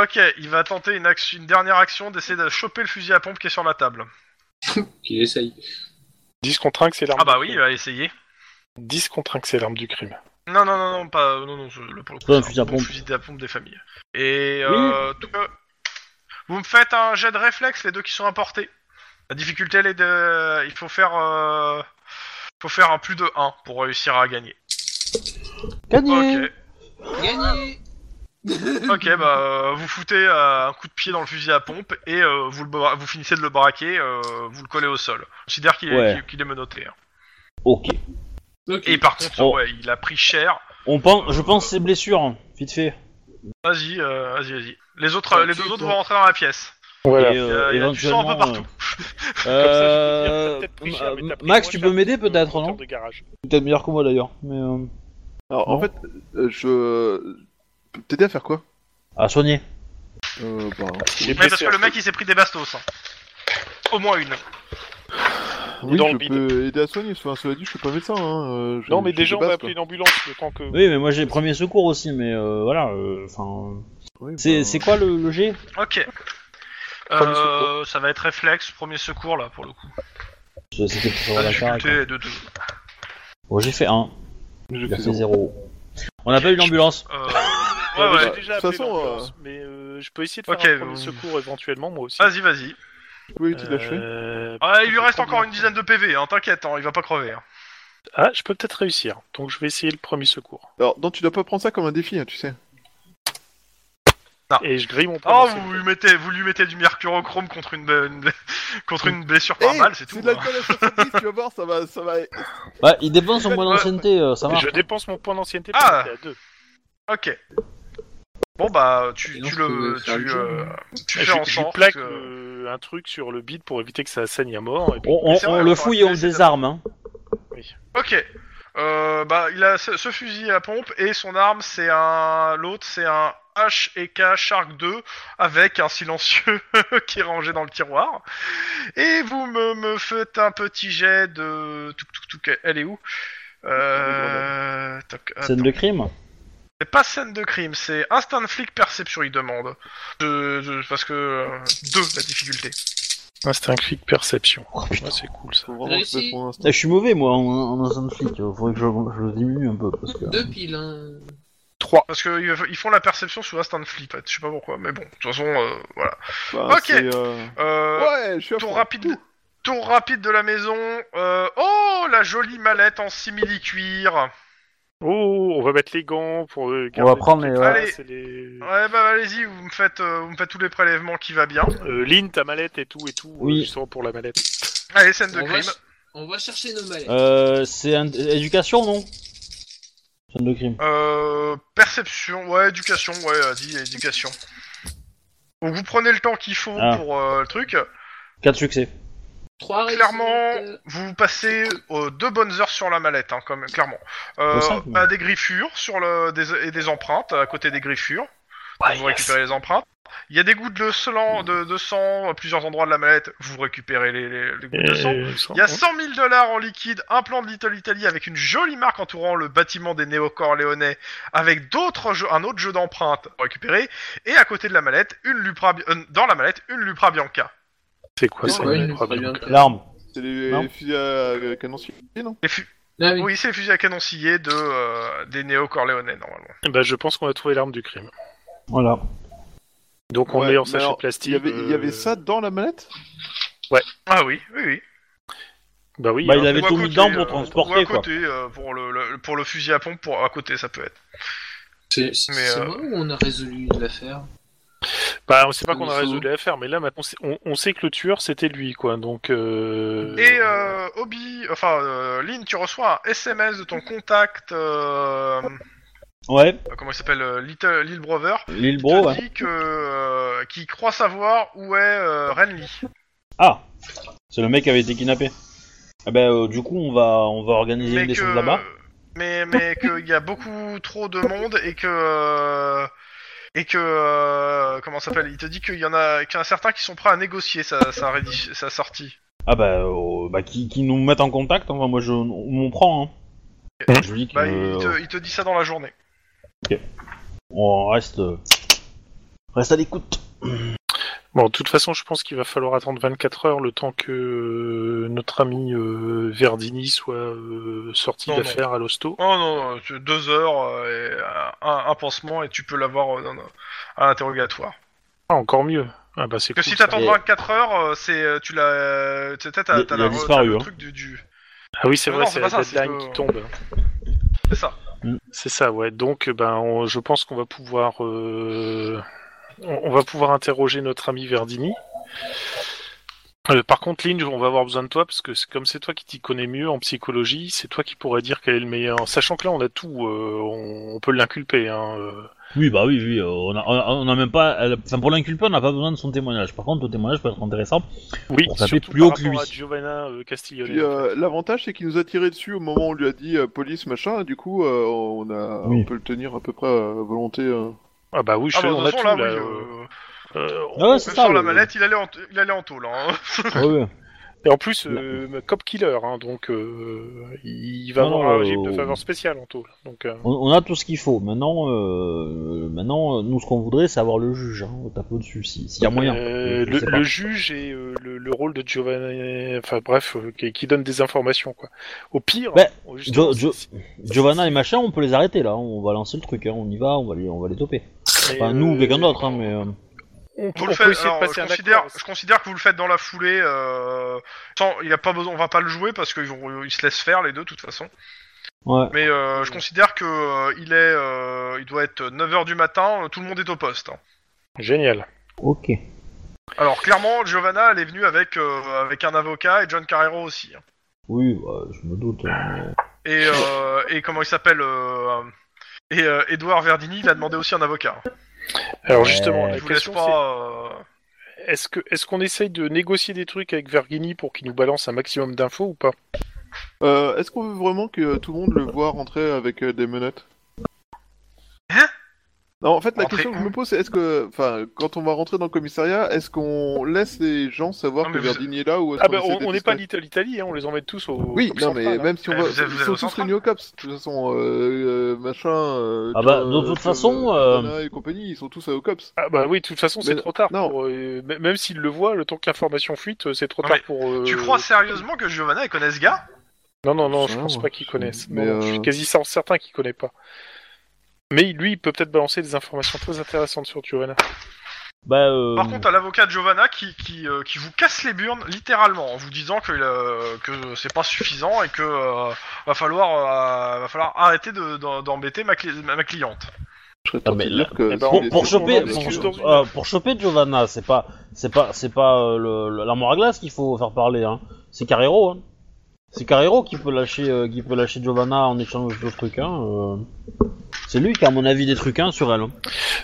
Speaker 2: Ok, il va tenter une, action, une dernière action d'essayer de choper le fusil à pompe qui est sur la table.
Speaker 4: Qu'il essaye.
Speaker 3: 10 contre 1 que c'est l'arme.
Speaker 2: Ah bah
Speaker 3: du
Speaker 2: oui, il
Speaker 3: crime.
Speaker 2: va essayer.
Speaker 3: 10 contre 1 que c'est l'arme du crime.
Speaker 2: Non, non, non, non, pas. Non, non, je- le, pour le coup,
Speaker 1: Pas un
Speaker 2: c'est
Speaker 1: fusil à
Speaker 2: bon
Speaker 1: pompe.
Speaker 2: fusil à pompe des familles. Et euh, tout- euh, vous me faites un jet de réflexe, les deux qui sont importés. La difficulté, elle est de. Il faut faire. Euh... Faut faire un plus de 1 pour réussir à gagner.
Speaker 1: Gagné
Speaker 2: Ok.
Speaker 4: Gagné
Speaker 2: Ok, bah euh, vous foutez euh, un coup de pied dans le fusil à pompe et euh, vous, le bra- vous finissez de le braquer, euh, vous le collez au sol. Je considère qu'il est,
Speaker 1: Ouais.
Speaker 2: qu'il- qu'il est menotté. hein.
Speaker 1: Ok.
Speaker 4: Ok.
Speaker 2: Et par contre,
Speaker 1: Oh.
Speaker 2: ouais, il a pris cher.
Speaker 1: On pense, je pense ses blessures, hein, vite fait.
Speaker 2: Vas-y, euh, vas-y, vas-y. Les autres,
Speaker 4: Ça
Speaker 2: les
Speaker 4: tue,
Speaker 2: deux autres
Speaker 4: quoi.
Speaker 2: vont rentrer dans la pièce.
Speaker 3: Voilà.
Speaker 1: Et,
Speaker 2: Il y
Speaker 1: euh,
Speaker 2: a- il y a du sang un peu
Speaker 1: éventuellement, euh,
Speaker 2: partout.
Speaker 3: Comme ça, je peux dire, t'as peut-être pris cher,
Speaker 1: euh,
Speaker 3: mais t'as pris
Speaker 1: Max, tu
Speaker 3: moins cher
Speaker 1: peux
Speaker 3: que
Speaker 1: m'aider
Speaker 3: le
Speaker 1: peut-être,
Speaker 3: moteur
Speaker 1: non
Speaker 3: de garage.
Speaker 1: Peut-être meilleur que moi d'ailleurs, mais euh,
Speaker 5: Alors, en
Speaker 1: Non.
Speaker 5: fait, euh, je. Peut T'aider à faire quoi
Speaker 1: à soigner.
Speaker 5: Euh, bah.
Speaker 3: Il est
Speaker 2: Mais parce
Speaker 3: blessé,
Speaker 2: que le
Speaker 3: en
Speaker 2: mec, il s'est pris des bastos. hein. Au moins une.
Speaker 5: Oui,
Speaker 3: dans le
Speaker 5: je
Speaker 3: bide.
Speaker 5: peux aider à soigner, enfin, cela dit, je suis pas médecin, hein. euh, je-
Speaker 3: Non, mais
Speaker 5: je
Speaker 3: déjà, on va
Speaker 5: dépasse,
Speaker 3: appeler une ambulance le temps que.
Speaker 1: Oui, mais moi j'ai premier secours aussi, mais euh, voilà. euh, Enfin,
Speaker 5: quoi. Oui,
Speaker 1: c'est
Speaker 5: bah,
Speaker 1: c'est quoi le, le G
Speaker 2: Ok.
Speaker 3: Premier
Speaker 2: Euh, ça va être réflexe, premier secours là pour le coup.
Speaker 1: C'est- C'était pour
Speaker 2: La
Speaker 1: la carac.
Speaker 2: difficulté est de deux.
Speaker 1: Bon, j'ai fait 1,
Speaker 5: je
Speaker 1: il a
Speaker 5: fais
Speaker 1: fait
Speaker 5: zéro.
Speaker 1: 0. On appelle une ambulance.
Speaker 2: Euh,
Speaker 3: Ouais,
Speaker 2: ouais, ouais.
Speaker 3: J'ai déjà
Speaker 5: De toute
Speaker 3: appelé
Speaker 5: façon,
Speaker 3: l'ambulance, mais euh, je peux essayer de faire
Speaker 2: Ok,
Speaker 3: un premier
Speaker 2: vous-
Speaker 3: secours éventuellement moi aussi.
Speaker 2: Vas-y, vas-y.
Speaker 5: Oui, tu l'as fait.
Speaker 3: Euh,
Speaker 2: Ah, il lui reste
Speaker 3: premier-
Speaker 2: encore une dizaine de PV, hein, t'inquiète, hein, il va pas crever. hein.
Speaker 3: Ah, je peux peut-être réussir. Donc je vais essayer le premier secours.
Speaker 5: Alors, non, tu dois pas prendre ça comme un défi, hein, tu sais.
Speaker 3: Et je grille mon premier
Speaker 2: Ah,
Speaker 3: secours.
Speaker 2: vous lui mettez, vous lui mettez du mercurochrome contre une, une- contre une blessure par
Speaker 5: Eh,
Speaker 2: mal, c'est tout.
Speaker 5: de
Speaker 2: hein.
Speaker 5: l'alcool à 70, tu vas voir, ça va. Ça va...
Speaker 1: Ouais, Bah, il dépense son point d'ancienneté, euh, ça marche.
Speaker 3: Je dépense mon point d'ancienneté pour
Speaker 2: Ah.
Speaker 3: monter à 2.
Speaker 2: hein. Ok. Bon bah, tu,
Speaker 4: Sinon,
Speaker 2: tu
Speaker 4: je peux
Speaker 2: le,
Speaker 4: faire
Speaker 2: tu,
Speaker 4: le jeu.
Speaker 2: euh, tu
Speaker 3: Je,
Speaker 2: fais en
Speaker 3: je lui
Speaker 2: sorte
Speaker 3: plaque
Speaker 2: que-
Speaker 3: euh, un truc sur le bide pour éviter que ça saigne à mort. Et puis...
Speaker 1: On, on-
Speaker 2: Mais c'est
Speaker 1: on
Speaker 2: vrai,
Speaker 1: le
Speaker 2: on
Speaker 1: fouille et
Speaker 2: pourrait
Speaker 1: on le
Speaker 2: essayer
Speaker 1: désarme. Hein.
Speaker 2: Ok. Euh, bah, il a ce, ce fusil à pompe et son arme, c'est un. L'autre, c'est un HK Shark 2 avec un silencieux qui est rangé dans le tiroir. Et vous me, me faites un petit jet de. Touc, touc, touc, elle est où euh... toc,
Speaker 1: Scène
Speaker 2: attends.
Speaker 1: de crime
Speaker 2: C'est pas scène de crime, c'est instant flic perception, il demande. De, de- parce que. euh, Deux, la difficulté.
Speaker 3: Ah, c'était un clic perception.
Speaker 1: Oh putain.
Speaker 3: Ouais, c'est cool ça.
Speaker 5: Faut vraiment que
Speaker 4: Réussi.
Speaker 5: je fasse mon instinct.
Speaker 1: Eh, Je suis mauvais moi en, en instant flic, euh, faudrait que je, je le diminue un peu. Parce que...
Speaker 4: Deux piles, hein.
Speaker 2: Parce que ils- ils font la perception sous instant flic, en fait. je sais pas pourquoi, mais bon, de toute façon, euh, voilà.
Speaker 5: Bah,
Speaker 2: Ok.
Speaker 5: c'est, euh,
Speaker 2: Euh,
Speaker 5: Ouais, je suis à
Speaker 2: Tour
Speaker 5: fond.
Speaker 2: rapide, tour rapide de la maison. euh, oh, la jolie mallette en simili cuir.
Speaker 3: Oh, on va mettre les gants pour euh,
Speaker 1: On va
Speaker 3: garder
Speaker 1: prendre les.
Speaker 3: les
Speaker 1: ouais.
Speaker 2: Allez.
Speaker 3: traces et les...
Speaker 2: Ouais, bah allez-y, vous me faites, euh, vous me faites tous les prélèvements qui va bien.
Speaker 3: Euh, Lynn, ta mallette et tout et tout.
Speaker 1: Oui.
Speaker 3: euh, justement pour la mallette.
Speaker 2: Allez, scène de
Speaker 4: On va,
Speaker 2: crime.
Speaker 4: ch- on va chercher nos mallettes.
Speaker 1: Euh, c'est un- éducation non Scène de crime.
Speaker 2: Euh, perception, ouais, éducation, ouais, vas-y, éducation. Donc vous prenez le temps qu'il faut
Speaker 1: Ah.
Speaker 2: pour euh, le truc.
Speaker 1: 4 succès.
Speaker 4: Trois
Speaker 2: Clairement,
Speaker 4: réussites.
Speaker 2: vous passez euh, deux bonnes heures sur la mallette, hein, quand même, clairement. Euh,
Speaker 1: Au simple, hein.
Speaker 2: bah, des griffures sur le, des, et des empreintes à côté des griffures.
Speaker 4: Ouais,
Speaker 2: vous
Speaker 4: Bah, yes. Mm.
Speaker 2: récupérez les empreintes. Il y a des gouttes de sang, de, de sang à plusieurs endroits de la mallette. Vous récupérez les, les-
Speaker 5: Euh,
Speaker 2: les gouttes de sang. Il y
Speaker 4: Mm.
Speaker 2: a 100 000 dollars en liquide, un plan de Little Italy avec une jolie marque entourant le bâtiment des néo-corléonais, avec d'autres jeux, un autre jeu d'empreintes récupéré, et à côté de la mallette, une Lupra, Bi- euh, dans la mallette, une Lupra Bianca.
Speaker 3: C'est quoi ça
Speaker 4: Non, ouais,
Speaker 3: une
Speaker 4: je
Speaker 3: croix
Speaker 4: ferais bien.
Speaker 3: blanche
Speaker 1: L'arme.
Speaker 5: C'est les euh,
Speaker 1: Non.
Speaker 5: fusils à canon scié, non
Speaker 2: Les fu-
Speaker 4: Ah oui.
Speaker 2: oui, c'est les fusils à canon scié de, euh, des néo-corléonais, normalement.
Speaker 3: Bah, je pense qu'on a trouvé l'arme du crime.
Speaker 1: Voilà.
Speaker 3: Donc on
Speaker 5: Ouais,
Speaker 3: est en
Speaker 5: mais
Speaker 3: sachet
Speaker 5: alors, Il
Speaker 3: plastique.
Speaker 5: y, avait, il y
Speaker 3: euh,
Speaker 5: avait ça dans la mallette
Speaker 2: Ah oui, oui, oui.
Speaker 3: Bah oui.
Speaker 1: Bah,
Speaker 3: hein.
Speaker 1: il avait
Speaker 2: Ou à
Speaker 1: tout mis
Speaker 2: côté,
Speaker 1: dedans pour
Speaker 2: euh, ou
Speaker 1: transporter,
Speaker 2: à
Speaker 1: quoi.
Speaker 2: côté, euh, pour, le, le- pour le fusil à pompe, pour, à côté, ça peut être.
Speaker 4: C'est c'est-
Speaker 2: Mais,
Speaker 4: c'est
Speaker 2: euh,
Speaker 4: moi ou on a résolu l'affaire
Speaker 3: Bah, on sait pas qu'on
Speaker 4: Il
Speaker 3: a
Speaker 4: faut-
Speaker 3: résolu l'affaire, mais là maintenant on sait, on- on sait que le tueur c'était lui, quoi. Donc. euh,
Speaker 2: Et euh, Obi, enfin, euh, Lynn, tu reçois un SMS de ton contact, euh,
Speaker 1: Ouais,
Speaker 2: comment il s'appelle, euh, Little, Lil Brother,
Speaker 1: l'île
Speaker 2: te
Speaker 1: bro, ouais.
Speaker 2: dit que euh, qui croit savoir où est euh, Renly.
Speaker 1: Ah C'est le mec qui avait été kidnappé. Ah ben, euh, du coup, on va, on va organiser une
Speaker 2: Mais
Speaker 1: descente
Speaker 2: que
Speaker 1: là-bas.
Speaker 2: mais mais qu'il y a beaucoup trop de monde et que euh, et que euh, comment ça s'appelle Il te dit qu'il y en a qu'il y en a certains qui sont prêts à négocier sa sa, rédi- sa sortie.
Speaker 1: Ah bah, euh, bah qui, qui nous mettent en contact, enfin, moi, je, on m'en prend, hein.
Speaker 3: Mhm.
Speaker 1: Je dis que
Speaker 2: Bah,
Speaker 1: euh,
Speaker 2: il, te, il te dit ça dans la journée.
Speaker 1: on reste... euh, Reste à l'écoute.
Speaker 3: Bon, de toute façon, je pense qu'il va falloir attendre 24 heures le temps que euh, notre ami euh, Verdini soit euh, sorti
Speaker 2: Non,
Speaker 3: d'affaire à l'hosto.
Speaker 2: Oh non, tu- deux heures euh, et un, un pansement et tu peux l'avoir euh, dans- dans- à l'interrogatoire.
Speaker 3: Ah, encore mieux. Ah bah c'est
Speaker 2: Que
Speaker 3: cool.
Speaker 2: si
Speaker 3: ça.
Speaker 2: t'attends
Speaker 1: Et-
Speaker 2: 24 heures, euh, c'est euh, tu l'as, tu sais, t'as t'as
Speaker 1: Il-
Speaker 2: t'as
Speaker 1: il a
Speaker 2: la-
Speaker 1: disparu,
Speaker 2: t'as le
Speaker 1: hein.
Speaker 2: truc du, du-
Speaker 3: Ah oui, c'est
Speaker 2: Non,
Speaker 3: vrai,
Speaker 2: non,
Speaker 3: c'est
Speaker 2: c'est
Speaker 3: la
Speaker 2: pas ça, c'est
Speaker 3: deadline
Speaker 2: que-
Speaker 3: qui tombe.
Speaker 2: c'est ça.
Speaker 3: C'est ça, ouais. Donc, ben, on- je pense qu'on va pouvoir, euh, on, on va pouvoir interroger notre ami Verdini. Euh, par contre, Lynn, on va avoir besoin de toi parce que c'est comme c'est toi qui t'y connais mieux en psychologie, c'est toi qui pourrais dire quel est le meilleur. Sachant que là, on a tout, euh, on, on peut l'inculper. Hein, euh.
Speaker 1: Oui, bah oui, oui, euh, on, a, on a- on a même pas... elle- Enfin, pour l'inculper, on n'a pas besoin de son témoignage. Par contre, le témoignage peut être intéressant.
Speaker 3: Oui,
Speaker 1: Pour taper
Speaker 3: surtout
Speaker 1: plus
Speaker 3: par
Speaker 1: haut que
Speaker 3: rapport
Speaker 1: lui.
Speaker 3: à Giovanna euh, Castiglione.
Speaker 5: Puis euh, l'avantage, c'est qu'il nous a tiré dessus au moment où on lui a dit euh, police machin, et du coup, euh, on, a,
Speaker 1: Oui.
Speaker 5: on peut le tenir à peu près à volonté. euh.
Speaker 3: Ah bah oui, je
Speaker 2: Ah
Speaker 3: te-
Speaker 2: bah, de
Speaker 3: on
Speaker 2: toute
Speaker 3: a
Speaker 2: façon,
Speaker 3: tout
Speaker 2: là,
Speaker 3: là.
Speaker 2: oui, euh,
Speaker 3: euh, euh,
Speaker 1: Ah ouais,
Speaker 2: même
Speaker 1: c'est ça.
Speaker 2: sans la
Speaker 1: le-
Speaker 2: mallette, il allait en, il allait en tôle. Hein.
Speaker 1: Ouais, ouais.
Speaker 3: Et en plus, euh, cop killer, hein, donc euh, il va
Speaker 1: Non,
Speaker 3: avoir
Speaker 1: non,
Speaker 3: un régime
Speaker 1: euh,
Speaker 3: de faveur spéciale en tout. Donc, euh,
Speaker 1: On, on a tout ce qu'il faut. Maintenant, euh, maintenant, euh, nous, ce qu'on voudrait, c'est avoir le juge. Hein, au tape au-dessus, si- s'il y a moyen.
Speaker 3: euh,
Speaker 1: Je
Speaker 3: le,
Speaker 1: sais pas.
Speaker 3: le juge et euh, le, le rôle de Giovanni, enfin bref, euh, qui, qui donne des informations quoi. Au pire,
Speaker 1: Bah,
Speaker 3: euh, justement,
Speaker 1: Jo- Jo-
Speaker 3: si-
Speaker 1: Giovanna et machin, on peut les arrêter là. On va lancer le truc. Hein, on y va, on va les, on va les toper.
Speaker 3: si- mais,
Speaker 1: Enfin, nous ou
Speaker 3: euh,
Speaker 1: quelqu'un d'autre, hein, mais. euh,
Speaker 3: On,
Speaker 2: Vous
Speaker 3: on
Speaker 2: le
Speaker 3: peut
Speaker 2: faites.
Speaker 3: essayer
Speaker 2: alors,
Speaker 3: de passer
Speaker 2: je
Speaker 3: un
Speaker 2: considère,
Speaker 3: accord.
Speaker 2: je considère que vous le faites dans la foulée. Euh, sans, il a pas besoin, on va pas le jouer parce qu'ils vont, ils se laissent faire les deux de toute façon.
Speaker 1: Ouais.
Speaker 2: Mais euh, je considère que euh, il est, euh, il doit être 9 h du matin. euh, Tout le monde est au poste. hein.
Speaker 3: Génial.
Speaker 1: Ok.
Speaker 2: Alors clairement, Giovanna, elle est venue avec euh, avec un avocat et John Carrero aussi. hein.
Speaker 1: Oui, bah, je me doute. hein,
Speaker 2: Et, euh, et comment il s'appelle euh, Et euh, Edouard Verdini, il a demandé aussi un avocat.
Speaker 3: Alors
Speaker 1: Ouais.
Speaker 3: justement, la
Speaker 2: Je vous laisse
Speaker 3: question
Speaker 2: pas. euh,
Speaker 3: c'est est-ce que est-ce qu'on essaye de négocier des trucs avec Verghini pour qu'il nous balance un maximum d'infos ou pas
Speaker 5: Euh, Est-ce qu'on veut vraiment que tout le monde le voit rentrer avec euh, des menottes
Speaker 2: Hein
Speaker 5: non, en fait, la
Speaker 2: Rentrer
Speaker 5: question que je
Speaker 2: où
Speaker 5: me pose, c'est est-ce que, enfin, quand on va rentrer dans le commissariat, est-ce qu'on laisse les gens savoir
Speaker 2: Non,
Speaker 5: que
Speaker 2: mais vous- ben,
Speaker 5: Verdini est là ou est-ce
Speaker 3: Ah
Speaker 5: qu'on
Speaker 3: bah
Speaker 5: essaie
Speaker 3: on
Speaker 5: d'être
Speaker 3: on n'est pas
Speaker 5: discret
Speaker 3: l'Italie, l'Italie, hein, on les emmène tous au.
Speaker 5: Oui,
Speaker 3: au
Speaker 5: non,
Speaker 3: central,
Speaker 5: mais
Speaker 3: hein.
Speaker 5: même si on
Speaker 2: Eh,
Speaker 5: va,
Speaker 2: vous êtes- vous
Speaker 5: ils
Speaker 2: êtes
Speaker 5: sont
Speaker 2: au
Speaker 5: tous
Speaker 2: central
Speaker 5: réunis au COPS, de toute façon, euh, euh, machin. euh,
Speaker 1: Ah bah,
Speaker 5: John,
Speaker 1: de toute
Speaker 5: euh,
Speaker 1: façon, euh,
Speaker 5: Dana et compagnie, ils sont tous au COPS.
Speaker 3: Ah bah oui, de toute façon, c'est
Speaker 5: Mais-
Speaker 3: trop tard.
Speaker 5: non.
Speaker 3: pour, euh, m- même s'il le voit, le temps que l'information fuite, euh, c'est trop
Speaker 2: Non,
Speaker 3: tard
Speaker 2: mais
Speaker 3: pour. euh,
Speaker 2: Tu crois sérieusement que Giovanna, elle connaît ce gars
Speaker 3: Non, non, non, je
Speaker 5: Ça,
Speaker 3: pense
Speaker 5: ouais.
Speaker 3: pas qu'il connaisse. Non,
Speaker 5: Mais,
Speaker 3: non, Je suis
Speaker 5: euh,
Speaker 3: quasi cer- certain qu'il connaît pas. Mais lui, il peut peut-être balancer des informations très intéressantes sur Giovanna.
Speaker 1: Bah, euh,
Speaker 2: Par contre, à l'avocat de Giovanna qui, qui, euh, qui vous casse les burnes littéralement en vous disant que, euh, que c'est pas suffisant et que euh, va, falloir, euh, va falloir arrêter de- d'en- d'embêter ma, cli- ma cliente.
Speaker 5: Je serais tenté
Speaker 1: mais
Speaker 5: de
Speaker 1: là-
Speaker 5: dire que
Speaker 3: eh ben,
Speaker 5: si
Speaker 1: pour,
Speaker 5: les-
Speaker 1: pour
Speaker 5: si
Speaker 1: choper,
Speaker 5: on a-
Speaker 3: Parce
Speaker 1: pour,
Speaker 3: que-
Speaker 1: cho- euh, pour choper Giovanna, c'est pas, c'est pas, c'est pas euh, le- le- l'armoire à glace qu'il faut faire parler. Hein. C'est Carrero. Hein. C'est Carrero qui peut lâcher, euh, qui peut lâcher Giovanna en échange de ce truc. Hein. euh. C'est C'est lui qui a, à mon avis, des trucs hein, sur elle. hein.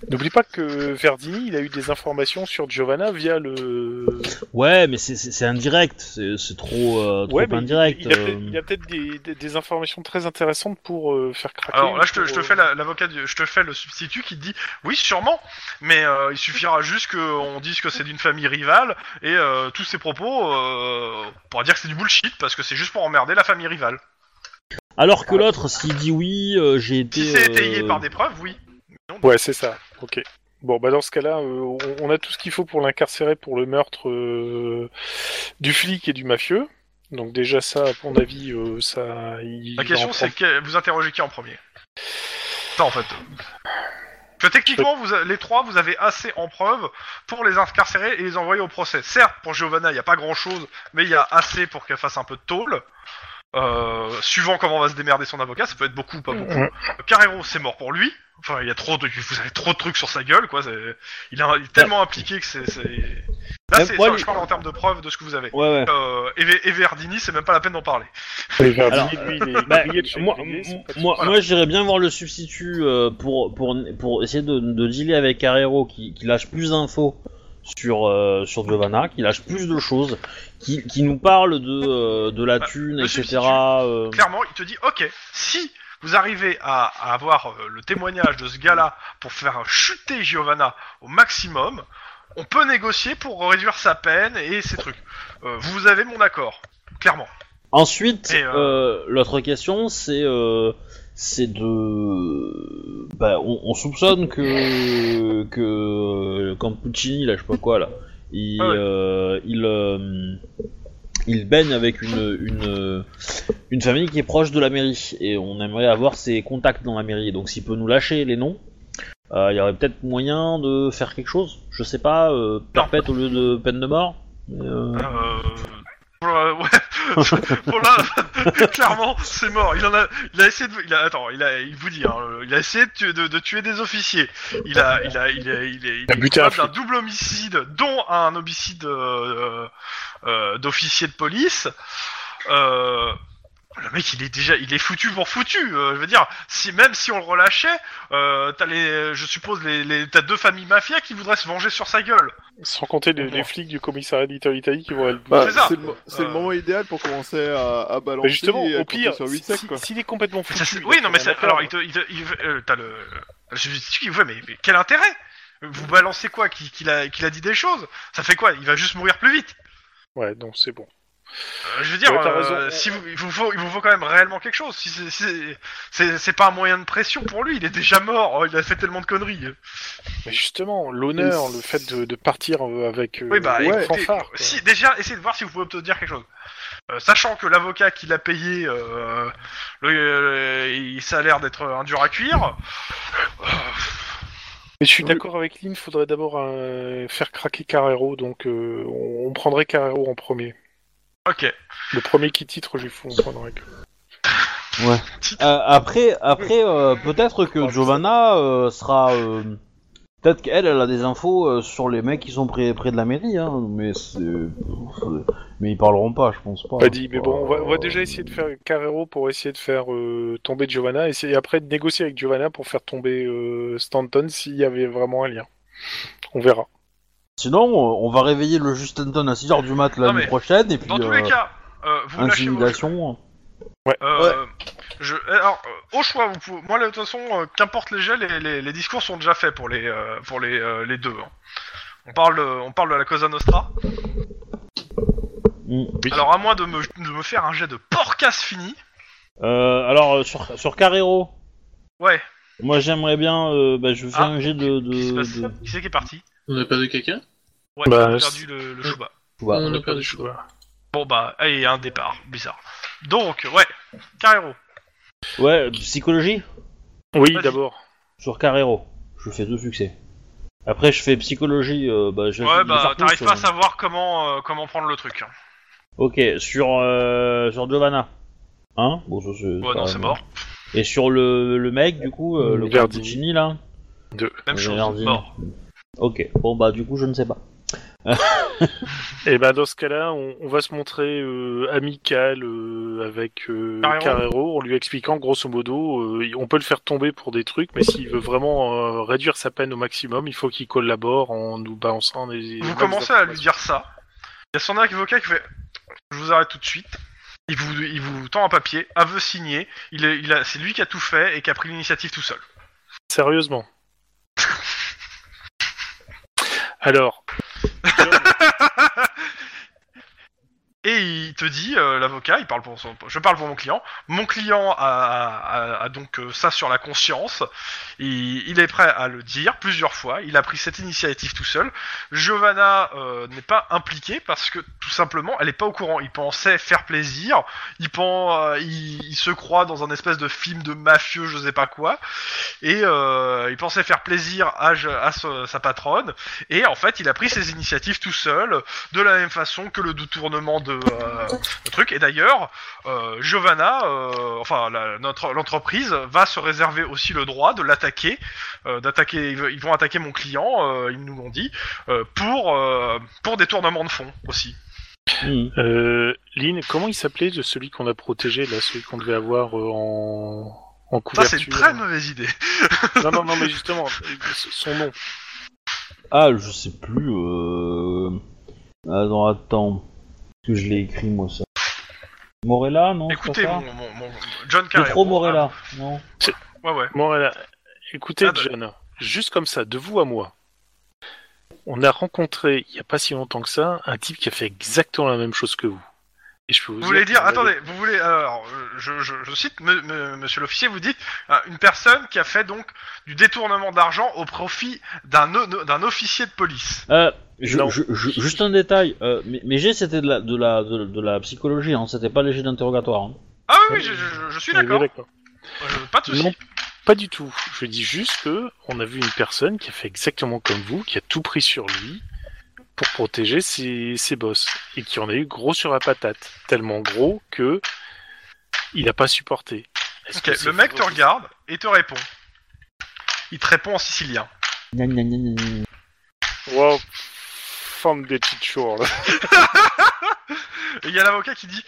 Speaker 3: N'oublie pas que Verdini, il a eu des informations sur Giovanna via le.
Speaker 1: Ouais, mais c'est- c'est c'est indirect. C'est c'est trop, euh, trop
Speaker 3: Ouais, mais il-
Speaker 1: indirect.
Speaker 3: il, a
Speaker 1: euh.
Speaker 3: peut- il a peut-être des, des- des informations très intéressantes pour euh, faire craquer.
Speaker 2: Alors là, je te,
Speaker 3: pour,
Speaker 2: je te
Speaker 3: euh,
Speaker 2: fais la- l'avocat, du- je te fais le substitut qui te dit oui, sûrement, mais euh, il suffira juste qu'on dise que c'est d'une famille rivale et euh, tous ces propos, euh, on pourra dire que c'est du bullshit parce que c'est juste pour emmerder la famille rivale.
Speaker 1: Alors que l'autre, s'il dit oui, euh, j'ai été.
Speaker 2: Si c'est
Speaker 1: euh,
Speaker 2: étayé par des preuves, oui.
Speaker 3: Ouais, c'est ça. Ok. Bon, bah dans ce cas-là, euh, on, on a tout ce qu'il faut pour l'incarcérer pour le meurtre euh, du flic et du mafieux. Donc déjà ça, à mon avis, euh, ça. il-
Speaker 2: La
Speaker 3: il
Speaker 2: question
Speaker 3: en
Speaker 2: c'est que vous interrogez qui en premier. Ça en fait. Que techniquement, vous a- les trois, vous avez assez en preuve pour les incarcérer et les envoyer au procès. Certes, pour Giovanna, il n'y a pas grand-chose, mais il y a assez pour qu'elle fasse un peu de tôle. Euh, suivant comment va se démerder son avocat, ça peut être beaucoup ou pas beaucoup.
Speaker 3: Ouais.
Speaker 2: Carrero, c'est mort pour lui. Enfin, il y a trop de, vous avez trop de trucs sur sa gueule, quoi. c'est- Il, est- il est tellement impliqué que c'est. c'est- Là,
Speaker 1: Mais
Speaker 2: c'est,
Speaker 1: moi,
Speaker 2: ça,
Speaker 1: il-
Speaker 2: je parle en termes de preuves de ce que vous avez.
Speaker 1: Ouais, ouais.
Speaker 2: Euh, et, Ve- et Verdini, c'est même pas la peine d'en parler.
Speaker 3: prend- Et Verdini,
Speaker 1: Alors,
Speaker 3: lui, il est
Speaker 1: Bah,
Speaker 3: grillé de chez
Speaker 1: moi,
Speaker 3: grillé, c'est
Speaker 1: moi,
Speaker 3: pas-
Speaker 1: moi,
Speaker 2: voilà.
Speaker 1: moi, j'irais bien voir le substitut euh, pour, pour, pour essayer de, de dealer avec Carrero qui, qui lâche plus d'infos sur, euh, sur Giovanna, qui lâche plus de choses, qui, qui nous parle de, euh, de la
Speaker 3: Bah,
Speaker 1: thune,
Speaker 2: le
Speaker 1: etc.
Speaker 2: substitut,
Speaker 1: euh,
Speaker 2: clairement, il te dit, ok, si vous arrivez à, à avoir euh, le témoignage de ce gars-là pour faire chuter Giovanna au maximum, on peut négocier pour réduire sa peine et ces trucs. Euh, vous avez mon accord, clairement.
Speaker 1: Ensuite,
Speaker 2: Et, euh,
Speaker 1: euh, l'autre question, c'est euh, c'est de. Bah, on, on soupçonne que. que. Campuccini, là, je sais pas quoi, là. Il.
Speaker 2: Ah ouais.
Speaker 1: euh, il, euh, il baigne avec une, une. une famille qui est proche de la mairie. Et on aimerait avoir ses contacts dans la mairie. Donc s'il peut nous lâcher les noms. euh, Il y aurait peut-être moyen de faire quelque chose, je sais pas, euh, perpète au lieu de peine de mort. euh,
Speaker 2: Euh, pour la- ouais, pour la- clairement, c'est mort. Il en a, il a essayé de, il a, attends, il a, il vous dit, hein, euh, il a essayé de, tuer- de- de tuer des officiers. Il a, il a, il a, il est- il
Speaker 3: Il a
Speaker 2: est
Speaker 3: buté un
Speaker 2: coupable d'un double homicide, dont un homicide euh, euh, d'officier de police. Euh, le mec, il est déjà, il est foutu pour foutu. euh, je veux dire, si même si on le relâchait, euh, t'as les, je suppose les, les- t'as deux familles mafias qui voudraient se venger sur sa gueule.
Speaker 3: Sans compter les, les flics du commissariat d'Italie qui vont aller le
Speaker 5: Bah,
Speaker 2: C'est ça.
Speaker 5: c'est le, mo- c'est le
Speaker 2: Euh.
Speaker 5: moment idéal pour commencer à, à balancer.
Speaker 3: Bah, justement,
Speaker 5: et
Speaker 3: au
Speaker 5: à compter
Speaker 3: pire,
Speaker 5: sur huit
Speaker 3: si-
Speaker 5: sacs,
Speaker 3: si-
Speaker 5: quoi.
Speaker 3: s'il est complètement
Speaker 2: Mais ça, c'est-
Speaker 3: foutu.
Speaker 2: oui,
Speaker 3: il a
Speaker 2: non, mais
Speaker 3: fait
Speaker 2: c'est-
Speaker 3: un
Speaker 2: alors, il
Speaker 3: accord.
Speaker 2: te, il te- il veut- euh, t'as le, le substitut qui veut, mais, mais quel intérêt Vous balancez quoi Qu'il qu'il a, qu'il a dit des choses Ça fait quoi Il va juste mourir plus vite.
Speaker 3: Ouais, donc c'est bon.
Speaker 2: Euh, je veux dire,
Speaker 3: Ouais, t'as
Speaker 2: euh,
Speaker 3: raison.
Speaker 2: si vous, il vous faut, il vous faut quand même réellement quelque chose. Si c'est- c'est- c'est c'est pas un moyen de pression pour lui. Il est déjà mort. oh, il a fait tellement de conneries.
Speaker 3: Mais justement, l'honneur, le fait de, de partir euh, avec euh,
Speaker 2: Oui, bah,
Speaker 3: avec
Speaker 2: écoutez,
Speaker 3: fanfare, quoi.
Speaker 2: si, déjà, essayez de voir si vous pouvez obtenir quelque chose. Euh, sachant que l'avocat qui l'a payé, euh, le, euh, il, ça a l'air d'être un dur à cuire.
Speaker 3: Mais je suis
Speaker 5: Oui.
Speaker 3: d'accord avec Lynn, faudrait d'abord euh, faire craquer Carrero, donc euh, on, on prendrait Carrero en premier.
Speaker 2: Ok.
Speaker 3: Le premier qui titre, lui, faut- on prendrait que.
Speaker 1: Euh, après, après euh, peut-être que Giovanna euh, sera. euh, peut-être qu'elle, elle a des infos euh, sur les mecs qui sont près, près de la mairie, hein, mais c'est. Mais ils parleront pas, je pense pas. hein.
Speaker 3: Pas dit, mais bon, on va, on va déjà essayer de faire Carrero pour essayer de faire euh, tomber Giovanna, et, c'est- et après de négocier avec Giovanna pour faire tomber euh, Stanton s'il y avait vraiment un lien. On verra.
Speaker 1: Sinon, euh, on va réveiller le Justanton à 6h du mat la
Speaker 2: Non, mais
Speaker 1: nuit prochaine, et puis.
Speaker 2: Dans tous
Speaker 1: euh,
Speaker 2: les cas, euh, vous lâchez vos
Speaker 1: intimidation. hein.
Speaker 2: Euh, je, alors, euh, au choix, vous pouvez, moi, de toute façon, euh, qu'importe les jets, les, les, les discours sont déjà faits pour les, euh, pour les, euh, les deux. hein. On parle, euh, on parle de la Cosa Nostra.
Speaker 1: Mm.
Speaker 2: Alors, à moi de me, de me faire un jet de porcasse fini.
Speaker 1: Euh, alors, euh, sur, sur Carrero,
Speaker 2: Ouais,
Speaker 1: moi j'aimerais bien. euh, bah, je fais
Speaker 2: Ah,
Speaker 1: un jet de.
Speaker 2: qui se
Speaker 1: de,
Speaker 2: passe
Speaker 1: de...
Speaker 2: Qui c'est qui est parti
Speaker 4: On a perdu quelqu'un
Speaker 2: Ouais,
Speaker 3: Bah,
Speaker 2: on a
Speaker 3: c'est-
Speaker 2: perdu le, le Shoba.
Speaker 1: Bah,
Speaker 4: On a perdu
Speaker 3: Je-
Speaker 4: Chouba.
Speaker 2: Bon, bah, allez, un départ, bizarre. Donc, ouais, Carrero.
Speaker 1: Ouais, psychologie
Speaker 3: Oui,
Speaker 2: Vas-y.
Speaker 3: d'abord.
Speaker 1: sur Carrero. Je fais deux succès. Après, je fais psychologie. euh, bah, je vais
Speaker 2: Ouais,
Speaker 1: faire
Speaker 2: bah,
Speaker 1: plus,
Speaker 2: t'arrives pas à
Speaker 1: euh.
Speaker 2: savoir comment, euh, comment prendre le truc. hein.
Speaker 1: Ok, sur, euh, sur Giovanna. Hein bon, ça, c'est-
Speaker 2: Ouais, non,
Speaker 1: pas-
Speaker 2: c'est mort.
Speaker 1: Et sur le, le mec, du coup, euh, le
Speaker 3: Verdi.
Speaker 1: Verdigini, là
Speaker 2: Même
Speaker 1: Le
Speaker 2: chose,
Speaker 1: Verdi.
Speaker 2: mort.
Speaker 1: Ok, bon, bah, du coup, je ne sais pas.
Speaker 3: Et ben dans ce cas-là, on, on va se montrer euh, amical euh, avec euh,
Speaker 2: Carrero.
Speaker 3: Carrero en lui expliquant grosso modo, euh, on peut le faire tomber pour des trucs, mais s'il veut vraiment euh, réduire sa peine au maximum, il faut qu'il collabore en nous balançant des.
Speaker 2: Vous commencez à lui dire ça. Il y a son avocat qui fait Je vous arrête tout de suite. Il vous, il vous tend un papier, aveu signé. Il est- il a- c'est lui qui a tout fait et qui a pris l'initiative tout seul.
Speaker 3: Sérieusement. Alors,
Speaker 2: Et il te dit, euh, l'avocat, il parle pour son, je parle pour mon client. Mon client a, a- a donc euh, ça sur la conscience. Il, il est prêt à le dire plusieurs fois. Il a pris cette initiative tout seul. Giovanna euh, n'est pas impliquée parce que tout simplement, elle n'est pas au courant. Il pensait faire plaisir. Il, pen- euh, il, il se croit dans un espèce de film de mafieux, je sais pas quoi. Et euh, il pensait faire plaisir à, à ce- sa patronne. Et en fait, il a pris ses initiatives tout seul de la même façon que le détournement de, euh, de truc. Et d'ailleurs, euh, Giovanna, euh, enfin la- notre l'entreprise va se réserver aussi le droit de l'attaquer, euh, d'attaquer. Ils ve- ils vont attaquer mon client, euh, ils nous l'ont dit, euh, pour euh, pour détournement de fonds aussi.
Speaker 1: Hmm.
Speaker 3: euh, Lynn, comment il s'appelait de celui qu'on a protégé, là, celui qu'on devait avoir euh, en, en
Speaker 2: Ça
Speaker 3: couverture
Speaker 2: c'est une très mauvaise idée.
Speaker 3: Non, non, non, mais justement, son nom.
Speaker 1: Ah, je sais plus. Euh... Attends, attends. Est-ce que je l'ai écrit, moi, ça Morella, non c'est pas
Speaker 2: Écoutez,
Speaker 1: ça
Speaker 2: mon, mon- mon- John
Speaker 1: C'est
Speaker 2: Carrero. hein.
Speaker 1: trop Morella, non
Speaker 2: Ah, ouais ouais.
Speaker 3: Bon, voilà. Écoutez,
Speaker 2: Ah, bah-
Speaker 3: John, juste comme ça, de vous à moi, on a rencontré, il n'y a pas si longtemps que ça, un type qui a fait exactement la même chose que vous. Et je peux vous,
Speaker 2: Vous voulez dire,
Speaker 3: qu'on avait-
Speaker 2: attendez, vous voulez, alors, euh, je, je, je cite, me- me- monsieur l'officier, vous dites, euh, une personne qui a fait donc du détournement d'argent au profit d'un o- d'un officier de police.
Speaker 1: Euh, je-
Speaker 3: Non.
Speaker 1: je- je- juste un détail, euh, mes, mes jets c'était de la, de, la, de, de la psychologie, hein, c'était pas les jets d'interrogatoire. hein.
Speaker 2: Ah oui, oui, je, je- je suis
Speaker 3: On est bien
Speaker 2: d'accord,
Speaker 3: d'accord.
Speaker 2: Euh, pas de
Speaker 3: Non,
Speaker 2: soucis.
Speaker 3: pas du tout. Je dis juste que on a vu une personne qui a fait exactement comme vous, qui a tout pris sur lui pour protéger ses, ses boss et qui en a eu gros sur la patate, tellement gros que il n'a pas supporté. Est-ce
Speaker 2: Ok,
Speaker 3: que c'est
Speaker 2: le mec te
Speaker 3: vrai
Speaker 2: regarde et te répond. Il te répond en sicilien.
Speaker 1: Gna, gna, gna, gna, gna.
Speaker 3: Wow, forme des petites choses. là.
Speaker 2: Et il y a l'avocat qui dit,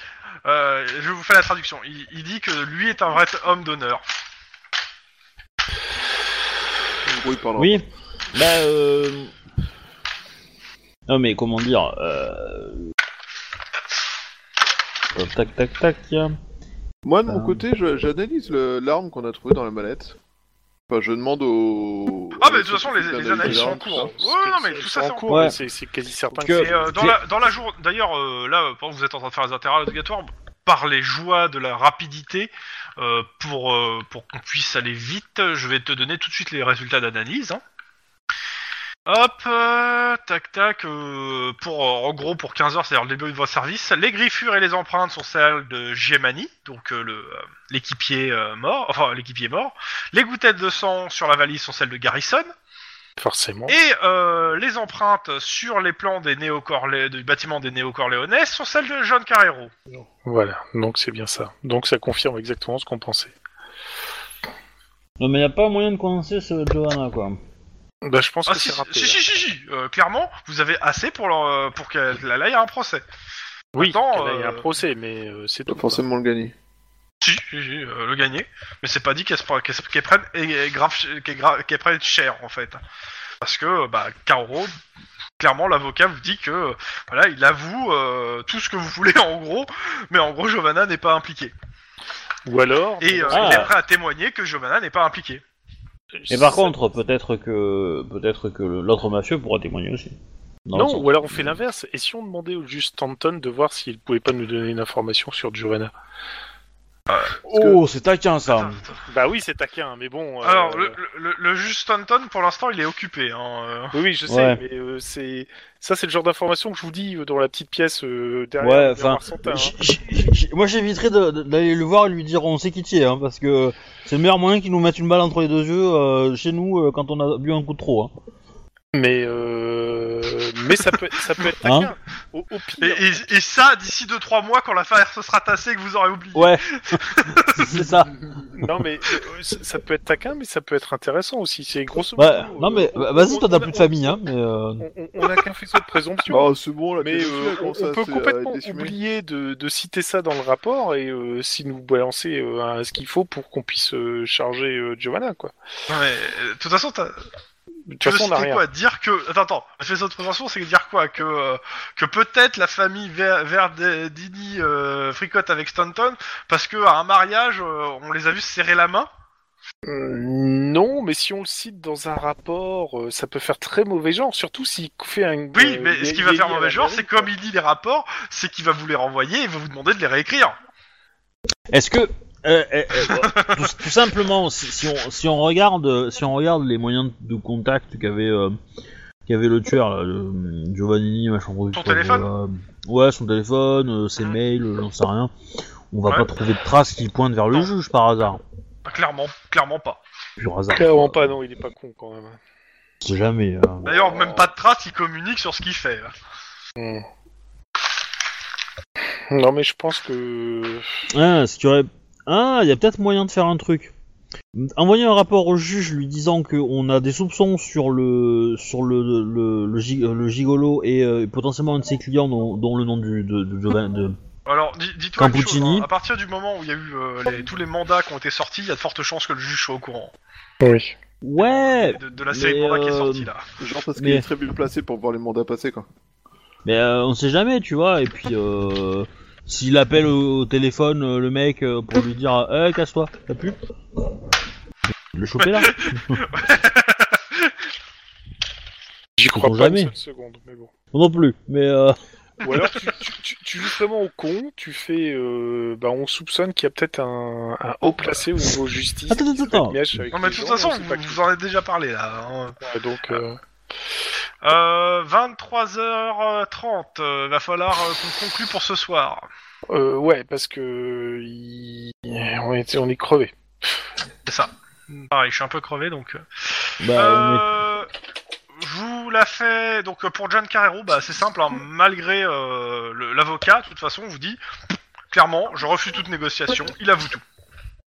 Speaker 2: euh, je vous fais la traduction, il, il dit que lui est un vrai homme d'honneur.
Speaker 5: En gros, il parle
Speaker 1: Oui, bah euh... Non mais comment dire euh... euh, Tac tac tac.
Speaker 5: Moi, de mon
Speaker 1: Euh.
Speaker 5: côté, je- j'analyse le- l'arme qu'on a trouvée dans la mallette. Enfin, je demande au.
Speaker 2: Ah,
Speaker 3: bah,
Speaker 2: mais de toute façon, les, les
Speaker 5: d'analyser
Speaker 2: analyses sont en
Speaker 5: l'arme,
Speaker 2: cours.
Speaker 5: tout
Speaker 2: Ouais,
Speaker 3: hein.
Speaker 5: ça.
Speaker 2: non, mais tout ça c'est en cours.
Speaker 1: Ouais.
Speaker 3: mais c'est c'est quasi certain
Speaker 1: Parce
Speaker 3: que
Speaker 1: que-
Speaker 2: Et euh, dans,
Speaker 1: J'ai-
Speaker 2: la, dans la journée, d'ailleurs, euh, là, euh, pendant que vous êtes en train de faire les intérêts obligatoires, par les joies de la rapidité, euh, pour, euh, pour qu'on puisse aller vite, je vais te donner tout de suite les résultats d'analyse. hein. Hop, euh, tac tac, euh, pour euh, en gros pour 15 heures, c'est-à-dire le début de votre service, les griffures et les empreintes sont celles de Gemani, donc euh, le, euh, l'équipier euh, mort, enfin l'équipier mort. Les gouttettes de sang sur la valise sont celles de Garrison.
Speaker 3: forcément.
Speaker 2: Et euh, les empreintes sur les plans des néocorlé- du bâtiment des néocorléonais sont celles de John Carrero.
Speaker 3: Voilà, donc c'est bien ça. Donc ça confirme exactement ce qu'on pensait.
Speaker 1: Non mais y a pas moyen de commencer ce Johanna quoi.
Speaker 3: Bah, je pense
Speaker 2: Ah
Speaker 3: que
Speaker 2: si,
Speaker 3: c'est raté.
Speaker 2: si,
Speaker 3: là.
Speaker 2: si, si, si, euh, clairement, vous avez assez pour, leur, euh, pour qu'elle là, il y a un procès.
Speaker 3: Oui,
Speaker 2: Attends,
Speaker 3: là, il y a un
Speaker 2: euh,
Speaker 3: procès, mais euh, c'est
Speaker 5: On
Speaker 3: tout.
Speaker 5: doit forcément le gagner.
Speaker 2: Si, si, si, euh, le gagner. Mais c'est pas dit qu'elle se pre- qu'elle se- qu'elle prenne, et- et grave ch- qu'elle gra- qu'elle prenne cher, en fait. Parce que, bah, Carrero, clairement, l'avocat vous dit que, voilà, il avoue euh, tout ce que vous voulez, en gros, mais en gros, Giovanna n'est pas impliquée.
Speaker 3: Ou alors.
Speaker 2: Et euh,
Speaker 1: Ah.
Speaker 2: il est prêt à témoigner que Giovanna n'est pas impliquée.
Speaker 3: euh,
Speaker 1: Mais par contre, peut-être que peut-être que l'autre mafieux pourra témoigner aussi. Dans le
Speaker 3: Non,
Speaker 1: sens-
Speaker 3: ou alors on fait l'inverse. Et si on demandait au juge Stanton de voir s'il pouvait pas nous donner une information sur Giovanna
Speaker 1: Oh, c'est taquin ça.
Speaker 2: Attends,
Speaker 3: Bah oui, c'est taquin, mais bon. euh,
Speaker 2: Alors, le, le, le juge Stanton, pour l'instant, il est occupé. Hein. euh.
Speaker 3: Oui, oui, je sais,
Speaker 1: Ouais.
Speaker 3: mais euh, c'est ça, c'est le genre d'information que je vous dis euh, dans la petite pièce euh, derrière.
Speaker 1: Ouais,
Speaker 3: derrière
Speaker 1: enfin,
Speaker 3: Marsantin, hein.
Speaker 1: J- j- j- Moi j'éviterais de- de- d'aller le voir et lui dire on sait qui t'y hein, parce que c'est le meilleur moyen qu'ils nous mettent une balle entre les deux yeux euh, chez nous euh, quand on a bu un coup de trop. Hein.
Speaker 3: Mais euh, mais ça peut ça peut être
Speaker 1: Hein
Speaker 3: taquin. au, au pire.
Speaker 2: Et, et- et ça, d'ici 2-3 mois, quand l'affaire se sera tassée et que vous aurez oublié.
Speaker 1: Ouais, c'est ça.
Speaker 3: Non mais euh, ça ça peut être taquin, mais ça peut être intéressant aussi. C'est grosso modo.
Speaker 1: Ouais. Non mais bah,
Speaker 3: euh,
Speaker 1: vas-y,
Speaker 3: on-
Speaker 1: toi t'as
Speaker 3: on-
Speaker 1: plus de famille, hein. Mais euh,
Speaker 3: On, on- on a qu'un faisceau de présomption.
Speaker 5: Oh, c'est bon, la
Speaker 3: Mais
Speaker 5: pédophilie,
Speaker 3: euh,
Speaker 5: elle
Speaker 3: on,
Speaker 5: commence à
Speaker 3: on peut
Speaker 5: se- à
Speaker 3: complètement
Speaker 5: être décimée.
Speaker 3: oublier de, de citer ça dans le rapport et euh, si nous balancer euh, un- ce qu'il faut pour qu'on puisse euh, charger euh, Giovanna quoi.
Speaker 2: Non, mais, euh, de toute façon, t'as.
Speaker 3: De toute façon on a
Speaker 2: c'était
Speaker 3: rien.
Speaker 2: quoi Dire que. Attends, attends. La façon de prévention, c'est dire quoi Que, euh, que peut-être la famille Ver- Verdini euh, fricote avec Stanton parce que à un mariage, euh, on les a vus se serrer la main.
Speaker 3: Euh, non mais si on le cite dans un rapport, euh, ça peut faire très mauvais genre, surtout s'il fait un.
Speaker 2: Oui,
Speaker 3: euh,
Speaker 2: mais ce qui
Speaker 3: il-
Speaker 2: va
Speaker 3: il-
Speaker 2: faire
Speaker 3: il- il-
Speaker 2: mauvais genre, c'est
Speaker 3: quoi.
Speaker 2: comme il lit les rapports, c'est qu'il va vous les renvoyer et va vous demander de les réécrire.
Speaker 1: est-ce que euh, euh, euh, tout, tout simplement, si, si on, si on regarde, euh, si on regarde les moyens de contact qu'avait euh, qu'avait le tueur, là, le, euh, Giovannini, machin, son
Speaker 2: téléphone
Speaker 1: ouais, son téléphone, euh, ses
Speaker 2: Mm.
Speaker 1: mails, euh, j'en sais rien. On va
Speaker 2: Ouais.
Speaker 1: pas trouver de traces qui pointent vers le
Speaker 2: Non.
Speaker 1: juge par hasard.
Speaker 2: Bah, clairement, clairement pas.
Speaker 1: Pur hasard.
Speaker 3: Clairement pas non, il est pas con quand même.
Speaker 1: On sait jamais. euh.
Speaker 2: D'ailleurs,
Speaker 3: Oh.
Speaker 2: même pas de traces, il communique sur ce qu'il fait. là.
Speaker 3: Hmm. Non mais je pense que
Speaker 1: Ah, si tu aurais- Ah, il y a peut-être moyen de faire un truc. Envoyer un rapport au juge lui disant qu'on a des soupçons sur le sur le, le, le gi- le gigolo et euh, potentiellement un de ses clients dont, dont le nom du, de, de, Giovanni- de-
Speaker 2: Alors, di- dis-toi une chose,
Speaker 1: Campuccini.
Speaker 2: hein, à partir du moment où il y a eu euh, les- tous les mandats qui ont été sortis, il y a de fortes chances que le juge soit au courant
Speaker 3: oui.
Speaker 1: Ouais,
Speaker 2: de, de la série de
Speaker 1: Mais,
Speaker 2: mandats qui est
Speaker 1: euh,
Speaker 2: sortie là.
Speaker 5: Genre parce
Speaker 1: Mais-
Speaker 5: qu'il est très bien placé pour voir les mandats passer, quoi.
Speaker 1: mais euh, on sait jamais, tu vois. Et puis euh, s'il appelle au, au téléphone euh, le mec euh, pour lui dire, eh casse-toi, t'as pu Le choper là.
Speaker 3: J'y crois
Speaker 1: sait
Speaker 3: pas
Speaker 1: jamais.
Speaker 3: une seule seconde, mais bon.
Speaker 1: Non plus. Mais euh,
Speaker 3: Ou alors tu, tu, tu, tu joues vraiment au con, tu fais, euh, bah on soupçonne qu'il y a peut-être un, un haut placé au niveau justice.
Speaker 1: Attends,
Speaker 3: qui
Speaker 1: attends,
Speaker 3: se fait
Speaker 1: attends.
Speaker 3: mièche avec
Speaker 2: Non, mais
Speaker 3: les
Speaker 2: de toute
Speaker 3: gens,
Speaker 2: façon,
Speaker 3: on sait
Speaker 2: vous,
Speaker 3: pas qui
Speaker 2: vous en avez déjà parlé là. hein.
Speaker 3: c'est, donc euh,
Speaker 2: Euh, 23h30, euh, va falloir euh, qu'on conclue pour ce soir.
Speaker 3: euh, ouais, parce que il- on est on est crevé.
Speaker 2: C'est ça. Pareil, je suis un peu crevé donc. euh.
Speaker 1: bah, on est-
Speaker 2: Euh, Je vous la fais. Donc euh, pour John Carrero, bah, c'est simple, hein, malgré euh, le- l'avocat, de toute façon, on vous dit clairement, je refuse toute négociation, il avoue tout.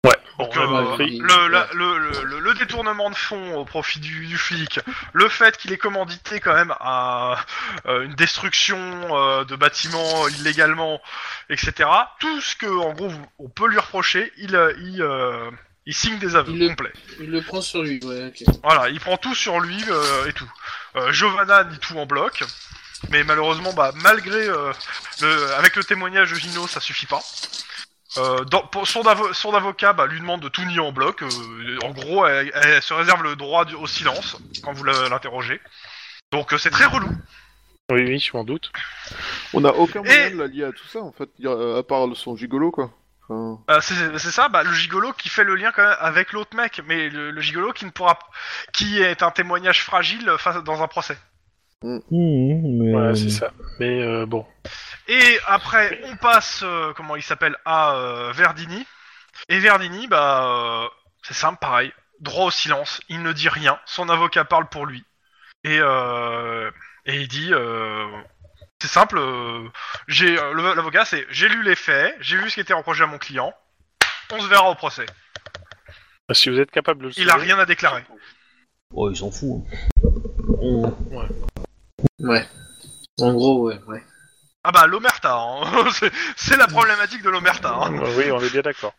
Speaker 3: Ouais.
Speaker 2: Donc,
Speaker 3: on a
Speaker 2: euh,
Speaker 3: mal pris.
Speaker 2: le, la- le, le- le- le détournement de fonds au profit du, du flic, le fait qu'il ait commandité quand même à, euh, une destruction euh, de bâtiments illégalement, etc. Tout ce que, en gros, vous- on peut lui reprocher, il, euh, il, euh, il signe des aveux
Speaker 4: Il le-
Speaker 2: complets.
Speaker 4: Il le prend sur lui, ouais, ok.
Speaker 2: Voilà, il prend tout sur lui euh, et tout. Euh, Giovanna dit tout en bloc, mais malheureusement, bah, malgré euh, le, avec le témoignage de Gino, ça suffit pas. Euh, dans- pour- son, avo- son avocat bah, lui demande de tout nier en bloc. euh, en gros, elle, elle se réserve le droit du- au silence quand vous la- l'interrogez. Donc euh, c'est très relou.
Speaker 3: Oui oui, je m'en doute.
Speaker 5: On n'a aucun moyen
Speaker 2: Et-
Speaker 5: de la lier à tout ça, en fait, y a- euh, à part son gigolo, quoi. Enfin,
Speaker 2: Bah, c'est c'est ça, bah, le gigolo qui fait le lien quand même avec l'autre mec, mais le, le gigolo qui ne pourra, qui est un témoignage fragile euh, face dans un procès.
Speaker 1: Mmh, mais,
Speaker 3: Ouais,
Speaker 1: euh,
Speaker 3: c'est ça. Mais euh, bon.
Speaker 2: Et après, on passe, euh, comment il s'appelle, à euh, Verdini. Et Verdini, bah, euh, c'est simple, pareil. Droit au silence, il ne dit rien. Son avocat parle pour lui. Et, euh, et il dit, euh, c'est simple, euh, j'ai euh, le- l'avocat, c'est j'ai lu les faits, j'ai vu ce qui était reproché à mon client. On se verra au procès.
Speaker 3: Si vous êtes capable de le
Speaker 2: Il a
Speaker 3: sauver,
Speaker 2: rien à déclarer.
Speaker 1: Oh, il s'en fout. On-
Speaker 4: Ouais. En gros, ouais, ouais.
Speaker 2: Ah bah l'omerta, hein. C'est- c'est la problématique de l'omerta. hein.
Speaker 3: Euh, oui, on est bien d'accord.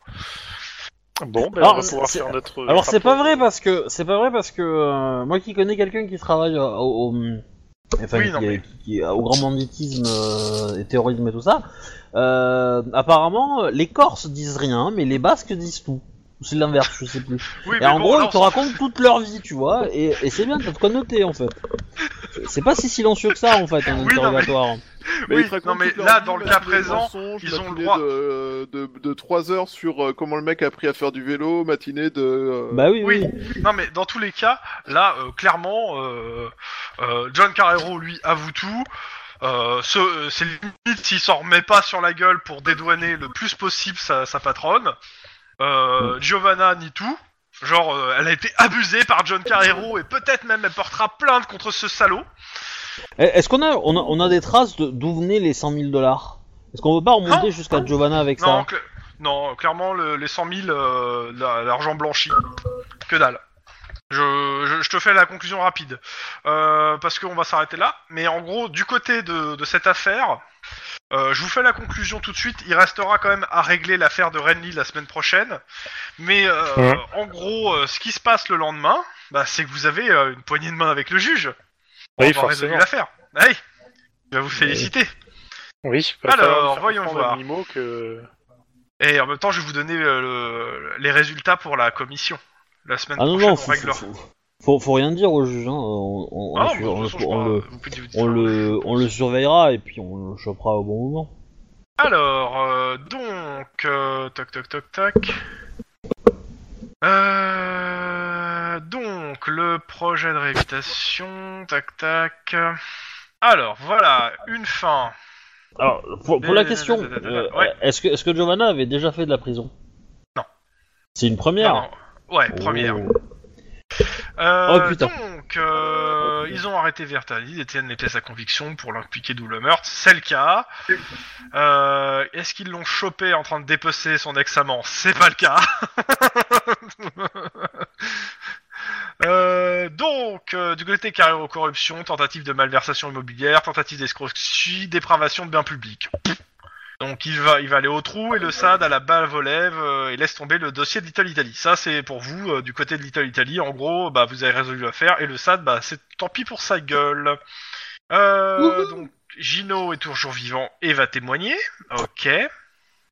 Speaker 3: Bon, ben,
Speaker 1: Alors,
Speaker 3: on va pouvoir
Speaker 1: c'est-
Speaker 3: faire notre.
Speaker 1: Alors c'est pas
Speaker 3: rapport.
Speaker 1: vrai parce que c'est pas vrai parce que euh, moi qui connais quelqu'un qui travaille euh, au, au- enfin,
Speaker 2: Oui, non,
Speaker 1: qui-
Speaker 2: mais-
Speaker 1: qui- au grand banditisme euh, et terrorisme et tout ça, euh, apparemment euh, les Corses disent rien mais les Basques disent tout. Ou C'est l'inverse, je sais plus.
Speaker 2: Oui,
Speaker 1: Et
Speaker 2: mais
Speaker 1: en
Speaker 2: bon,
Speaker 1: gros,
Speaker 2: là,
Speaker 1: ils
Speaker 2: on
Speaker 1: te
Speaker 2: s'en
Speaker 1: racontent toute leur vie, tu vois, et, et c'est bien, t'as de quoi noter en fait. C'est- C'est pas si silencieux que ça en fait, un
Speaker 2: Oui, non, mais- Euh,
Speaker 1: interrogatoire.
Speaker 2: Oui,
Speaker 5: ils te racontent
Speaker 2: non, mais
Speaker 5: toute leur
Speaker 2: là,
Speaker 5: vie,
Speaker 2: dans le
Speaker 5: la
Speaker 2: cas
Speaker 5: foulée de
Speaker 2: présent,
Speaker 5: mensonges,
Speaker 2: ils
Speaker 5: la
Speaker 2: ont le
Speaker 5: foulée
Speaker 2: droit.
Speaker 5: De, de, de 3 heures sur euh, comment le mec a appris à faire du vélo, matinée de. euh,
Speaker 1: Bah oui, oui.
Speaker 2: Oui, non mais dans tous les cas, là, euh, clairement, euh, euh, John Carrero, lui, avoue tout. Euh, ce- euh, c'est limite s'il s'en remet pas sur la gueule pour dédouaner le plus possible sa, sa patronne. Euh, Giovanna ni tout. Genre, euh, elle a été abusée par John Carrero et peut-être même elle portera plainte contre ce salaud.
Speaker 1: Eh, Est-ce qu'on a, on a, on a des traces de- d'où venaient les 100 000 dollars Est-ce qu'on peut pas remonter jusqu'à Giovanna avec
Speaker 2: Non,
Speaker 1: ça
Speaker 2: cl- non clairement, le- les 100 000, euh, la- l'argent blanchi, que dalle. Je, je- je te fais la conclusion rapide, euh, parce qu'on va s'arrêter là. Mais en gros, du côté de, de cette affaire, euh, je vous fais la conclusion tout de suite. Il restera quand même à régler l'affaire de Renly la semaine prochaine. Mais euh,
Speaker 3: Ouais.
Speaker 2: en gros, euh, ce qui se passe le lendemain, bah, c'est que vous avez euh, une poignée de main avec le juge.
Speaker 3: Oui,
Speaker 2: avoir résolu
Speaker 3: forcément.
Speaker 2: l'affaire. Ah Oui, il va vous féliciter.
Speaker 3: Oui. va
Speaker 2: Alors,
Speaker 3: falloir faire
Speaker 2: voyons
Speaker 3: comprendre à
Speaker 2: voir.
Speaker 3: Nemo que...
Speaker 2: Et en même temps, je vais vous donner euh, le- les résultats pour la commission. La semaine
Speaker 1: Ah non,
Speaker 2: prochaine,
Speaker 1: non,
Speaker 2: on
Speaker 1: faut,
Speaker 2: règle leur...
Speaker 1: faut, faut- faut rien dire au juge, hein. on, on- on-
Speaker 2: Ah non, mais de
Speaker 1: on-
Speaker 2: toute façon, je
Speaker 1: on
Speaker 2: crois,
Speaker 1: le,
Speaker 2: vous pouvez- vous dites-
Speaker 1: on le, on le surveillera et puis on le chopera au bon moment.
Speaker 2: Alors, euh, donc... euh, tac, tac, tac, tac... Euh, donc, le projet de réhabilitation... Tac, tac... Alors, voilà, une fin.
Speaker 1: Alors, pour, pour la
Speaker 2: Euh,
Speaker 1: question,
Speaker 2: euh,
Speaker 1: euh,
Speaker 2: ouais.
Speaker 1: est-ce que, est que Giovanna avait déjà fait de la prison
Speaker 2: Non.
Speaker 1: C'est une première
Speaker 2: Non, non. Ouais, première.
Speaker 1: Oh.
Speaker 2: Euh,
Speaker 1: Oh, putain.
Speaker 2: Donc, euh, ils ont arrêté Vertali, ils détiennent les pièces à conviction pour l'impliquer d'où le meurtre, c'est le cas. Euh, Est-ce qu'ils l'ont chopé en train de dépecer son ex-amant C'est pas le cas. Euh, donc, euh, du côté carrière corruption, tentative de malversation immobilière, tentative d'escroquerie, dépravation de biens publics. Pff. Donc il va, il va aller au trou et le SAD à la balle aux lèvres euh, et laisse tomber le dossier de Little Italy. Ça c'est pour vous euh, du côté de Little Italy. En gros, bah vous avez résolu l'affaire et le SAD, bah c'est tant pis pour sa gueule. Euh,
Speaker 4: Wouhou.
Speaker 2: donc Gino est toujours vivant et va témoigner. Ok.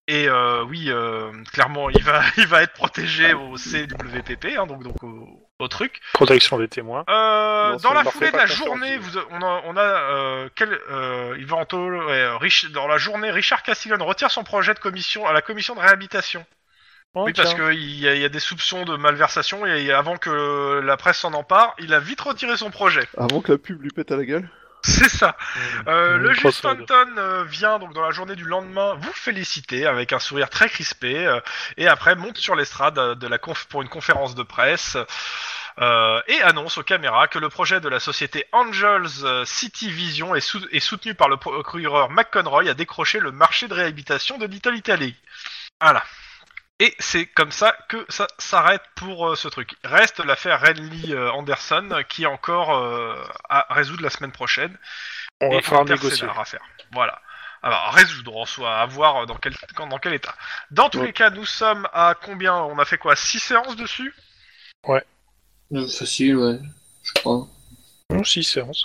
Speaker 2: Et euh, oui, euh, clairement, il va, il va être protégé au CWPP, hein, donc donc au, au truc.
Speaker 3: Protection des témoins.
Speaker 2: Euh,
Speaker 5: Non,
Speaker 2: dans
Speaker 5: c'est
Speaker 2: la
Speaker 5: parfait,
Speaker 2: foulée de
Speaker 5: pas
Speaker 2: la
Speaker 5: chercher,
Speaker 2: journée,
Speaker 5: on dit.
Speaker 2: vous, on a, on a euh, quel, euh, il va en tôle, ouais, euh, Rich- dans la journée, Richard Castillon retire son projet de commission à la commission de réhabilitation.
Speaker 3: Oh,
Speaker 2: oui, parce
Speaker 3: tiens.
Speaker 2: qu'il y, a- il y a des soupçons de malversation et avant que la presse s'en empare, il a vite retiré son projet.
Speaker 5: Avant que la pub lui pète à la gueule.
Speaker 2: C'est ça. Euh,
Speaker 3: Mmh,
Speaker 2: le juge
Speaker 3: crossroad.
Speaker 2: Stanton euh, vient donc dans la journée du lendemain vous féliciter avec un sourire très crispé euh, et après monte sur l'estrade euh, de la conf pour une conférence de presse euh, et annonce aux caméras que le projet de la société Angels euh, City Vision est, sou- est soutenu par le procureur McConroy a décroché le marché de réhabilitation de Little Italy. Voilà. Et c'est comme ça que ça s'arrête pour euh, ce truc. Reste l'affaire Renly euh, Anderson euh, qui est encore euh, à résoudre la semaine prochaine
Speaker 3: On va
Speaker 2: et
Speaker 3: falloir
Speaker 2: intercédar
Speaker 3: négocier.
Speaker 2: à faire. Voilà. Alors, résoudre en soi, à voir dans quel, quand- dans quel état. Dans tous
Speaker 5: Ouais.
Speaker 2: les cas, nous sommes à combien On a fait quoi 6 séances dessus
Speaker 4: Euh, Facile, ouais, je crois.
Speaker 3: Non, si, séance.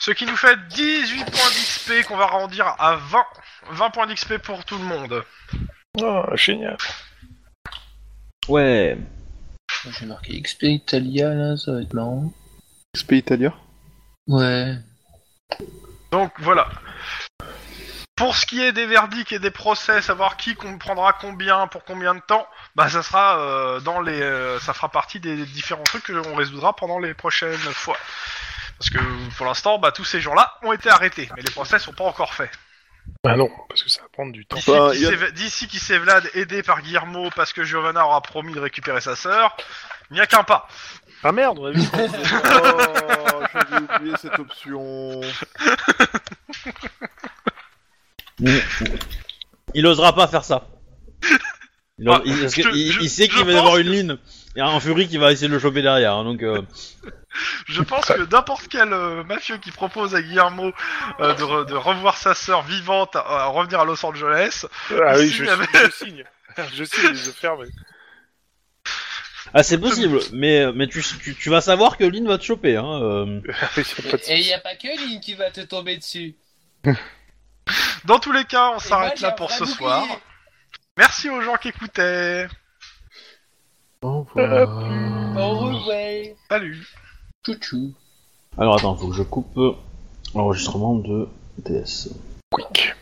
Speaker 2: Ce qui nous fait 18 points d'XP qu'on va rendir à 20, 20 points d'XP pour tout le monde.
Speaker 3: Ah, génial.
Speaker 1: Ouais.
Speaker 4: J'ai marqué XP Italia, là, ça va être marrant.
Speaker 5: XP Italia.
Speaker 4: Ouais.
Speaker 2: Donc voilà. Pour ce qui est des verdicts et des procès, savoir qui comprendra combien pour combien de temps, bah ça sera euh, dans les, euh, ça fera partie des différents trucs que l'on résoudra pendant les prochaines fois. Parce que pour l'instant, bah tous ces gens-là ont été arrêtés, mais les procès sont pas encore faits.
Speaker 3: Bah non, parce que ça va prendre du temps.
Speaker 2: D'ici
Speaker 5: Enfin,
Speaker 2: qui
Speaker 5: Bah, il y a-
Speaker 2: s'éve- D'ici qui s'est Vlad aidé par Guillermo parce que Giovanna aura promis de récupérer sa sœur, il n'y a qu'un pas.
Speaker 3: Ah merde, on a vu ça.
Speaker 5: oh, j'avais oublié cette option.
Speaker 1: Il osera pas faire ça. Il,
Speaker 2: Ah,
Speaker 1: il- parce que
Speaker 2: je-
Speaker 1: il-
Speaker 2: je-
Speaker 1: il sait
Speaker 2: je
Speaker 1: qu'il va y
Speaker 2: pense
Speaker 1: avoir
Speaker 2: que-
Speaker 1: une ligne et un Fury qui va essayer de le choper derrière. hein, donc, euh,
Speaker 2: Je pense que n'importe quel euh, mafieux qui propose à Guillermo euh, de, re- de revoir sa sœur vivante euh, à, à revenir à Los Angeles,
Speaker 3: Ah oui, je,
Speaker 2: Signe avec-
Speaker 3: je signe. Je signe, les yeux fermés.
Speaker 1: ah, c'est possible, mais, mais tu, tu, tu vas savoir que Lynn va te choper. Hein, euh.
Speaker 3: Ah oui, y a pas de-
Speaker 4: Et il n'y a pas que Lynn qui va te tomber dessus.
Speaker 2: dans tous les cas, on
Speaker 4: Et moi,
Speaker 2: s'arrête
Speaker 4: j'ai
Speaker 2: là
Speaker 4: un
Speaker 2: pour
Speaker 4: vrai
Speaker 2: ce
Speaker 4: bouclier.
Speaker 2: soir. Merci aux gens qui écoutaient.
Speaker 4: Au
Speaker 5: Au
Speaker 4: revoir.
Speaker 2: Salut.
Speaker 4: Chouchou.
Speaker 1: Alors attends, faut que je coupe euh, l'enregistrement de TS.
Speaker 3: Quick.